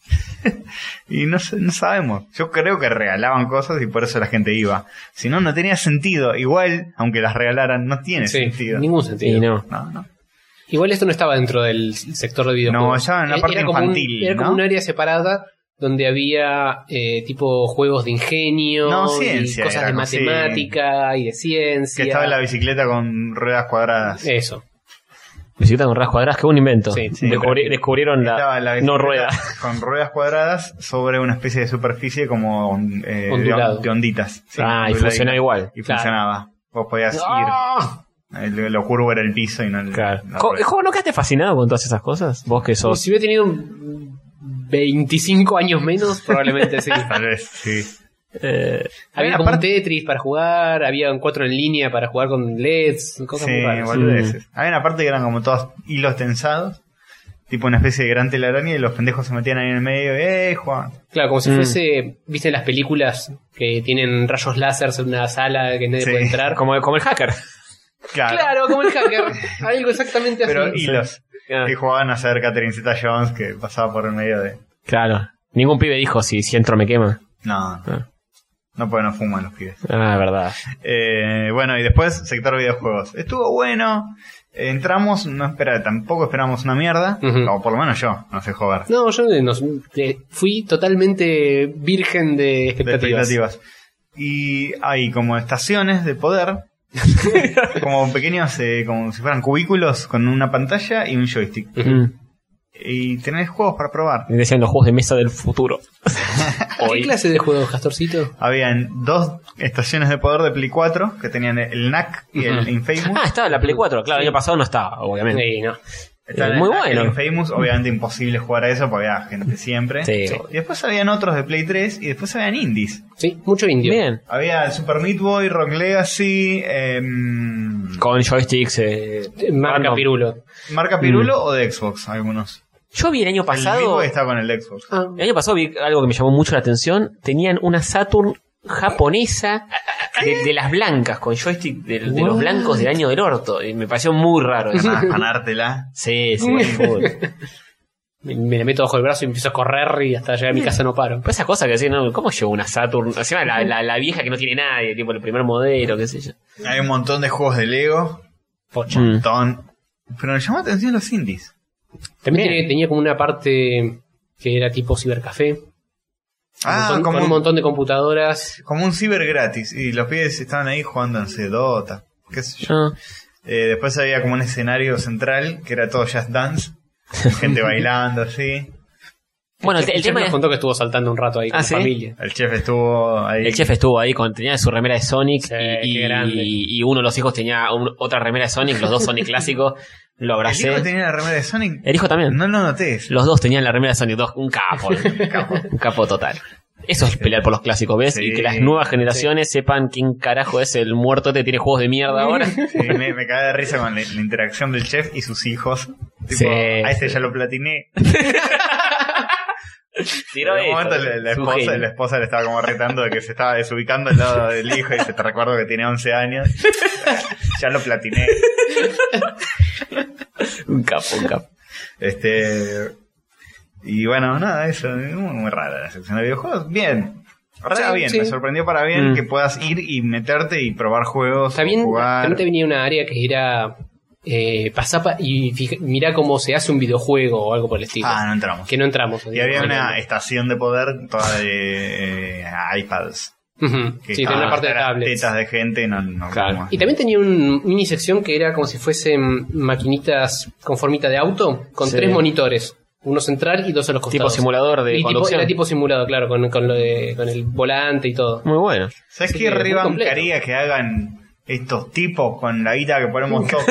Speaker 3: Y no, sé- no sabemos. Yo creo que regalaban cosas y por eso la gente iba. Si no, no tenía sentido. Igual, aunque las regalaran, no tiene
Speaker 4: Sí,
Speaker 3: sentido.
Speaker 4: ningún sentido.
Speaker 2: Y no.
Speaker 3: No, no.
Speaker 4: Igual esto no estaba dentro del sector de videojuegos.
Speaker 3: No, estaba en la
Speaker 4: E-
Speaker 3: parte
Speaker 4: era como un-
Speaker 3: infantil,
Speaker 4: era como
Speaker 3: ¿no?
Speaker 4: un área separada donde había eh, tipo juegos de ingenio,
Speaker 3: No,
Speaker 4: y
Speaker 3: ciencia
Speaker 4: cosas
Speaker 3: era,
Speaker 4: de
Speaker 3: ¿no?
Speaker 4: matemática y de
Speaker 3: Que
Speaker 4: ciencia.
Speaker 2: ah.
Speaker 3: estaba en la bicicleta con ruedas cuadradas.
Speaker 4: Eso.
Speaker 2: Bicicleta con ruedas cuadradas, que un invento.
Speaker 4: Sí, sí.
Speaker 2: Descubri- descubrieron
Speaker 3: Estaba
Speaker 2: la,
Speaker 3: la bicicleta
Speaker 2: no rueda.
Speaker 3: Con ruedas cuadradas sobre una especie de superficie como eh, de on-
Speaker 4: Ondulado.
Speaker 3: de, onditas. Sí,
Speaker 2: ah, y
Speaker 3: onduladita.
Speaker 2: funcionaba igual.
Speaker 3: Y
Speaker 4: Claro.
Speaker 3: funcionaba. Vos podías ir. El- lo curvo era el piso y no el.
Speaker 2: Claro.
Speaker 3: la
Speaker 2: Jo-
Speaker 3: rueda.
Speaker 2: jo, ¿No quedaste fascinado con todas esas cosas? Vos que sos
Speaker 4: Si hubiera tenido un 25 años menos,
Speaker 3: (laughs)
Speaker 4: probablemente sí.
Speaker 3: Tal vez, sí.
Speaker 2: eh,
Speaker 4: había
Speaker 3: Había
Speaker 4: como un
Speaker 3: parte-
Speaker 4: Tetris para jugar, había un 4 en línea para jugar con LEDs, cosas
Speaker 3: Sí,
Speaker 4: muy raras.
Speaker 3: boludeces. Había una parte que eran como todos hilos tensados, tipo una especie de gran telaraña, y los pendejos se metían ahí en el medio, ¡eh, Juan!
Speaker 4: Claro, como si
Speaker 2: Mm.
Speaker 4: fuese, viste las películas que tienen rayos láser en una sala que nadie
Speaker 3: Sí.
Speaker 4: puede entrar.
Speaker 2: como, como el hacker.
Speaker 3: Claro.
Speaker 4: Claro, como el hacker. Algo exactamente así.
Speaker 3: Pero hilos.
Speaker 2: Ah,
Speaker 3: Y jugaban a ser Catherine Zeta Jones que pasaba por el medio de.
Speaker 2: Claro. Ningún pibe dijo si, si entro me quema.
Speaker 3: No,
Speaker 2: Ah.
Speaker 3: no. No, porque no fuman los pibes.
Speaker 2: Ah, verdad.
Speaker 3: Eh, bueno, y después, sector videojuegos. Estuvo bueno. Entramos, no espera, tampoco esperamos una mierda.
Speaker 4: Ujú.
Speaker 3: O por lo menos yo, no sé joder.
Speaker 4: No, yo no- eh, fui totalmente virgen de
Speaker 3: de
Speaker 4: expectativas.
Speaker 3: expectativas. Y hay como estaciones
Speaker 2: (laughs)
Speaker 3: de poder, como pequeños, eh, como si fueran cubículos con una pantalla y un joystick.
Speaker 2: Mm.
Speaker 3: Y tenés juegos para probar.
Speaker 2: Y Decían los juegos de mesa del futuro.
Speaker 4: ¿Qué clase de juegos, Castorcito?
Speaker 3: Habían dos estaciones de poder de Play 4 que tenían el NAC y el
Speaker 4: Ujú.
Speaker 3: Infamous.
Speaker 2: Ah, estaba la Play 4. Claro, el año pasado no estaba, obviamente.
Speaker 4: Sí, Eh, no.
Speaker 3: Estaban
Speaker 2: eh, muy
Speaker 3: el NAC y
Speaker 2: bueno.
Speaker 3: El Infamous, obviamente imposible jugar a eso porque había gente siempre.
Speaker 2: Sí.
Speaker 3: Y después habían otros de Play 3 y después habían indies.
Speaker 4: Sí, mucho indio.
Speaker 2: Bien.
Speaker 3: Había Super Meat Boy, Rock Legacy, em,
Speaker 2: Con joysticks. eh,
Speaker 4: Marca
Speaker 2: random.
Speaker 4: Pirulo.
Speaker 3: marca Pirulo o de Xbox, algunos.
Speaker 2: Yo vi el año
Speaker 3: El Meat
Speaker 2: pasado.
Speaker 3: Boy está con el Xbox.
Speaker 4: Ah,
Speaker 2: El año pasado vi algo que me llamó mucho la atención. Tenían una Saturn japonesa de, de las blancas, con joystick de, de los
Speaker 4: What?
Speaker 2: blancos del año del orto. Y me pareció muy raro. eso.
Speaker 3: (laughs) Ah, ganártela.
Speaker 2: sí, sí. full.
Speaker 4: me, me la meto bajo el brazo y empiezo a correr y hasta llegar a mi casa no paro.
Speaker 2: Pues esas cosas que decían, ¿no? ¿cómo llegó una Saturn? Encima la, la, la vieja que no tiene nadie, tipo el primer modelo, qué sé yo.
Speaker 3: Hay un montón de juegos de Lego.
Speaker 4: Pocha.
Speaker 2: Mm.
Speaker 3: Montón. Pero me llamó la atención los indies.
Speaker 4: También tenía, tenía como una parte que era tipo cibercafé.
Speaker 3: Ah,
Speaker 4: Con-
Speaker 3: como,
Speaker 4: con un
Speaker 3: un,
Speaker 4: montón de computadoras.
Speaker 3: como un ciber gratis. Y los pibes estaban ahí jugando en C, Dota. Qué sé yo. Eh, después había como un escenario central que era todo
Speaker 2: (laughs)
Speaker 3: jazz dance. Gente bailando así.
Speaker 2: Bueno, el, el
Speaker 4: chef
Speaker 2: tema
Speaker 4: Este, nos
Speaker 2: es,
Speaker 4: contó que estuvo saltando un rato ahí con
Speaker 2: Ah,
Speaker 4: la
Speaker 2: ¿sí?
Speaker 4: familia.
Speaker 3: El chef estuvo ahí.
Speaker 2: el chef estuvo ahí con, tenía su remera de Sonic
Speaker 4: Sí,
Speaker 2: y,
Speaker 4: qué grande.
Speaker 2: y- y uno de los hijos tenía un- otra remera de Sonic, los dos
Speaker 3: (laughs)
Speaker 2: Sonic clásicos, lo
Speaker 3: ¿El
Speaker 2: abracé.
Speaker 3: hijo tenía la remera de Sonic?
Speaker 2: El hijo también.
Speaker 3: No lo noté. eso.
Speaker 2: Los dos tenían la remera de Sonic 2, un
Speaker 3: (laughs)
Speaker 2: capo, un capo, un capo total. Eso es pelear por los clásicos, ¿ves?
Speaker 3: Sí.
Speaker 2: Y que las nuevas generaciones sepan quién carajo es el muerto que tiene juegos de mierda
Speaker 3: (laughs)
Speaker 2: ahora.
Speaker 3: Sí, me, me cagué de risa con la, la interacción del chef y sus hijos. Tipo,
Speaker 2: Sí,
Speaker 3: a este
Speaker 2: sí.
Speaker 3: ya lo platiné.
Speaker 2: Tiró
Speaker 3: en un
Speaker 2: eso,
Speaker 3: momento la, la
Speaker 2: su
Speaker 3: esposa,
Speaker 2: genio.
Speaker 3: la esposa le estaba como retando de que se estaba desubicando al lado del hijo y dice, te recuerdo que tiene 11
Speaker 2: (laughs)
Speaker 3: años. ya lo platiné.
Speaker 2: Un capo, un capo.
Speaker 3: Este y bueno, nada, eso muy, muy rara la sección de videojuegos. Bien. Rara
Speaker 4: Sí,
Speaker 3: bien,
Speaker 4: sí.
Speaker 3: me sorprendió para bien
Speaker 2: Mm.
Speaker 3: que puedas ir y meterte y probar juegos,
Speaker 4: Está bien,
Speaker 3: jugar.
Speaker 4: también te venía una área que era eh, pasá pa- y fija- mirá cómo se hace un videojuego o algo por el estilo.
Speaker 3: Ah, no entramos.
Speaker 4: Que no entramos.
Speaker 3: Y había
Speaker 4: Ujú.
Speaker 3: una estación de poder toda de eh, iPads.
Speaker 4: Ujú.
Speaker 3: Que
Speaker 4: Sí, tenía
Speaker 3: estaban
Speaker 4: una parte de
Speaker 3: las
Speaker 4: tablets.
Speaker 3: Tetas de gente, no, no
Speaker 2: Claro.
Speaker 3: como-
Speaker 4: Y también tenía una mini sección que era como si fuesen maquinitas con formita de auto, con
Speaker 2: Sí.
Speaker 4: tres monitores. Uno central y dos a los
Speaker 2: Tipo
Speaker 4: costados.
Speaker 2: simulador de
Speaker 4: Y tipo-
Speaker 2: conducción.
Speaker 4: era tipo simulado, claro, con, con lo de, con el volante y todo.
Speaker 2: Muy bueno.
Speaker 3: ¿Sabes
Speaker 4: Sí,
Speaker 3: qué
Speaker 4: muy
Speaker 3: rebancaría que hagan estos tipos con la guita que ponemos todos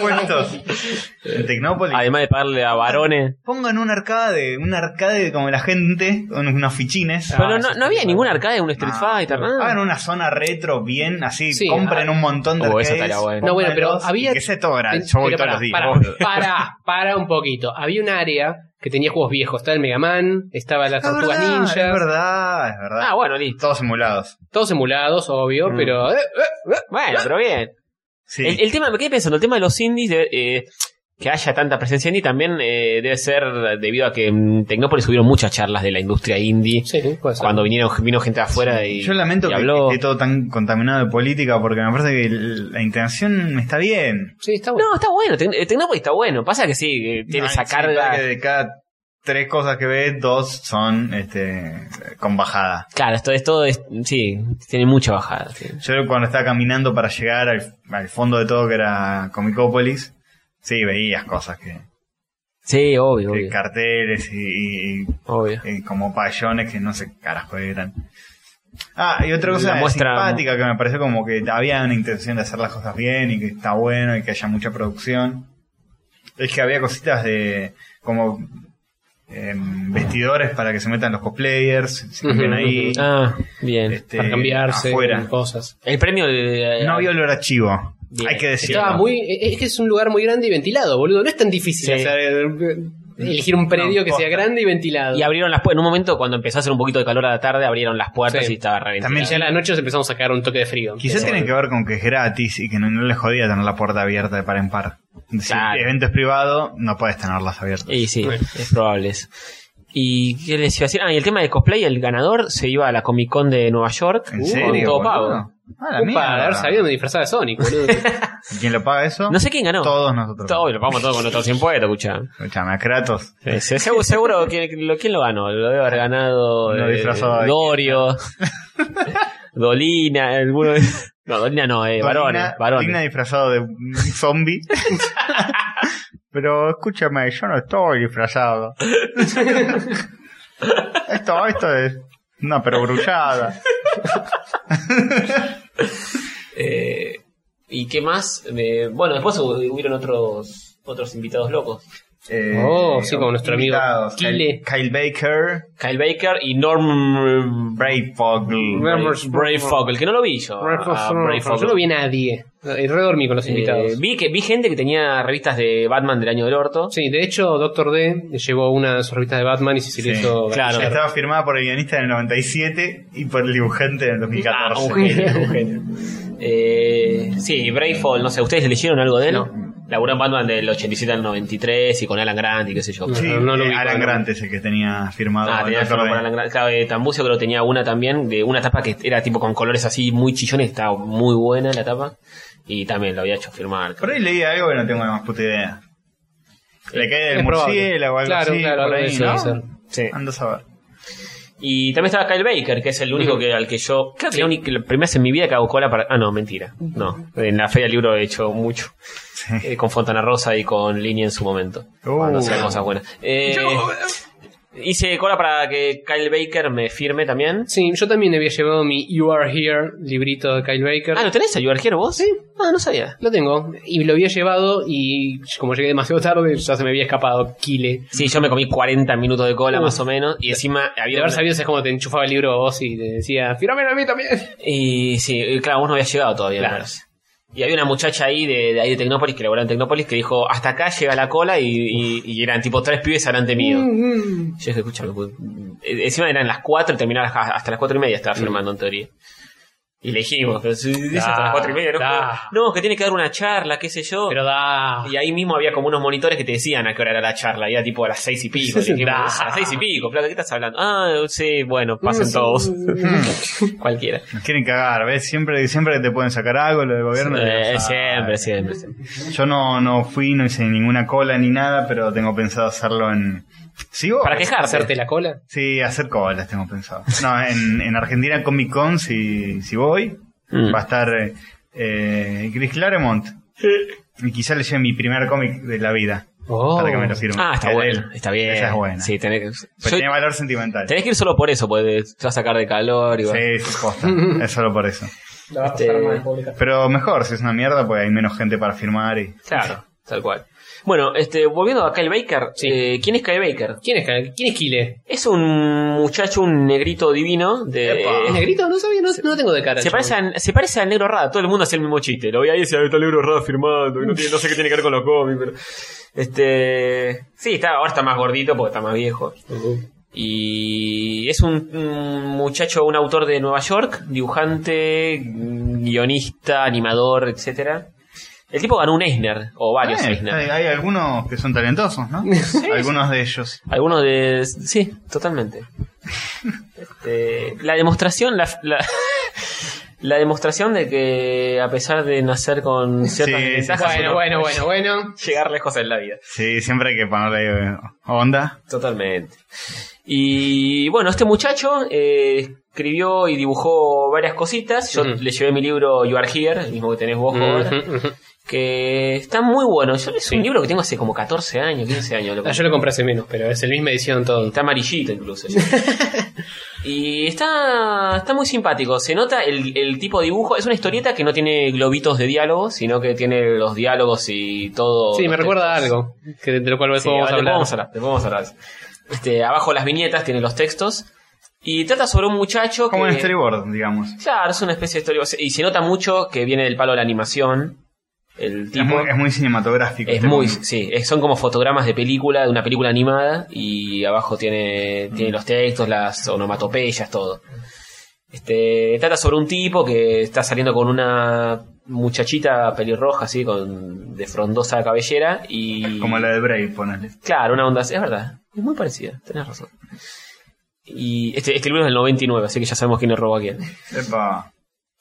Speaker 3: puestos en Tecnópolis?
Speaker 2: Además de pagarle a varones.
Speaker 3: Pongan un arcade, un arcade como la gente, con unos fichines.
Speaker 2: Pero no, no había ningún arcade, un Ah. Street
Speaker 3: Ah,
Speaker 2: Fighter, nada.
Speaker 3: Hagan una zona retro bien así,
Speaker 4: Sí,
Speaker 3: compren
Speaker 4: ah,
Speaker 3: un montón de
Speaker 2: oh, eso
Speaker 3: arcades.
Speaker 2: estaría bueno.
Speaker 4: No, bueno, pero
Speaker 3: cómpralos
Speaker 4: había-
Speaker 3: y Que sea todo gratis.
Speaker 4: Ten-
Speaker 3: Ah, Yo voy
Speaker 4: pero
Speaker 3: todos
Speaker 4: pará,
Speaker 3: los días. Oh. boludo.
Speaker 4: pará,
Speaker 3: (laughs)
Speaker 4: pará, pará un poquito. Había un área que tenía juegos viejos. Estaba el Mega Man, estaba las
Speaker 3: Es
Speaker 4: Tortugas
Speaker 3: verdad,
Speaker 4: Ninja.
Speaker 3: Es verdad, es verdad.
Speaker 2: Ah, bueno, listo.
Speaker 3: Todos simulados.
Speaker 4: Todos emulados, obvio,
Speaker 2: Mm.
Speaker 4: pero... eh, eh, eh.
Speaker 2: Bueno, pero bien.
Speaker 3: Sí.
Speaker 2: El, el tema, me quedé pensando, el tema de los indies, de- eh, que haya tanta presencia indie, también eh, debe ser debido a que en Tecnópolis hubieron muchas charlas de la industria indie.
Speaker 4: Sí, puede ser.
Speaker 2: Cuando vinieron, vino gente de afuera y.
Speaker 3: Yo lamento
Speaker 2: y
Speaker 3: que
Speaker 2: habló.
Speaker 3: esté todo tan contaminado de política porque me parece que el- la intención está bien.
Speaker 4: Sí, está bueno.
Speaker 2: No, está bueno, Tec- eh, Tecnópolis está bueno. Pasa que sí, eh, tiene
Speaker 3: No,
Speaker 2: esa
Speaker 3: sí, claro
Speaker 2: carga.
Speaker 3: que de cada tres cosas que ves, dos son este con bajada.
Speaker 2: Claro, esto es todo, es- sí, tiene mucha bajada. sí.
Speaker 3: Yo cuando estaba caminando para llegar al, al fondo de todo que era Comicópolis, sí, veías cosas que,
Speaker 2: Sí, obvio,
Speaker 3: que
Speaker 2: obvio.
Speaker 3: carteles y, y-
Speaker 2: obvio.
Speaker 3: y como payones que no sé qué carajo eran. Ah, y otra cosa
Speaker 2: La muestra-
Speaker 3: simpática que me pareció como que había una intención de hacer las cosas bien y que está bueno y que haya mucha producción. Es que había cositas de como em, vestidores para que se metan los cosplayers, se cambian
Speaker 4: Ujú,
Speaker 3: ahí.
Speaker 2: Ah, bien.
Speaker 3: este,
Speaker 4: Para cambiarse
Speaker 3: afuera.
Speaker 4: cosas.
Speaker 2: El premio eh, de.
Speaker 3: No había olor a chivo.
Speaker 2: Bien.
Speaker 3: Hay que decirlo.
Speaker 4: Estaba muy... eh, Es que es un lugar muy grande y ventilado, boludo. No es tan difícil
Speaker 2: Sí.
Speaker 4: hacer, eh, elegir un predio
Speaker 3: No,
Speaker 4: que
Speaker 3: posta.
Speaker 4: sea grande y ventilado.
Speaker 2: Y abrieron las puertas. En un momento, cuando empezó a hacer un poquito de calor a la tarde, abrieron las puertas
Speaker 4: Sí.
Speaker 2: y estaba reventado.
Speaker 3: También
Speaker 4: ya a la noche nos empezamos a sacar un toque de frío.
Speaker 3: Quizás
Speaker 4: Pero-
Speaker 3: tiene que ver con que es gratis y que no, no les jodía tener la puerta abierta de par en par. Si
Speaker 2: Claro.
Speaker 3: el evento es privado, no puedes tenerlas abiertas.
Speaker 2: Y sí, es probable eso. ¿Y qué les iba a decir? Ah, y el tema de cosplay, el ganador se iba a la Comic Con de Nueva York. Uh,
Speaker 3: ¿En
Speaker 2: con
Speaker 3: serio?
Speaker 2: Todo
Speaker 3: boludo?
Speaker 2: pago.
Speaker 3: Ah, la
Speaker 4: Upa, de haber
Speaker 3: mierda.
Speaker 4: sabido me disfrazaba de Sonic,
Speaker 3: (laughs)
Speaker 4: boludo.
Speaker 3: ¿Y ¿Quién lo paga eso?
Speaker 2: No sé quién ganó.
Speaker 3: Todos nosotros.
Speaker 2: Todo, lo pagamos todo con
Speaker 3: (laughs)
Speaker 2: nuestros impuestos, escucha.
Speaker 3: Escuchame, a Kratos.
Speaker 2: Eh, se- Seguro, seguro que lo- quién lo ganó. Lo debe haber ganado eh,
Speaker 3: No disfrazado de-
Speaker 2: Dorio,
Speaker 3: (laughs)
Speaker 2: Dolina, alguno de- No, Dolina no, eh,
Speaker 3: Dolina-
Speaker 2: varones, varones.
Speaker 3: Dolina disfrazado de un zombie. Pero escúchame, yo no estoy disfrazado. esto, esto es una perogrullada.
Speaker 2: Eh, ¿Y qué más? Eh, bueno, después hubo- hubieron otros otros invitados locos.
Speaker 3: Eh,
Speaker 4: Oh, sí, como nuestro amigo
Speaker 3: invitados, Kyle,
Speaker 4: Kyle.
Speaker 3: Kyle Baker,
Speaker 2: Kyle Baker y Norm
Speaker 3: Brave Fogel.
Speaker 2: Brave, Brave Fogel, que no lo vi yo.
Speaker 4: Brave
Speaker 2: a
Speaker 4: Fogel.
Speaker 2: Brave Fogel.
Speaker 4: ah, Yo no vi a nadie. Y redormí con los
Speaker 2: Eh,
Speaker 4: invitados.
Speaker 2: vi, que, vi gente que tenía revistas de Batman del año del orto.
Speaker 4: Sí, de hecho, Doctor D llevó una de sus revistas de Batman y se le
Speaker 3: Sí,
Speaker 4: hizo
Speaker 2: claro.
Speaker 4: gatillar.
Speaker 3: Estaba firmada por el guionista en el 97 y por el dibujante en el 2014.
Speaker 2: Ah, un genio,
Speaker 4: (laughs)
Speaker 2: un genio. Eh, sí, Brave Fogel, no sé, ¿ustedes leyeron algo de él? Laburó en Batman del 87 al 93 y con Alan Grant y qué sé yo.
Speaker 4: No,
Speaker 3: Sí,
Speaker 4: no, no lo
Speaker 3: eh,
Speaker 4: ubico,
Speaker 3: Alan
Speaker 4: no.
Speaker 3: Grant es el que tenía firmado.
Speaker 2: Ah,
Speaker 3: el
Speaker 2: tenía
Speaker 3: Doctor
Speaker 2: firma por
Speaker 3: D.
Speaker 2: Alan Grant. Claro, eh, Tambucio creo que tenía una también, de una tapa que era tipo con colores así muy chillones, estaba muy buena la tapa. Y también lo había hecho firmar.
Speaker 3: Por ahí leí algo que no tengo la más puta idea. Le cae del
Speaker 4: Es probable.
Speaker 3: murciélago o algo
Speaker 4: Claro,
Speaker 3: así.
Speaker 4: claro,
Speaker 3: por
Speaker 4: algo de
Speaker 3: ahí,
Speaker 4: eso debe ser.
Speaker 3: ¿no?
Speaker 2: Sí.
Speaker 3: Ando a saber.
Speaker 2: Y también estaba Kyle Baker, que es el único que, al que yo. Creo que la, única, la primera vez en mi vida que hago cola para. Ah, no, mentira. No. En la Feria del Libro he hecho mucho. Eh, con Fontana Rosa y con Línea en su momento.
Speaker 3: Uh.
Speaker 2: Cuando hacía cosas buenas. Eh, hice cola para que Kyle Baker me firme también.
Speaker 4: Sí, yo también había llevado mi You Are Here, librito de Kyle Baker.
Speaker 2: Ah, ¿lo tenés a Yuargier vos? Sí. Ah, no sabía.
Speaker 4: Lo tengo. Y lo había llevado y como llegué demasiado tarde, ya se me había escapado Kile.
Speaker 2: Sí, yo me comí 40 minutos de cola
Speaker 4: Uh.
Speaker 2: más o menos. Y encima
Speaker 4: De
Speaker 2: había.
Speaker 4: haber
Speaker 2: una-
Speaker 4: sabido, es como te enchufaba el libro a vos y te decía, firmame a mí también.
Speaker 2: Y sí, eh, claro, vos no habías llegado todavía. me
Speaker 4: Claro.
Speaker 2: parece. Y había una muchacha ahí de, de ahí de Tecnópolis que laboraba en Tecnópolis que dijo, hasta acá llega la cola y, y- y eran tipo tres pibes delante mío. Yo
Speaker 4: Mm.
Speaker 2: dije,
Speaker 4: Mm.
Speaker 2: escúchame, pues, eh, encima eran las cuatro y terminaba hasta las cuatro y media estaba firmando en teoría. Y le dijimos, pero si dice
Speaker 4: Da,
Speaker 2: hasta las cuatro y media, ¿no?
Speaker 4: da.
Speaker 2: No, que tiene que dar una charla, qué sé yo.
Speaker 4: (laughs) Pero da.
Speaker 2: Y ahí mismo había como unos monitores que te decían a qué hora era la charla, y era tipo a las seis y pico. Le dijimos,
Speaker 4: Da.
Speaker 2: a las seis y pico, plata, ¿qué estás hablando? Ah, sí, bueno, pasen
Speaker 4: (laughs)
Speaker 2: todos. (laughs) Cualquiera.
Speaker 3: Nos quieren cagar, ¿ves? Siempre, siempre que te pueden sacar algo, lo del gobierno.
Speaker 2: Eh,
Speaker 3: o sea,
Speaker 2: siempre, siempre, siempre.
Speaker 3: Yo no, no fui, no hice ninguna cola ni nada, pero tengo pensado hacerlo en. ¿Sí vos?
Speaker 2: Para quejarte.
Speaker 4: ¿Hacerte la cola?
Speaker 3: Sí, hacer colas tengo pensado. No, en, en Argentina Comic Con, si, si voy,
Speaker 2: Mm.
Speaker 3: va a estar eh, eh, Chris Claremont. Y quizá le lleve mi primer cómic de la vida.
Speaker 4: Oh.
Speaker 3: Para que me lo firme.
Speaker 2: Ah, está
Speaker 3: El de él.
Speaker 2: bueno, está bien.
Speaker 3: Esa es buena. Pues
Speaker 2: Sí, tenés que,
Speaker 3: Pero
Speaker 2: soy-
Speaker 3: tiene valor sentimental.
Speaker 2: tenés que ir solo por eso, porque te vas a sacar de calor y va.
Speaker 3: Sí, sí, posta. es solo por eso.
Speaker 4: La vas a
Speaker 2: pasar mal,
Speaker 3: Pero mejor, si es una mierda, pues hay menos gente para firmar y.
Speaker 2: Claro, tal cual. Bueno, este, volviendo a Kyle Baker, eh, ¿quién es Kyle Baker?
Speaker 4: ¿Quién es, Kyle? ¿Quién es Kile?
Speaker 2: Es un muchacho, un negrito divino de...
Speaker 4: Eh, ¿Es negrito? No sabía, no, no lo tengo de cara.
Speaker 2: Se parece,
Speaker 4: chabón.
Speaker 2: al- se parece al negro Rada, todo el mundo hace el mismo chiste. Lo vi ahí y decía, "Ah, está el negro Rada firmando, que no, tiene- no sé qué tiene que ver con los cómics, pero... Este... Sí, está, ahora está más gordito porque está más viejo. Y es un, un muchacho, un autor de Nueva York, dibujante, guionista, animador, etcétera. El tipo ganó un Eisner, o varios
Speaker 3: Eh,
Speaker 2: Eisner.
Speaker 3: hay, hay algunos que son talentosos, ¿no? algunos de ellos.
Speaker 2: Algunos de. Sí, totalmente. Este, la demostración, la, la, (laughs) la demostración de que a pesar de nacer con ciertas
Speaker 3: Sí, sí,
Speaker 2: desventajas,
Speaker 4: Bueno,
Speaker 2: uno
Speaker 4: bueno,
Speaker 2: puede
Speaker 4: bueno, bueno.
Speaker 2: llegar lejos en la vida.
Speaker 3: Sí, siempre hay que ponerle eh, onda.
Speaker 2: Totalmente. Y bueno, este muchacho eh, escribió y dibujó varias cositas. Yo
Speaker 4: Ujú.
Speaker 2: le llevé mi libro You Are Here, el mismo que tenés vos, ahora,
Speaker 4: Ujú, ujú.
Speaker 2: que está muy bueno. Yo- es un libro que tengo hace como 14 años, 15 años. lo
Speaker 4: Ah, yo lo compré hace menos, pero es el mismo edición todo.
Speaker 2: Está amarillito incluso.
Speaker 4: (laughs)
Speaker 2: ya. y está, está muy simpático. Se nota el, el tipo de dibujo. Es una historieta que no tiene globitos de diálogo, sino que tiene los diálogos y todo.
Speaker 4: Sí, me
Speaker 2: los
Speaker 4: recuerda a
Speaker 2: textos.
Speaker 4: algo, que de lo cual
Speaker 2: Sí,
Speaker 4: después vamos a
Speaker 2: ahora
Speaker 4: hablar.
Speaker 2: después vamos a hablar. Este, abajo las viñetas tiene los textos. Y trata sobre un muchacho
Speaker 3: Como
Speaker 2: que...
Speaker 3: en storyboard, digamos.
Speaker 2: Claro, es una especie de storyboard. Y se nota mucho que viene del palo de la animación. El
Speaker 3: Es
Speaker 2: tipo...
Speaker 3: muy, es muy cinematográfico.
Speaker 2: Es
Speaker 3: este
Speaker 2: muy,
Speaker 3: mundo.
Speaker 2: sí, es- son como fotogramas de película, de una película animada, y abajo tiene,
Speaker 3: Mm.
Speaker 2: tiene los textos, las onomatopeyas, todo. Este, trata sobre un tipo que está saliendo con una muchachita pelirroja, así, con, de frondosa cabellera, y...
Speaker 3: Como la de Brave, ponele.
Speaker 2: Claro, una onda así, es verdad, es muy parecida, tenés razón. Y este, este libro es del 99, así que ya sabemos quién le robó a quién.
Speaker 3: Epa.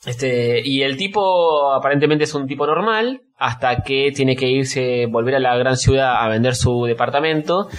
Speaker 2: Este, y el tipo aparentemente es un tipo normal, hasta que tiene que irse, volver a la gran ciudad a vender su departamento.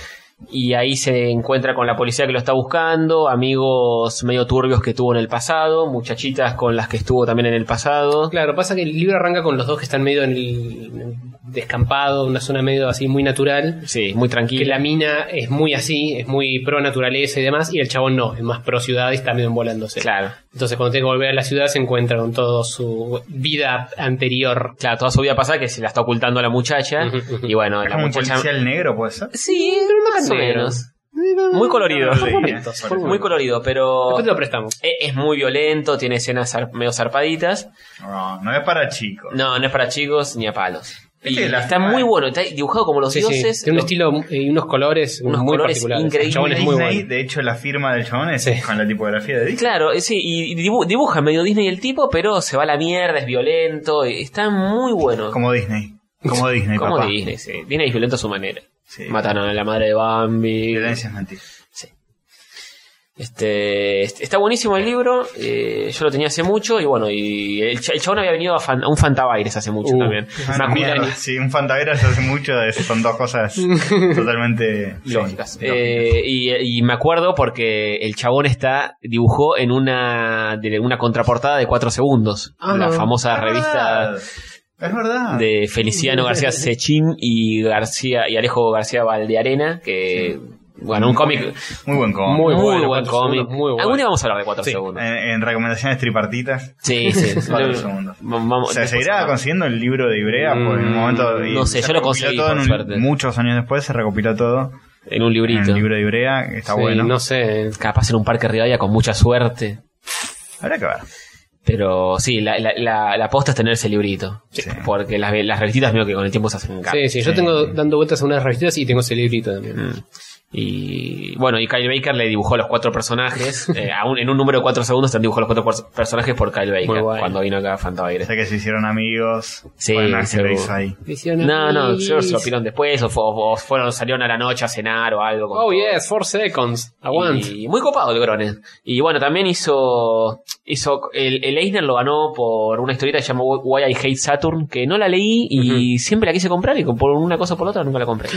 Speaker 2: Y ahí se encuentra con la policía que lo está buscando, amigos medio turbios que tuvo en el pasado, muchachitas con las que estuvo también en el pasado.
Speaker 4: Claro, pasa que el libro arranca con los dos que están medio en el descampado, una zona medio así muy natural.
Speaker 2: Sí, muy
Speaker 4: Que la
Speaker 2: tranquila.
Speaker 4: mina es muy así, es muy pro naturaleza y demás, y el chabón no, es más pro ciudad y está medio envolándose.
Speaker 2: Claro,
Speaker 4: Entonces cuando tiene que volver a la ciudad se encuentra con toda su vida anterior.
Speaker 2: claro, toda su vida pasa que se la está ocultando a la muchacha.
Speaker 4: Ujú, ujú.
Speaker 2: Y bueno,
Speaker 3: Es
Speaker 2: la
Speaker 3: como un
Speaker 2: muchacha.
Speaker 3: policial negro, puede ser.
Speaker 2: Sí, más o menos. Muy colorido.
Speaker 3: Por
Speaker 4: momentos, por
Speaker 2: Muy colorido, pero.
Speaker 4: Después te lo prestamos.
Speaker 2: e- Es muy violento, tiene escenas zar- medio zarpaditas.
Speaker 3: No, no es para chicos.
Speaker 2: No, no es para chicos ni a palos. Y
Speaker 3: Viste que la-
Speaker 2: está muy bueno, está dibujado como los
Speaker 4: Sí, sí,
Speaker 2: dioses.
Speaker 4: Tiene un
Speaker 2: Lo-
Speaker 4: estilo eh, y unos colores
Speaker 2: Unos
Speaker 4: muy
Speaker 2: colores
Speaker 4: particulares. El
Speaker 2: increíbles.
Speaker 4: chabón es muy
Speaker 3: Disney,
Speaker 4: bueno.
Speaker 3: de hecho, la firma del chabón es
Speaker 4: Sí.
Speaker 3: con la tipografía de Disney.
Speaker 2: Claro, eh, sí, y dibu- dibuja medio Disney el tipo, pero se va a la mierda, es violento, y está muy bueno.
Speaker 3: Como Disney.
Speaker 4: (laughs)
Speaker 3: Como Disney,
Speaker 2: Como
Speaker 3: papá.
Speaker 2: Disney, sí. Disney es violento a su manera.
Speaker 3: Sí.
Speaker 2: Mataron a la madre de Bambi.
Speaker 3: Violencia es mentira.
Speaker 2: Este, est- está buenísimo el libro, eh, yo lo tenía hace mucho, y bueno, y el, ch- el chabón había venido a, fan- a un Fantabaires hace mucho
Speaker 4: Uh,
Speaker 2: también.
Speaker 3: Es una
Speaker 2: Me acuerdo-
Speaker 3: mierda. Sí, un Fantaveras hace mucho, es- son dos cosas
Speaker 4: (laughs)
Speaker 3: totalmente sí,
Speaker 2: lógicas. Eh, y, y me acuerdo porque el chabón está dibujó en una de una contraportada de cuatro segundos,
Speaker 4: Ah.
Speaker 2: la famosa
Speaker 3: Es
Speaker 2: revista
Speaker 3: verdad. Es verdad.
Speaker 2: de Feliciano García Sechín y García y Alejo García Valdearena, que bueno, un cómic
Speaker 3: Muy buen cómic.
Speaker 2: muy,
Speaker 4: Muy bueno,
Speaker 2: buen
Speaker 4: Cuatro
Speaker 2: cómic.
Speaker 4: Segundos, muy bueno.
Speaker 2: Algún día vamos a hablar de cuatro
Speaker 4: Sí.
Speaker 2: segundos.
Speaker 3: En, en recomendaciones tripartitas.
Speaker 2: Sí, sí.
Speaker 4: (laughs)
Speaker 3: Cuatro
Speaker 2: Lo-
Speaker 3: segundos.
Speaker 2: vamos-
Speaker 3: ¿Se
Speaker 2: después
Speaker 3: seguirá
Speaker 2: hablamos.
Speaker 3: consiguiendo el libro de Ibrea? Porque en un momento.
Speaker 2: Mm, no sé,
Speaker 3: se
Speaker 2: yo lo
Speaker 3: recopiló
Speaker 2: conseguí,
Speaker 3: todo en
Speaker 2: por
Speaker 3: un-
Speaker 2: suerte.
Speaker 3: Muchos años después se recopiló todo.
Speaker 2: en un
Speaker 3: En
Speaker 2: librito.
Speaker 3: el libro de Ibrea, que está
Speaker 4: Sí,
Speaker 3: bueno.
Speaker 4: No sé.
Speaker 2: Capaz en un parque Rivadavia con mucha suerte.
Speaker 3: Habrá que ver.
Speaker 2: Pero sí, la, la, la, la aposta es tener ese librito.
Speaker 3: Sí.
Speaker 2: Porque las, las revistitas veo que con el tiempo se hacen caras.
Speaker 4: Sí, sí, yo tengo dando vueltas a unas revistas y tengo ese librito también.
Speaker 2: Mm. Y bueno, y Kyle Baker le dibujó los cuatro
Speaker 3: (laughs)
Speaker 2: personajes. eh, a un- en un número de cuatro segundos te han dibujado los cuatro por- personajes por Kyle Baker
Speaker 4: guay.
Speaker 2: cuando vino acá a Fantabaires.
Speaker 3: Sé que se hicieron amigos.
Speaker 2: Sí,
Speaker 3: bueno, que lo
Speaker 2: seguro.
Speaker 3: hizo ahí.
Speaker 2: No, no, yo se lo opinaron después, o, fu- o fueron, salieron a la noche a cenar o algo. con
Speaker 4: Oh,
Speaker 2: todo.
Speaker 4: yes, four seconds. Aguant.
Speaker 2: Y muy copado el Gronen. Y bueno, también hizo. hizo el, el Eisner lo ganó por una historieta que se llama Why I Hate Saturn, que no la leí y siempre la quise comprar y por una cosa o por la otra nunca la compré.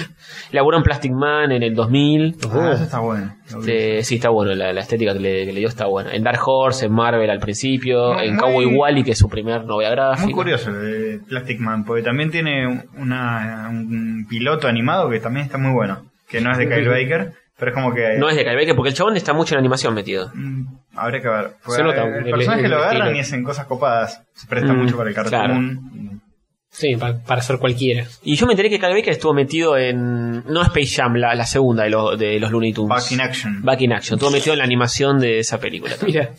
Speaker 2: Laburó en Plastic Man en el 2000.
Speaker 4: Uh.
Speaker 3: Ah, eso está bueno. Lo vi.
Speaker 2: Este, sí, está bueno, la, la estética que le, que le dio está buena. En Dark Horse, en Marvel al principio,
Speaker 3: Muy-
Speaker 2: en
Speaker 3: muy-
Speaker 2: Cowboy Wally, que es su primer novela gráfica.
Speaker 3: Muy curioso lo de Plastic Man, porque también tiene una, un piloto animado que también está muy bueno. Que no es de Kyle Baker, pero es como que.
Speaker 2: No es de Kyle Baker, porque el chabón está mucho en animación metido.
Speaker 3: Mm, Habría que ver. Porque
Speaker 4: Se nota
Speaker 3: el
Speaker 4: el-
Speaker 3: personaje
Speaker 4: el
Speaker 3: lo agarran
Speaker 4: estilo.
Speaker 3: y hacen cosas copadas. Se presta
Speaker 2: Mm,
Speaker 3: mucho para el cartoon.
Speaker 4: Sí, pa- para ser cualquiera. (laughs)
Speaker 2: Y yo me enteré que Kyle Baker estuvo metido en. No Space Jam, la, la segunda de, los de los Looney Tunes.
Speaker 3: Back in action.
Speaker 2: Back in Action. Estuvo metido en la animación de esa película.
Speaker 4: (laughs) Mira,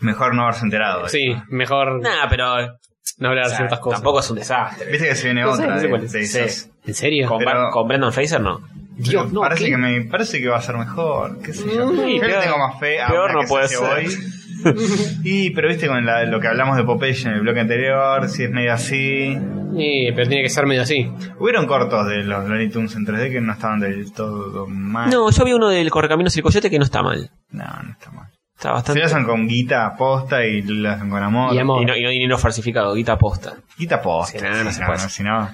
Speaker 3: Mejor no haberse enterado.
Speaker 4: sí, mejor
Speaker 2: Nah, pero.
Speaker 4: no hablar
Speaker 2: o
Speaker 4: de
Speaker 2: sea,
Speaker 4: ciertas cosas.
Speaker 2: Tampoco es un desastre.
Speaker 3: Viste que se viene
Speaker 2: sé,
Speaker 3: otra
Speaker 2: no sé
Speaker 3: de-
Speaker 2: cuál
Speaker 3: de,
Speaker 2: Pues es.
Speaker 3: esos.
Speaker 2: Sí.
Speaker 4: ¿En serio?
Speaker 2: Con,
Speaker 3: Pero-
Speaker 2: Bra- con Brendan Fraser no.
Speaker 4: Dios, no.
Speaker 3: parece
Speaker 4: ¿qué?
Speaker 3: que me parece que va a ser mejor, qué sé yo.
Speaker 2: Sí,
Speaker 3: yo le
Speaker 2: peor-
Speaker 3: tengo más fe a
Speaker 2: peor
Speaker 3: una
Speaker 2: no
Speaker 3: que
Speaker 2: puede
Speaker 3: se
Speaker 2: ser.
Speaker 3: hace hoy. y pero viste con la- lo que hablamos de Popeye en el bloque anterior, si es medio así.
Speaker 4: Sí, pero tiene que ser medio así.
Speaker 3: Hubieron cortos de los Looney Tunes en 3D que no estaban del todo
Speaker 4: Ah.
Speaker 3: mal.
Speaker 2: No, yo vi uno del Correcaminos y el Coyote que no está mal.
Speaker 3: no, no está mal.
Speaker 2: Está
Speaker 3: Se
Speaker 2: bastante.
Speaker 3: lo hacen con guita aposta y lo hacen con amor.
Speaker 4: Y amor.
Speaker 2: Y no, y no hay dinero falsificado, guita posta.
Speaker 3: Guita aposta.
Speaker 2: Sí, no, no
Speaker 3: si
Speaker 2: se
Speaker 3: no,
Speaker 2: puede.
Speaker 3: no, si no,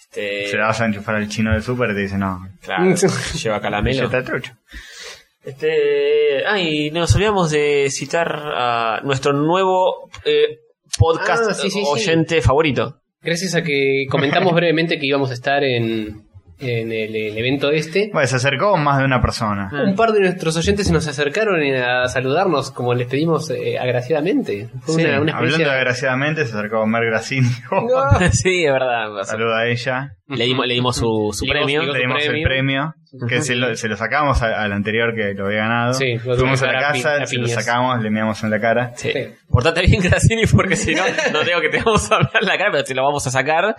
Speaker 2: Este,
Speaker 3: se la vas a enchufar al chino del super y te dice no.
Speaker 2: claro,
Speaker 4: (laughs)
Speaker 2: lleva
Speaker 3: Ya
Speaker 2: caramelo.
Speaker 3: está trucho.
Speaker 2: Este, ay, nos olvidamos de citar a nuestro nuevo eh, podcast
Speaker 4: Ah, sí, sí, sí.
Speaker 2: oyente favorito.
Speaker 4: Gracias a que
Speaker 3: (laughs)
Speaker 4: comentamos brevemente que íbamos a estar en, en el, el evento este.
Speaker 3: Bueno, se acercó más de una persona.
Speaker 4: Un par de nuestros oyentes se nos acercaron a saludarnos, como les pedimos eh, agraciadamente. Fue
Speaker 3: Sí,
Speaker 4: una, una
Speaker 3: hablando
Speaker 4: experiencia.
Speaker 3: desgraciadamente, se acercó Mer Gracini.
Speaker 4: Ah.
Speaker 2: (laughs) sí, es verdad. o sea,
Speaker 3: Saluda a ella.
Speaker 2: Le dimos, le dimos su, su
Speaker 4: Le dimos-
Speaker 2: premio.
Speaker 4: le dimos-
Speaker 3: Le dimos el
Speaker 4: premio.
Speaker 3: premio, que se lo, se lo sacamos a- al anterior que lo había ganado.
Speaker 4: Sí, lo
Speaker 3: Fuimos
Speaker 4: tuvimos
Speaker 3: a la
Speaker 4: que dar a pi-
Speaker 3: casa,
Speaker 4: a
Speaker 3: se lo
Speaker 4: piñas.
Speaker 3: sacamos, le miramos en la cara.
Speaker 2: Sí.
Speaker 4: Sí.
Speaker 2: Portate bien, (laughs) Grassini, porque si no, no tengo que te vamos a hablar la cara, pero te lo vamos a sacar.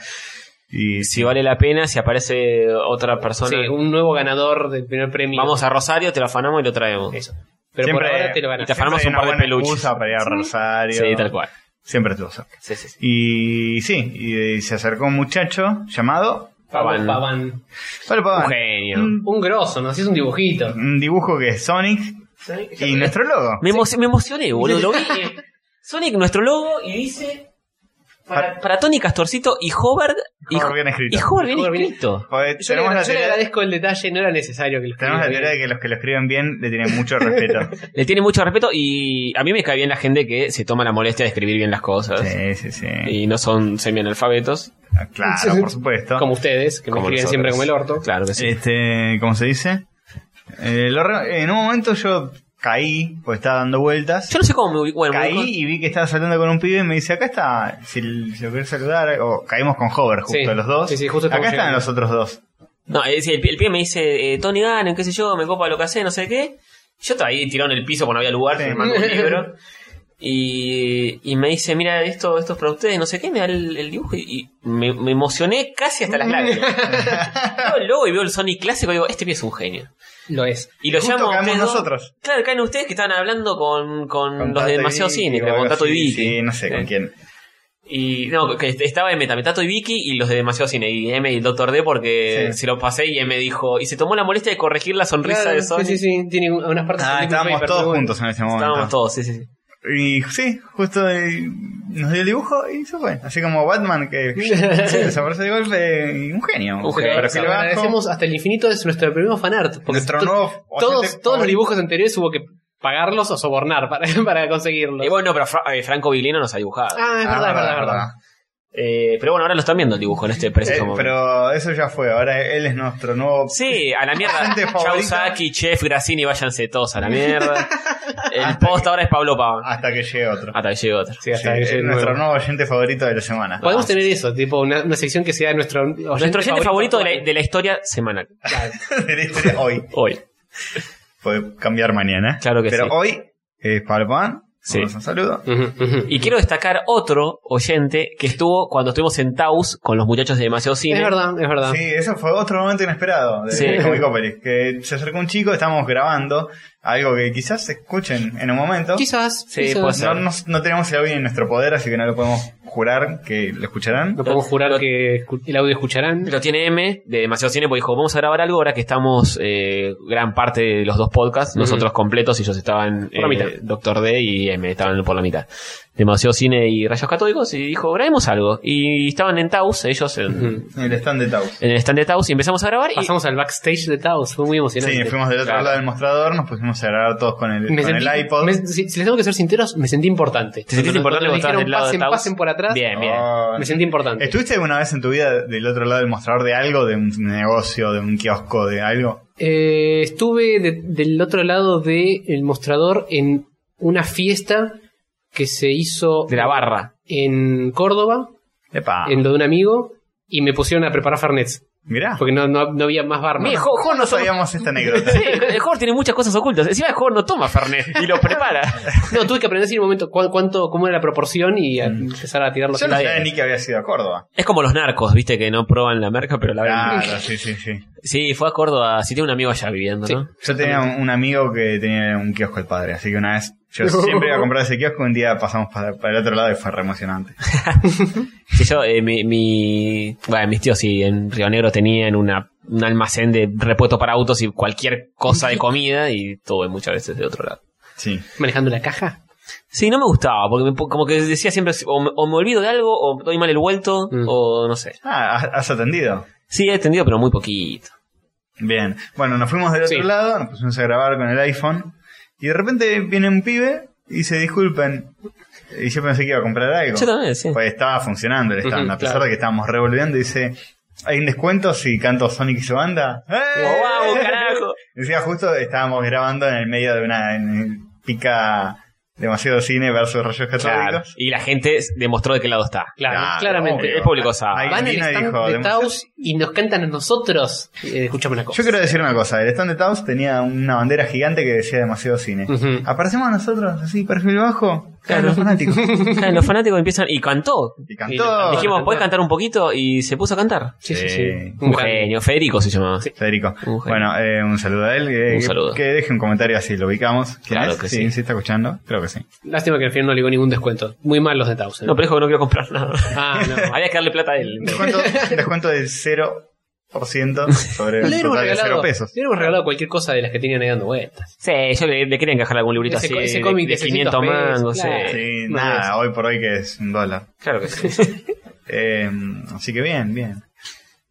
Speaker 3: Y
Speaker 2: Si vale la pena, si aparece otra persona.
Speaker 4: Sí, un nuevo ganador del primer premio.
Speaker 2: Vamos a Rosario, te lo afanamos y lo traemos.
Speaker 4: Eso. Pero
Speaker 3: Siempre-
Speaker 4: por ahora te lo
Speaker 2: y
Speaker 4: ganas.
Speaker 2: te afanamos
Speaker 3: siempre
Speaker 2: un par
Speaker 3: hay
Speaker 2: de
Speaker 3: una buena
Speaker 2: peluches.
Speaker 3: excusa para ir a Rosario.
Speaker 2: Sí, tal cual.
Speaker 3: Siempre estuvo cerca.
Speaker 2: Sí, sí, sí.
Speaker 3: Y sí, y se acercó un muchacho llamado
Speaker 4: Pablo
Speaker 2: Pavan.
Speaker 4: Pavan.
Speaker 3: Pablo Paván.
Speaker 2: Un genio.
Speaker 3: Mm.
Speaker 4: Un grosso, nos hizo un dibujito.
Speaker 3: Un dibujo que es Sonic y nuestro logo.
Speaker 2: Me, emo- me emocioné, boludo. Lo vi. eh, Sonic, nuestro logo, y dice. Para, para Tony Castorcito y Hobart. Y,
Speaker 3: Hobart bien escrito.
Speaker 2: y Hobart bien
Speaker 4: Hobart bien-
Speaker 2: escrito.
Speaker 3: Joder,
Speaker 4: Yo, le,
Speaker 3: tenemos la
Speaker 4: yo le
Speaker 3: teoría,
Speaker 4: agradezco el detalle, no era necesario que lo
Speaker 3: tenemos la
Speaker 4: escribiera
Speaker 3: teoría de
Speaker 4: bien.
Speaker 3: que los que lo escriben bien le tienen
Speaker 2: (laughs)
Speaker 3: mucho respeto.
Speaker 2: Le tiene mucho respeto y a mí me cae bien la gente que se toma la molestia de escribir bien las cosas.
Speaker 3: sí, sí, sí. Ah,
Speaker 2: Y no son semianalfabetos.
Speaker 3: Claro, por supuesto.
Speaker 4: Como ustedes, que me
Speaker 2: Como
Speaker 4: escriben
Speaker 2: nosotros.
Speaker 4: siempre como el orto.
Speaker 2: Claro que sí.
Speaker 3: Este, ¿cómo se dice? Eh, lo re- en un momento yo caí, o estaba dando vueltas.
Speaker 2: Yo no sé cómo me ubico. Bueno, me
Speaker 3: Caí
Speaker 2: ubico-
Speaker 3: y vi que estaba saltando con un pibe y me dice, acá está, si l- si lo querés saludar, o caímos con Hover justo
Speaker 4: Sí,
Speaker 3: los dos.
Speaker 4: sí, sí, justo
Speaker 3: acá
Speaker 4: estamos
Speaker 3: están
Speaker 4: llegando.
Speaker 3: los otros dos.
Speaker 2: No, es decir, el, pi- el pibe me dice, eh, Tony Gannon, qué sé yo, me copa lo que hace, no sé qué. Yo estaba ahí tirado en el piso porque no había lugar,
Speaker 3: Sí.
Speaker 2: me mandó
Speaker 3: (laughs)
Speaker 2: un libro. Y, y me dice, mira, esto, esto es para ustedes, no sé qué, me da el, el dibujo y, y me, me emocioné casi hasta
Speaker 3: (laughs)
Speaker 2: las lágrimas. veo el logo y veo el Sonic clásico y digo, este pibe es un genio.
Speaker 4: Lo es.
Speaker 2: Y lo
Speaker 3: Justo
Speaker 2: llamo a
Speaker 3: caemos
Speaker 2: ustedes dos.
Speaker 3: nosotros.
Speaker 2: Claro, caen ustedes que estaban hablando con, con
Speaker 3: Con
Speaker 2: Mm, los de
Speaker 3: Tato y
Speaker 2: Demasiado
Speaker 3: Vicky
Speaker 2: Cine,
Speaker 3: o algo
Speaker 2: con Tato y
Speaker 3: así,
Speaker 2: Vicky.
Speaker 3: Sí, no sé con
Speaker 2: Eh.
Speaker 3: quién.
Speaker 2: Y no, que est- estaba en Metametato y Vicky y los de demasiado cine y M y Doctor D porque
Speaker 3: Sí.
Speaker 2: se lo pasé y M dijo y se tomó la molestia de corregir la sonrisa
Speaker 4: Claro,
Speaker 2: de Sony.
Speaker 4: Sí, sí, sí. Tiene un- unas partes.
Speaker 3: Ah,
Speaker 4: de Liquid
Speaker 3: estábamos
Speaker 4: Paper,
Speaker 3: todos
Speaker 4: pero bueno.
Speaker 3: juntos en ese momento.
Speaker 2: Estábamos todos, sí, sí. sí.
Speaker 3: Y sí, justo eh, nos dio el dibujo y se fue. Así como
Speaker 2: (laughs)
Speaker 3: Batman que desaparece de golpe y un genio.
Speaker 2: Un genio.
Speaker 3: Pero que
Speaker 4: Se lo
Speaker 3: le bajo.
Speaker 4: agradecemos hasta el infinito, es nuestro primer fanart. Porque
Speaker 3: Nuestro
Speaker 4: to-
Speaker 3: nuevo oyente
Speaker 4: todos, todos los
Speaker 3: favorito.
Speaker 4: dibujos anteriores hubo que pagarlos o sobornar para, (laughs) para conseguirlos.
Speaker 2: Y bueno, pero Fra- eh, Franco Biglino nos ha dibujado.
Speaker 4: ah, es
Speaker 3: Ah,
Speaker 4: verdad, es verdad, es verdad.
Speaker 2: Eh, pero bueno, ahora lo están viendo el dibujo en este
Speaker 3: Eh,
Speaker 2: preciso momento.
Speaker 3: pero eso ya fue, ahora él es nuestro nuevo...
Speaker 2: Sí, a la mierda.
Speaker 3: (laughs) Gente
Speaker 2: Chau,
Speaker 3: favorita.
Speaker 2: Saki, Chef, Grassini, váyanse todos a la
Speaker 3: (laughs)
Speaker 2: mierda. el
Speaker 3: Hasta
Speaker 2: post ahora es Pablo Pava.
Speaker 3: Hasta que llegue otro.
Speaker 2: Ah, Hasta que llegue otro.
Speaker 4: Sí, hasta
Speaker 3: Sí,
Speaker 4: que
Speaker 3: es
Speaker 4: llegue el
Speaker 3: nuestro
Speaker 4: nuevo.
Speaker 3: nuevo oyente favorito de la semana.
Speaker 4: Podemos tener eso, tipo una, una sección que sea nuestro oyente
Speaker 2: Nuestro oyente favorito de la,
Speaker 4: actual.
Speaker 2: de la historia semanal.
Speaker 3: (laughs) De la historia hoy.
Speaker 2: Hoy.
Speaker 3: Puede cambiar mañana.
Speaker 2: Claro que
Speaker 3: Pero
Speaker 2: sí.
Speaker 3: hoy es Pablo Pan,
Speaker 6: Sí.
Speaker 3: Un saludo.
Speaker 4: Ujú, ujú.
Speaker 2: Y quiero destacar otro oyente que estuvo cuando estuvimos en Taos con los muchachos de Demasiado Cine.
Speaker 4: Es verdad, es verdad.
Speaker 3: Sí, eso fue otro momento inesperado de
Speaker 2: Sí.
Speaker 3: Comicopolis, Que se acercó un chico, estábamos grabando algo que quizás se escuchen en un momento.
Speaker 4: Quizás.
Speaker 2: Sí,
Speaker 4: quizás.
Speaker 2: puede ser.
Speaker 3: No, no, no tenemos el audio en nuestro poder, así que no lo podemos jurar que lo escucharán.
Speaker 4: No podemos jurar que escu- el audio escucharán.
Speaker 2: pues, Lo tiene M de Demasiado Cine porque dijo, vamos a grabar algo ahora que estamos eh, gran parte de los dos podcasts,
Speaker 4: Ujú.
Speaker 2: nosotros completos y ellos estaban eh,
Speaker 4: Por la mitad.
Speaker 2: Doctor D y M estaban por la mitad. Demasiado Cine y Rayos Catódicos y dijo, grabemos algo. Y estaban en Taos, ellos en,
Speaker 4: Ujú.
Speaker 3: En el stand de Taos.
Speaker 2: en el stand de Taos y empezamos a grabar y
Speaker 4: Pasamos al backstage de Taos, fue muy emocionante.
Speaker 3: Sí, fuimos del otro
Speaker 2: Claro.
Speaker 3: lado del mostrador, nos pusimos a grabar todos con el,
Speaker 4: Me
Speaker 3: con
Speaker 4: sentí-
Speaker 3: el iPod.
Speaker 4: me- si, si les tengo que ser sinceros, me sentí importante.
Speaker 2: ¿Te sentiste
Speaker 4: Cuando-
Speaker 2: importante
Speaker 4: cuando
Speaker 2: cuando estabas
Speaker 4: dijeron,
Speaker 2: del lado de
Speaker 4: pasen,
Speaker 2: Taos?
Speaker 4: pasen por atrás.
Speaker 2: Bien, bien.
Speaker 3: Oh,
Speaker 4: Me sentí importante.
Speaker 3: ¿Estuviste alguna vez en tu vida del otro lado del mostrador de algo? ¿De un negocio, de un kiosco, de algo?
Speaker 4: Eh, estuve de- del otro lado del mostrador en una fiesta que se hizo
Speaker 2: de la barra.
Speaker 4: en Córdoba,
Speaker 2: Ah.
Speaker 3: Epa.
Speaker 4: en lo de un amigo, y me pusieron a preparar Farnets,
Speaker 3: Mirá.
Speaker 4: porque no, no, no había más barra.
Speaker 2: Mira, Jo- Jo no
Speaker 3: No
Speaker 2: toma-
Speaker 3: sabíamos esta
Speaker 4: (laughs)
Speaker 3: anécdota.
Speaker 2: Sí, el Jorge tiene muchas cosas ocultas. Encima el Jorge no toma Fernet y lo prepara.
Speaker 4: No, tuve que aprender así en un momento cuán- cuánto, cómo era la proporción y a-
Speaker 2: Mm.
Speaker 4: empezar a tirarlo.
Speaker 3: Yo no
Speaker 4: así.
Speaker 3: sabía ni que había sido a Córdoba.
Speaker 2: Es como los narcos, viste, que no prueban la merca, pero la ven.
Speaker 3: Claro, sí, sí, sí.
Speaker 2: Sí, fue a Córdoba. Sí, tiene un amigo allá viviendo, ¿no?
Speaker 3: Yo tenía un, un amigo que tenía un kiosco el padre, así que una vez
Speaker 4: (laughs)
Speaker 3: yo siempre iba a comprar ese kiosco, un día pasamos para, para el otro lado y fue re emocionante.
Speaker 2: Sí, yo, eh, mi, mi- bueno, mis tíos sí, en Río Negro tenían una, un almacén de repuesto para autos y cualquier cosa de comida y tuve muchas veces de otro lado.
Speaker 3: Sí.
Speaker 4: Manejando la caja.
Speaker 2: Sí, no me gustaba, porque me- como que decía siempre, o me, o me olvido de algo, o doy mal el vuelto,
Speaker 4: Mm.
Speaker 2: o no sé.
Speaker 3: Ah, ¿has- has atendido.
Speaker 2: Sí, he entendido, pero muy poquito.
Speaker 3: Bien. Bueno, nos fuimos del otro
Speaker 4: Sí.
Speaker 3: lado, nos pusimos a grabar con el iPhone y de repente viene un pibe y se disculpen. Y yo pensé que iba a comprar algo.
Speaker 2: Yo también, sí.
Speaker 3: Pues estaba funcionando el stand,
Speaker 4: Ujú,
Speaker 3: a pesar
Speaker 4: claro.
Speaker 3: de que estábamos revolviendo, dice, ¿hay un descuento si canto Sonic y su banda? ¡Eh!
Speaker 2: Digo, "Guau, carajo".
Speaker 3: (laughs) Decía, justo estábamos grabando en el medio de una en- pica demasiado cine versus rayos
Speaker 2: Claro.
Speaker 3: católicos.
Speaker 2: Y la gente demostró de qué lado está.
Speaker 4: Claro, claramente.
Speaker 2: El público sabe.
Speaker 3: Ahí
Speaker 4: Van al
Speaker 3: vino y
Speaker 4: stand
Speaker 3: dijo,
Speaker 4: de
Speaker 3: "Demo-
Speaker 4: Taos y nos cantan a nosotros. Eh, escuchame una cosa.
Speaker 3: Yo quiero decir una cosa, el stand de Taos tenía una bandera gigante que decía demasiado cine.
Speaker 4: Ujú.
Speaker 3: Aparecemos nosotros así, perfil bajo,
Speaker 2: Claro.
Speaker 3: claro,
Speaker 2: (laughs)
Speaker 3: fanáticos.
Speaker 2: Claro, los fanáticos empiezan y cantó.
Speaker 3: Y
Speaker 4: Y lo-
Speaker 3: cantó.
Speaker 2: Dijimos,
Speaker 4: cantar.
Speaker 2: ¿puedes cantar un poquito? Y se puso a cantar.
Speaker 4: Sí, sí, sí.
Speaker 3: Sí.
Speaker 2: Un
Speaker 4: gran-
Speaker 2: genio, Federico se llamaba.
Speaker 4: Sí.
Speaker 3: Federico.
Speaker 2: Un genio.
Speaker 3: Bueno, eh, un saludo a él. Que,
Speaker 2: Un saludo.
Speaker 3: que deje un comentario así, lo ubicamos. ¿Quién
Speaker 2: Claro
Speaker 3: es?
Speaker 2: que
Speaker 3: sí,
Speaker 2: sí.
Speaker 3: sí. está escuchando?
Speaker 2: (laughs)
Speaker 3: Creo que sí.
Speaker 4: Lástima que al final no le dio ningún descuento. Muy mal los de Taos. ¿eh?
Speaker 2: No, pero dijo que no quiero comprar
Speaker 3: (laughs)
Speaker 2: nada.
Speaker 4: Ah, no.
Speaker 2: Había que darle plata a él.
Speaker 3: Descuento, descuento del
Speaker 2: (laughs)
Speaker 3: 0% sobre
Speaker 4: Le
Speaker 3: el
Speaker 4: hubiéramos
Speaker 3: total de
Speaker 4: regalado,
Speaker 3: 0 pesos.
Speaker 4: le hubiéramos regalado cualquier cosa de las que tenían ahí dando vueltas.
Speaker 2: Sí, yo le, le quería encajar algún librito
Speaker 4: Ese
Speaker 2: así.
Speaker 4: co- ese
Speaker 2: de-
Speaker 4: cómic
Speaker 2: de,
Speaker 4: de
Speaker 2: 500
Speaker 4: 600 pesos,
Speaker 2: mangos.
Speaker 4: claro.
Speaker 2: sí.
Speaker 3: Sí,
Speaker 4: no
Speaker 3: nada,
Speaker 4: es.
Speaker 3: hoy por hoy que es un dólar.
Speaker 2: Claro que
Speaker 3: (laughs)
Speaker 2: sí.
Speaker 3: Eh, así que bien, bien.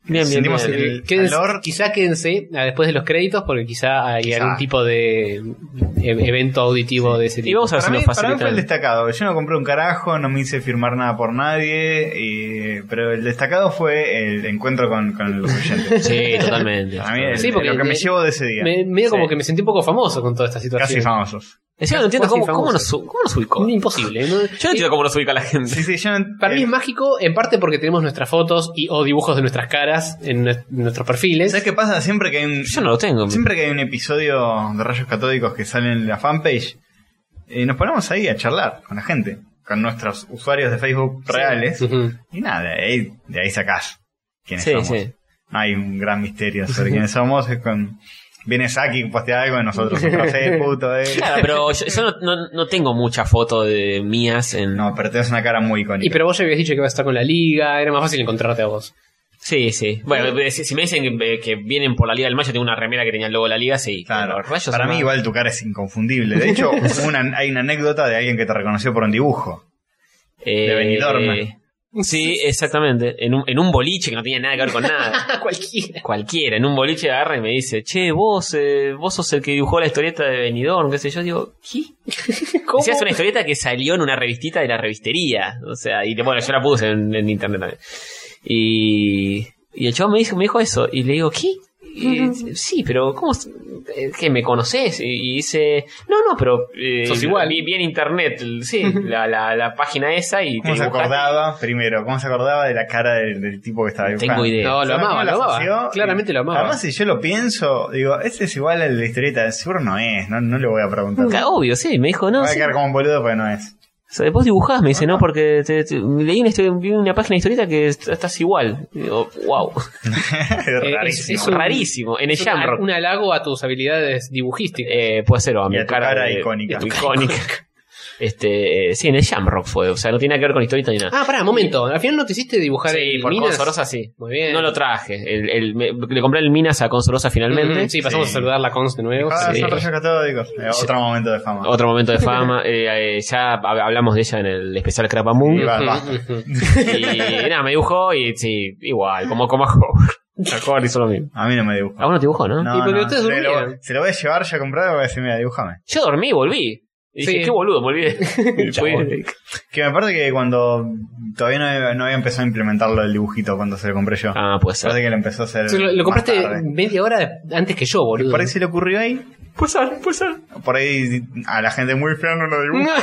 Speaker 2: Bien, bien.
Speaker 3: Sentimos
Speaker 2: bien.
Speaker 3: El
Speaker 4: Eh, Quédense-
Speaker 3: calor.
Speaker 4: quizá quédense a después de los créditos porque quizá hay
Speaker 3: Quizá.
Speaker 4: algún tipo de e- evento auditivo de ese tipo.
Speaker 2: Y vamos a ver
Speaker 3: Para
Speaker 2: si
Speaker 3: mí,
Speaker 2: nos
Speaker 3: para mí fue el
Speaker 2: facilitan.
Speaker 3: destacado. Yo no compré un carajo, no me hice firmar nada por nadie. y- pero el destacado fue el encuentro con, con los oyentes.
Speaker 2: (laughs) Sí, totalmente.
Speaker 3: Para mí, el-
Speaker 4: Sí, porque
Speaker 3: lo que me
Speaker 4: me-
Speaker 3: llevo de ese día.
Speaker 4: Me- medio como
Speaker 2: Sí.
Speaker 4: que me sentí un poco famoso con toda esta
Speaker 3: Casi
Speaker 4: situación.
Speaker 3: famosos.
Speaker 2: Encima no entiendo
Speaker 4: Casi
Speaker 2: cómo, cómo,
Speaker 4: famoso.
Speaker 2: nos, u- cómo nos ubicó. (laughs) Yo
Speaker 4: Imposible. ¿no?
Speaker 2: no entiendo cómo nos ubica la gente.
Speaker 3: Sí, sí, yo no-
Speaker 4: (laughs) Para mí
Speaker 3: eh,
Speaker 4: es mágico, en parte porque tenemos nuestras fotos y o dibujos de nuestras caras en nue- nuestros perfiles.
Speaker 3: ¿Sabes qué pasa? Siempre que hay un,
Speaker 2: Yo no lo tengo.
Speaker 3: siempre que hay un episodio de Rayos Catódicos que sale en la fanpage, eh, nos ponemos ahí a charlar con la gente, con nuestros usuarios de Facebook reales.
Speaker 4: Ujú.
Speaker 3: Y nada, de ahí, de ahí sacás quiénes
Speaker 2: Sí,
Speaker 3: somos.
Speaker 2: sí.
Speaker 3: No hay un gran misterio sobre quiénes somos. Es con, viene Saki, postea algo y nosotros, no sé, puto, eh.
Speaker 2: Claro, pero yo, yo no, no, no tengo mucha foto de mías en...
Speaker 3: No, pero tenés una cara muy icónica.
Speaker 4: Y pero vos ya habías dicho que ibas a estar con la liga, era más fácil encontrarte
Speaker 3: (laughs)
Speaker 4: a vos.
Speaker 2: Sí, sí. Bueno, eh, si, si me dicen que, que vienen por la Liga del Mayo, tengo una remera que tenía el logo de la Liga, sí.
Speaker 3: Claro,
Speaker 2: Pero los rayos
Speaker 3: para
Speaker 2: son
Speaker 3: mí
Speaker 2: más-
Speaker 3: igual tu cara es inconfundible. De
Speaker 4: (laughs)
Speaker 3: hecho, hubo una- hay una anécdota de alguien que te reconoció por un dibujo.
Speaker 2: Eh,
Speaker 3: Benidorm.
Speaker 2: Sí, exactamente. En un, en un boliche que no tenía nada que ver con
Speaker 4: (laughs)
Speaker 2: nada.
Speaker 4: Ah, cualquiera.
Speaker 2: Cualquiera, en un boliche agarra y me dice, che, vos, eh, vos sos el que dibujó la historieta de Benidorm, qué sé yo. Digo, ¿qué?
Speaker 4: ¿Cómo?
Speaker 2: Decías una historieta que salió en una revistita de la revistería. O sea, y bueno, yo la puse en, en internet también. Y, y el chavo me dijo, me dijo eso. Y le digo, ¿qué? eh, sí, pero ¿cómo? es- eh, ¿Que me conoces? Y y dice, no, no, pero... eh,
Speaker 4: Sos igual.
Speaker 2: Vi, vi en internet, el- sí, la, la, la página esa y
Speaker 3: ¿Cómo
Speaker 2: te
Speaker 3: se
Speaker 2: buscaste.
Speaker 3: acordaba, primero, cómo se acordaba de la cara del, del tipo que estaba dibujando?
Speaker 2: Tengo idea.
Speaker 4: No, lo
Speaker 3: ¿Sabes
Speaker 4: amaba,
Speaker 3: cómo la
Speaker 4: lo amaba.
Speaker 3: asoció?
Speaker 4: Claramente lo amaba.
Speaker 3: Además, si yo lo pienso, digo, este es igual al de la historieta, seguro no es, no, no le voy a preguntar.
Speaker 2: Ca- Obvio, sí, me dijo,
Speaker 3: Me
Speaker 2: no,
Speaker 3: Va a
Speaker 2: sí.
Speaker 3: quedar Ah. como un boludo porque no es. (laughs)
Speaker 2: O sea, vos dibujás, me dice, no, porque te- te- leí una, historia- vi una página de historieta que est- estás igual. Y digo, wow,
Speaker 3: es
Speaker 4: es-
Speaker 3: rarísimo.
Speaker 4: es un-
Speaker 2: rarísimo. En el
Speaker 4: Es un,
Speaker 2: Jamrock.
Speaker 4: un halago a tus habilidades dibujísticas.
Speaker 2: Eh, puede ser, o a mi
Speaker 3: Y a tu
Speaker 2: cara,
Speaker 3: cara
Speaker 2: de-
Speaker 3: icónica.
Speaker 2: de- icónica. Este, eh, sí, en el Jamrock fue, o sea, no tiene nada que ver con historieta ni nada.
Speaker 4: Ah, pará, momento. Al final no te hiciste dibujar
Speaker 2: sí,
Speaker 4: el
Speaker 2: por
Speaker 4: Minas.
Speaker 2: Consorosa sí.
Speaker 4: Muy bien.
Speaker 2: No lo traje. El- el- me- le compré el Minas a Consorosa finalmente.
Speaker 4: Ujú, Sí, pasamos
Speaker 3: Sí.
Speaker 4: a saludar la Cons de nuevo.
Speaker 3: Ah,
Speaker 4: Sí.
Speaker 3: son rayos catódicos. Eh, Otro momento de fama.
Speaker 2: Otro momento
Speaker 4: (laughs)
Speaker 2: de fama. Eh, eh, ya hab- hablamos de ella en el especial
Speaker 3: Y
Speaker 2: Crapamoon.
Speaker 3: va, va.
Speaker 4: Ujú, ujú.
Speaker 2: Y nada, me dibujó y sí, igual, como, como a Howard. A Howard hizo lo mismo.
Speaker 3: (laughs) A mí no me dibujó.
Speaker 2: A uno dibujó, ¿no?
Speaker 3: No,
Speaker 4: Y porque
Speaker 3: no,
Speaker 4: ustedes
Speaker 3: se, lo,
Speaker 4: durmieron.
Speaker 3: se lo voy a llevar ya comprado y voy a decir, mira, dibujame.
Speaker 2: Yo dormí y volví. Y dije,
Speaker 4: Sí.
Speaker 2: qué boludo, me
Speaker 4: (laughs)
Speaker 2: olvidé. Y fui-
Speaker 3: Que me parece que cuando todavía no había, no había empezado a implementarlo el dibujito cuando se lo compré yo.
Speaker 2: ah, puede ser.
Speaker 3: Parece que lo empezó a hacer.
Speaker 4: O sea, Lo, lo
Speaker 3: más
Speaker 4: compraste
Speaker 3: tarde.
Speaker 4: media hora antes que yo, boludo.
Speaker 3: Por ahí se le ocurrió ahí.
Speaker 2: Puede ser, puede ser.
Speaker 3: Por ahí a la gente muy fea no lo
Speaker 4: (laughs)
Speaker 3: dibuja.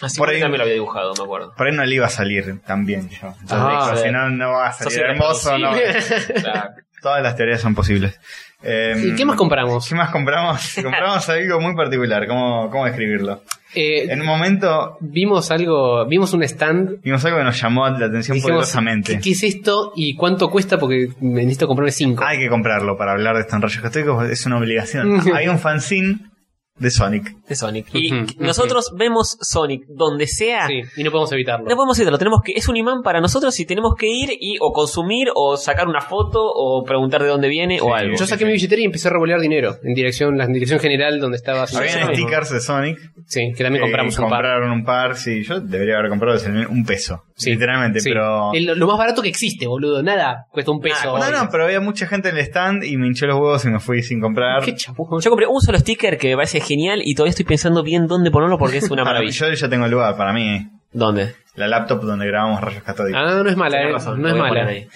Speaker 2: Así
Speaker 3: Por
Speaker 2: que
Speaker 3: ahí-
Speaker 2: también lo había dibujado, me acuerdo.
Speaker 3: Por ahí no le iba a salir tan bien yo. Entonces
Speaker 2: Ah,
Speaker 3: dijo,
Speaker 2: sí.
Speaker 3: si no, no va a salir hermoso. No.
Speaker 2: (laughs)
Speaker 4: (laughs)
Speaker 2: Claro.
Speaker 3: Todas las teorías son posibles. Eh,
Speaker 4: ¿Y qué más compramos?
Speaker 3: ¿Qué más compramos? compramos algo muy particular. ¿Cómo, cómo describirlo?
Speaker 4: Eh,
Speaker 3: En un momento
Speaker 4: vimos algo, vimos un stand.
Speaker 3: vimos algo que nos llamó la atención
Speaker 4: Dijimos,
Speaker 3: poderosamente.
Speaker 4: ¿qué, qué es esto y cuánto cuesta? Porque me necesito comprarme cinco.
Speaker 3: Hay que comprarlo para hablar de estos rayos católicos, es una
Speaker 4: (laughs)
Speaker 3: obligación. Hay un fanzine de Sonic.
Speaker 2: De Sonic. Y
Speaker 4: Ujú, ujú.
Speaker 2: nosotros vemos Sonic donde sea.
Speaker 4: Sí, y no podemos evitarlo.
Speaker 2: No podemos irlo, tenemos que, es un imán para nosotros y tenemos que ir y o consumir o sacar una foto o preguntar de dónde viene o algo.
Speaker 4: Yo saqué mi billetera y empecé a revolear dinero en dirección, la en dirección general donde estaba su-
Speaker 3: Habían stickers de Sonic.
Speaker 4: Sí, que también
Speaker 3: eh,
Speaker 4: compramos un par.
Speaker 3: compraron un par, sí. Yo debería haber comprado ese, un peso.
Speaker 4: Sí,
Speaker 3: literalmente,
Speaker 4: Sí.
Speaker 3: pero.
Speaker 4: El- lo más barato que existe, boludo. Nada cuesta un peso.
Speaker 3: No, no, pero había mucha gente en el stand y me hinché los huevos y me fui sin comprar.
Speaker 4: Qué chapujo.
Speaker 2: Yo compré un solo sticker que me parece genial y todavía estoy pensando bien dónde ponerlo porque es
Speaker 4: (laughs)
Speaker 2: una
Speaker 3: Para-
Speaker 2: maravilla.
Speaker 3: yo ya tengo el lugar para mí. eh.
Speaker 2: ¿Dónde?
Speaker 3: La laptop donde grabamos rayos catódicos.
Speaker 4: Ah, no es mala, eh.
Speaker 2: Tenés razón,
Speaker 4: no es
Speaker 2: lo voy a
Speaker 4: mala.
Speaker 2: poner ahí.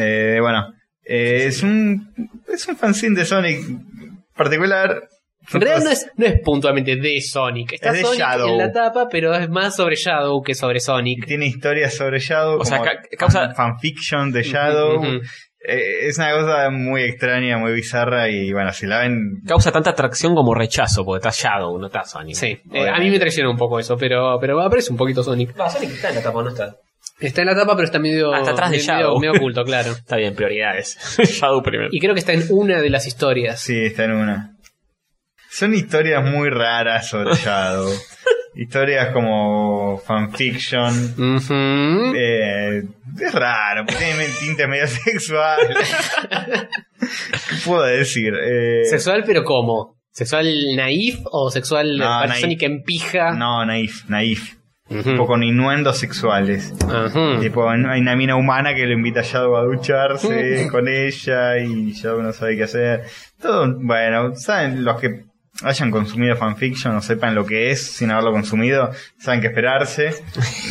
Speaker 3: Eh, bueno, eh, es un. Es un fanzine de Sonic particular.
Speaker 4: En realidad no es, no es puntualmente de Sonic. Está
Speaker 3: Es de
Speaker 4: Sonic
Speaker 3: Shadow.
Speaker 4: en la tapa, pero es más sobre Shadow que sobre Sonic.
Speaker 3: Tiene historias sobre Shadow.
Speaker 2: O sea,
Speaker 3: como
Speaker 2: ca- causa-
Speaker 3: fan- fanfiction de Shadow.
Speaker 4: Ujú.
Speaker 3: Eh, es una cosa muy extraña, muy bizarra y bueno, si la ven...
Speaker 2: Causa tanta atracción como rechazo porque está Shadow, no está Sonic.
Speaker 4: Sí, eh, a mí me traicionó un poco eso, pero, pero aparece un poquito Sonic.
Speaker 2: Va, Sonic está en la tapa, no está.
Speaker 4: Está en la tapa, pero está medio,
Speaker 2: Ah, está atrás de
Speaker 4: medio-
Speaker 2: Shadow.
Speaker 4: medio oculto, claro.
Speaker 2: Está bien, prioridades. (laughs) Shadow primero.
Speaker 4: Y creo que está en una de las historias.
Speaker 3: Sí, está en una. Son historias muy raras
Speaker 4: (laughs)
Speaker 3: sobre Shadow. historias como fanfiction.
Speaker 4: Ujú.
Speaker 3: Eh, es raro, porque tiene tinte medio (laughs) sexual.
Speaker 4: (laughs)
Speaker 3: ¿Qué puedo decir? Eh,
Speaker 4: ¿Sexual, pero cómo? ¿Sexual naif o sexual
Speaker 3: No,
Speaker 4: para
Speaker 3: naif.
Speaker 4: Sonic en pija?
Speaker 3: No, naif, naif.
Speaker 4: Ujú.
Speaker 3: Un poco con innuendos sexuales.
Speaker 4: Ujú.
Speaker 3: Tipo, hay una mina humana que lo invita a Shadow a
Speaker 4: Mm.
Speaker 3: ducharse con ella y Shadow no sabe qué hacer. Todo, bueno, saben, los que hayan consumido fanfiction o sepan lo que es sin haberlo consumido, saben que esperarse.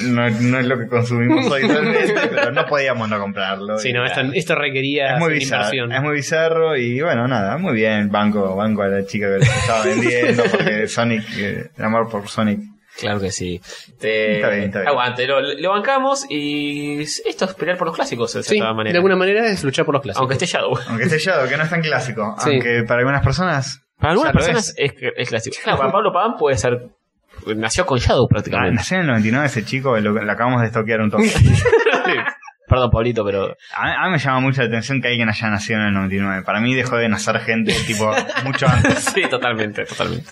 Speaker 3: No, no es lo que consumimos
Speaker 4: (laughs)
Speaker 3: habitualmente, pero no podíamos no comprarlo.
Speaker 4: Sí,
Speaker 3: Y
Speaker 4: no,
Speaker 3: nada.
Speaker 4: esto, esto requería
Speaker 3: es muy
Speaker 4: una
Speaker 3: bizarro.
Speaker 4: inversión.
Speaker 3: Es muy bizarro y bueno, nada, muy bien. Banco, banco a la chica que lo estaba vendiendo porque Sonic, eh, el amor por Sonic.
Speaker 2: Claro que sí. Te-
Speaker 3: Está bien, está bien.
Speaker 2: Aguante, lo, lo bancamos y esto es pelear por los clásicos de
Speaker 4: Sí,
Speaker 2: cierta
Speaker 4: de
Speaker 2: manera.
Speaker 4: alguna manera es luchar por los clásicos.
Speaker 2: Aunque esté Shadow.
Speaker 3: Aunque esté Shadow, que no es tan clásico.
Speaker 4: Sí.
Speaker 3: Aunque para algunas personas
Speaker 2: Para algunas
Speaker 3: Ya lo
Speaker 2: personas es. es clásico. Claro, para Pablo Paván puede ser. Nació con Shadow
Speaker 3: Ah,
Speaker 2: prácticamente.
Speaker 3: nació en el 99 ese chico, lo, lo acabamos de estoquear un toque.
Speaker 2: (laughs) Perdón, Pablito, pero.
Speaker 3: A, a mí me llama mucho la atención que alguien haya nacido en el 99. Para mí dejó de nacer gente tipo mucho antes.
Speaker 2: Sí, totalmente, totalmente.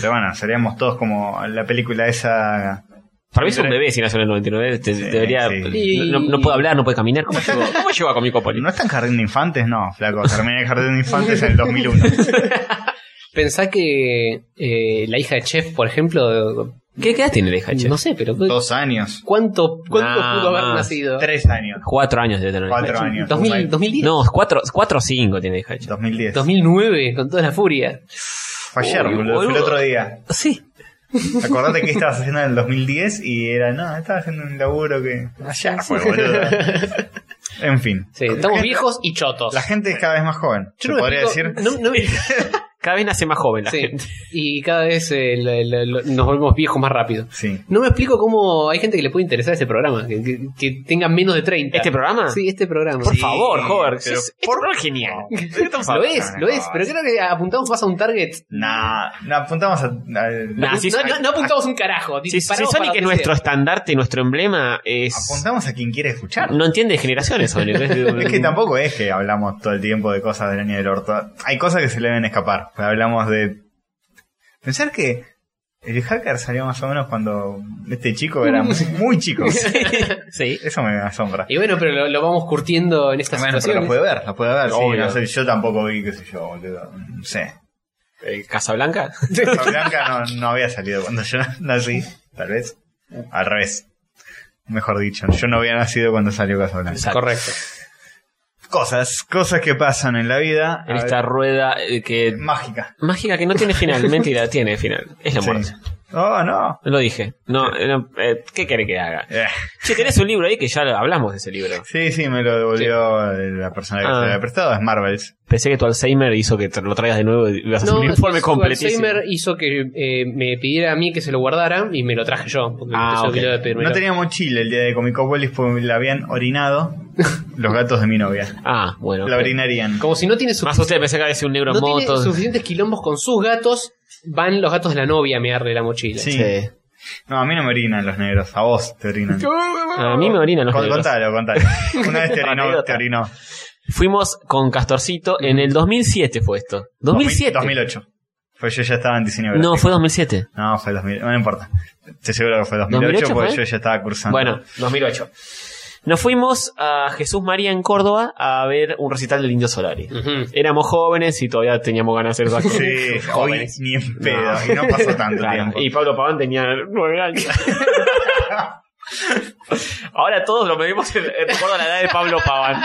Speaker 3: Pero bueno, seríamos todos como la película esa...
Speaker 2: Para mí es un bebé si nació en el 99. te-
Speaker 3: Sí,
Speaker 2: debería,
Speaker 3: sí.
Speaker 2: No, no puede hablar, no puede caminar. ¿Cómo llegó, cómo llegó a Comico Poli?
Speaker 3: ¿No está en Jardín de Infantes? No, flaco. Terminé en Jardín de Infantes en el 2001.
Speaker 4: Pensá que eh, la hija de Chef, por ejemplo,
Speaker 2: ¿Qué, ¿Qué edad tiene la hija, che?
Speaker 4: no sé, pero cu-
Speaker 3: Dos años.
Speaker 4: ¿cuánto, cuánto
Speaker 2: Nah,
Speaker 4: pudo haber
Speaker 2: más.
Speaker 4: nacido?
Speaker 3: Tres años.
Speaker 2: Cuatro años debe tener. la hija
Speaker 3: Cuatro
Speaker 2: de
Speaker 3: años.
Speaker 4: 2000, 2010,
Speaker 2: Che. No, cuatro, cuatro o cinco tiene la hija, che.
Speaker 3: 2010.
Speaker 4: 2009, con toda la furia.
Speaker 3: Fue ayer,
Speaker 2: Uy,
Speaker 3: boludo, fue el
Speaker 2: boludo.
Speaker 3: otro día.
Speaker 2: Sí.
Speaker 3: Acordate que estabas haciendo en
Speaker 4: Ah,
Speaker 3: el 2010 y era, no, estaba haciendo un laburo que... Ayer fue, Ah, boludo. En fin.
Speaker 4: Sí, estamos
Speaker 3: Gente-
Speaker 4: viejos y chotos.
Speaker 3: La gente es cada vez más joven.
Speaker 4: Yo
Speaker 3: se
Speaker 4: no me
Speaker 3: podría
Speaker 4: explico-
Speaker 3: decir.
Speaker 4: no- no
Speaker 3: (laughs)
Speaker 4: me- (laughs)
Speaker 2: Cada vez nace más joven la
Speaker 4: Sí,
Speaker 2: gente.
Speaker 4: Y cada vez eh, lo- lo- lo- nos volvemos viejos más rápido.
Speaker 3: Sí.
Speaker 4: No me explico cómo hay gente que le puede interesar este programa, que, que- que tenga menos de 30.
Speaker 2: ¿Este programa?
Speaker 4: Sí, este programa.
Speaker 2: Por
Speaker 4: Sí.
Speaker 2: favor, joven.
Speaker 3: pero
Speaker 2: es, por favor, genial.
Speaker 4: Lo es, lo es, pero creo que apuntamos más a un target.
Speaker 3: Nah, nah, apuntamos a. a-
Speaker 2: Nah, si
Speaker 4: no,
Speaker 2: Sonic-
Speaker 4: no- no apuntamos un carajo.
Speaker 2: Si, si
Speaker 4: disparamos para
Speaker 2: Sonic es
Speaker 4: donde
Speaker 2: nuestro
Speaker 4: sea.
Speaker 2: estandarte, nuestro emblema, es.
Speaker 3: apuntamos a quien quiere escuchar.
Speaker 2: No entiende de generaciones, Sonic.
Speaker 3: (laughs) Es que tampoco es que hablamos todo el tiempo de cosas del año del orto. Hay cosas que se le deben escapar. Hablamos de. Pensar que el hacker salió más o menos cuando este chico (laughs) era muy, muy chico.
Speaker 2: Sí.
Speaker 3: Eso me asombra.
Speaker 4: Y bueno, pero lo, lo vamos curtiendo en estas
Speaker 3: Bueno, pero la
Speaker 4: situaciones.
Speaker 3: puede ver, la puede ver. sí,
Speaker 2: Obvio.
Speaker 3: no sé, yo tampoco vi, qué sé yo, boludo. No sé.
Speaker 2: Eh,
Speaker 3: (laughs)
Speaker 2: Casablanca.
Speaker 3: Blanca no, no había salido cuando yo nací, tal vez. Al revés. Mejor dicho, yo no había nacido cuando salió Casablanca.
Speaker 2: Exacto.
Speaker 4: Correcto.
Speaker 3: Cosas, cosas que pasan en la vida.
Speaker 2: En
Speaker 3: A
Speaker 2: esta
Speaker 3: ver,
Speaker 2: rueda eh, que.
Speaker 3: Mágica.
Speaker 2: Mágica que no tiene
Speaker 3: (laughs)
Speaker 2: final. Mentira, tiene final. Es la
Speaker 3: Sí.
Speaker 2: muerte.
Speaker 3: Oh, no.
Speaker 2: Lo dije. No, eh, no, eh, ¿qué querés que haga?
Speaker 3: Eh,
Speaker 2: Che, tenés un libro ahí que ya lo- hablamos de ese libro.
Speaker 3: Sí, sí, me lo devolvió la persona que se
Speaker 2: Ah.
Speaker 3: lo había prestado, es Marvels.
Speaker 2: Pensé que tu Alzheimer hizo que te lo traigas de nuevo y vas a hacer
Speaker 4: No,
Speaker 2: un informe
Speaker 4: su
Speaker 2: completísimo.
Speaker 4: Alzheimer hizo que eh, me pidiera a mí que se lo guardara y me lo traje yo. Porque
Speaker 2: Ah,
Speaker 4: se
Speaker 2: ok.
Speaker 4: olvidó de pedirme.
Speaker 3: No tenía mochila el día de Comicopolis porque la habían
Speaker 2: (laughs)
Speaker 3: orinado los gatos de mi novia.
Speaker 2: Ah, bueno.
Speaker 3: La orinarían.
Speaker 4: Como si no tiene su
Speaker 2: Más usted pensé que había sido un libro
Speaker 4: no
Speaker 2: en
Speaker 4: tiene
Speaker 2: motos.
Speaker 4: suficientes quilombos con sus gatos, van los gatos de la novia a mearle la mochila.
Speaker 3: Sí. No, a mí no me orinan los negros, a vos te orinan.
Speaker 2: A mí me orinan los
Speaker 3: Con-
Speaker 2: negros.
Speaker 3: Contalo,
Speaker 2: (laughs)
Speaker 3: contalo. Una vez te orinó,
Speaker 2: Anécdota.
Speaker 3: te orinó.
Speaker 2: Fuimos con Castorcito en el 2007 fue esto. 2007.
Speaker 3: 2008. Fue yo ya estaba en diseño
Speaker 2: No,
Speaker 3: gráfico.
Speaker 2: fue 2007.
Speaker 3: No, fue 2000. No importa. Te seguro que fue 2008,
Speaker 2: 2008
Speaker 3: porque
Speaker 2: fue?
Speaker 3: yo ya estaba cursando.
Speaker 2: Bueno, 2008. Nos fuimos a Jesús María en Córdoba a ver un recital del Indio Solari.
Speaker 4: Ujú.
Speaker 2: Éramos jóvenes y todavía teníamos ganas de hacer esas cosas.
Speaker 3: Sí, hoy
Speaker 2: (laughs) Jóvenes.
Speaker 3: ni en pedo. Y no pasó tanto
Speaker 2: Claro,
Speaker 3: tiempo.
Speaker 2: Y Pablo Paván tenía nueve
Speaker 3: (laughs)
Speaker 2: años. Ahora todos lo medimos en, en recuerdo a la edad de Pablo Paván.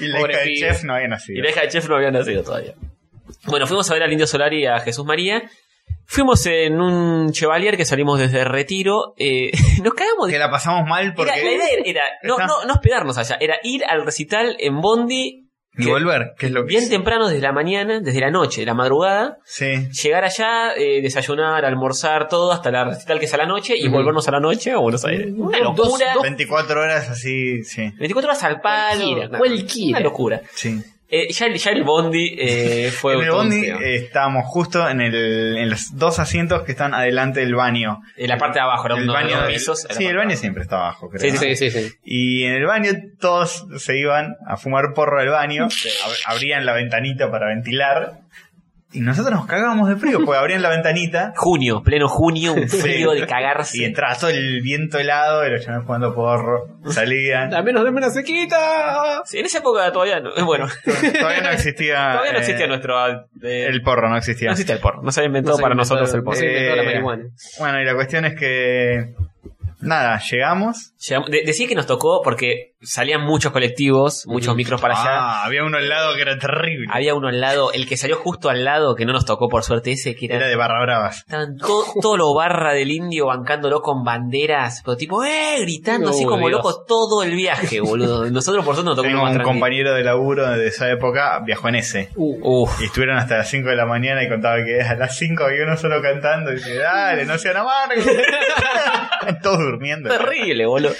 Speaker 3: Y la
Speaker 4: Pobre
Speaker 3: hija del
Speaker 4: pibe.
Speaker 3: chef no había
Speaker 2: Y
Speaker 3: nacido.
Speaker 2: la hija de Chef no había nacido todavía. Bueno, fuimos a ver al Indio Solari y a Jesús María. Fuimos en un Chevalier que salimos desde Retiro. eh, (laughs) nos cagamos de...
Speaker 3: Que la pasamos mal
Speaker 2: Era- la
Speaker 3: porque...
Speaker 2: idea era no,
Speaker 3: Está-
Speaker 2: no, no hospedarnos allá, era ir al recital en Bondi
Speaker 3: Y volver, que es lo que...
Speaker 2: bien
Speaker 3: hice.
Speaker 2: temprano desde la mañana, desde la noche, de la madrugada,
Speaker 3: Sí.
Speaker 2: llegar allá, eh, desayunar, almorzar, todo, hasta la recital que es a la noche y
Speaker 4: Ujú.
Speaker 2: volvernos a la noche a Buenos Aires. Una
Speaker 4: Dos-
Speaker 2: locura.
Speaker 4: dos-
Speaker 3: 24 horas así, sí.
Speaker 2: 24 horas al palo.
Speaker 4: Cualquiera,
Speaker 2: no,
Speaker 4: cualquiera.
Speaker 2: Una locura.
Speaker 3: Sí.
Speaker 2: Eh, ya, el- ya el Bondi eh, fue
Speaker 3: (laughs) En el
Speaker 2: todo un
Speaker 3: bondi
Speaker 2: tema.
Speaker 3: eh, estábamos justo en, el, en los dos asientos que están adelante del baño.
Speaker 2: En la parte de abajo, era
Speaker 3: El
Speaker 2: uno de
Speaker 3: baño
Speaker 2: los
Speaker 3: del-
Speaker 2: pisos. era
Speaker 3: Sí,
Speaker 2: la
Speaker 3: el
Speaker 2: parte
Speaker 3: baño
Speaker 2: de
Speaker 3: siempre está abajo, creo.
Speaker 2: Sí,
Speaker 3: ¿no?
Speaker 4: Sí, sí, sí.
Speaker 3: Y en el baño todos se iban a fumar porro al baño, ab- abrían la ventanita para ventilar. Y nosotros nos cagábamos de frío, porque abrían la ventanita
Speaker 2: abajo. Junio, pleno junio,
Speaker 3: (laughs)
Speaker 2: un frío de
Speaker 3: y
Speaker 2: cagarse.
Speaker 3: entraba todo el viento helado y los chavales jugando porro. Salían.
Speaker 4: A
Speaker 2: Ah,
Speaker 4: menos de una sequita.
Speaker 2: Sí, En esa época todavía no. (laughs) Bueno,
Speaker 3: Todavía no existía.
Speaker 2: todavía no
Speaker 3: eh,
Speaker 2: existía nuestro. eh,
Speaker 3: El porro no existía.
Speaker 2: no existía el porno. No se había inventado
Speaker 4: No se
Speaker 2: para
Speaker 4: había
Speaker 2: nosotros
Speaker 4: inventado-
Speaker 2: el porno.
Speaker 4: no se había inventado la marihuana.
Speaker 3: Bueno, y la cuestión es que. Nada, llegamos.
Speaker 2: Llegamos- de- decía que nos tocó porque salían muchos colectivos, muchos micros para allá.
Speaker 3: Ah, había uno al lado que era terrible.
Speaker 2: Había uno al lado, el que salió justo al lado, que no nos tocó por suerte, ese que era.
Speaker 3: Era de barra bravas.
Speaker 2: Estaban to- todo lo barra del indio bancándolo con banderas, pero tipo, ¡eh! gritando así
Speaker 4: Oh,
Speaker 2: como
Speaker 4: Dios.
Speaker 2: loco todo el viaje, boludo. Nosotros por suerte nos tocó uno
Speaker 3: Tengo
Speaker 2: más
Speaker 3: un
Speaker 2: tranquilo.
Speaker 3: compañero de laburo de esa época, viajó en ese.
Speaker 2: Uf.
Speaker 3: Y estuvieron hasta las 5 de la mañana y contaba que a las 5 había uno solo cantando. Y dice, dale, no
Speaker 2: (laughs)
Speaker 3: sean amargos. Todos durmiendo.
Speaker 2: Terrible, boludo.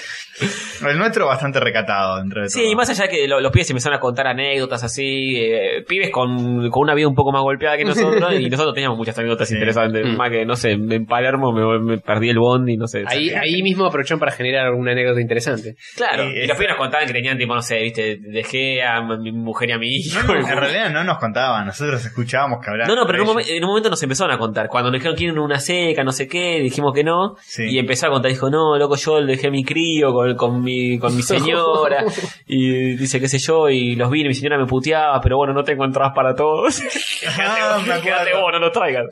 Speaker 3: El nuestro bastante recatado dentro de todo.
Speaker 2: Sí, y más allá que lo- los pibes empezaron a contar anécdotas así, eh, pibes con, con una vida un poco más golpeada
Speaker 3: (laughs)
Speaker 2: que nosotros, y nosotros teníamos muchas anécdotas
Speaker 3: Sí.
Speaker 2: interesantes.
Speaker 4: Mm.
Speaker 2: Más que, no sé, en Palermo me, me perdí el bondi, no sé.
Speaker 4: Ahí, ahí mismo aprovecharon para generar una anécdota interesante.
Speaker 2: Claro,
Speaker 3: Y
Speaker 2: y,
Speaker 3: eh, es-
Speaker 2: los pibes nos contaban que tenían tipo, no sé, viste, dejé a mi mujer y a mi hijo.
Speaker 3: No, en realidad no nos contaban, nosotros escuchábamos que hablaban.
Speaker 2: No, no, pero en un,
Speaker 3: entre
Speaker 2: momen- en un momento nos empezaron a contar. Cuando nos dijeron que era una seca, no sé qué, dijimos que no.
Speaker 3: Sí.
Speaker 2: Y empezó a contar, dijo, no, loco, yo le dejé a mi crío con, con mi,
Speaker 3: (laughs)
Speaker 2: con mi señora. y dice, qué sé yo, y los vi, y mi señora me puteaba, pero bueno, no tengo entradas para
Speaker 3: (laughs)
Speaker 2: todos.
Speaker 3: ellos. Ah, me
Speaker 2: (laughs) Quédate
Speaker 3: acuerdo.
Speaker 2: vos, no lo traigan.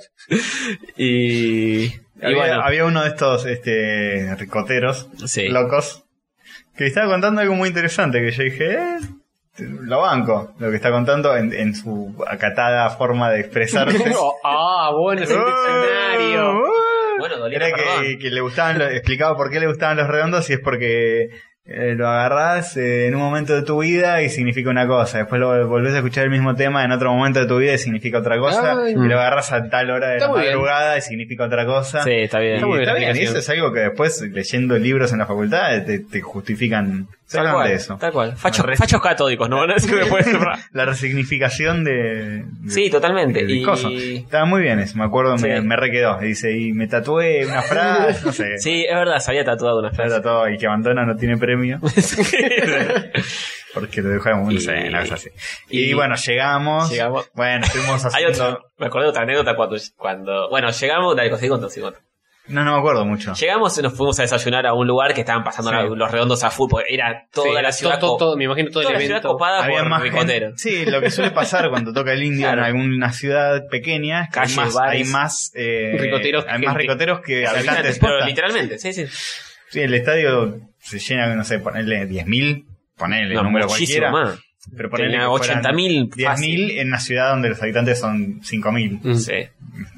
Speaker 2: y... y
Speaker 3: Había,
Speaker 2: bueno,
Speaker 3: había uno de estos este, ricoteros
Speaker 2: sí.
Speaker 3: locos que estaba contando algo muy interesante que yo dije, eh, lo banco, lo que está contando en, en su acatada forma de
Speaker 4: (laughs)
Speaker 3: expresarse.
Speaker 4: Ah, bueno, es (laughs) el diccionario.
Speaker 3: Oh, oh.
Speaker 2: Bueno, Dolina,
Speaker 3: Era
Speaker 2: perdón.
Speaker 3: que, que le gustaban los- explicaba por qué le gustaban los redondos y es porque eh, lo agarrás eh, en un momento de tu vida y significa una cosa. Después lo volvés a escuchar el mismo tema en otro momento de tu vida y significa otra cosa.
Speaker 4: Ay.
Speaker 3: y lo agarras a tal hora de
Speaker 4: Está
Speaker 3: la
Speaker 4: muy bien.
Speaker 3: madrugada y significa otra cosa.
Speaker 2: Sí, está
Speaker 3: Y
Speaker 2: bien.
Speaker 3: está
Speaker 4: muy
Speaker 3: bien,
Speaker 4: bien la
Speaker 3: y
Speaker 4: aplicación.
Speaker 3: eso es algo que después leyendo libros en la facultad te, te justifican.
Speaker 2: Tal
Speaker 3: Sacan
Speaker 2: cual,
Speaker 3: de eso.
Speaker 2: tal cual. Fachos,
Speaker 3: Re-
Speaker 2: fachos catódicos, ¿no? (laughs) No sé qué me
Speaker 3: (laughs)
Speaker 2: puede cerrar.
Speaker 3: La resignificación de. de-
Speaker 2: Sí, totalmente.
Speaker 3: de- de
Speaker 2: Y-
Speaker 3: cosas. Estaba muy bien eso, me acuerdo, me,
Speaker 2: Sí.
Speaker 3: me requedó. Dice, y me tatué una frase, no
Speaker 2: (laughs)
Speaker 3: sé.
Speaker 2: Sí, es verdad, se había tatuado una
Speaker 3: Me
Speaker 2: frase.
Speaker 3: tatuó y que abandona no
Speaker 2: (laughs)
Speaker 3: tiene premio. Porque lo dejamos, no
Speaker 2: Y-
Speaker 3: sé, una cosa así. Y,
Speaker 2: y-
Speaker 3: bueno, llegamos.
Speaker 2: Llegamos.
Speaker 3: Bueno, estuvimos
Speaker 2: (laughs) Hay
Speaker 3: haciendo.
Speaker 2: otro, me acordé de otra anécdota cuando, cuando bueno, llegamos, dale, conseguí contar, conseguí contar.
Speaker 3: No, no me acuerdo mucho.
Speaker 2: Llegamos y nos fuimos a desayunar a un lugar que estaban pasando
Speaker 3: Sí.
Speaker 2: la- los redondos a full, porque era toda la ciudad,
Speaker 4: todo,
Speaker 2: co-
Speaker 4: todo, me imagino todo
Speaker 2: toda
Speaker 4: el
Speaker 2: la ciudad
Speaker 4: evento.
Speaker 2: copada
Speaker 3: Había
Speaker 2: por
Speaker 3: más
Speaker 2: ricoteros.
Speaker 3: gente. Sí, lo que suele pasar cuando toca el indio en
Speaker 2: Claro.
Speaker 3: alguna ciudad pequeña, es que hay
Speaker 2: Calles,
Speaker 3: más,
Speaker 2: bares.
Speaker 3: hay más, eh,
Speaker 4: Ricoteros
Speaker 3: hay
Speaker 4: que
Speaker 3: más
Speaker 4: gente.
Speaker 3: ricoteros que
Speaker 2: Habitantes,
Speaker 3: habitantes.
Speaker 2: pero
Speaker 3: posta.
Speaker 2: literalmente, sí, sí.
Speaker 3: Sí, el estadio se llena, no sé, ponerle 10.000, ponerle
Speaker 2: No,
Speaker 3: el número
Speaker 2: muchísimo
Speaker 3: cualquiera.
Speaker 2: más.
Speaker 3: Pero ponerle
Speaker 2: Tenía 80.000. fácil.
Speaker 3: 10.000 en una ciudad donde los habitantes son 5.000.
Speaker 4: Mm.
Speaker 2: Sí.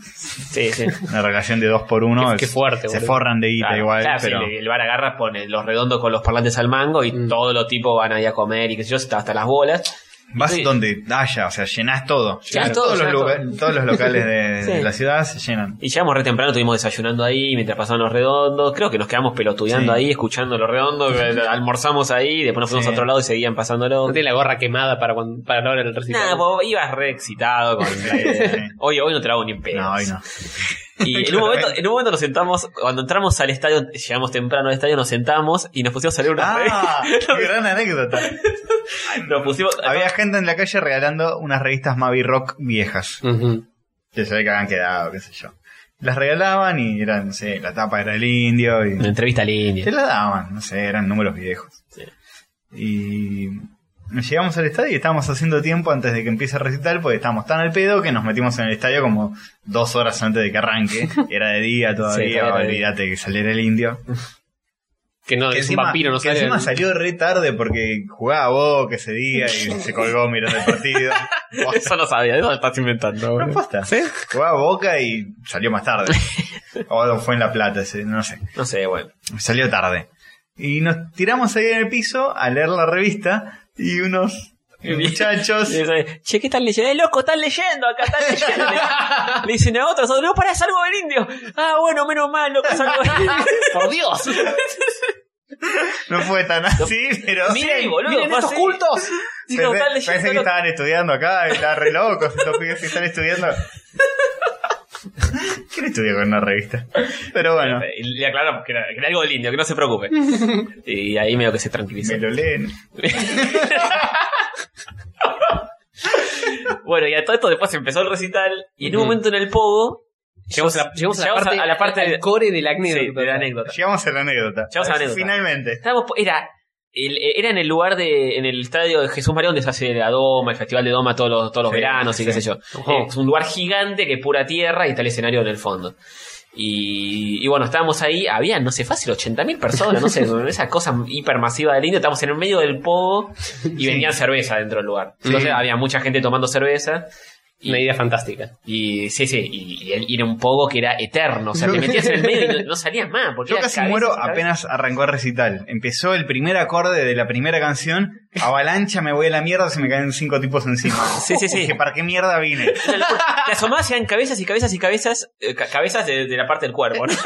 Speaker 2: Sí, sí.
Speaker 3: Una relación de 2 por 1.
Speaker 4: Qué- qué fuerte,
Speaker 3: Se
Speaker 4: boludo.
Speaker 3: forran de guita
Speaker 2: Claro,
Speaker 3: igual.
Speaker 2: claro,
Speaker 3: pero...
Speaker 2: sí, el bar agarra, pone los redondos con los parlantes al mango y
Speaker 4: Mm.
Speaker 2: todos los tipos van ahí a comer y qué sé yo, hasta, hasta las bolas.
Speaker 3: Vas
Speaker 2: Sí.
Speaker 3: donde haya, o sea, llenás todo.
Speaker 2: Llenás todo,
Speaker 3: todos, los
Speaker 2: llenás
Speaker 3: lugar- todos los locales de,
Speaker 2: Sí.
Speaker 3: de la ciudad se llenan.
Speaker 2: Y llegamos re temprano, estuvimos desayunando ahí mientras pasaban los redondos. Creo que nos quedamos pelotudeando
Speaker 3: Sí.
Speaker 2: ahí, escuchando los redondos, almorzamos ahí, después nos fuimos
Speaker 3: Sí.
Speaker 2: a otro lado y seguían pasándolo.
Speaker 4: No tiene la gorra quemada para, cuando, para la hora del recital.
Speaker 2: Nada, vos ibas re excitado con
Speaker 3: (laughs)
Speaker 2: Hoy, hoy no te la hago ni en pedo.
Speaker 3: No, hoy no.
Speaker 2: Y
Speaker 3: (laughs)
Speaker 2: en un, momento, en un momento nos sentamos, cuando entramos al estadio, llegamos temprano al estadio, nos sentamos y nos pusimos a leer unas (laughs)
Speaker 3: Ah, qué gran anécdota.
Speaker 2: revistas. (laughs) Nos pusimos.
Speaker 3: Había gente en la calle regalando unas revistas Mavi Rock viejas.
Speaker 4: Ujú.
Speaker 3: Que se ve que habían quedado, qué sé yo. Las regalaban y eran, no sé, la tapa era el indio y...
Speaker 2: Una entrevista al
Speaker 3: Te (laughs)
Speaker 2: indio.
Speaker 3: la daban, no sé, eran números viejos. Y llegamos al estadio y estábamos haciendo tiempo antes de que empiece el recital, porque estábamos tan al pedo que nos metimos en el estadio como dos horas antes de
Speaker 2: (laughs)
Speaker 3: que arranque. Era de día todavía,
Speaker 2: todavía era de día.
Speaker 3: olvídate que saliera el indio.
Speaker 4: Que no,
Speaker 3: Que
Speaker 4: es
Speaker 3: encima,
Speaker 4: un vampiro, no
Speaker 3: que
Speaker 4: sale.
Speaker 3: encima
Speaker 4: (laughs)
Speaker 3: salió re tarde porque jugaba Boca ese día y se colgó mirando el partido. Posta,
Speaker 2: Eso no sabía, eso lo estás inventando.
Speaker 3: no,
Speaker 2: boludo.
Speaker 3: posta. Jugaba Boca y salió más tarde. O fue en La Plata, ese, no sé.
Speaker 2: No sé, bueno.
Speaker 3: Salió tarde. Y nos tiramos ahí en el piso a leer la revista y unos muchachos...
Speaker 2: Y dice, Che, ¿qué están leyendo? Eh, loco, están leyendo, acá están leyendo. Le- Le dicen a otros, no, pará, es algo del indio. Ah, bueno, menos mal, loco, es algo del indio. Por Dios.
Speaker 3: No fue tan así, pero...
Speaker 2: Miren, boludo,
Speaker 4: ¡Miren
Speaker 2: fue
Speaker 4: estos
Speaker 2: así.
Speaker 4: cultos!
Speaker 2: Sí,
Speaker 3: Pensé,
Speaker 2: como están
Speaker 3: pensé
Speaker 2: leyendo
Speaker 3: que
Speaker 2: lo-
Speaker 3: estaban estudiando acá, estaban re locos estos pibes que están estudiando. ¿Quién estudia con una revista? Pero bueno,
Speaker 2: (laughs) Y Le aclaramos que era, que era algo del indio, que no se
Speaker 4: (laughs)
Speaker 2: preocupe. Y ahí medio que se tranquilizó.
Speaker 3: me lo leen.
Speaker 2: Bueno, y a todo esto después empezó el recital y en un
Speaker 4: Ujú.
Speaker 2: momento en el pogo
Speaker 4: Llegamos a la, llegamos a la
Speaker 2: Llegamos
Speaker 4: parte,
Speaker 2: a la parte
Speaker 4: al
Speaker 2: de-
Speaker 4: core de la
Speaker 2: sí,
Speaker 4: anécdota.
Speaker 2: de la anécdota.
Speaker 3: Llegamos a la anécdota.
Speaker 2: Llegamos a la anécdota.
Speaker 3: Finalmente.
Speaker 2: Estábamos, po- era, el- era en el lugar de, en el estadio de Jesús María donde se hace la Doma, el Festival de Doma todos los, todos los
Speaker 3: Sí,
Speaker 2: veranos y qué
Speaker 3: sí.
Speaker 2: sé yo. Es un lugar gigante que es pura tierra y está el escenario en el fondo. Y, y bueno, estábamos ahí, había, no sé, fácil, 80.000 personas,
Speaker 3: (laughs)
Speaker 2: no sé, esa cosa hipermasiva del indio, estábamos en el medio del pogo y vendían cerveza dentro del lugar. Entonces había mucha gente tomando cerveza. Y,
Speaker 4: Una idea fantástica.
Speaker 2: y sí, sí, y, y- y era un pogo que era eterno, o sea, te metías en el medio
Speaker 3: (laughs)
Speaker 2: y no, no salías más. Porque
Speaker 3: Yo
Speaker 2: era
Speaker 3: casi
Speaker 2: cabeza,
Speaker 3: muero
Speaker 2: cabeza.
Speaker 3: apenas arrancó el recital. Empezó el primer acorde de la primera canción. Avalancha, me voy a la mierda, se me caen cinco tipos encima.
Speaker 2: (laughs) Sí, sí, sí.
Speaker 3: Dije, ¿para qué mierda vine?
Speaker 2: Una locura. (laughs) Te asomás y eran cabezas y cabezas y cabezas, eh, ca- cabezas de, de la parte del cuerpo, ¿no? (laughs)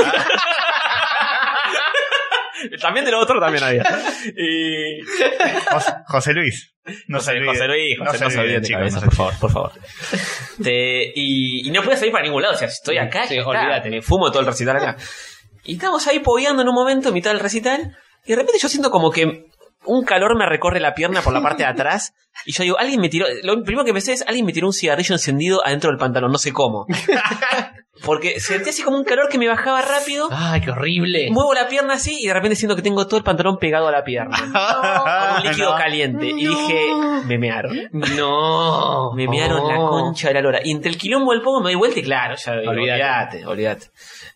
Speaker 2: también de lo otro también había. Y...
Speaker 3: José, José Luis. No se
Speaker 2: José,
Speaker 3: olvide.
Speaker 2: José Luis, José,
Speaker 3: no se olvide,
Speaker 2: de
Speaker 3: chicos,
Speaker 2: cabezas,
Speaker 3: no
Speaker 2: por
Speaker 3: se
Speaker 2: favor, por favor. Te- y, y no podía salir para ningún lado, o sea, estoy acá,
Speaker 4: Sí,
Speaker 2: ya está,
Speaker 4: olvídate.
Speaker 2: me fumo todo el recital acá. Y estamos ahí pogueando en un momento, en mitad del recital, y de repente yo siento como que un calor me recorre la pierna por la parte de atrás, y yo digo, alguien me tiró, lo primero que pensé es, alguien me tiró un cigarrillo encendido adentro del pantalón, no sé cómo.
Speaker 4: (laughs)
Speaker 2: Porque sentí así como un calor que me bajaba rápido,
Speaker 4: ¡Ay, qué horrible!
Speaker 2: muevo la pierna así, y de repente siento que tengo todo el pantalón pegado a la pierna.
Speaker 4: (laughs)
Speaker 2: Con un líquido
Speaker 3: Ah, No.
Speaker 2: caliente. Y dije, me mearon.
Speaker 4: ¡No! Oh.
Speaker 2: Me mearon la
Speaker 3: Oh.
Speaker 4: No.
Speaker 2: concha de la lora. Y entre el quilombo del pogo me doy vuelta y claro, ya digo, olvídate,
Speaker 4: Olvídate.
Speaker 2: olvídate.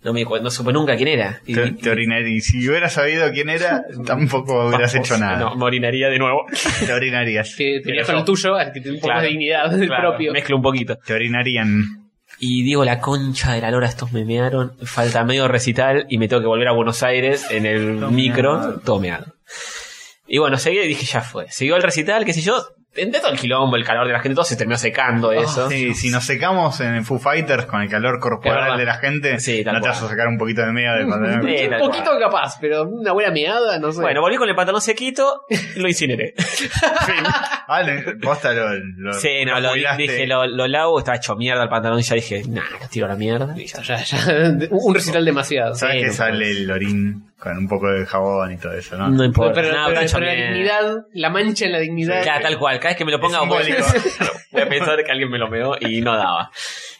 Speaker 2: No, me, di cu- no supe nunca quién era. Y-
Speaker 3: Te,
Speaker 2: y-
Speaker 3: te orinaría. Y si hubieras sabido quién era, tampoco hubieras
Speaker 2: vamos,
Speaker 3: hecho nada.
Speaker 2: No, me orinaría de (laughs) nuevo.
Speaker 3: Te orinarías.
Speaker 4: Te, te meas con el tuyo, al que tiene un poco
Speaker 2: Claro.
Speaker 4: más de dignidad (laughs) del
Speaker 2: Claro,
Speaker 4: propio.
Speaker 2: Mezclo un poquito.
Speaker 3: Te orinarían.
Speaker 2: Y digo, la concha de la lora, estos me mearon. Falta medio recital y me tengo que volver a Buenos Aires en el
Speaker 3: Todo
Speaker 2: micro,
Speaker 3: meado.
Speaker 2: todo meado. Y bueno, seguí y dije, ya fue. Siguió el recital, qué sé yo. Entre todo el quilombo, el calor de la gente, todo se terminó secando eso.
Speaker 3: Ah, Sí, si nos secamos en Foo Fighters con el calor corporal
Speaker 2: Claro.
Speaker 3: de la gente,
Speaker 2: Sí, tal
Speaker 3: no te vas a sacar un poquito de media del
Speaker 4: (laughs)
Speaker 3: pantalón. (laughs)
Speaker 2: Sí,
Speaker 4: Un
Speaker 2: tal
Speaker 4: poquito
Speaker 2: cual.
Speaker 4: capaz, pero una buena meada, no sé.
Speaker 2: Bueno, volví con el pantalón sequito, (laughs) lo incineré.
Speaker 3: Fin. Ah, le- posta lo, lo-
Speaker 2: sí, no,
Speaker 3: lo
Speaker 2: lo,
Speaker 3: jubilaste.
Speaker 2: dije, lo, lo lavo, estaba hecho mierda el pantalón y ya dije, nah, lo tiro a la mierda. Y ya.
Speaker 4: ya, ya, (laughs) un recital demasiado.
Speaker 3: Sabes
Speaker 2: Sí,
Speaker 3: que
Speaker 2: no
Speaker 3: sale
Speaker 2: puedes.
Speaker 3: el lorín con un poco de jabón y todo eso, ¿no?
Speaker 2: No importa.
Speaker 4: pero
Speaker 2: no,
Speaker 4: pero-
Speaker 2: está hecho
Speaker 4: pero la
Speaker 2: mierda.
Speaker 4: dignidad, la mancha en la dignidad.
Speaker 2: Claro, tal cual. Cada vez que me lo ponga
Speaker 3: Es
Speaker 2: voy a,
Speaker 3: simbólico.
Speaker 2: claro, (laughs) voy a pensar que alguien me lo meó y no daba.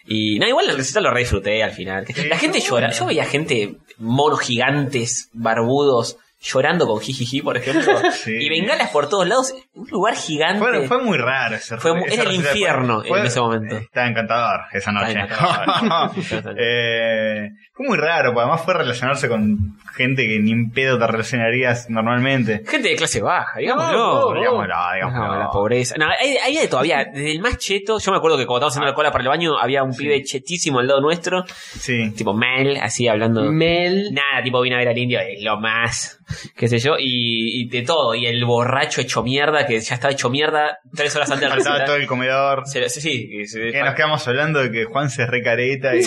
Speaker 2: Y no, igual el recital lo re disfruté al final. La gente llora. Yo veía gente, monos gigantes, barbudos, llorando con jijiji, por ejemplo.
Speaker 3: Sí.
Speaker 2: Y bengalas por todos lados. Un lugar gigante.
Speaker 3: Fue, fue muy raro ese
Speaker 2: Fue mu-
Speaker 3: ese
Speaker 2: era el
Speaker 3: recital.
Speaker 2: infierno en ese momento.
Speaker 3: eh, Estaba encantador esa noche. (laughs)
Speaker 2: Estaba encantador.
Speaker 3: Eh, fue muy raro, porque además fue relacionarse con gente que ni en pedo te relacionarías normalmente.
Speaker 2: Gente de clase baja, digámoslo.
Speaker 4: No, no,
Speaker 3: Digámoslo,
Speaker 2: No,
Speaker 3: digámoslo.
Speaker 2: la pobreza. No, hay, hay de todavía, desde el más cheto, yo me acuerdo que cuando estábamos haciendo la cola para el baño, había un pibe chetísimo al lado nuestro,
Speaker 3: Sí.
Speaker 2: tipo Mel, así hablando.
Speaker 4: Mel.
Speaker 2: Nada, tipo vino a ver al indio, es lo más, qué sé yo, y, y de todo. Y el borracho hecho mierda, que ya estaba hecho mierda tres horas
Speaker 3: (laughs)
Speaker 2: antes del
Speaker 3: Faltaba
Speaker 2: recital.
Speaker 3: todo el comedor.
Speaker 2: Se- Sí, sí, y se-
Speaker 3: Que Eh, nos quedamos hablando de que Juan se recareta
Speaker 2: (laughs)
Speaker 3: y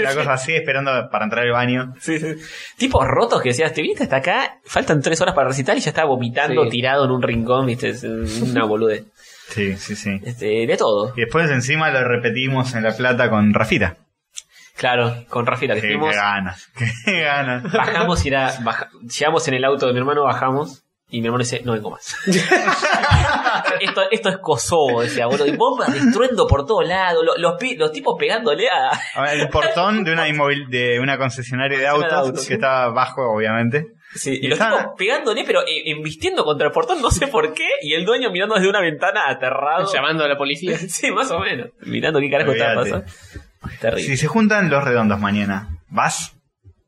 Speaker 3: una cosa así, esperando para entrar al baño.
Speaker 2: sí, sí. Tipos rotos que decías, te viniste hasta acá, faltan tres horas para recitar y ya estaba vomitando,
Speaker 4: Sí.
Speaker 2: tirado en un rincón, viste, es una boludez.
Speaker 3: Sí, sí, sí.
Speaker 2: Este, de todo.
Speaker 3: Y después encima lo repetimos en La Plata con Rafita.
Speaker 2: Claro, con Rafita que
Speaker 3: Qué
Speaker 2: fuimos,
Speaker 3: ganas, (laughs) qué ganas.
Speaker 2: bajamos y era, baja- llegamos en el auto de mi hermano, bajamos. Y mi hermano dice, no vengo
Speaker 3: (laughs)
Speaker 2: más. esto, esto es Kosovo, decía, boludo. Y bombas de estruendo por todos lados. lo- Los, pi- los tipos pegándole a,
Speaker 3: Ahora, El portón de una, inmóvil- de una concesionaria
Speaker 2: Concesionaria
Speaker 3: de
Speaker 2: de
Speaker 3: autos,
Speaker 2: autos,
Speaker 3: que
Speaker 2: sí.
Speaker 3: estaba bajo, obviamente.
Speaker 2: Sí,
Speaker 3: Y
Speaker 2: y los
Speaker 3: estaban-
Speaker 2: tipos pegándole, pero eh, embistiendo contra el portón, no sé por qué, y el dueño mirando desde una ventana aterrado.
Speaker 4: Llamando a
Speaker 2: (laughs)
Speaker 4: la policía.
Speaker 2: Sí, más o menos. Mirando qué carajo estaba
Speaker 3: Olvídate.
Speaker 2: pasando. Terrible.
Speaker 3: Si
Speaker 2: Sí.
Speaker 3: se juntan los redondos mañana, ¿vas?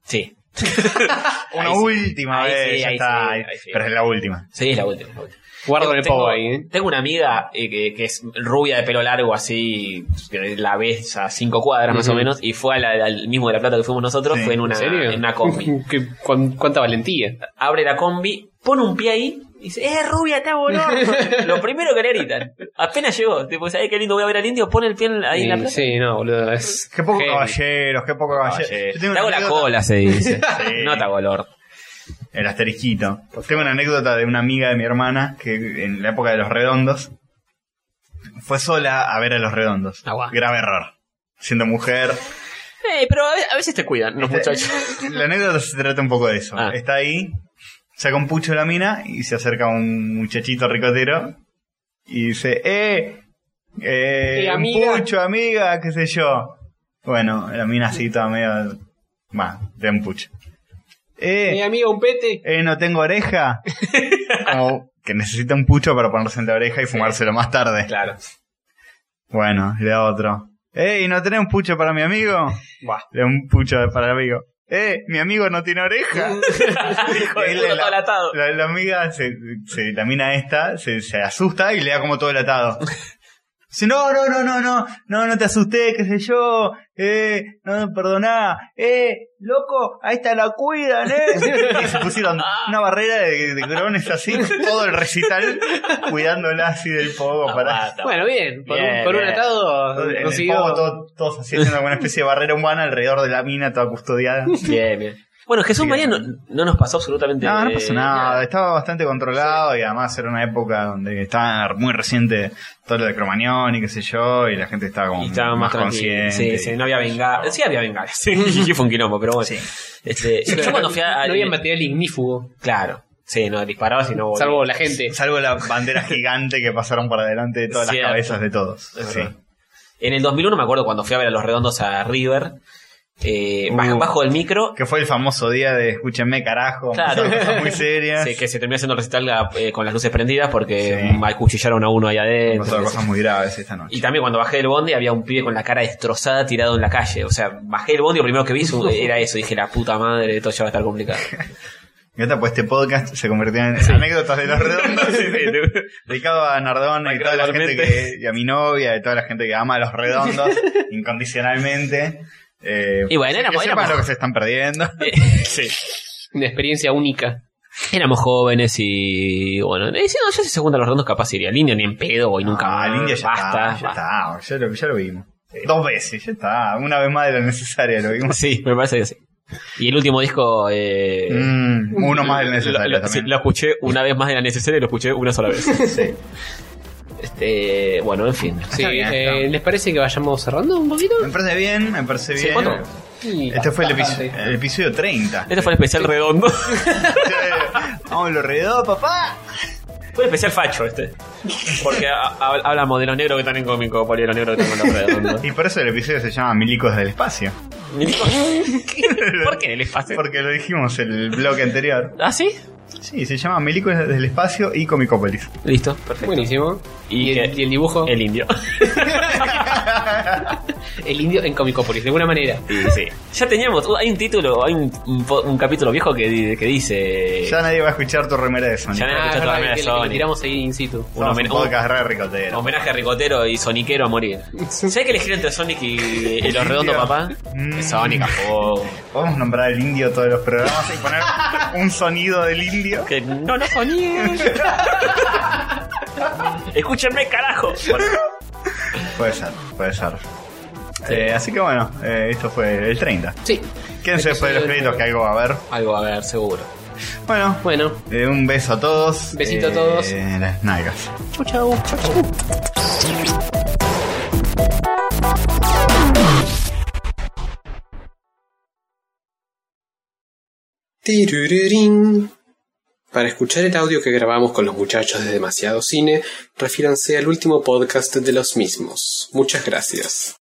Speaker 2: Sí,
Speaker 3: (laughs) Una
Speaker 2: Ahí sí.
Speaker 3: última
Speaker 2: Ahí
Speaker 3: vez,
Speaker 2: sí,
Speaker 3: ya
Speaker 2: ahí
Speaker 3: está.
Speaker 2: sí, ahí sí.
Speaker 3: Pero es la última.
Speaker 2: es la última. es la última.
Speaker 4: Guardo
Speaker 2: Tengo-
Speaker 4: el povo ahí, ¿eh?
Speaker 2: Tengo una amiga eh, que, que es rubia de pelo largo, así, que la ves a cinco cuadras más o
Speaker 4: Ujú.
Speaker 2: menos, y fue a la- al mismo de La Plata que fuimos nosotros,
Speaker 3: Sí.
Speaker 2: fue en una,
Speaker 4: ¿En serio?
Speaker 2: en una combi.
Speaker 4: (laughs) Qué- cuán- cuánta valentía.
Speaker 2: abre la combi, pone un pie ahí y dice, ¡eh, rubia, está
Speaker 4: (laughs)
Speaker 2: boludo! Lo primero que le gritan. Apenas llegó, tipo, ¿sabes qué lindo voy a ver al indio? Pone el pie en- ahí en la
Speaker 4: Sí,
Speaker 2: plaza.
Speaker 4: sí, no, boludo. Es
Speaker 3: Qué poco
Speaker 4: heavy.
Speaker 3: caballeros, qué poco caballeros. Ah, Yo tengo
Speaker 2: Te hago
Speaker 3: una
Speaker 2: la
Speaker 3: anécdota-
Speaker 2: cola, se
Speaker 3: (laughs)
Speaker 2: dice.
Speaker 3: Sí.
Speaker 2: No te hago el
Speaker 3: (laughs)
Speaker 2: orto.
Speaker 3: El asterisquito. Tengo una anécdota de una amiga de mi hermana que en la época de los redondos fue sola a ver a los redondos.
Speaker 4: Aguá.
Speaker 3: Grave error. Siendo mujer.
Speaker 2: Eh, pero a ve- a veces te cuidan los muchachos.
Speaker 3: La anécdota se trata un poco de eso.
Speaker 2: Ah.
Speaker 3: Está ahí, saca un pucho de la mina y se acerca un muchachito ricotero y dice, ¡eh! eh
Speaker 4: Eh,
Speaker 3: un
Speaker 4: amiga.
Speaker 3: pucho, amiga, qué sé yo. Bueno, la mina así toda medio... Va, te da un pucho.
Speaker 4: (laughs) Mi
Speaker 3: ¡Eh!
Speaker 4: amigo, un pete.
Speaker 3: eh, no tengo oreja. Como que necesita un pucho para ponerse en la oreja y fumárselo más tarde.
Speaker 2: Claro.
Speaker 3: Bueno, y le da otro. ¡Ey, no tenés un pucho para mi amigo! Le da un pucho para el amigo. ¡Eh, mi amigo no tiene oreja!
Speaker 2: Hijo de
Speaker 3: Él
Speaker 2: puta,
Speaker 3: la-
Speaker 2: todo
Speaker 3: (laughs)
Speaker 2: atado.
Speaker 3: La, la amiga, se, se- la mina esta, se, se asusta y le da como todo el atado. Dice, no, no, no, no, no, no, no te asusté, qué sé yo, eh, no, perdoná, eh, loco, a esta la cuidan, eh. Y se pusieron una barrera de, de grones así, todo el recital, cuidándola así del
Speaker 2: Ah,
Speaker 3: pogo para...
Speaker 2: Aguanta.
Speaker 4: Bueno, bien, por,
Speaker 3: Bien,
Speaker 4: un, por un
Speaker 3: bien.
Speaker 4: atado
Speaker 3: En el
Speaker 4: consiguió.
Speaker 3: pogo todo- todos así haciendo alguna especie de barrera humana alrededor de la mina, toda custodiada.
Speaker 2: Bien, bien. Bueno, Jesús
Speaker 3: Sí,
Speaker 2: María no,
Speaker 3: que-
Speaker 2: no nos pasó absolutamente
Speaker 3: No, no pasó nada,
Speaker 2: eh,
Speaker 3: estaba bastante controlado y además era una época donde estaba muy reciente todo lo de Cromañón y qué sé yo, y la gente estaba como
Speaker 2: Y estaba
Speaker 3: más
Speaker 2: más tranquilo.
Speaker 3: consciente.
Speaker 2: Sí, sí, no había venganza. Sí había venganza. Sí, (laughs) fue un quilombo, pero bueno. Este, yo cuando fui a...
Speaker 4: No había material ignífugo,
Speaker 2: Claro. Sí, no disparabas y no volvías.
Speaker 4: salvo la gente.
Speaker 3: Salvo la
Speaker 2: (laughs)
Speaker 3: bandera gigante que pasaron por adelante de todas
Speaker 2: Cierto.
Speaker 3: las cabezas de todos.
Speaker 2: Es
Speaker 3: Sí.
Speaker 2: verdad. En el 2001 me acuerdo cuando fui a ver a los redondos a River, eh,
Speaker 3: Uh.
Speaker 2: baj- bajo del micro,
Speaker 3: Que fue el famoso día de escúchenme carajo,
Speaker 2: Claro.
Speaker 3: cosas muy serias,
Speaker 2: se- que se terminó haciendo el recital la- eh, con las luces prendidas porque
Speaker 3: Sí.
Speaker 2: mm, acuchillaron a uno ahí adentro.
Speaker 3: pasaron cosas muy graves esta noche.
Speaker 2: Y también cuando bajé del bondi había un pibe con la cara destrozada tirado en la calle. O sea, bajé del bondi y lo primero que (laughs) vi su- era eso. Dije, la puta madre, esto ya va a estar complicado.
Speaker 3: Y otra, pues este podcast se convirtió en
Speaker 2: (laughs)
Speaker 3: anécdotas de los redondos. Dedicado a Nardón y, toda la gente que, y a mi novia y toda la gente que ama a
Speaker 2: (laughs)
Speaker 3: los redondos incondicionalmente. Eh,
Speaker 2: Y bueno,
Speaker 3: que
Speaker 2: éramos-
Speaker 3: sepan
Speaker 2: éramos-
Speaker 3: lo que se están perdiendo.
Speaker 2: sí.
Speaker 4: Una experiencia única.
Speaker 2: Éramos jóvenes y bueno, y si no, ya si se juntan los redondos capaz iría al India ni en pedo, voy nunca
Speaker 3: Ah,
Speaker 2: más.
Speaker 3: el India ya
Speaker 2: basta,
Speaker 3: está, ya
Speaker 2: basta. (laughs)
Speaker 3: está, ya lo, ya lo vimos. Eh, Dos veces, ya está. Una vez más de lo necesaria lo vimos.
Speaker 2: Sí, me parece que sí. Y el último disco, eh,
Speaker 3: Mm, uno más de lo
Speaker 2: lo,
Speaker 3: necesario
Speaker 2: lo- sí,
Speaker 3: también.
Speaker 2: lo escuché una vez más de la necesaria y lo escuché una sola
Speaker 3: (laughs)
Speaker 2: vez.
Speaker 3: Sí.
Speaker 2: este, bueno, en fin.
Speaker 4: Sí,
Speaker 3: Está bien, está
Speaker 4: eh,
Speaker 3: bien.
Speaker 4: ¿les parece que vayamos cerrando un poquito?
Speaker 3: Me parece bien, me parece bien.
Speaker 2: ¿cuánto?
Speaker 4: Y
Speaker 3: Este fue el,
Speaker 4: bastante.
Speaker 3: episo- el
Speaker 2: (laughs)
Speaker 3: episodio 30.
Speaker 2: Este fue el especial
Speaker 3: (laughs)
Speaker 2: redondo.
Speaker 3: Vamos, lo redondo, papá.
Speaker 2: fue el especial facho este. Porque ha- ha- hablamos de los negros que están en cómico, por de los negros que están en los
Speaker 3: (laughs)
Speaker 2: redondos.
Speaker 3: Y por eso el episodio se llama Milicos del Espacio.
Speaker 2: ¿Por (laughs) qué en el espacio?
Speaker 3: Porque lo dijimos en el bloque anterior.
Speaker 2: ¿Ah, sí?
Speaker 3: Sí, se llama Milicos del Espacio y Comicopolis.
Speaker 2: Listo, perfecto.
Speaker 4: Buenísimo.
Speaker 2: Y
Speaker 4: ¿Y, el,
Speaker 2: que-
Speaker 4: y el dibujo? El,
Speaker 2: El indio.
Speaker 4: indio en Comicopolis, de alguna manera.
Speaker 2: Y sí. Ya teníamos, oh, hay un título, hay un, un po- un capítulo viejo que, di- que dice...
Speaker 3: Ya nadie va a escuchar tu remera de Sonic.
Speaker 2: Ya nadie-
Speaker 3: Somos
Speaker 2: Ah,
Speaker 4: es
Speaker 2: escuchá toda
Speaker 4: verdad,
Speaker 2: la
Speaker 4: que le-
Speaker 2: Sony.
Speaker 4: que le tiramos ahí in situ.
Speaker 2: un homen-
Speaker 3: un podcast re ricotero.
Speaker 2: Homenaje a Ricotero y Soniquero a morir. ¿Sabes que elegir entre Sonic y, y los redondos, papá?
Speaker 3: Mm.
Speaker 2: Sonic a fuego.
Speaker 3: Podemos nombrar el indio todos los programas y
Speaker 4: (laughs)
Speaker 3: poner un sonido del indio.
Speaker 2: Que no, no Sonic. (laughs) Escúchenme, carajo. Bueno,
Speaker 3: Puede ser, puede ser. Eh, así que bueno, eh, esto fue el 30.
Speaker 4: Sí,
Speaker 3: Quédense después de los créditos que algo va a haber.
Speaker 2: algo a ver, seguro.
Speaker 3: Bueno,
Speaker 4: bueno.
Speaker 3: eh, un beso a todos.
Speaker 4: Pues- Besito a
Speaker 3: Eh,
Speaker 4: todos.
Speaker 3: Las nalgas.
Speaker 4: Chau, chau. Chau, chau.
Speaker 5: Tirururín. Para escuchar el audio que grabamos con los muchachos de Demasiado Cine, refiéranse al último podcast de los mismos. Muchas gracias.